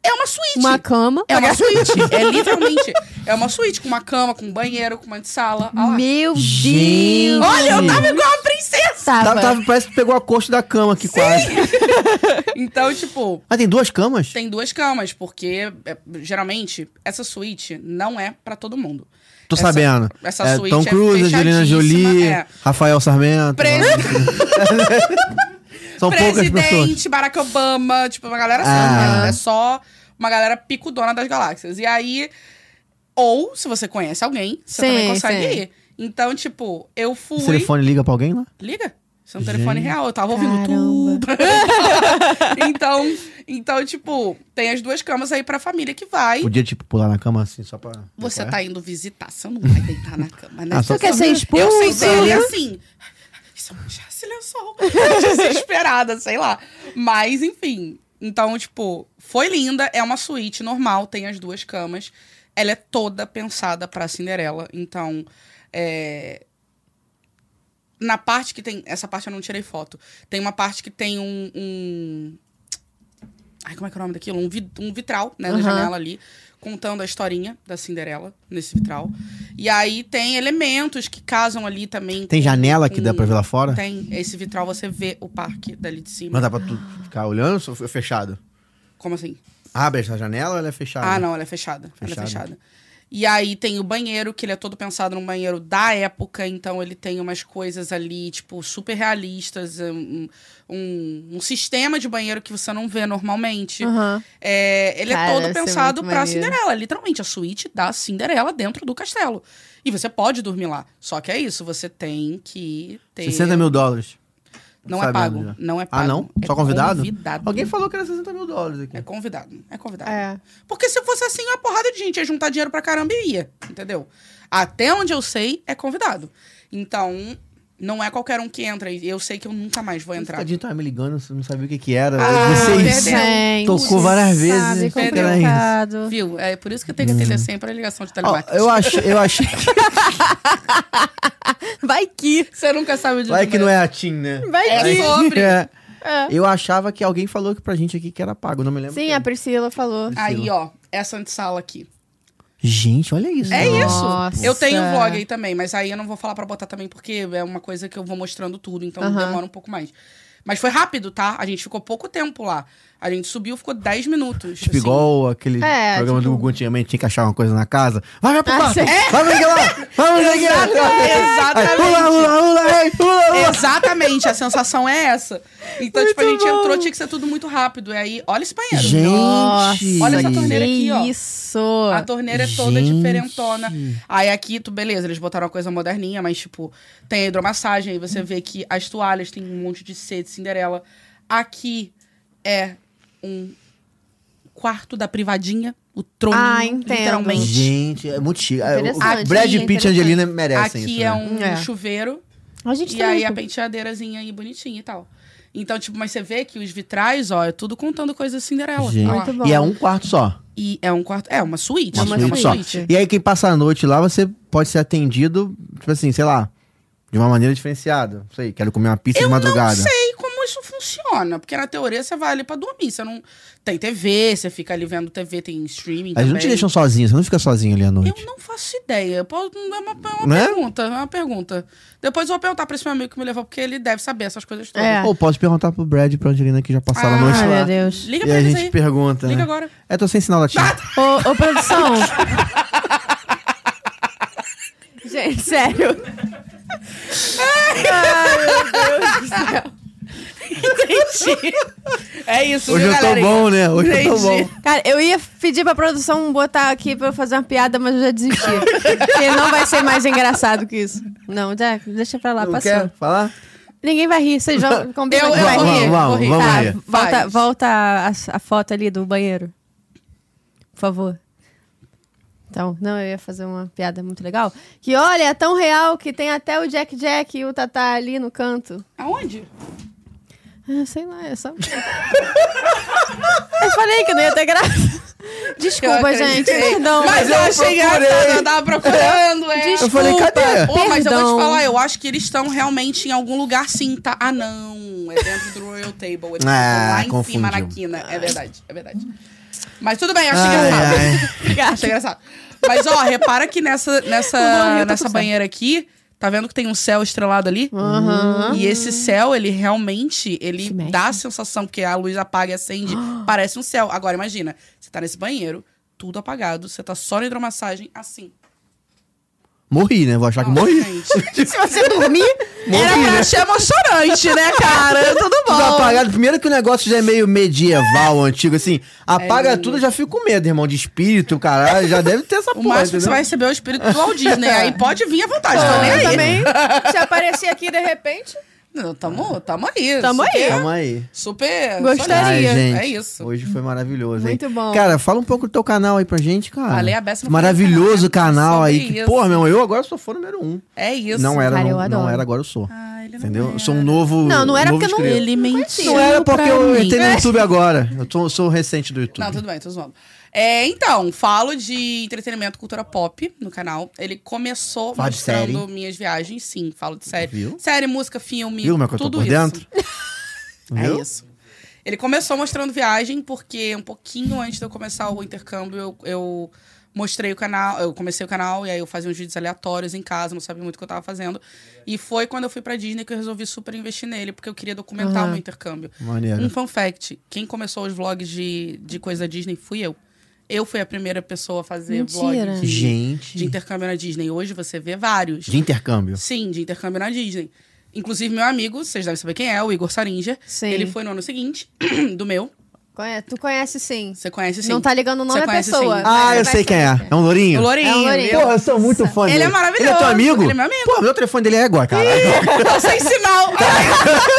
[SPEAKER 3] É uma suíte.
[SPEAKER 1] Uma cama.
[SPEAKER 2] [LAUGHS]
[SPEAKER 3] É uma suíte. é literalmente. É uma suíte com uma cama, com um banheiro, com uma sala. Ah lá.
[SPEAKER 1] Meu
[SPEAKER 2] Gente.
[SPEAKER 1] Deus.
[SPEAKER 3] Olha, eu tava igual uma princesa.
[SPEAKER 2] Tava-
[SPEAKER 1] Tava.
[SPEAKER 2] tava- Tá, parece que pegou a coxa da cama aqui quase.
[SPEAKER 3] Então, tipo,
[SPEAKER 2] Ah, tem duas camas?
[SPEAKER 3] tem duas camas, porque é, geralmente essa suíte não é pra todo mundo.
[SPEAKER 2] Tô
[SPEAKER 3] Essa-
[SPEAKER 2] sabendo.
[SPEAKER 3] Essa
[SPEAKER 2] É,
[SPEAKER 3] suíte
[SPEAKER 2] Tom
[SPEAKER 3] é
[SPEAKER 2] Cruise, Angelina Jolie,
[SPEAKER 3] fechadíssima, é.
[SPEAKER 2] Rafael Sarmento.
[SPEAKER 3] Pre-
[SPEAKER 2] São poucas pessoas.
[SPEAKER 3] Presidente, Barack Obama, tipo, uma galera
[SPEAKER 2] Ah.
[SPEAKER 3] santa. né? É só uma galera picudona das galáxias. E aí, ou se você conhece alguém,
[SPEAKER 1] Sim,
[SPEAKER 3] você também consegue
[SPEAKER 1] sim.
[SPEAKER 3] ir. Então, tipo, eu fui.
[SPEAKER 2] O telefone liga pra alguém lá?
[SPEAKER 3] Liga. Isso é um telefone
[SPEAKER 2] Gente.
[SPEAKER 3] real, eu tava ouvindo tudo. [LAUGHS] então, então, tipo, tem as duas camas aí pra família que vai.
[SPEAKER 2] Podia, tipo, pular na cama assim, só pra.
[SPEAKER 3] Você
[SPEAKER 2] Qual é?
[SPEAKER 3] tá indo visitar, você não vai deitar na cama, né?
[SPEAKER 2] Ah, só-
[SPEAKER 1] Você quer ser expulso?
[SPEAKER 3] Eu sentei ali assim. Isso é um chá de lençol. [LAUGHS] Desesperada, sei lá. Mas, enfim. Então, tipo, foi linda. É uma suíte normal, tem as duas camas. Ela é toda pensada pra Cinderela. Então, é, Na parte que tem. Essa parte eu não tirei foto. Tem uma parte que tem um. um- Ai, como é que é o nome daquilo? Um, vi- um vitral, né? Da
[SPEAKER 1] Aham.
[SPEAKER 3] janela ali. Contando a historinha da Cinderela nesse vitral. E aí tem elementos que casam ali também.
[SPEAKER 2] Tem janela que dá pra ver lá fora?
[SPEAKER 3] Tem esse vitral, você vê o parque dali de cima.
[SPEAKER 2] Mas dá pra tu ficar olhando ou é fechado?
[SPEAKER 3] Como assim?
[SPEAKER 2] Abre essa janela ou ela é fechada?
[SPEAKER 3] Ah, não, ela é fechada. Ela
[SPEAKER 2] Fechada.
[SPEAKER 3] é fechada. E aí tem o banheiro, que ele é todo pensado num banheiro da época, então ele tem umas coisas ali, tipo, super realistas, um, um, um sistema de banheiro que você não vê normalmente.
[SPEAKER 1] Aham.
[SPEAKER 3] É, ele
[SPEAKER 1] Cara,
[SPEAKER 3] é
[SPEAKER 1] deve
[SPEAKER 3] todo
[SPEAKER 1] ser
[SPEAKER 3] pensado
[SPEAKER 1] muito
[SPEAKER 3] pra
[SPEAKER 1] maneiro.
[SPEAKER 3] Cinderela, literalmente, a suíte da Cinderela dentro do castelo. E você pode dormir lá. Só que é isso, você tem que ter.
[SPEAKER 2] 60 mil dólares.
[SPEAKER 3] Não é
[SPEAKER 2] Sabendo
[SPEAKER 3] pago.
[SPEAKER 2] já.
[SPEAKER 3] Não é
[SPEAKER 2] Ah,
[SPEAKER 3] pago.
[SPEAKER 2] não?
[SPEAKER 3] É
[SPEAKER 2] Só convidado?
[SPEAKER 3] convidado.
[SPEAKER 2] Alguém falou que era 60 mil dólares aqui.
[SPEAKER 3] É convidado. É convidado.
[SPEAKER 1] É.
[SPEAKER 3] Porque se fosse assim, uma porrada de gente ia juntar dinheiro pra caramba e ia, entendeu? Até onde eu sei, é convidado. Então, não é qualquer um que entra. E eu sei que eu nunca mais vou entrar.
[SPEAKER 2] Tadinho tava me ligando, você não sabia o que que era. é
[SPEAKER 3] Ah,
[SPEAKER 2] Vocês
[SPEAKER 3] perdeu.
[SPEAKER 2] tocou várias vezes.
[SPEAKER 1] Sabe, é
[SPEAKER 2] Perdeu.
[SPEAKER 1] complicado.
[SPEAKER 3] Viu? É por isso que eu tenho que atender sempre a ligação de
[SPEAKER 2] Hum. Ó,
[SPEAKER 3] telemarketing.
[SPEAKER 2] eu acho, eu
[SPEAKER 3] [LAUGHS]
[SPEAKER 2] acho.
[SPEAKER 1] Vai que.
[SPEAKER 3] Você nunca sabe de
[SPEAKER 2] Vai que não
[SPEAKER 3] número.
[SPEAKER 2] é a Tim, né?
[SPEAKER 1] Vai
[SPEAKER 3] É
[SPEAKER 1] que.
[SPEAKER 3] só- sobre.
[SPEAKER 2] É.
[SPEAKER 1] É.
[SPEAKER 2] Eu achava que alguém falou aqui pra gente aqui que era pago, não me lembro.
[SPEAKER 1] Sim, é
[SPEAKER 2] quem.
[SPEAKER 1] a Priscila falou.
[SPEAKER 3] Aí, ó, essa antessala aqui.
[SPEAKER 2] Gente, olha isso.
[SPEAKER 3] É
[SPEAKER 1] Nossa.
[SPEAKER 3] isso. Eu tenho um vlog aí também, mas aí eu não vou falar pra botar também, porque é uma coisa que eu vou mostrando tudo, então
[SPEAKER 1] Aham.
[SPEAKER 3] demora um pouco mais. Mas foi rápido, tá? A gente ficou pouco tempo lá. A gente subiu, ficou 10 minutos.
[SPEAKER 2] Tipo,
[SPEAKER 3] assim.
[SPEAKER 2] igual aquele
[SPEAKER 1] É,
[SPEAKER 2] programa do
[SPEAKER 1] tipo-
[SPEAKER 2] Gugu antigamente, tinha que achar uma coisa na casa. Vai, vai pro
[SPEAKER 1] Ah,
[SPEAKER 2] quarto!
[SPEAKER 1] sim.
[SPEAKER 2] Vai, vai, vai lá! Vai, vai, vai, vai! Aí,
[SPEAKER 3] Exatamente.
[SPEAKER 2] Pula, pula, pula, ei, pula, pula!
[SPEAKER 3] Exatamente, a sensação é essa. Então, tipo, a gente entrou, tinha que ser tudo muito rápido. E aí, olha esse banheiro.
[SPEAKER 2] Gente!
[SPEAKER 3] Olha essa torneira aqui, ó.
[SPEAKER 1] Isso.
[SPEAKER 3] A torneira é toda
[SPEAKER 2] Gente.
[SPEAKER 3] diferentona. Aí aqui, tu, beleza, eles botaram uma coisa moderninha, mas, tipo, tem a hidromassagem, aí você vê que as toalhas tem um monte de C de Cinderela. Aqui é um quarto da privadinha, o trono,
[SPEAKER 1] Ah, entendo.
[SPEAKER 3] literalmente.
[SPEAKER 2] Gente, é muito chique. É, o- o
[SPEAKER 1] Interessante,
[SPEAKER 2] Brad
[SPEAKER 1] hein?
[SPEAKER 2] Pitt e
[SPEAKER 1] Interessante.
[SPEAKER 2] Angelina merecem
[SPEAKER 3] Aqui
[SPEAKER 2] isso.
[SPEAKER 3] é
[SPEAKER 2] né?
[SPEAKER 3] um
[SPEAKER 1] É.
[SPEAKER 3] chuveiro.
[SPEAKER 1] A gente
[SPEAKER 3] E
[SPEAKER 1] tá
[SPEAKER 3] aí a
[SPEAKER 1] muito-
[SPEAKER 3] penteadeirazinha aí bonitinha e tal. Então, tipo, mas você vê que os vitrais, ó, é tudo contando coisas Cinderela.
[SPEAKER 2] Gente.
[SPEAKER 3] Ó lá.
[SPEAKER 1] Muito bom.
[SPEAKER 2] E é um quarto só.
[SPEAKER 3] E é um quarto. É, uma suíte.
[SPEAKER 2] Uma,
[SPEAKER 1] Uma
[SPEAKER 2] suíte, só.
[SPEAKER 1] suíte.
[SPEAKER 2] E aí, quem passa a noite lá, você pode ser atendido, tipo assim, sei lá, de uma maneira diferenciada. Não sei, quero comer uma pizza de
[SPEAKER 3] Eu não
[SPEAKER 2] madrugada.
[SPEAKER 3] sei como isso funciona. funciona. Porque na teoria você vai ali pra dormir. Você não. Tem TV, você fica ali vendo TV, tem streaming.
[SPEAKER 2] Eles não um
[SPEAKER 3] também.
[SPEAKER 2] te deixam sozinho, você não fica sozinho ali à noite.
[SPEAKER 3] Eu não faço ideia. Eu posso- É uma, é uma
[SPEAKER 2] Né?
[SPEAKER 3] pergunta, é uma pergunta. Depois eu vou perguntar pra esse meu amigo que me levou, porque ele deve saber essas coisas todas.
[SPEAKER 1] É.
[SPEAKER 2] Ou posso perguntar pro Brad e pra Angelina que já passaram a
[SPEAKER 3] Ah,
[SPEAKER 2] noite
[SPEAKER 1] Ai,
[SPEAKER 2] lá.
[SPEAKER 1] meu Deus.
[SPEAKER 3] Liga
[SPEAKER 2] E
[SPEAKER 3] pra
[SPEAKER 2] a
[SPEAKER 3] eles
[SPEAKER 2] gente
[SPEAKER 3] aí.
[SPEAKER 2] pergunta.
[SPEAKER 3] Liga
[SPEAKER 2] né?
[SPEAKER 3] agora. [LAUGHS]
[SPEAKER 2] É, tô sem sinal da tia.
[SPEAKER 1] Ô, ô, produção. [LAUGHS] Gente, sério. Ai, meu Deus do
[SPEAKER 3] Entendi. É isso,
[SPEAKER 2] Hoje
[SPEAKER 3] viu,
[SPEAKER 2] eu tô
[SPEAKER 3] galerinha?
[SPEAKER 2] bom, né? Hoje eu tô
[SPEAKER 3] Entendi.
[SPEAKER 2] bom.
[SPEAKER 1] céu. Cara, eu ia pedir pra produção botar aqui pra eu fazer uma piada, mas eu já desisti. Porque não vai ser mais engraçado que isso. Não, já, deixa pra
[SPEAKER 3] Tá
[SPEAKER 1] lá,
[SPEAKER 2] Não
[SPEAKER 1] passou.
[SPEAKER 2] quer falar?
[SPEAKER 1] Ninguém vai rir, vocês
[SPEAKER 3] [LAUGHS]
[SPEAKER 1] vão combinar
[SPEAKER 3] Eu-
[SPEAKER 1] que
[SPEAKER 3] eu
[SPEAKER 1] vai
[SPEAKER 3] vou
[SPEAKER 1] rir.
[SPEAKER 3] rir,
[SPEAKER 2] vamos,
[SPEAKER 3] vou rir.
[SPEAKER 2] vamos
[SPEAKER 1] Tá,
[SPEAKER 2] rir.
[SPEAKER 1] volta,
[SPEAKER 3] Faz.
[SPEAKER 1] volta a, a foto ali do banheiro. Por favor. Então, não, eu ia fazer uma piada muito legal. Que olha, é tão real que tem até o Jack Jack e o Tatá ali no canto.
[SPEAKER 3] Aonde?
[SPEAKER 1] Ah, sei lá, é só.
[SPEAKER 3] [LAUGHS]
[SPEAKER 1] eu falei que não ia ter graça. Desculpa,
[SPEAKER 3] Eu
[SPEAKER 1] gente.
[SPEAKER 3] acreditei.
[SPEAKER 1] Perdão.
[SPEAKER 3] Mas eu
[SPEAKER 2] eu
[SPEAKER 3] achei
[SPEAKER 2] procurei.
[SPEAKER 3] engraçado, eu tava procurando, é.
[SPEAKER 1] Desculpa.
[SPEAKER 2] Eu falei, cadê?
[SPEAKER 3] Pô, mas eu vou
[SPEAKER 1] Perdão.
[SPEAKER 3] te falar, eu acho que eles estão realmente em algum lugar sim, tá? Ah, não. É dentro do Royal Table. Eles
[SPEAKER 2] [LAUGHS] Ah,
[SPEAKER 3] estão lá em cima, na
[SPEAKER 2] confundiu.
[SPEAKER 3] quina. É verdade, é verdade. Mas tudo bem, eu achei
[SPEAKER 2] Ai,
[SPEAKER 3] engraçado.
[SPEAKER 2] ai.
[SPEAKER 3] [LAUGHS] Achei engraçado. Mas, ó, repara que nessa,
[SPEAKER 1] Não, eu
[SPEAKER 3] nessa,
[SPEAKER 1] tô
[SPEAKER 3] nessa
[SPEAKER 1] com
[SPEAKER 3] banheira aqui, tá vendo que tem um céu estrelado ali?
[SPEAKER 1] Aham.
[SPEAKER 3] E esse céu, ele realmente, ele
[SPEAKER 1] Se mexe.
[SPEAKER 3] dá a sensação que a luz apaga e acende. Parece um céu. Agora, imagina, você tá nesse banheiro, tudo apagado, você tá só na hidromassagem, assim.
[SPEAKER 2] Morri, né? Vou achar que morri. né? [LAUGHS]
[SPEAKER 3] Gente.
[SPEAKER 1] Se você dormir,
[SPEAKER 3] Era pra achar emocionante, né,
[SPEAKER 2] [LAUGHS]
[SPEAKER 3] cara? Tudo bom.
[SPEAKER 2] Tudo apagado. Primeiro que o negócio já é meio medieval, antigo, assim. Apaga
[SPEAKER 3] É.
[SPEAKER 2] tudo, eu já fico com medo, irmão. De espírito, caralho. Já deve ter essa
[SPEAKER 3] O
[SPEAKER 2] porra,
[SPEAKER 3] máximo que você
[SPEAKER 2] entendeu?
[SPEAKER 3] vai receber é o espírito do Walt Disney. Aí pode vir à vontade, tô nem
[SPEAKER 1] eu
[SPEAKER 3] aí. [LAUGHS]
[SPEAKER 1] também. Se aparecer aqui de repente.
[SPEAKER 3] Não, tamo, tamo aí.
[SPEAKER 1] Tamo aí.
[SPEAKER 3] super-
[SPEAKER 2] Calma aí.
[SPEAKER 3] Super.
[SPEAKER 1] Gostaria.
[SPEAKER 3] só-
[SPEAKER 2] Ai, gente,
[SPEAKER 3] É isso.
[SPEAKER 2] Hoje foi maravilhoso, hein?
[SPEAKER 1] Muito bom.
[SPEAKER 2] Cara, fala um pouco do teu canal aí pra gente, cara.
[SPEAKER 3] Falei a beça, não falei
[SPEAKER 2] Maravilhoso
[SPEAKER 3] nada,
[SPEAKER 2] canal
[SPEAKER 3] sobre
[SPEAKER 2] aí. Que,
[SPEAKER 3] isso.
[SPEAKER 2] porra, meu, irmão, eu agora sou fã número um.
[SPEAKER 3] É isso.
[SPEAKER 2] Não era,
[SPEAKER 1] Cara, eu
[SPEAKER 2] não, não
[SPEAKER 1] adoro.
[SPEAKER 2] era, agora eu sou.
[SPEAKER 3] Ah, ele não
[SPEAKER 2] entendeu?
[SPEAKER 3] era.
[SPEAKER 2] Eu sou um novo.
[SPEAKER 1] Não, não era
[SPEAKER 2] novo
[SPEAKER 1] porque eu não-
[SPEAKER 2] inscrito.
[SPEAKER 3] Ele mentiu.
[SPEAKER 2] Não era porque
[SPEAKER 3] pra
[SPEAKER 2] eu
[SPEAKER 3] mim. É.
[SPEAKER 2] entrei no YouTube agora. Eu tô- sou recente do YouTube.
[SPEAKER 3] Não, tudo bem, tô zoando. É, então, falo de entretenimento, cultura pop no canal. Ele começou
[SPEAKER 2] Fala de
[SPEAKER 3] mostrando
[SPEAKER 2] série.
[SPEAKER 3] minhas viagens, sim, falo de série.
[SPEAKER 2] Viu?
[SPEAKER 3] Série, música, filme,
[SPEAKER 2] Viu como é que eu tô
[SPEAKER 3] tudo
[SPEAKER 2] por
[SPEAKER 3] isso.
[SPEAKER 2] dentro?
[SPEAKER 3] [LAUGHS] É
[SPEAKER 2] Viu?
[SPEAKER 3] isso. Ele começou mostrando viagem, porque um pouquinho antes de eu começar o intercâmbio, eu, eu mostrei o canal, eu comecei o canal e aí eu fazia uns vídeos aleatórios em casa, não sabia muito o que eu tava fazendo. E foi quando eu fui pra Disney que eu resolvi super investir nele, porque eu queria documentar o
[SPEAKER 1] Aham.
[SPEAKER 3] meu intercâmbio. Um
[SPEAKER 2] Maneiro.
[SPEAKER 3] fun fact: quem começou os vlogs de, de coisa Disney fui eu. Eu fui a primeira pessoa a fazer
[SPEAKER 1] Mentira.
[SPEAKER 3] vlog de,
[SPEAKER 2] Gente.
[SPEAKER 3] de intercâmbio na Disney. Hoje você vê vários.
[SPEAKER 2] De intercâmbio.
[SPEAKER 3] Sim, de intercâmbio na Disney. Inclusive, meu amigo, vocês devem saber quem é, o Igor Saringer.
[SPEAKER 1] Sim.
[SPEAKER 3] Ele foi no ano seguinte, [CLEARS THROAT] do meu.
[SPEAKER 1] Conhe- Tu conhece sim.
[SPEAKER 3] Você conhece sim.
[SPEAKER 1] Não tá ligando o nome
[SPEAKER 3] Você
[SPEAKER 1] da
[SPEAKER 3] conhece,
[SPEAKER 1] pessoa.
[SPEAKER 3] sim.
[SPEAKER 2] Ah,
[SPEAKER 1] Vai-
[SPEAKER 2] eu
[SPEAKER 1] vai
[SPEAKER 2] sei quem é. É um
[SPEAKER 3] O
[SPEAKER 2] lourinho?
[SPEAKER 3] Lourinho.
[SPEAKER 1] É o Lourinho.
[SPEAKER 3] viu?
[SPEAKER 2] Porra, eu sou muito fã
[SPEAKER 3] Ele
[SPEAKER 2] dele.
[SPEAKER 3] é maravilhoso.
[SPEAKER 2] Ele é teu amigo?
[SPEAKER 3] Ele é meu amigo.
[SPEAKER 2] Pô, meu telefone dele é agora, caralho.
[SPEAKER 3] Eu sem sinal.
[SPEAKER 2] [LAUGHS]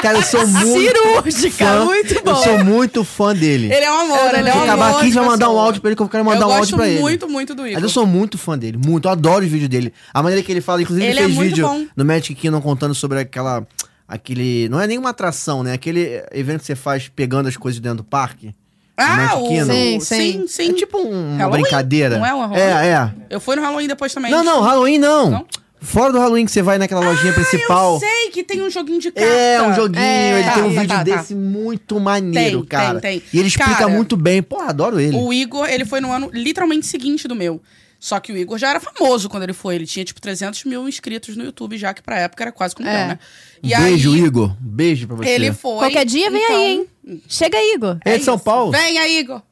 [SPEAKER 2] Cara, eu
[SPEAKER 3] [LAUGHS]
[SPEAKER 2] sou muito
[SPEAKER 1] Cirúrgica,
[SPEAKER 2] fã.
[SPEAKER 1] muito
[SPEAKER 2] Eu
[SPEAKER 1] bom.
[SPEAKER 2] sou muito fã dele.
[SPEAKER 3] ele é um amor, ele é
[SPEAKER 2] Se
[SPEAKER 3] um amor.
[SPEAKER 2] acabar aqui,
[SPEAKER 3] de
[SPEAKER 2] já mandar um
[SPEAKER 3] pessoa.
[SPEAKER 2] áudio pra ele, que eu quero mandar
[SPEAKER 3] eu
[SPEAKER 2] um áudio pra ele.
[SPEAKER 3] gosto muito, muito do Igor.
[SPEAKER 2] Mas eu sou muito fã dele, muito. Eu adoro os vídeos dele. A maneira que ele fala, inclusive, ele,
[SPEAKER 3] Ele é
[SPEAKER 2] fez
[SPEAKER 3] muito
[SPEAKER 2] vídeo
[SPEAKER 3] bom.
[SPEAKER 2] no Magic Kingdom contando sobre aquela. Aquele. Não é nenhuma atração, né? Aquele evento que você faz pegando as coisas dentro do parque.
[SPEAKER 3] Ah,
[SPEAKER 2] Magic Kingdom.
[SPEAKER 1] Sim,
[SPEAKER 3] o... Sim,
[SPEAKER 1] sim.
[SPEAKER 3] sim.
[SPEAKER 2] É tipo um- uma
[SPEAKER 3] Halloween,
[SPEAKER 2] brincadeira.
[SPEAKER 3] não é um Halloween?
[SPEAKER 2] É, é.
[SPEAKER 3] Eu fui no Halloween depois também.
[SPEAKER 2] Não, não, Halloween não.
[SPEAKER 3] Não? Ah,
[SPEAKER 2] Fora do Halloween que você vai naquela lojinha principal.
[SPEAKER 3] Eu sei que tem um joguinho de carta.
[SPEAKER 2] É, um joguinho,
[SPEAKER 1] É,
[SPEAKER 2] ele
[SPEAKER 1] tá,
[SPEAKER 2] tem um
[SPEAKER 3] tá,
[SPEAKER 2] vídeo
[SPEAKER 3] tá, tá.
[SPEAKER 2] desse muito maneiro,
[SPEAKER 3] Tem,
[SPEAKER 2] cara.
[SPEAKER 3] tem, tem.
[SPEAKER 2] E ele explica
[SPEAKER 3] Cara,
[SPEAKER 2] muito bem. Porra, adoro ele.
[SPEAKER 3] O Igor, ele foi no ano literalmente seguinte do meu. Só que o Igor já era famoso quando ele foi. Ele tinha, tipo, 300 mil inscritos no YouTube, já que pra época era quase como
[SPEAKER 1] É.
[SPEAKER 3] eu, né?
[SPEAKER 2] Um beijo,
[SPEAKER 3] aí,
[SPEAKER 2] Igor. Um Beijo pra você.
[SPEAKER 3] Ele foi.
[SPEAKER 1] Qualquer dia vem
[SPEAKER 3] então-
[SPEAKER 1] aí, hein? Chega, Igor.
[SPEAKER 2] É de São
[SPEAKER 3] isso.
[SPEAKER 2] Paulo?
[SPEAKER 3] Vem aí, Igor.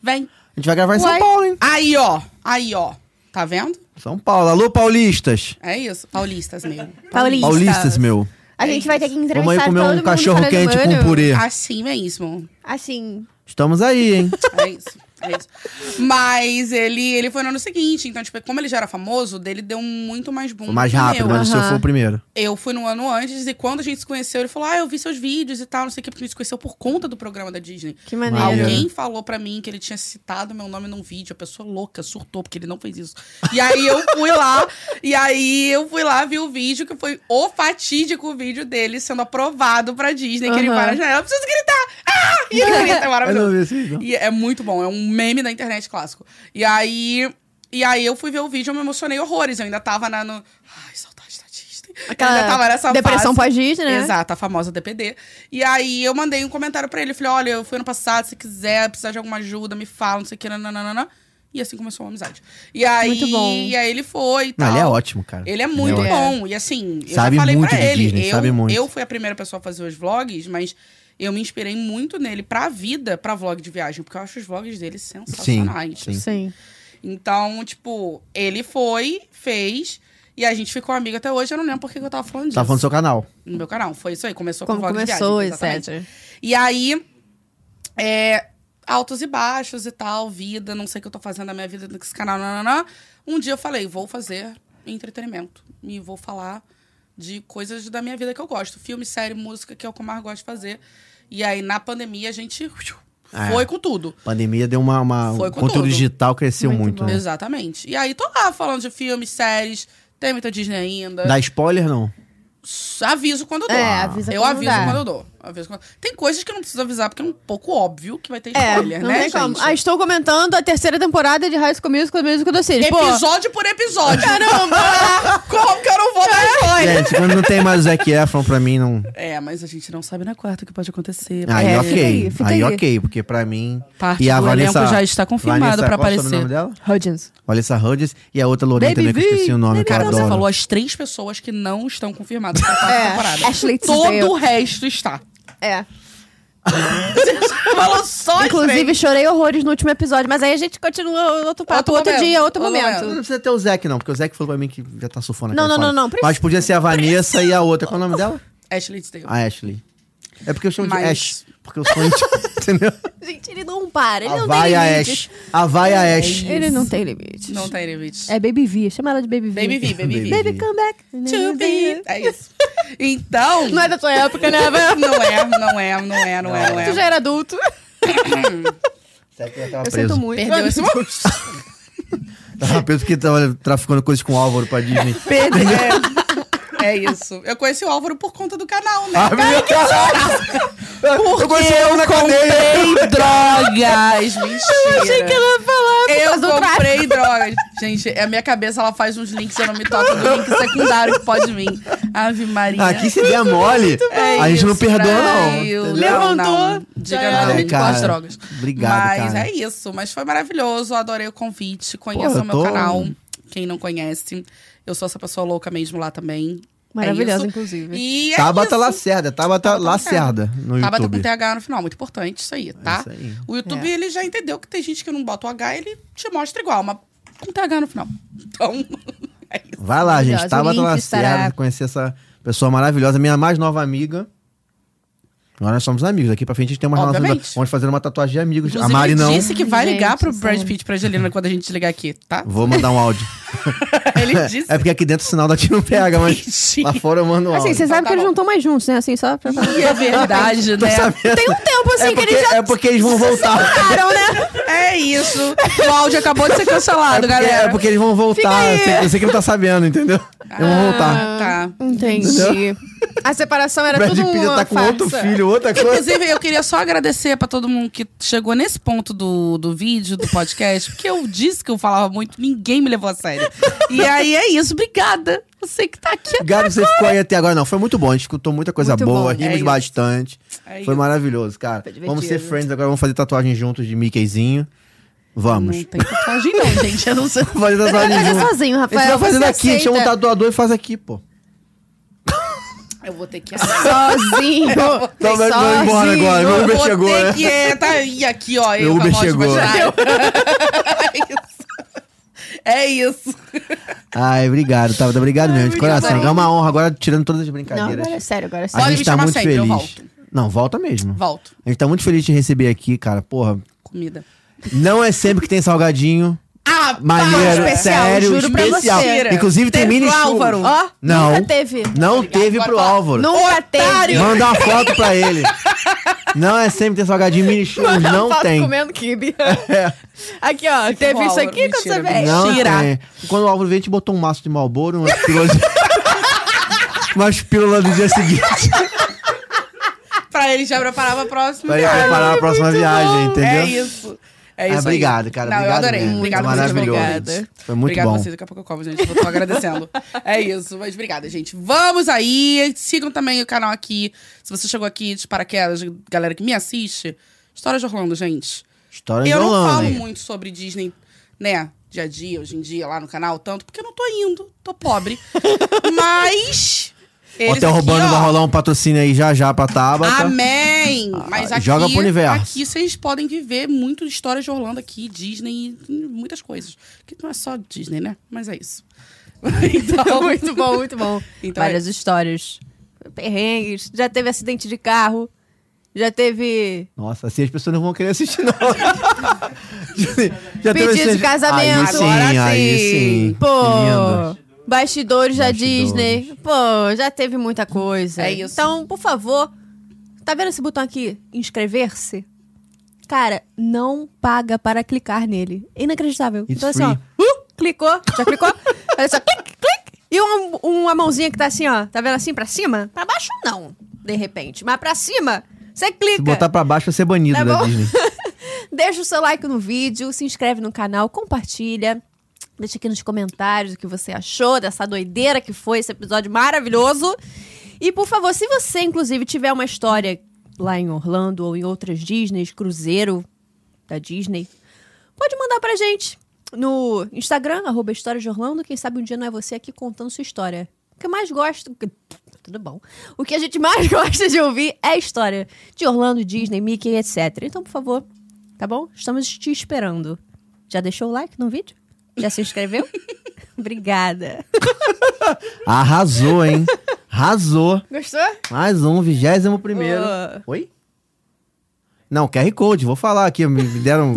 [SPEAKER 3] Vem.
[SPEAKER 2] A gente vai gravar em São
[SPEAKER 1] Uai.
[SPEAKER 2] Paulo, hein?
[SPEAKER 3] Aí, ó. Aí, ó. Tá vendo?
[SPEAKER 2] São Paulo. Alô, paulistas.
[SPEAKER 3] É isso. Paulistas, meu.
[SPEAKER 1] Paulista.
[SPEAKER 2] Paulistas, meu.
[SPEAKER 1] A gente vai ter que entrevistar
[SPEAKER 2] Vamos aí comer
[SPEAKER 1] todo
[SPEAKER 2] um
[SPEAKER 1] mundo
[SPEAKER 2] cachorro quente
[SPEAKER 1] falando,
[SPEAKER 2] com
[SPEAKER 1] "Mano,
[SPEAKER 2] purê.
[SPEAKER 3] Assim mesmo.
[SPEAKER 1] Assim,
[SPEAKER 2] Estamos aí, hein?
[SPEAKER 3] É isso. É isso. Mas ele, ele foi no ano seguinte, então, tipo, como ele já era famoso, dele deu muito mais boom.
[SPEAKER 2] Foi mais
[SPEAKER 3] que o
[SPEAKER 2] rápido, né?
[SPEAKER 3] meu.
[SPEAKER 2] mas o seu
[SPEAKER 1] Aham.
[SPEAKER 2] foi o primeiro.
[SPEAKER 3] Eu fui no ano antes e quando a gente se conheceu, ele falou: Ah, eu vi seus vídeos e tal, não sei o que, porque a gente se conheceu por conta do programa da Disney.
[SPEAKER 1] que maneiro.
[SPEAKER 2] Maneiro.
[SPEAKER 3] Alguém falou pra mim que ele tinha citado meu nome num vídeo, a pessoa louca surtou porque ele não fez isso. E aí eu fui lá, e aí eu fui lá vi o vídeo que foi o fatídico vídeo dele sendo aprovado pra Disney, que ele
[SPEAKER 1] Aham.
[SPEAKER 3] vai na janela, eu preciso gritar. Ah! E ele grita, é
[SPEAKER 2] Eu
[SPEAKER 3] maravilhoso.
[SPEAKER 2] não vi esse vídeo.
[SPEAKER 3] E é muito bom, é um meme da internet clássico. E aí, e aí eu fui ver o vídeo, eu me emocionei horrores. Eu ainda tava na, no. Ai, saudade da Disney.
[SPEAKER 1] Aquela
[SPEAKER 3] Ainda tava nessa
[SPEAKER 1] depressão
[SPEAKER 3] fase.
[SPEAKER 1] pós-Disney, né?
[SPEAKER 3] Exato, a famosa DPD. E aí eu mandei um comentário pra ele. Falei, olha, eu fui ano passado, se quiser, precisar de alguma ajuda, me fala, não sei o que, nananana. E assim começou a amizade. E aí,
[SPEAKER 1] Muito bom.
[SPEAKER 3] E aí ele foi e
[SPEAKER 2] Não,
[SPEAKER 3] tal.
[SPEAKER 2] ele é ótimo, cara.
[SPEAKER 3] Ele é muito
[SPEAKER 1] ótimo.
[SPEAKER 3] bom. E assim, eu
[SPEAKER 2] Sabe
[SPEAKER 3] já falei
[SPEAKER 2] muito
[SPEAKER 3] pra
[SPEAKER 2] de
[SPEAKER 3] ele.
[SPEAKER 2] Disney,
[SPEAKER 3] eu,
[SPEAKER 2] sabe muito.
[SPEAKER 3] eu fui a primeira pessoa a fazer os vlogs, mas eu me inspirei muito nele pra vida, pra vlog de viagem, porque eu acho os vlogs dele sensacionais.
[SPEAKER 2] Sim, sim.
[SPEAKER 1] Sim.
[SPEAKER 3] Então, tipo, ele foi, fez, e a gente ficou amigo até hoje. Eu não lembro porque que eu tava falando disso.
[SPEAKER 2] Tá falando do seu canal.
[SPEAKER 3] No meu canal, foi isso aí. Começou
[SPEAKER 1] Como
[SPEAKER 3] com vlog
[SPEAKER 1] começou,
[SPEAKER 3] de viagem. exatamente.
[SPEAKER 1] etc.
[SPEAKER 3] E aí, é, altos e baixos e tal, vida, não sei o que eu tô fazendo na minha vida com esse canal, nananã. Um dia eu falei, vou fazer entretenimento. E vou falar de coisas da minha vida que eu gosto. Filme, série, música, que é o que eu mais gosto de fazer. E aí, na pandemia, a gente
[SPEAKER 2] É.
[SPEAKER 3] foi com tudo.
[SPEAKER 2] A pandemia deu uma. uma
[SPEAKER 3] Foi
[SPEAKER 2] o
[SPEAKER 3] com
[SPEAKER 2] conteúdo
[SPEAKER 3] tudo.
[SPEAKER 2] digital cresceu
[SPEAKER 1] Muito
[SPEAKER 2] muito,
[SPEAKER 1] bom.
[SPEAKER 2] né?
[SPEAKER 3] Exatamente. E aí, tô lá falando de filmes, séries, tem muita Disney ainda.
[SPEAKER 2] né? Dá spoiler, não?
[SPEAKER 3] S- Aviso quando eu dou.
[SPEAKER 1] É, avisa
[SPEAKER 3] eu
[SPEAKER 1] quando
[SPEAKER 3] aviso
[SPEAKER 1] dá.
[SPEAKER 3] quando eu dou. Aviso quando- Tem coisas que eu não preciso avisar, porque é um pouco óbvio que vai ter
[SPEAKER 1] É,
[SPEAKER 3] spoiler,
[SPEAKER 1] não
[SPEAKER 3] né,
[SPEAKER 1] tem como.
[SPEAKER 3] gente?
[SPEAKER 1] Ah, estou comentando a terceira temporada de High School Musical, Musical do Círio. Pô,
[SPEAKER 3] Episódio por episódio. Caramba! [LAUGHS] Como que eu não vou
[SPEAKER 1] É.
[SPEAKER 3] dar spoiler?
[SPEAKER 2] Gente, quando não tem mais o Zac Efron, pra mim não.
[SPEAKER 3] É, mas a gente não sabe na quarta o que pode acontecer.
[SPEAKER 2] Aí
[SPEAKER 1] É,
[SPEAKER 2] ok.
[SPEAKER 1] fica aí,
[SPEAKER 2] Aí,
[SPEAKER 1] fica aí.
[SPEAKER 2] ok, porque pra mim.
[SPEAKER 3] Parte do elenco já está confirmado
[SPEAKER 2] Vanessa,
[SPEAKER 3] pra
[SPEAKER 2] qual é o
[SPEAKER 3] aparecer.
[SPEAKER 2] nome dela?
[SPEAKER 1] Hudgens.
[SPEAKER 2] Vanessa Hudgens e a outra Lorena
[SPEAKER 1] Baby
[SPEAKER 2] também, que eu esqueci
[SPEAKER 1] V,
[SPEAKER 2] o nome, que eu
[SPEAKER 3] Cara, você
[SPEAKER 2] adoro.
[SPEAKER 3] falou as três pessoas que não estão confirmadas pra quarta
[SPEAKER 1] É,
[SPEAKER 3] temporada.
[SPEAKER 1] Ashley Tisdale.
[SPEAKER 3] Todo o resto está.
[SPEAKER 1] É.
[SPEAKER 3] Você [LAUGHS] falou só as
[SPEAKER 1] Inclusive,
[SPEAKER 3] três.
[SPEAKER 1] chorei horrores no último episódio, mas aí a gente continua outro papo, outro,
[SPEAKER 3] Outro momento,
[SPEAKER 1] dia, outro,
[SPEAKER 3] outro
[SPEAKER 1] momento.
[SPEAKER 2] Não precisa ter o Zac, não, porque o Zac falou pra mim que já tá sufando
[SPEAKER 1] Não,
[SPEAKER 2] aquela
[SPEAKER 1] não, não,
[SPEAKER 2] fala.
[SPEAKER 1] não, precisa.
[SPEAKER 2] Mas podia ser a Vanessa e a outra. Qual é o nome dela?
[SPEAKER 3] Ashley Tisdale.
[SPEAKER 2] A Ashley. É porque eu chamo de
[SPEAKER 3] Mas-
[SPEAKER 2] Ash. Porque eu sou íntimo, [LAUGHS] entendeu?
[SPEAKER 1] Gente, ele não para, ele
[SPEAKER 2] A é
[SPEAKER 1] não
[SPEAKER 2] vai
[SPEAKER 1] tem
[SPEAKER 2] a
[SPEAKER 1] limites.
[SPEAKER 2] Ash. A vai a Ash.
[SPEAKER 1] Ele não tem limites.
[SPEAKER 3] Não tem limites.
[SPEAKER 1] É Baby V, chama ela de Baby V.
[SPEAKER 3] Baby V, Baby V.
[SPEAKER 2] Baby
[SPEAKER 1] Baby come back.
[SPEAKER 3] To be. É isso. Então...
[SPEAKER 1] Não é da tua época, [LAUGHS] né? Eva?
[SPEAKER 3] [LAUGHS] Não é, não é, não é, não é, não
[SPEAKER 1] Tu
[SPEAKER 3] é.
[SPEAKER 1] já era adulto.
[SPEAKER 2] Zac já tava
[SPEAKER 1] Eu
[SPEAKER 2] preso.
[SPEAKER 1] sinto muito.
[SPEAKER 3] Perdeu esse momento.
[SPEAKER 2] Tava preso porque tava traficando coisas com o Álvaro pra
[SPEAKER 1] [LAUGHS]
[SPEAKER 2] Disney.
[SPEAKER 1] Perdeu.
[SPEAKER 3] É, é isso. Eu conheci o Álvaro por conta do canal, né?
[SPEAKER 2] Ah, meu Deus! Eu conheci ela na cadeia. [LAUGHS]
[SPEAKER 3] comprei drogas, mentira. Eu
[SPEAKER 1] Achei que ela ia falar. por
[SPEAKER 3] Eu
[SPEAKER 1] causa do tráfico.
[SPEAKER 3] comprei drogas. Gente, a minha cabeça ela faz uns links, eu não me toco do link secundário que pode vir. Ave Maria.
[SPEAKER 2] Aqui Ah, se der mole,
[SPEAKER 3] É
[SPEAKER 2] a gente não
[SPEAKER 3] isso,
[SPEAKER 2] perdoa,
[SPEAKER 3] Brasil.
[SPEAKER 2] não.
[SPEAKER 1] Levantou, é,
[SPEAKER 3] não.
[SPEAKER 1] já
[SPEAKER 3] Diga
[SPEAKER 1] era.
[SPEAKER 3] não,
[SPEAKER 2] Olha,
[SPEAKER 3] com
[SPEAKER 2] cara,
[SPEAKER 3] as drogas.
[SPEAKER 2] obrigado,
[SPEAKER 3] Mas
[SPEAKER 2] cara.
[SPEAKER 3] é isso. Mas foi maravilhoso. Adorei o convite.
[SPEAKER 2] Pô, eu
[SPEAKER 3] Conheçam o
[SPEAKER 2] tô-
[SPEAKER 3] meu canal. Quem não conhece, eu sou essa pessoa louca mesmo lá também. É
[SPEAKER 1] Maravilhosa,
[SPEAKER 3] isso.
[SPEAKER 1] inclusive.
[SPEAKER 3] E é
[SPEAKER 2] Tabata
[SPEAKER 3] isso.
[SPEAKER 2] Lacerda, Tabata,
[SPEAKER 3] Tabata
[SPEAKER 2] Lacerda no
[SPEAKER 3] Tabata com
[SPEAKER 2] YouTube.
[SPEAKER 3] TH no final, muito importante isso aí, tá?
[SPEAKER 2] isso aí.
[SPEAKER 3] O YouTube, ele já entendeu que tem gente que não bota o H, ele te mostra igual, mas com TH no final. Então, [LAUGHS] é isso.
[SPEAKER 2] Vai lá, gente.
[SPEAKER 1] Maravilhosa.
[SPEAKER 2] Tabata
[SPEAKER 1] O link
[SPEAKER 2] Lacerda,
[SPEAKER 1] estará-
[SPEAKER 2] conhecer essa pessoa maravilhosa, minha mais nova amiga. Agora nós somos amigos. Daqui pra frente a gente tem uma relação.
[SPEAKER 3] Obviamente.
[SPEAKER 2] Vamos fazer uma tatuagem de amigos.
[SPEAKER 3] Inclusive,
[SPEAKER 2] a Mari
[SPEAKER 3] ele
[SPEAKER 2] não.
[SPEAKER 3] disse que vai
[SPEAKER 1] Gente,
[SPEAKER 3] ligar pro Brad
[SPEAKER 1] sério.
[SPEAKER 3] Pitt pra Angelina quando a gente ligar aqui, tá?
[SPEAKER 2] Vou mandar um áudio.
[SPEAKER 3] Ele [LAUGHS] disse.
[SPEAKER 2] [LAUGHS] É porque aqui dentro o sinal daqui não pega,
[SPEAKER 3] [LAUGHS]
[SPEAKER 2] mas
[SPEAKER 3] Gente,
[SPEAKER 2] lá fora eu mando um áudio.
[SPEAKER 1] Assim, você
[SPEAKER 3] Então
[SPEAKER 1] sabe
[SPEAKER 3] tá
[SPEAKER 1] que eles
[SPEAKER 3] bom.
[SPEAKER 1] não estão mais juntos, né? Assim, só pra...
[SPEAKER 3] que é verdade,
[SPEAKER 2] [LAUGHS] Tô
[SPEAKER 3] né?
[SPEAKER 2] sabendo.
[SPEAKER 1] Tem um tempo, assim,
[SPEAKER 2] é, porque,
[SPEAKER 1] que eles já
[SPEAKER 2] é porque eles vão voltar.
[SPEAKER 1] pararam, né?
[SPEAKER 3] É isso. O áudio acabou de ser cancelado,
[SPEAKER 2] É,
[SPEAKER 3] galera.
[SPEAKER 2] é porque eles vão voltar. Eu sei, eu sei que não tá sabendo, entendeu? Eles vão voltar.
[SPEAKER 3] Ah, tá.
[SPEAKER 1] Entendi. A separação era
[SPEAKER 2] Brad
[SPEAKER 1] tudo
[SPEAKER 2] Pitt já
[SPEAKER 1] uma
[SPEAKER 2] tá com
[SPEAKER 1] farsa.
[SPEAKER 2] outro filho,
[SPEAKER 3] [LAUGHS]
[SPEAKER 2] outra coisa.
[SPEAKER 3] Inclusive, eu queria só agradecer pra todo mundo que chegou nesse ponto do, do vídeo, do podcast, porque eu disse que eu falava muito, ninguém me levou a sério. E aí é isso, obrigada. Você que tá aqui.
[SPEAKER 2] Gabi, você ficou aí até agora. Não, foi muito bom. A gente escutou muita coisa
[SPEAKER 1] Muito
[SPEAKER 2] boa,
[SPEAKER 1] bom.
[SPEAKER 2] rimos
[SPEAKER 3] É isso.
[SPEAKER 2] bastante.
[SPEAKER 3] É
[SPEAKER 2] foi
[SPEAKER 3] isso.
[SPEAKER 2] maravilhoso, cara.
[SPEAKER 1] divertido.
[SPEAKER 2] Vamos ser friends agora, vamos fazer tatuagem juntos de Mickeyzinho. Vamos.
[SPEAKER 3] Não tem tatuagem, não, gente. Eu não sei.
[SPEAKER 2] Fazer tatuagem
[SPEAKER 1] Vai fazer
[SPEAKER 2] juntos.
[SPEAKER 1] sozinho,
[SPEAKER 2] A gente
[SPEAKER 1] Rafael.
[SPEAKER 2] vai fazendo
[SPEAKER 1] você
[SPEAKER 2] aqui, chama um
[SPEAKER 1] aceita.
[SPEAKER 2] tatuador e faz aqui, pô.
[SPEAKER 3] Eu vou ter que.
[SPEAKER 1] [LAUGHS] Sozinho.
[SPEAKER 2] Não, mas vou
[SPEAKER 1] sozinho.
[SPEAKER 2] embora agora. Meu Uber
[SPEAKER 3] vou
[SPEAKER 2] chegou,
[SPEAKER 3] ter
[SPEAKER 2] né?
[SPEAKER 3] que. É, tá aí, aqui, ó.
[SPEAKER 2] Meu Uber chegou.
[SPEAKER 3] [LAUGHS] É isso.
[SPEAKER 2] Ai, obrigado, Tabata. Obrigado mesmo, de
[SPEAKER 3] muito
[SPEAKER 2] coração.
[SPEAKER 3] bom.
[SPEAKER 2] É uma honra agora, tirando todas as
[SPEAKER 1] Não,
[SPEAKER 2] brincadeiras.
[SPEAKER 1] agora é sério, agora é sério.
[SPEAKER 2] A
[SPEAKER 3] Pode
[SPEAKER 2] gente
[SPEAKER 3] me
[SPEAKER 2] tá
[SPEAKER 3] chamar
[SPEAKER 2] muito
[SPEAKER 3] sempre, eu
[SPEAKER 2] feliz.
[SPEAKER 3] volto.
[SPEAKER 2] Não, volta mesmo.
[SPEAKER 3] Volto.
[SPEAKER 2] A gente tá muito feliz de te receber aqui, cara. Porra,
[SPEAKER 3] Comida.
[SPEAKER 2] não é sempre que tem salgadinho.
[SPEAKER 3] Ah,
[SPEAKER 2] Maneiro,
[SPEAKER 1] especial,
[SPEAKER 2] sério,
[SPEAKER 1] juro pra
[SPEAKER 2] especial.
[SPEAKER 1] você.
[SPEAKER 2] Inclusive tem
[SPEAKER 3] Teve
[SPEAKER 2] mini
[SPEAKER 3] pro
[SPEAKER 2] churros.
[SPEAKER 3] Álvaro.
[SPEAKER 1] Ó,
[SPEAKER 2] Não.
[SPEAKER 1] nunca teve.
[SPEAKER 2] Não teve
[SPEAKER 3] agora
[SPEAKER 2] pro
[SPEAKER 3] fala.
[SPEAKER 2] Álvaro.
[SPEAKER 1] Nunca teve. [LAUGHS]
[SPEAKER 2] Manda uma foto pra ele. Não é sempre tem salgadinho mini churros,
[SPEAKER 1] Manda
[SPEAKER 2] não
[SPEAKER 1] foto
[SPEAKER 2] tem. É,
[SPEAKER 1] comendo kibe. Aqui, ó. teve
[SPEAKER 3] com
[SPEAKER 1] isso
[SPEAKER 3] Álvaro,
[SPEAKER 1] aqui quando você
[SPEAKER 3] mentira,
[SPEAKER 1] veio.
[SPEAKER 2] Não é.
[SPEAKER 3] Mentira.
[SPEAKER 1] [LAUGHS]
[SPEAKER 2] tem. Quando o Álvaro veio, a gente botou um maço de malboro, umas pílulas de... [LAUGHS] umas pílulas do dia seguinte.
[SPEAKER 3] Pra ele já preparar pra próxima.
[SPEAKER 2] Pra ele preparar a próxima viagem, entendeu? Ah,
[SPEAKER 3] É isso. É isso aí.
[SPEAKER 2] obrigado, cara.
[SPEAKER 3] Não,
[SPEAKER 2] Obrigado
[SPEAKER 3] eu adorei.
[SPEAKER 2] mesmo.
[SPEAKER 3] Obrigada
[SPEAKER 2] Foi
[SPEAKER 3] por vocês.
[SPEAKER 2] maravilhoso.
[SPEAKER 3] Obrigada.
[SPEAKER 2] Foi muito
[SPEAKER 3] obrigado
[SPEAKER 2] bom.
[SPEAKER 3] a vocês. Daqui a pouco eu como, gente. Vou
[SPEAKER 2] [LAUGHS]
[SPEAKER 3] tô agradecendo. é isso. Mas obrigada, gente. Vamos aí. Sigam também o canal aqui. Se você chegou aqui de paraquedas, galera que me assiste, História de Orlando, gente.
[SPEAKER 2] História de
[SPEAKER 3] eu não
[SPEAKER 2] Orlando.
[SPEAKER 3] falo muito sobre Disney, né? Dia a dia, hoje em dia, lá no canal, tanto, porque eu não tô indo,
[SPEAKER 2] [LAUGHS]
[SPEAKER 3] tô pobre. Mas. eles
[SPEAKER 2] Hotel
[SPEAKER 3] aqui,
[SPEAKER 2] Urbano
[SPEAKER 3] ó,
[SPEAKER 2] vai rolar um patrocínio aí já já pra Tabata.
[SPEAKER 3] Amém! Mas
[SPEAKER 2] tá. Ah,
[SPEAKER 3] aqui,
[SPEAKER 2] joga pro universo.
[SPEAKER 3] aqui vocês podem viver muito de histórias de Orlando aqui, Disney, muitas coisas. Que não é só Disney, né? Mas é isso. Então,
[SPEAKER 1] muito bom, muito bom. é.
[SPEAKER 3] Então
[SPEAKER 1] Várias histórias. Perrengues. Já teve acidente de carro. Já teve
[SPEAKER 2] Nossa, assim as pessoas não vão querer assistir, não. [LAUGHS] já teve
[SPEAKER 1] Pedido de
[SPEAKER 2] esse-
[SPEAKER 1] casamento.
[SPEAKER 2] Aí sim,
[SPEAKER 3] Agora
[SPEAKER 2] aí
[SPEAKER 3] sim.
[SPEAKER 2] sim.
[SPEAKER 1] Pô,
[SPEAKER 2] Lindo.
[SPEAKER 1] bastidores da
[SPEAKER 2] Bastidores.
[SPEAKER 1] Disney. Pô, já teve muita coisa.
[SPEAKER 3] É isso.
[SPEAKER 1] Então, por favor, tá vendo esse botão aqui? Inscrever-se? Cara, não paga para clicar nele. É Inacreditável.
[SPEAKER 2] It's
[SPEAKER 1] então, assim, ó.
[SPEAKER 2] free.
[SPEAKER 1] uh, clicou, já clicou? [LAUGHS] Olha só, clique, clique. E uma, uma mãozinha que tá assim, ó. Tá vendo assim pra cima? Pra baixo, não. De repente. Mas pra cima, você clica.
[SPEAKER 2] Se botar pra baixo, vai ser banido
[SPEAKER 1] Tá
[SPEAKER 2] da
[SPEAKER 1] bom?
[SPEAKER 2] Disney.
[SPEAKER 1] Deixa o seu like no vídeo, se inscreve no canal, compartilha. Deixa aqui nos comentários o que você achou dessa doideira que foi esse episódio maravilhoso. E por favor, se você inclusive tiver uma história lá em Orlando ou em outras Disneys, cruzeiro da Disney, pode mandar pra gente no Instagram, arroba História de Orlando. Quem sabe um dia não é você aqui contando sua história. O que eu mais gosto. Tudo bom. O que a gente mais [LAUGHS] gosta de ouvir é a história de Orlando, Disney, Mickey, etc. Então, por favor, tá bom? Estamos te esperando. Já deixou o like no vídeo? Já se [LAUGHS] inscreveu? Obrigada.
[SPEAKER 2] Arrasou, hein? Arrasou.
[SPEAKER 1] Gostou?
[SPEAKER 2] Mais um, vigésimo primeiro. Oi? Não, QR Code, vou falar aqui. Me me deram.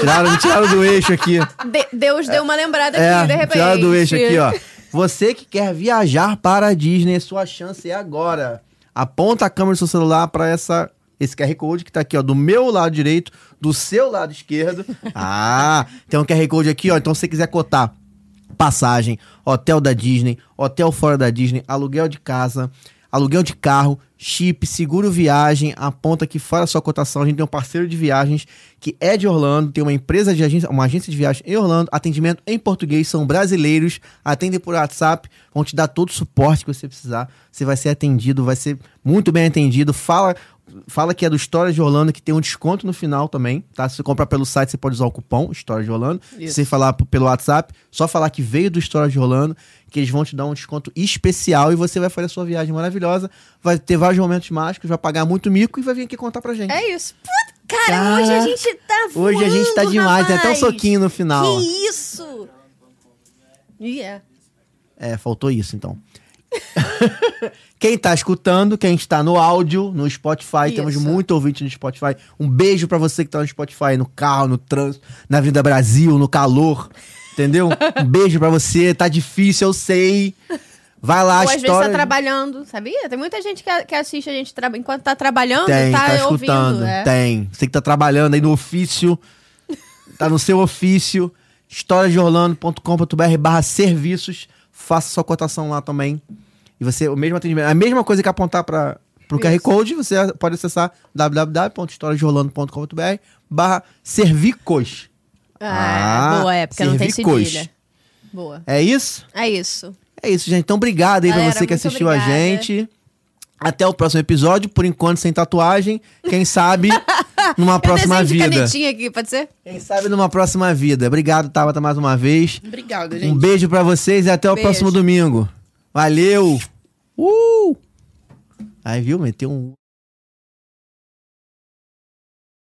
[SPEAKER 2] tiraram, me tiraram do eixo aqui.
[SPEAKER 1] De- Deus deu uma lembrada aqui, de
[SPEAKER 2] É,
[SPEAKER 1] repente.
[SPEAKER 2] tiraram do eixo aqui, ó. Você que quer viajar para a Disney, sua chance é agora. Aponta a câmera do seu celular para essa esse QR Code que tá aqui, ó, do meu lado direito, do seu
[SPEAKER 1] [LAUGHS]
[SPEAKER 2] lado esquerdo. Ah, tem um QR Code aqui, ó. Então se você quiser cotar passagem, hotel da Disney, hotel fora da Disney, aluguel de casa, aluguel de carro, chip, seguro viagem, aponta aqui fora a sua cotação. A gente tem um parceiro de viagens que é de Orlando, tem uma empresa de agência, uma agência de viagem em Orlando, atendimento em português, são brasileiros, atendem por WhatsApp, vão te dar todo o suporte que você precisar. Você vai ser atendido, vai ser muito bem atendido. Fala Fala que é do História de Orlando, que tem um desconto no final também, tá? Se você comprar pelo site, você pode usar o cupom História de Orlando. Se você falar p- pelo WhatsApp, só falar que veio do História de Orlando, que eles vão te dar um desconto especial e você vai fazer a sua viagem maravilhosa. Vai ter vários momentos mágicos, vai pagar muito mico e vai vir aqui contar pra gente.
[SPEAKER 1] É isso. Puta, cara,
[SPEAKER 2] Cara,
[SPEAKER 1] hoje a gente tá voando,
[SPEAKER 2] Hoje a gente tá demais, tem até um
[SPEAKER 1] rapaz.
[SPEAKER 2] soquinho no final. ó.
[SPEAKER 1] Que isso? E é.
[SPEAKER 2] É, faltou isso então. [LAUGHS] quem tá escutando, quem está no áudio, no Spotify, temos
[SPEAKER 1] Isso.
[SPEAKER 2] muito ouvinte no Spotify. Um beijo pra você que tá no Spotify, no carro, no trânsito, na Vida Brasil, no calor. Entendeu?
[SPEAKER 1] [LAUGHS]
[SPEAKER 2] Um beijo pra você, tá difícil, eu sei. Vai lá,
[SPEAKER 1] Ou às vezes
[SPEAKER 2] história.
[SPEAKER 1] tá trabalhando, sabia? Tem muita gente que, que assiste a gente traba- enquanto tá trabalhando
[SPEAKER 2] Tem,
[SPEAKER 1] e tá,
[SPEAKER 2] tá, escutando.
[SPEAKER 1] ouvindo. é.
[SPEAKER 2] Tem. Você que tá trabalhando aí
[SPEAKER 1] [LAUGHS]
[SPEAKER 2] no ofício, tá no seu ofício, historiadeorlando.com.br barra serviços. Faça sua cotação lá também. E você, o mesmo atendimento, a mesma coisa que apontar para o QR Code, você pode acessar www.historiadeorlando.com.br barra servicos.
[SPEAKER 1] Ah,
[SPEAKER 2] Ah,
[SPEAKER 1] boa época, não tem
[SPEAKER 2] servicos.
[SPEAKER 1] cedilha. Boa.
[SPEAKER 2] É isso?
[SPEAKER 1] É isso.
[SPEAKER 2] É isso, gente. Então, obrigado aí
[SPEAKER 1] Galera,
[SPEAKER 2] pra você que
[SPEAKER 1] muito
[SPEAKER 2] assistiu a
[SPEAKER 1] obrigada.
[SPEAKER 2] gente. Até o próximo episódio. Por enquanto, sem tatuagem.
[SPEAKER 1] [LAUGHS]
[SPEAKER 2] Quem sabe numa próxima
[SPEAKER 1] Eu É desenho de
[SPEAKER 2] vida.
[SPEAKER 1] canetinha aqui, pode ser?
[SPEAKER 2] Quem sabe numa próxima vida. Obrigado, Tabata, mais uma vez.
[SPEAKER 3] Obrigada, gente.
[SPEAKER 2] Um beijo pra vocês e até o
[SPEAKER 1] Beijo.
[SPEAKER 2] próximo domingo. Valeu! Uh! Aí, viu? Meteu um.